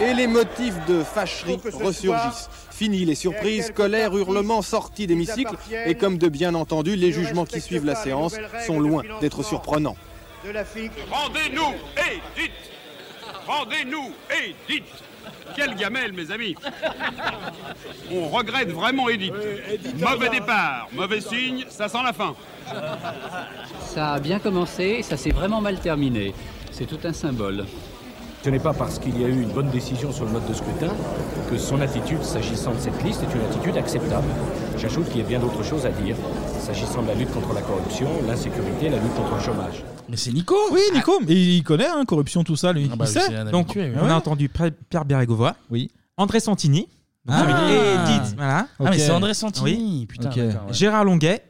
Et les motifs de fâcherie
Pour que ce
ressurgissent. Fini les surprises, colères, hurlements sortis d'hémicycle. Et comme de bien entendu, les jugements qui suivent la séance sont loin d'être surprenants.
De la FIC.
Rendez-nous et dites Rendez-nous et dites Quelle gamelle, mes amis On regrette vraiment Edith. Mauvais départ, mauvais signe, ça sent la fin.
Ça a bien commencé, ça s'est vraiment mal terminé. C'est tout un symbole.
Ce n'est pas parce qu'il y a eu une bonne décision sur le mode de scrutin que son attitude s'agissant de cette liste est une attitude acceptable. J'ajoute qu'il y a bien d'autres choses à dire s'agissant de la lutte contre la corruption, l'insécurité, la lutte contre le chômage.
Mais c'est Nico Ah.
Oui, Nico Et il connaît, hein, corruption, tout ça, lui.
bah
il
oui,
sait
c'est un
Donc,
habitué, oui.
on
Ouais.
a entendu Pierre- Pierre Bérégovoy,
oui.
André Santini. Donc,
Ah.
avec Edith, voilà.
Ah, mais Ok. c'est André Santini,
Oui.
putain, d'accord, ouais.
Gérard Longuet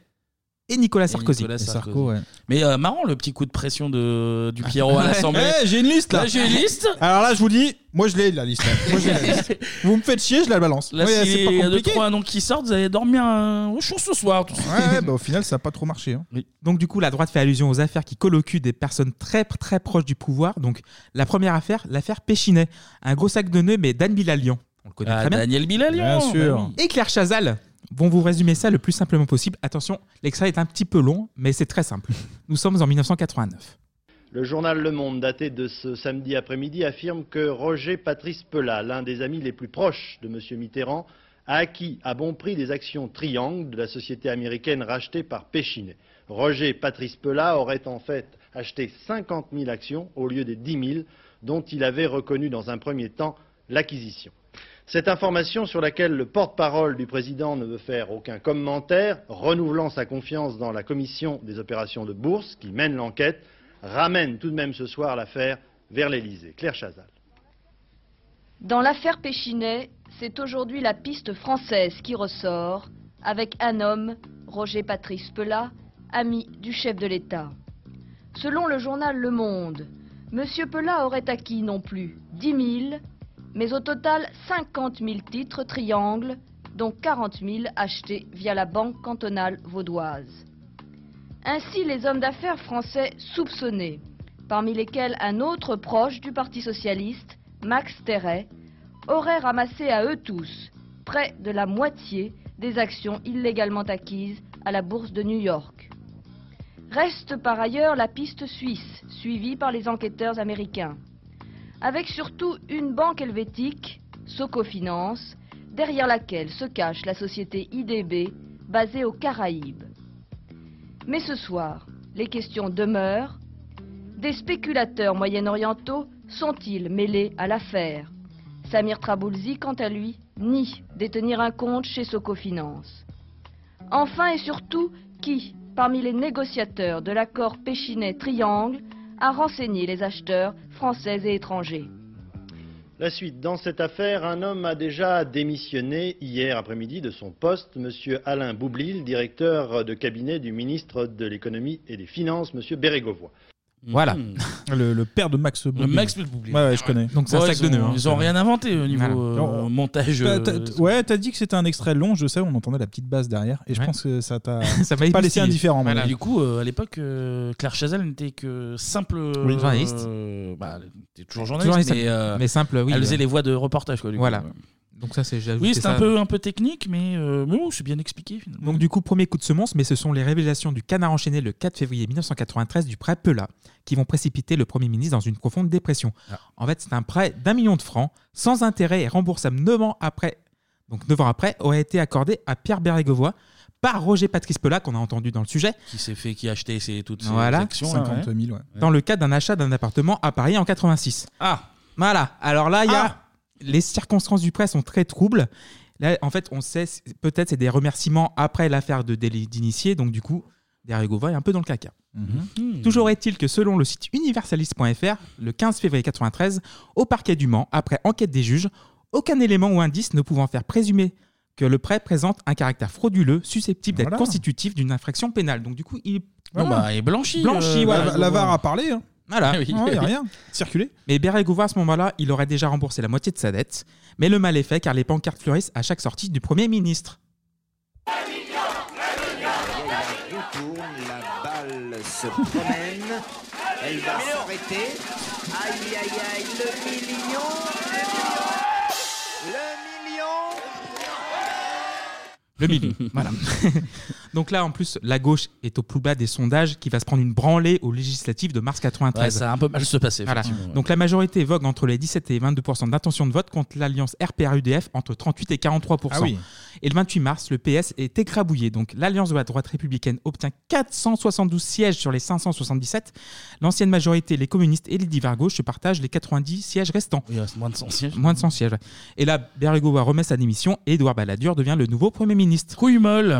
et Nicolas
Et
Sarkozy.
Nicolas Sarkozy. Mais euh, marrant le petit coup de pression de, du Pierrot à
Ouais.
l'Assemblée.
Eh, j'ai une liste là.
j'ai une liste.
Alors là, je vous dis, moi je l'ai la liste. hein. Moi, je l'ai, la liste. Vous me faites chier, je la balance.
Là,
Ouais,
s'il
c'est pas
y a deux,
compliqué.
trois noms qui sortent, vous allez dormir euh, au chaud ce soir.
Ouais, bah, au final, ça n'a pas trop marché. hein.
Donc du coup, la droite fait allusion aux affaires qui colloquent des personnes très très proches du pouvoir. Donc la première affaire, l'affaire Péchinet, un gros sac de nœuds, mais Dan Bilalian, on le connaît
Ah,
très bien.
Daniel Bilalian, Bien bah sûr. oui.
Et Claire Chazal vont vous résumer ça le plus simplement possible. Attention, l'extrait est un petit peu long, mais c'est très simple. Nous sommes en 1989.
Le journal Le Monde, daté de ce samedi après-midi, affirme que Roger Patrice Pella, l'un des amis les plus proches de M. Mitterrand, a acquis à bon prix des actions Triangle de la société américaine rachetée par Péchinet. Roger Patrice Pelat aurait en fait acheté 50 000 actions au lieu des 10 000 dont il avait reconnu dans un premier temps l'acquisition. Cette information sur laquelle le porte-parole du président ne veut faire aucun commentaire, renouvelant sa confiance dans la commission des opérations de bourse qui mène l'enquête, ramène tout de même ce soir l'affaire vers l'Élysée. Claire Chazal.
Dans l'affaire Péchinet, c'est aujourd'hui la piste française qui ressort, avec un homme, Roger Patrice Pelat, ami du chef de l'État. Selon le journal Le Monde, M. Pelat aurait acquis non plus 10 000, mais au total 50 000 titres triangles, dont 40 000 achetés via la Banque cantonale vaudoise. Ainsi, les hommes d'affaires français soupçonnés, parmi lesquels un autre proche du Parti socialiste, Max Terret, auraient ramassé à eux tous près de la moitié des actions illégalement acquises à la Bourse de New York. Reste par ailleurs la piste suisse, suivie par les enquêteurs américains, avec surtout une banque helvétique, Socofinance, derrière laquelle se cache la société IDB, basée aux Caraïbes. Mais ce soir, les questions demeurent. Des spéculateurs moyen-orientaux sont-ils mêlés à l'affaire Samir Traboulzi, quant à lui, nie détenir un compte chez Socofinance. Enfin et surtout, qui, parmi les négociateurs de l'accord Péchinet-Triangle, a renseigné les acheteurs français et étrangers
La suite. Dans cette affaire, un homme a déjà démissionné hier après-midi de son poste, M. Alain Boublil, directeur de cabinet du ministre de l'Économie et des Finances, M. Bérégovoy.
Voilà. Le, le père de Max Boublil.
Hmm. Max Boublil.
Ouais, ouais, je connais.
Donc c'est un sac
ils
de
ont-
nœuds, hein.
Ils ont rien
inventé au niveau,
Voilà.
euh,
Non.
montage,
T'as-
euh,
t'as-
c'est-
ouais, t'as dit que c'était un extrait long, je sais, on entendait la petite basse derrière. Et je pense que ça t'a
Ça
pas laissé indifférent. mon avis.
Du coup, euh, à l'époque, euh, Claire Chazal n'était que simple euh,
Oui, journaliste.
euh, bah, elle était toujours
Toujours
journaliste,
journaliste,
mais, euh,
mais simple, oui.
Elle faisait les voix de reportage, quoi. du coup.
Voilà. Donc ça, c'est j'ai ajouté
Oui, c'est
ça.
un peu, un peu technique, mais, euh, mais bon, c'est bien expliqué finalement.
Donc du coup, premier coup de semence, mais ce sont les révélations du canard enchaîné le 4 février 1993 du prêt Pela qui vont précipiter le Premier ministre dans une profonde dépression.
Ah.
En fait, c'est un prêt d'un million de francs, sans intérêt et remboursable 9 ans après, donc 9 ans après, aurait été accordé à Pierre Bérégovoy par Roger Patrice Pela qu'on a entendu dans le sujet,
Qui s'est fait, qui a acheté ces, toutes ces
voilà.
actions. là, ouais.
Dans le cadre d'un achat d'un appartement à Paris en 86.
Ah
Voilà. Alors là, il y a. Les circonstances du prêt sont très troubles. Là, en fait, on sait, c'est- peut-être, c'est des remerciements après l'affaire de délit d'initié. Donc, du coup, Derrigova est un peu dans le caca.
Mhm.
Hmm.
Toujours est-il que selon le site universaliste.fr, le 15 février 93, au parquet du Mans, après enquête des juges, aucun élément ou indice ne pouvant faire présumer que le prêt présente un caractère frauduleux susceptible d'être
Voilà.
constitutif d'une infraction pénale. Donc du coup, il
Non, bah, il est blanchi,
Blanchi,
euh,
voilà.
la- la VAR a parlé, hein.
Voilà.
Ah
Oui. Ouais, y a rien. Circulé.
Mais Bérégovoy, à ce moment-là, il aurait déjà remboursé la moitié de sa dette. Mais le mal est fait car les pancartes fleurissent à chaque sortie du Premier ministre.
Elle retourne, la balle se promène, elle va s'arrêter. Aïe aïe aïe, le million, le million,
Le million. voilà. Donc là, en plus, la gauche est au plus bas des sondages qui va se prendre une branlée aux législatives de mars 93.
Ouais, ça a un peu mal se passer,
Voilà.
effectivement, ouais.
Donc la majorité vogue entre les 17 et 22 d'intention de vote contre l'alliance RPR-UDF entre 38 et 43
Ah oui.
Et le 28 mars, le PS est écrabouillé. Donc l'alliance de la droite républicaine obtient 472 sièges sur les 577. L'ancienne majorité, les communistes et les divers gauches se partagent les 90 sièges restants.
moins de 100 sièges.
Moins de 100 sièges. ouais. Et là, Bergoa remet sa démission et Edouard Balladur devient le nouveau Premier ministre.
Couille molle.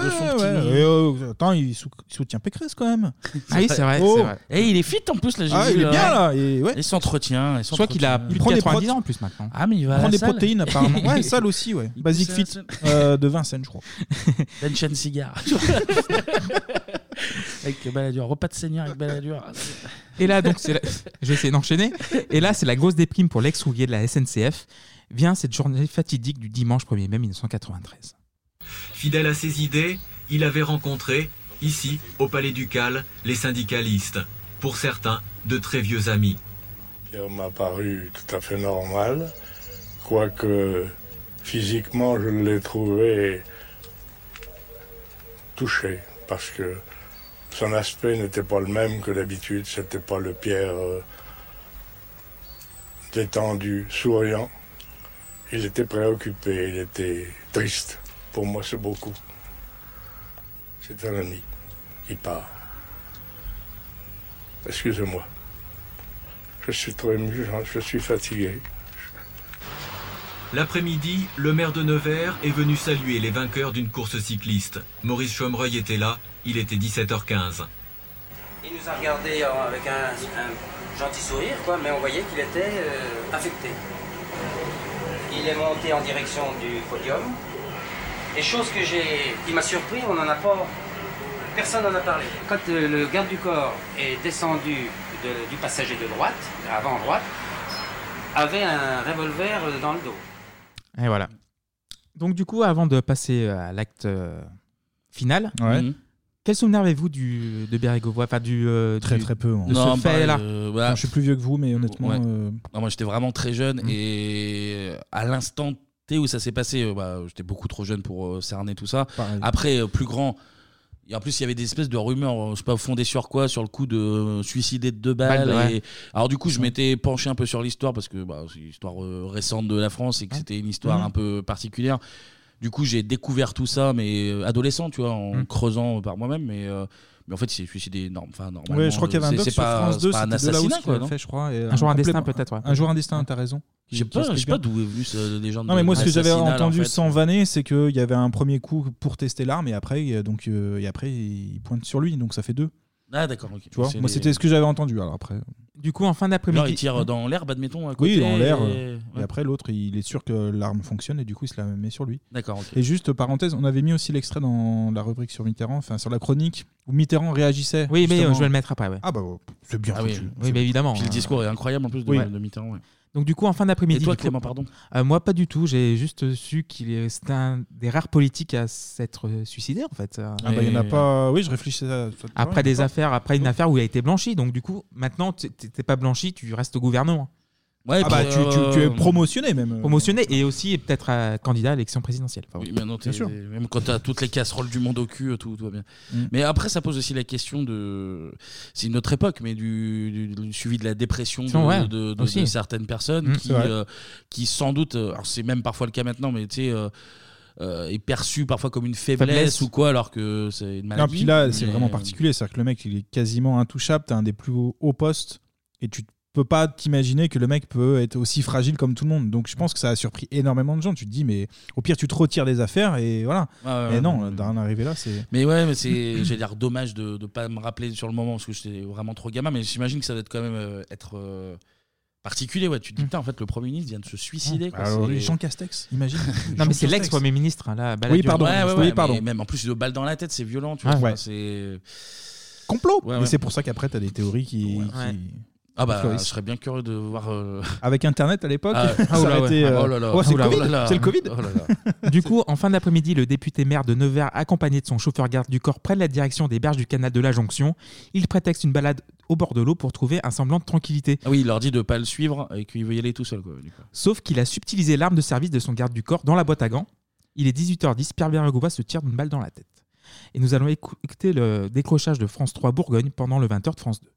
Voilà.
Ouais, ouais. Et, euh, attends, il sou- il soutient Pécresse quand même.
Ah oui, c'est vrai,
Oh.
c'est vrai.
Et il est fit en plus, là, j'ai
Ah,
vu,
il est bien, là,
Et, s'entretient.
Je crois qu'il a plus de 90 ans, en plus,
maintenant.
Ah, mais il va.
Prend
à la
des
salle.
protéines apparemment. Ouais, salle aussi, ouais.
Il
Basic
pousse à
Fit
la salle.
euh, de Vincennes, je crois.
Benchen Cigar. avec Balladur. Repas de seigneur avec Balladur.
Et là, donc, c'est la- je vais essayer d'enchaîner. Et là, c'est la grosse déprime pour l'ex-rouillé de la SNCF. Vient cette journée fatidique du dimanche 1er mai 1993.
Fidèle à ses idées, il avait rencontré, ici, au Palais Ducal, les syndicalistes, pour certains, de très vieux amis.
Pierre m'a paru tout à fait normal, quoique physiquement je l'ai trouvé touché, parce que son aspect n'était pas le même que d'habitude, c'était pas le Pierre euh, détendu, souriant. Il était préoccupé, il était triste. Pour moi, c'est beaucoup. C'est un ami.
qui part. Excusez-moi. Je suis trop ému, j'en- je suis fatigué.
L'après-midi, le maire de Nevers est venu saluer les vainqueurs d'une course cycliste. Maurice Chomereuil était là, il était 17h15.
Il nous a regardé euh, avec un, un gentil sourire, quoi, mais on voyait qu'il était euh, affecté. Il est monté en direction du podium. Et chose que j'ai, qui m'a surpris, on n'en a pas, personne n'en a parlé. Quand euh, le garde du corps est descendu de- du passager de droite, avant droite, avait un revolver euh, dans le dos.
Et voilà. Donc, du coup, avant de passer euh, à l'acte euh, final,
Ouais.
Mhm. quel souvenir avez-vous du, de Bérégovois Enfin, du. euh,
Très
du-
très peu. hein. moi.
De ce
bah,
fait-là.
euh,
Enfin, Je suis plus vieux que vous, mais honnêtement.
Ouais.
euh, Mm.
Non, moi, j'étais vraiment très jeune et à l'instant T où ça s'est passé, euh, bah, j'étais beaucoup trop jeune pour euh, cerner tout ça.
Pareil.
Après, euh, plus grand. Et en plus, il y avait des espèces de rumeurs, euh, je sais pas, fondées sur quoi, sur le coup de euh, suicider de deux balles.
Balles,
et-
ouais.
Alors du coup, je m'étais penché un peu sur l'histoire parce que bah, c'est l'histoire euh, récente de la France et que c'était une histoire
Mm.
Mhm.
un peu particulière. Du coup, j'ai découvert tout ça, mais euh, adolescent, tu vois, en
Mm.
Mhm.
creusant par moi-même. Mais, euh, mais en fait, il s'est suicidé norm- enfin, normalement.
Ouais, je crois qu'il y avait un
c'est-
doc
c'est
sur
pas-
France 2,
c'est pas un
c'était de là-haut
assassinat,
qui
quoi,
l'avait
non
fait, je crois. et euh,
Un jour un destin,
complément-
peut-être, ouais.
Un jour un destin, t'as raison.
Je sais
Qui- qui
pas, je sais
explique
pas
bien.
d'où est venue ce- les euh, gens
Non, mais moi, ce que j'avais
assassinat,
entendu
en fait.
sans vanner, c'est qu'il y avait un premier coup pour tester l'arme, et après, euh, donc, euh, et après, il pointe sur lui, donc ça fait deux.
Ah, d'accord, ok.
Tu vois,
C'est
moi,
les-
c'était ce que j'avais entendu. Alors après.
Du coup, en fin
Alors, il
d'après-midi.
tire dans l'herbe, admettons, à côté.
Oui, dans l'air.
et-
euh, Et, après, l'autre, il est sûr que l'arme fonctionne et du coup, il se la met sur lui.
D'accord, ok.
Et juste, parenthèse, on avait mis aussi l'extrait dans la rubrique sur Mitterrand, enfin sur la chronique, où Mitterrand réagissait.
Oui, mais,
justement.
euh, je vais le mettre après, ouais.
Ah bah, ouais, c'est bien
Ah oui,
foutu.
oui, mais évidemment.
Puis le discours est incroyable en plus de, de Mitterrand. ouais.
Donc du coup, en fin d'après-midi.
Et toi,
du coup-
Clément, pardon
Euh, Moi, pas du tout. J'ai juste su qu'il est c'était un des rares politiques à s'être euh, suicidé, en fait.
Ah bah, il y en a pas. Oui, je réfléchissais à ça.
Après des affaires, après une affaire où il a été blanchi. Donc du coup, maintenant, tu- t'es t'es pas blanchi, tu restes au gouvernement.
Ouais, Ah puis, bah, tu- tu- tu es euh,
promotionné même.
Promotionné et aussi et peut-être euh, candidat à l'élection présidentielle. Enfin,
Oui, maintenant, t'es-
bien sûr.
même quand t'as toutes les casseroles du monde au cul, euh, tout, tout va bien.
Mm.
Mais après, ça pose aussi la question de. C'est une autre époque, mais du, du- du suivi de la dépression de,
Tiens, ouais,
de- de- de
aussi.
certaines personnes
Mm.
qui,
C'est vrai.
euh, qui, sans doute, euh, alors c'est même parfois le cas maintenant, mais tu sais. euh, euh, est perçu parfois comme une faiblesse,
Faiblesse.
ou quoi alors que c'est une maladie
Non, puis là, c'est
Mais-
vraiment particulier. C'est-à-dire que le mec, il est quasiment intouchable. T'as un des plus hauts hauts postes et tu peux pas t'imaginer que le mec peut être aussi fragile comme tout le monde. Donc je pense que ça a surpris énormément de gens. Tu te dis, mais au pire, tu te retires des affaires et voilà.
Ouais, ouais,
mais
ouais,
non, d'en arriver là, c'est.
Mais ouais, mais c'est, j'ai l'air dommage de ne pas me rappeler sur le moment parce que j'étais vraiment trop gamin, mais j'imagine que ça doit être quand même euh, être euh, particulier. Ouais,
Mm.
tu te dis, putain, en fait, le Premier ministre vient de se suicider. quoi,
Ah, Alors,
c'est-
Jean Castex, imagine.
Non,
Jean
mais c'est
Castex.
l'ex-premier ministre, hein, là.
Oui, pardon.
Ouais,
Oui,
ouais, ouais, mais
pardon.
Même en plus, de balles dans la tête, c'est violent. Tu vois,
Ah,
enfin,
ouais.
c'est...
Complot
Ouais,
Mais
ouais.
c'est pour ça qu'après, t'as des théories qui. qui-
Ah bah, je
fleurissent.
serais bien curieux de voir. euh,
Avec Internet à l'époque,
Ah,
ça
oh
aurait
là, ouais.
été,
Ah,
euh,
oh là là.
oh, c'est
Oh là
le Covid,
là.
c'est le Covid.
Oh là là.
du coup, en fin d'après-midi, le député maire de Nevers, accompagné de son chauffeur garde du corps, prennent la direction des berges du canal de la Jonction. Il prétexte une balade au bord de l'eau pour trouver un semblant de tranquillité.
Ah oui, il leur dit de pas le suivre et qu'il veut y aller tout seul. Quoi, du coup.
Sauf qu'il a subtilisé l'arme de service de son garde du corps dans la boîte à gants. Il est 18h10, Pierre Bergoua se tire d'une balle dans la tête. Et nous allons écouter le décrochage de France 3 Bourgogne pendant le 20h de France 2.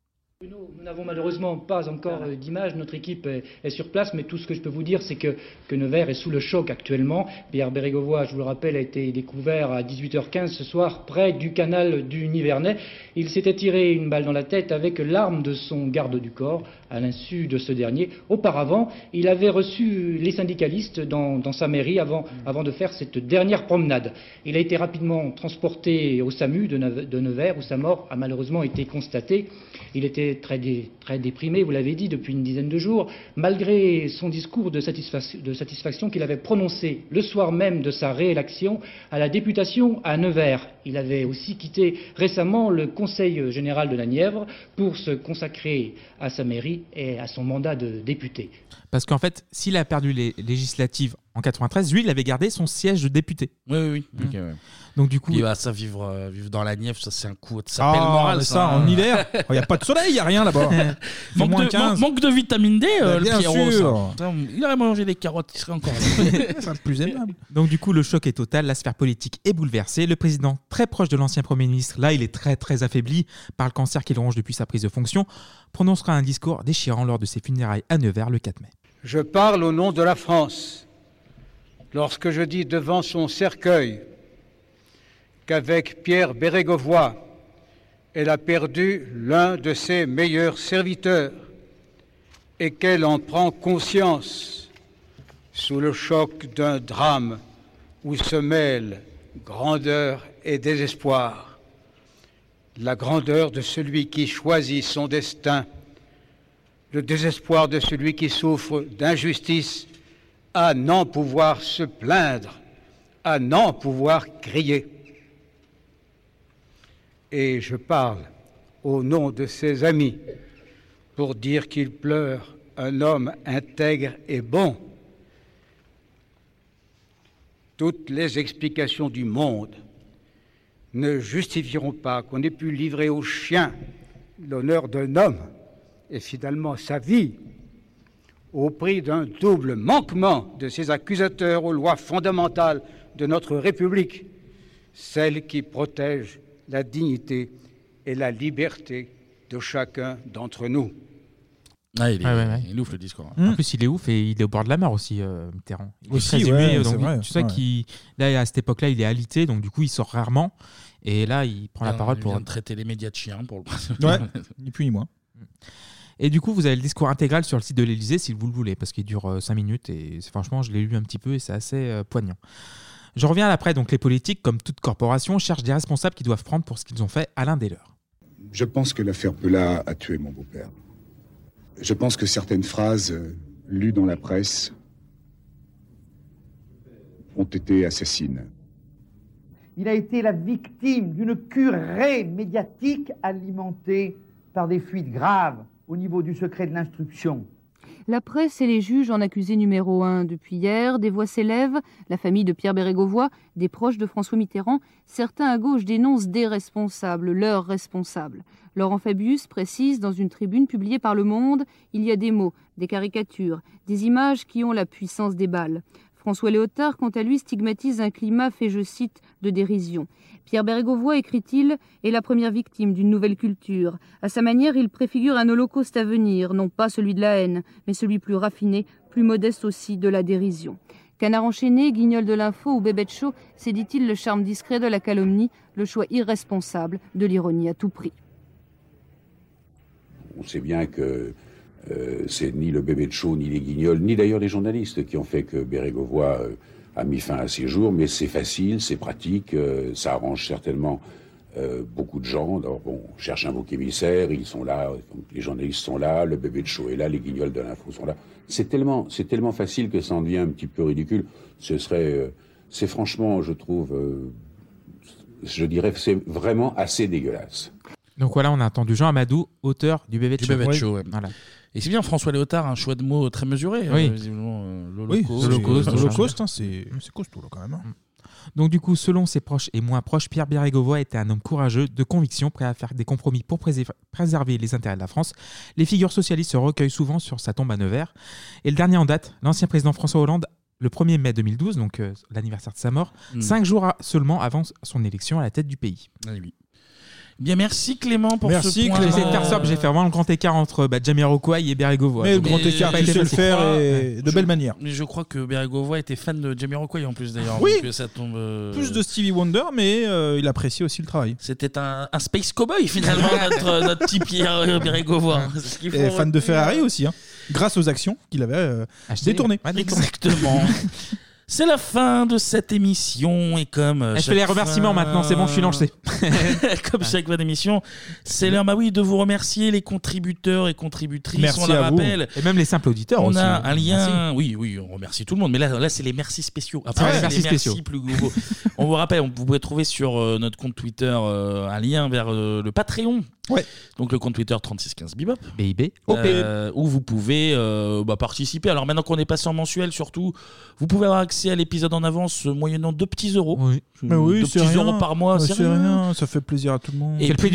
Nous n'avons malheureusement pas encore euh, d'image, notre équipe est, est sur place, mais tout ce que je peux vous dire, c'est que, que Nevers est sous le choc actuellement. Pierre Bérégovois, je vous le rappelle, a été découvert à 18h15 ce soir près du canal du Nivernais. Il s'était tiré une balle dans la tête avec l'arme de son garde du corps, à l'insu de ce dernier. Auparavant, il avait reçu les syndicalistes dans, dans sa mairie avant, avant de faire cette dernière promenade. Il a été rapidement transporté au SAMU de Neve- de Nevers, où sa mort a malheureusement été constatée. Il était très, dé- très déprimé, vous l'avez dit, depuis une dizaine de jours, malgré son discours de, satisfac- de satisfaction qu'il avait prononcé le soir même de sa réélection à la députation à Nevers. Il avait aussi quitté récemment le Conseil général de la Nièvre pour se consacrer à sa mairie et à son mandat de député.
Parce qu'en fait, s'il a perdu les législatives en 93, lui, il avait gardé son siège de député.
Oui, oui, oui.
Mm.
Ok, ouais.
Donc du coup,
Puis, bah, ça vivre, euh, vivre dans la Nièvre, ça c'est un coup de
Ah,
sapé le moral. hein.
mais ça, en hiver, il n'y a pas de soleil, il n'y a rien là-bas. Il fait
manque,
moins
de,
15.
manque de vitamine D, euh,
Bah,
le
bien
Pierrot. ça.
sûr.
Putain, Il aurait mangé des carottes, il serait encore là.
plus aimable.
Donc du coup, le choc est total, la sphère politique est bouleversée, le président très proche de l'ancien Premier ministre, là il est très très affaibli par le cancer qu'il ronge depuis sa prise de fonction, prononcera un discours déchirant lors de ses funérailles à Nevers le 4 mai.
Je parle au nom de la France lorsque je dis devant son cercueil qu'avec Pierre Bérégovoy, elle a perdu l'un de ses meilleurs serviteurs et qu'elle en prend conscience sous le choc d'un drame où se mêlent grandeur et désespoir. La grandeur de celui qui choisit son destin, le désespoir de celui qui souffre d'injustice à n'en pouvoir se plaindre, à n'en pouvoir crier. Et je parle au nom de ses amis pour dire qu'il pleure un homme intègre et bon. Toutes les explications du monde ne justifieront pas qu'on ait pu livrer aux chiens l'honneur d'un homme et finalement sa vie au prix d'un double manquement de ses accusateurs aux lois fondamentales de notre République, celle qui protège la dignité et la liberté de chacun d'entre nous.
Ah, il est,
Ah ouais, ouais.
il est ouf le discours.
En plus, il est ouf et il est au bord de la mer aussi, euh, Mitterrand. Il est
Aussi,
très
ouais,
hué,
c'est
donc
vrai,
tu sais
ouais.
qu'il là à cette époque-là, il est alité, donc du coup, il sort rarement. Et là, il prend la
Ah,
parole
il
pour
vient de traiter les médias de chiens pour le principe.
Ouais, ni plus ni moins.
Et du coup, vous avez le discours intégral sur le site de l'Elysée si vous le voulez, parce qu'il dure 5 minutes et c'est- franchement, je l'ai lu un petit peu et c'est assez euh, poignant. Je reviens après, donc les politiques, comme toute corporation, cherchent des responsables qui doivent prendre pour ce qu'ils ont fait à l'un des leurs.
Je pense que l'affaire Pela a tué mon beau-père. Je pense que certaines phrases euh, lues dans la presse ont été assassines.
Il a été la victime d'une curée médiatique alimentée par des fuites graves au niveau du secret de l'instruction.
La presse et les juges en accusés numéro un depuis hier, des voix s'élèvent, la famille de Pierre Bérégovoy, des proches de François Mitterrand, certains à gauche dénoncent des responsables, leurs responsables. Laurent Fabius précise dans une tribune publiée par Le Monde, il y a des mots, des caricatures, des images qui ont la puissance des balles. François Léotard, quant à lui, stigmatise un climat fait, je cite, de dérision. Pierre Bérégovoy, écrit-il, est la première victime d'une nouvelle culture. À sa manière, il préfigure un holocauste à venir, non pas celui de la haine, mais celui plus raffiné, plus modeste aussi, de la dérision. Canard enchaîné, guignol de l'info ou bébête chaud, c'est, dit-il, le charme discret de la calomnie, le choix irresponsable de l'ironie à tout prix.
On sait bien que euh, c'est ni le bébé de chaud, ni les guignols, ni d'ailleurs les journalistes qui ont fait que Bérégovoy euh, a mis fin à ses jours, mais c'est facile, c'est pratique, euh, ça arrange certainement euh, beaucoup de gens. Alors bon, on cherche un bouc émissaire, ils sont là, donc les journalistes sont là, le bébé de chaud est là, les guignols de l'info sont là. C'est tellement, c'est tellement facile que ça en devient un petit peu ridicule. Ce serait, euh, c'est franchement, je trouve, euh, je dirais, que c'est vraiment assez dégueulasse.
Donc voilà, on a entendu Jean Amadou, auteur du bébé de
Du
Chaux.
bébé de
Oui.
Chaux, ouais.
Voilà.
Et c'est bien François Léotard, un choix de mots très mesuré.
Oui.
euh, visiblement, euh,
Oui,
l'Holocauste.
l'Holocauste,
machin.
l'Holocauste, hein, c'est c'est costaud là, quand même. hein.
Donc du coup, selon ses proches et moins proches, Pierre Bérégovoy était un homme courageux, de conviction, prêt à faire des compromis pour préserver- préserver les intérêts de la France. Les figures socialistes se recueillent souvent sur sa tombe à Nevers. Et le dernier en date, l'ancien président François Hollande, le 1er mai 2012, donc euh, l'anniversaire de sa mort,
Mm.
cinq jours à- seulement avant son élection à la tête du pays.
Ah oui. Bien, merci Clément pour
Merci,
ce point.
J'ai essayé de faire sobre, j'ai fait vraiment le grand écart entre bah, Jamiroquai et Bérégovoy.
Mais le
Donc,
grand
ça a
écart,
pas
tu
été
sais le
facile.
faire
Et de belle manière.
Mais je crois que Bérégovoy était fan de Jamiroquai en plus d'ailleurs.
Oui.
donc, euh, ça tombe. euh,
Plus de Stevie Wonder, mais euh, il apprécie aussi le travail.
C'était un, un space cowboy finalement notre, notre petit Pierre euh, Bérégovoy. C'est ce qu'il faut
Et fan de
retenir.
Ferrari aussi, hein, grâce aux actions qu'il avait euh, détournées.
Exactement. C'est la fin de cette émission et comme euh,
Elle fait
chaque
les remerciements
fin-
maintenant, c'est bon, je suis lancé.
comme chaque fin d'émission, c'est l'heure bah oui de vous remercier les contributeurs et contributrices. on le rappelle.
Et même les simples auditeurs
On
aussi. hein.
a un lien,
Merci.
oui, oui, on remercie tout le monde, mais là, là c'est les merci spéciaux.
Ah ouais, merci
c'est les merci
spéciaux.
plus globaux. on vous rappelle, on- vous pouvez trouver sur euh, notre compte Twitter euh, un lien vers euh, le Patreon. Donc le compte Twitter 3615bibop.
BIB.
Euh, où vous pouvez euh, bah, participer. Alors maintenant qu'on est passé en mensuel, surtout, vous pouvez avoir accès à l'épisode en avance euh, moyennant deux petits euros. Euh,
Mais oui,
deux
c'est
petits
rien.
euros par mois,
Ouais,
c'est
c'est
rien.
rien, ça fait plaisir à tout le monde.
Et puis-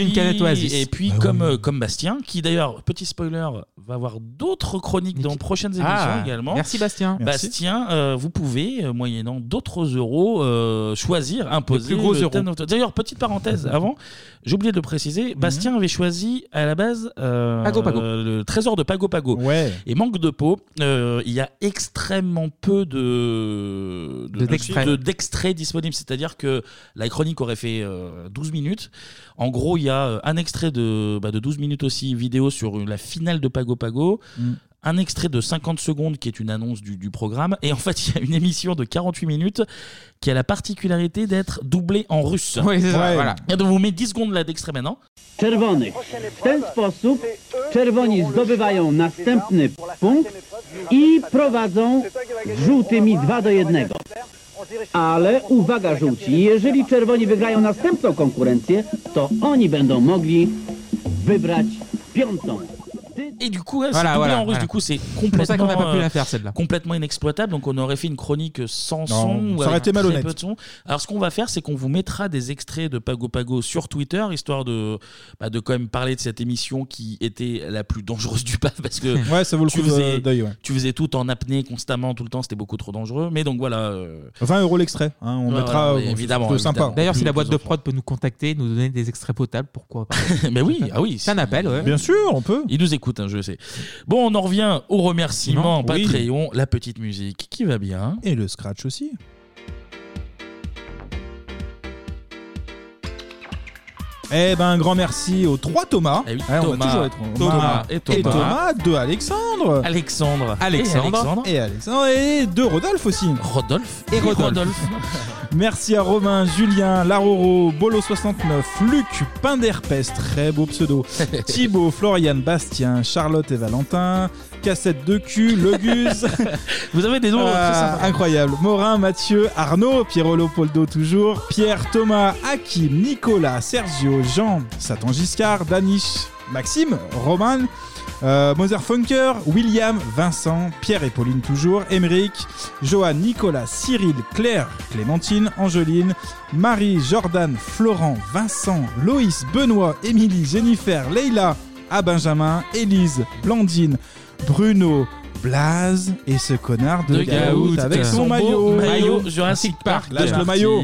Et puis,
Bah
comme, euh, comme Bastien, qui d'ailleurs, petit spoiler, va avoir d'autres chroniques dans prochaines émissions
Ah,
également.
merci Bastien. Merci.
Bastien, euh, vous pouvez, euh, moyennant d'autres euros, euh, choisir, imposer.
gros
le
euros. Mhm.
thème de votre- D'ailleurs, petite parenthèse avant, j'ai oublié de le préciser, Bastien avait choisi à la base euh,
Pago Pago.
le trésor de Pago Pago. Et manque de peau, euh, il y a extrêmement peu de de-
De- d'extraits.
de- d'extraits disponibles. C'est-à-dire que la chronique aurait fait euh, 12 minutes. En gros, il y a euh, un extrait de, bah, de 12 minutes aussi vidéo sur la finale de Pago Pago.
Mm.
Un extrait de 50 secondes qui est une annonce du, du programme. Et en fait, il y a une émission de 48 minutes qui a la particularité d'être doublée en russe.
Oui, c'est ça, Ouais. voilà.
Et donc, on vous met 10 secondes là d'extrait maintenant.
Czerwonych. W ten sposób czerwoni zdobywają następny punkt i prowadzą z żółtymi 2 do 1. Ale uwaga żółci, jeżeli czerwoni wygrają następną konkurencję, to oni będą mogli wybrać piątą.
Et du coup, ouais,
Voilà,
c'est doublé
voilà,
en russe,
voilà.
du coup, c'est
C'est
complètement.
pour ça qu'on n'a pas pu
euh,
la faire, celle-là.
Complètement inexploitable, donc on aurait fait une chronique sans
Non,
son.
ça
ou
aurait
avec
été
très
malhonnête.
peu de son. Alors, ce qu'on va faire, c'est qu'on vous mettra des extraits de Pago Pago sur Twitter, histoire de, bah, de quand même parler de cette émission qui était la plus dangereuse du pas, parce que.
Ouais, ça vaut le
tu
coup de-
faisais-
d'œil, ouais.
Tu faisais tout en apnée constamment, tout le temps, c'était beaucoup trop dangereux. Mais donc voilà. euh,
20 euros l'extrait, hein, on
Ouais,
mettra.
ouais,
euh,
évidemment,
plutôt
évidemment.
sympa.
D'ailleurs, si
Plus-
la boîte
plus
de prod peut nous contacter, nous donner des extraits potables, pourquoi pas
Mais oui, ah oui.
C'est un appel, ouais.
Bien sûr, on peut.
Il nous écoute, hein, je sais. Bon, on en revient aux remerciements
Oui.
Patreon, la petite musique qui va bien.
Et le scratch aussi. Eh ben, un grand merci aux trois Thomas.
Eh oui,
Ouais, on a
Thomas,
toujours les trois. Thomas
et Thomas.
de Alexandre.
Alexandre.
Alexandre. Et Alexandre. Et de Rodolphe aussi.
Rodolphe.
Et Rodolphe. Merci à Romain, Julien, Laroro, Bolo69, Luc, Pinderpest, très beau pseudo, Thibaut, Florian, Bastien, Charlotte et Valentin, Cassette de cul, Logus.
Vous avez des noms très sympas.
hein, Incroyable. Morin, Mathieu, Arnaud, Pierre Leopoldo toujours, Pierre, Thomas, Hakim, Nicolas, Sergio, Jean, Satan Giscard, Danish, Maxime, Roman, euh, Mother Funker, William, Vincent, Pierre et Pauline toujours, Émeric, Johan, Nicolas, Cyril, Claire, Clémentine, Angeline, Marie, Jordan, Florent, Vincent, Loïs, Benoît, Émilie, Jennifer, Leila, à Benjamin, Élise, Blandine, Bruno, Blaze et ce connard de,
de Gaout
avec son,
beau
maillot.
maillot Jurassic Park.
Lâche le
d'Artig.
maillot.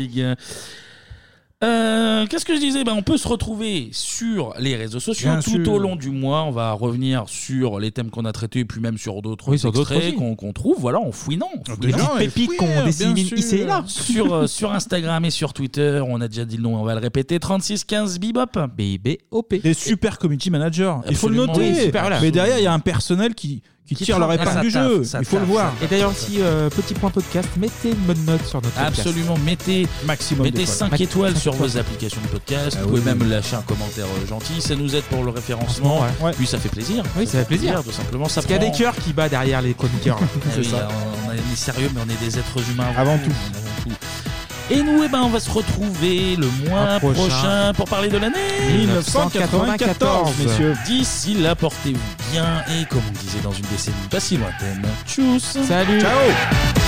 Euh, Qu'est-ce que je disais ben, On peut se retrouver sur les réseaux sociaux
Bien
tout
sûr.
au long du mois. On va revenir sur les thèmes qu'on a traités et puis même sur d'autres
Oui, sur d'autres
extraits
aussi.
qu'on qu'on trouve. Voilà, en fouinant. en
Des
fouinant.
petites pépites qu'on décide ici et là.
hein, Sur, euh, sur Instagram et sur Twitter, on a déjà dit le nom, on va le répéter 3615 Bibop.
B-I-B-O-P.
Des super community managers. Il faut le
Absolument,
noter.
oui, super, voilà.
Mais derrière, il y a un personnel qui, qui, tire leur épingle du jeu. Il faut le voir.
Et d'ailleurs, si euh, petit point podcast, mettez une bonne note sur notre podcast.
Absolument, mettez,
Maximum
mettez
d'étoiles.
5
Max-
étoiles
cinq
sur
étoiles.
vos applications de podcast.
Ah
vous pouvez
oui, oui.
même lâcher un commentaire euh, gentil. Ça nous aide pour le référencement.
Ouais.
Puis ça fait plaisir.
Oui, ça fait plaisir.
Tout simplement, ça
Parce qu'il y a
prend-
des cœurs qui battent derrière les chroniqueurs. là.
Ah oui, On on est sérieux, mais on est des êtres humains.
Avant tout.
avant tout. Et nous, eh ben, on va se retrouver le mois
Un prochain.
prochain pour parler de l'année
1994, messieurs.
D'ici là, portez-vous bien et comme on disait dans une décennie pas si lointaine, tchuss
Salut
Ciao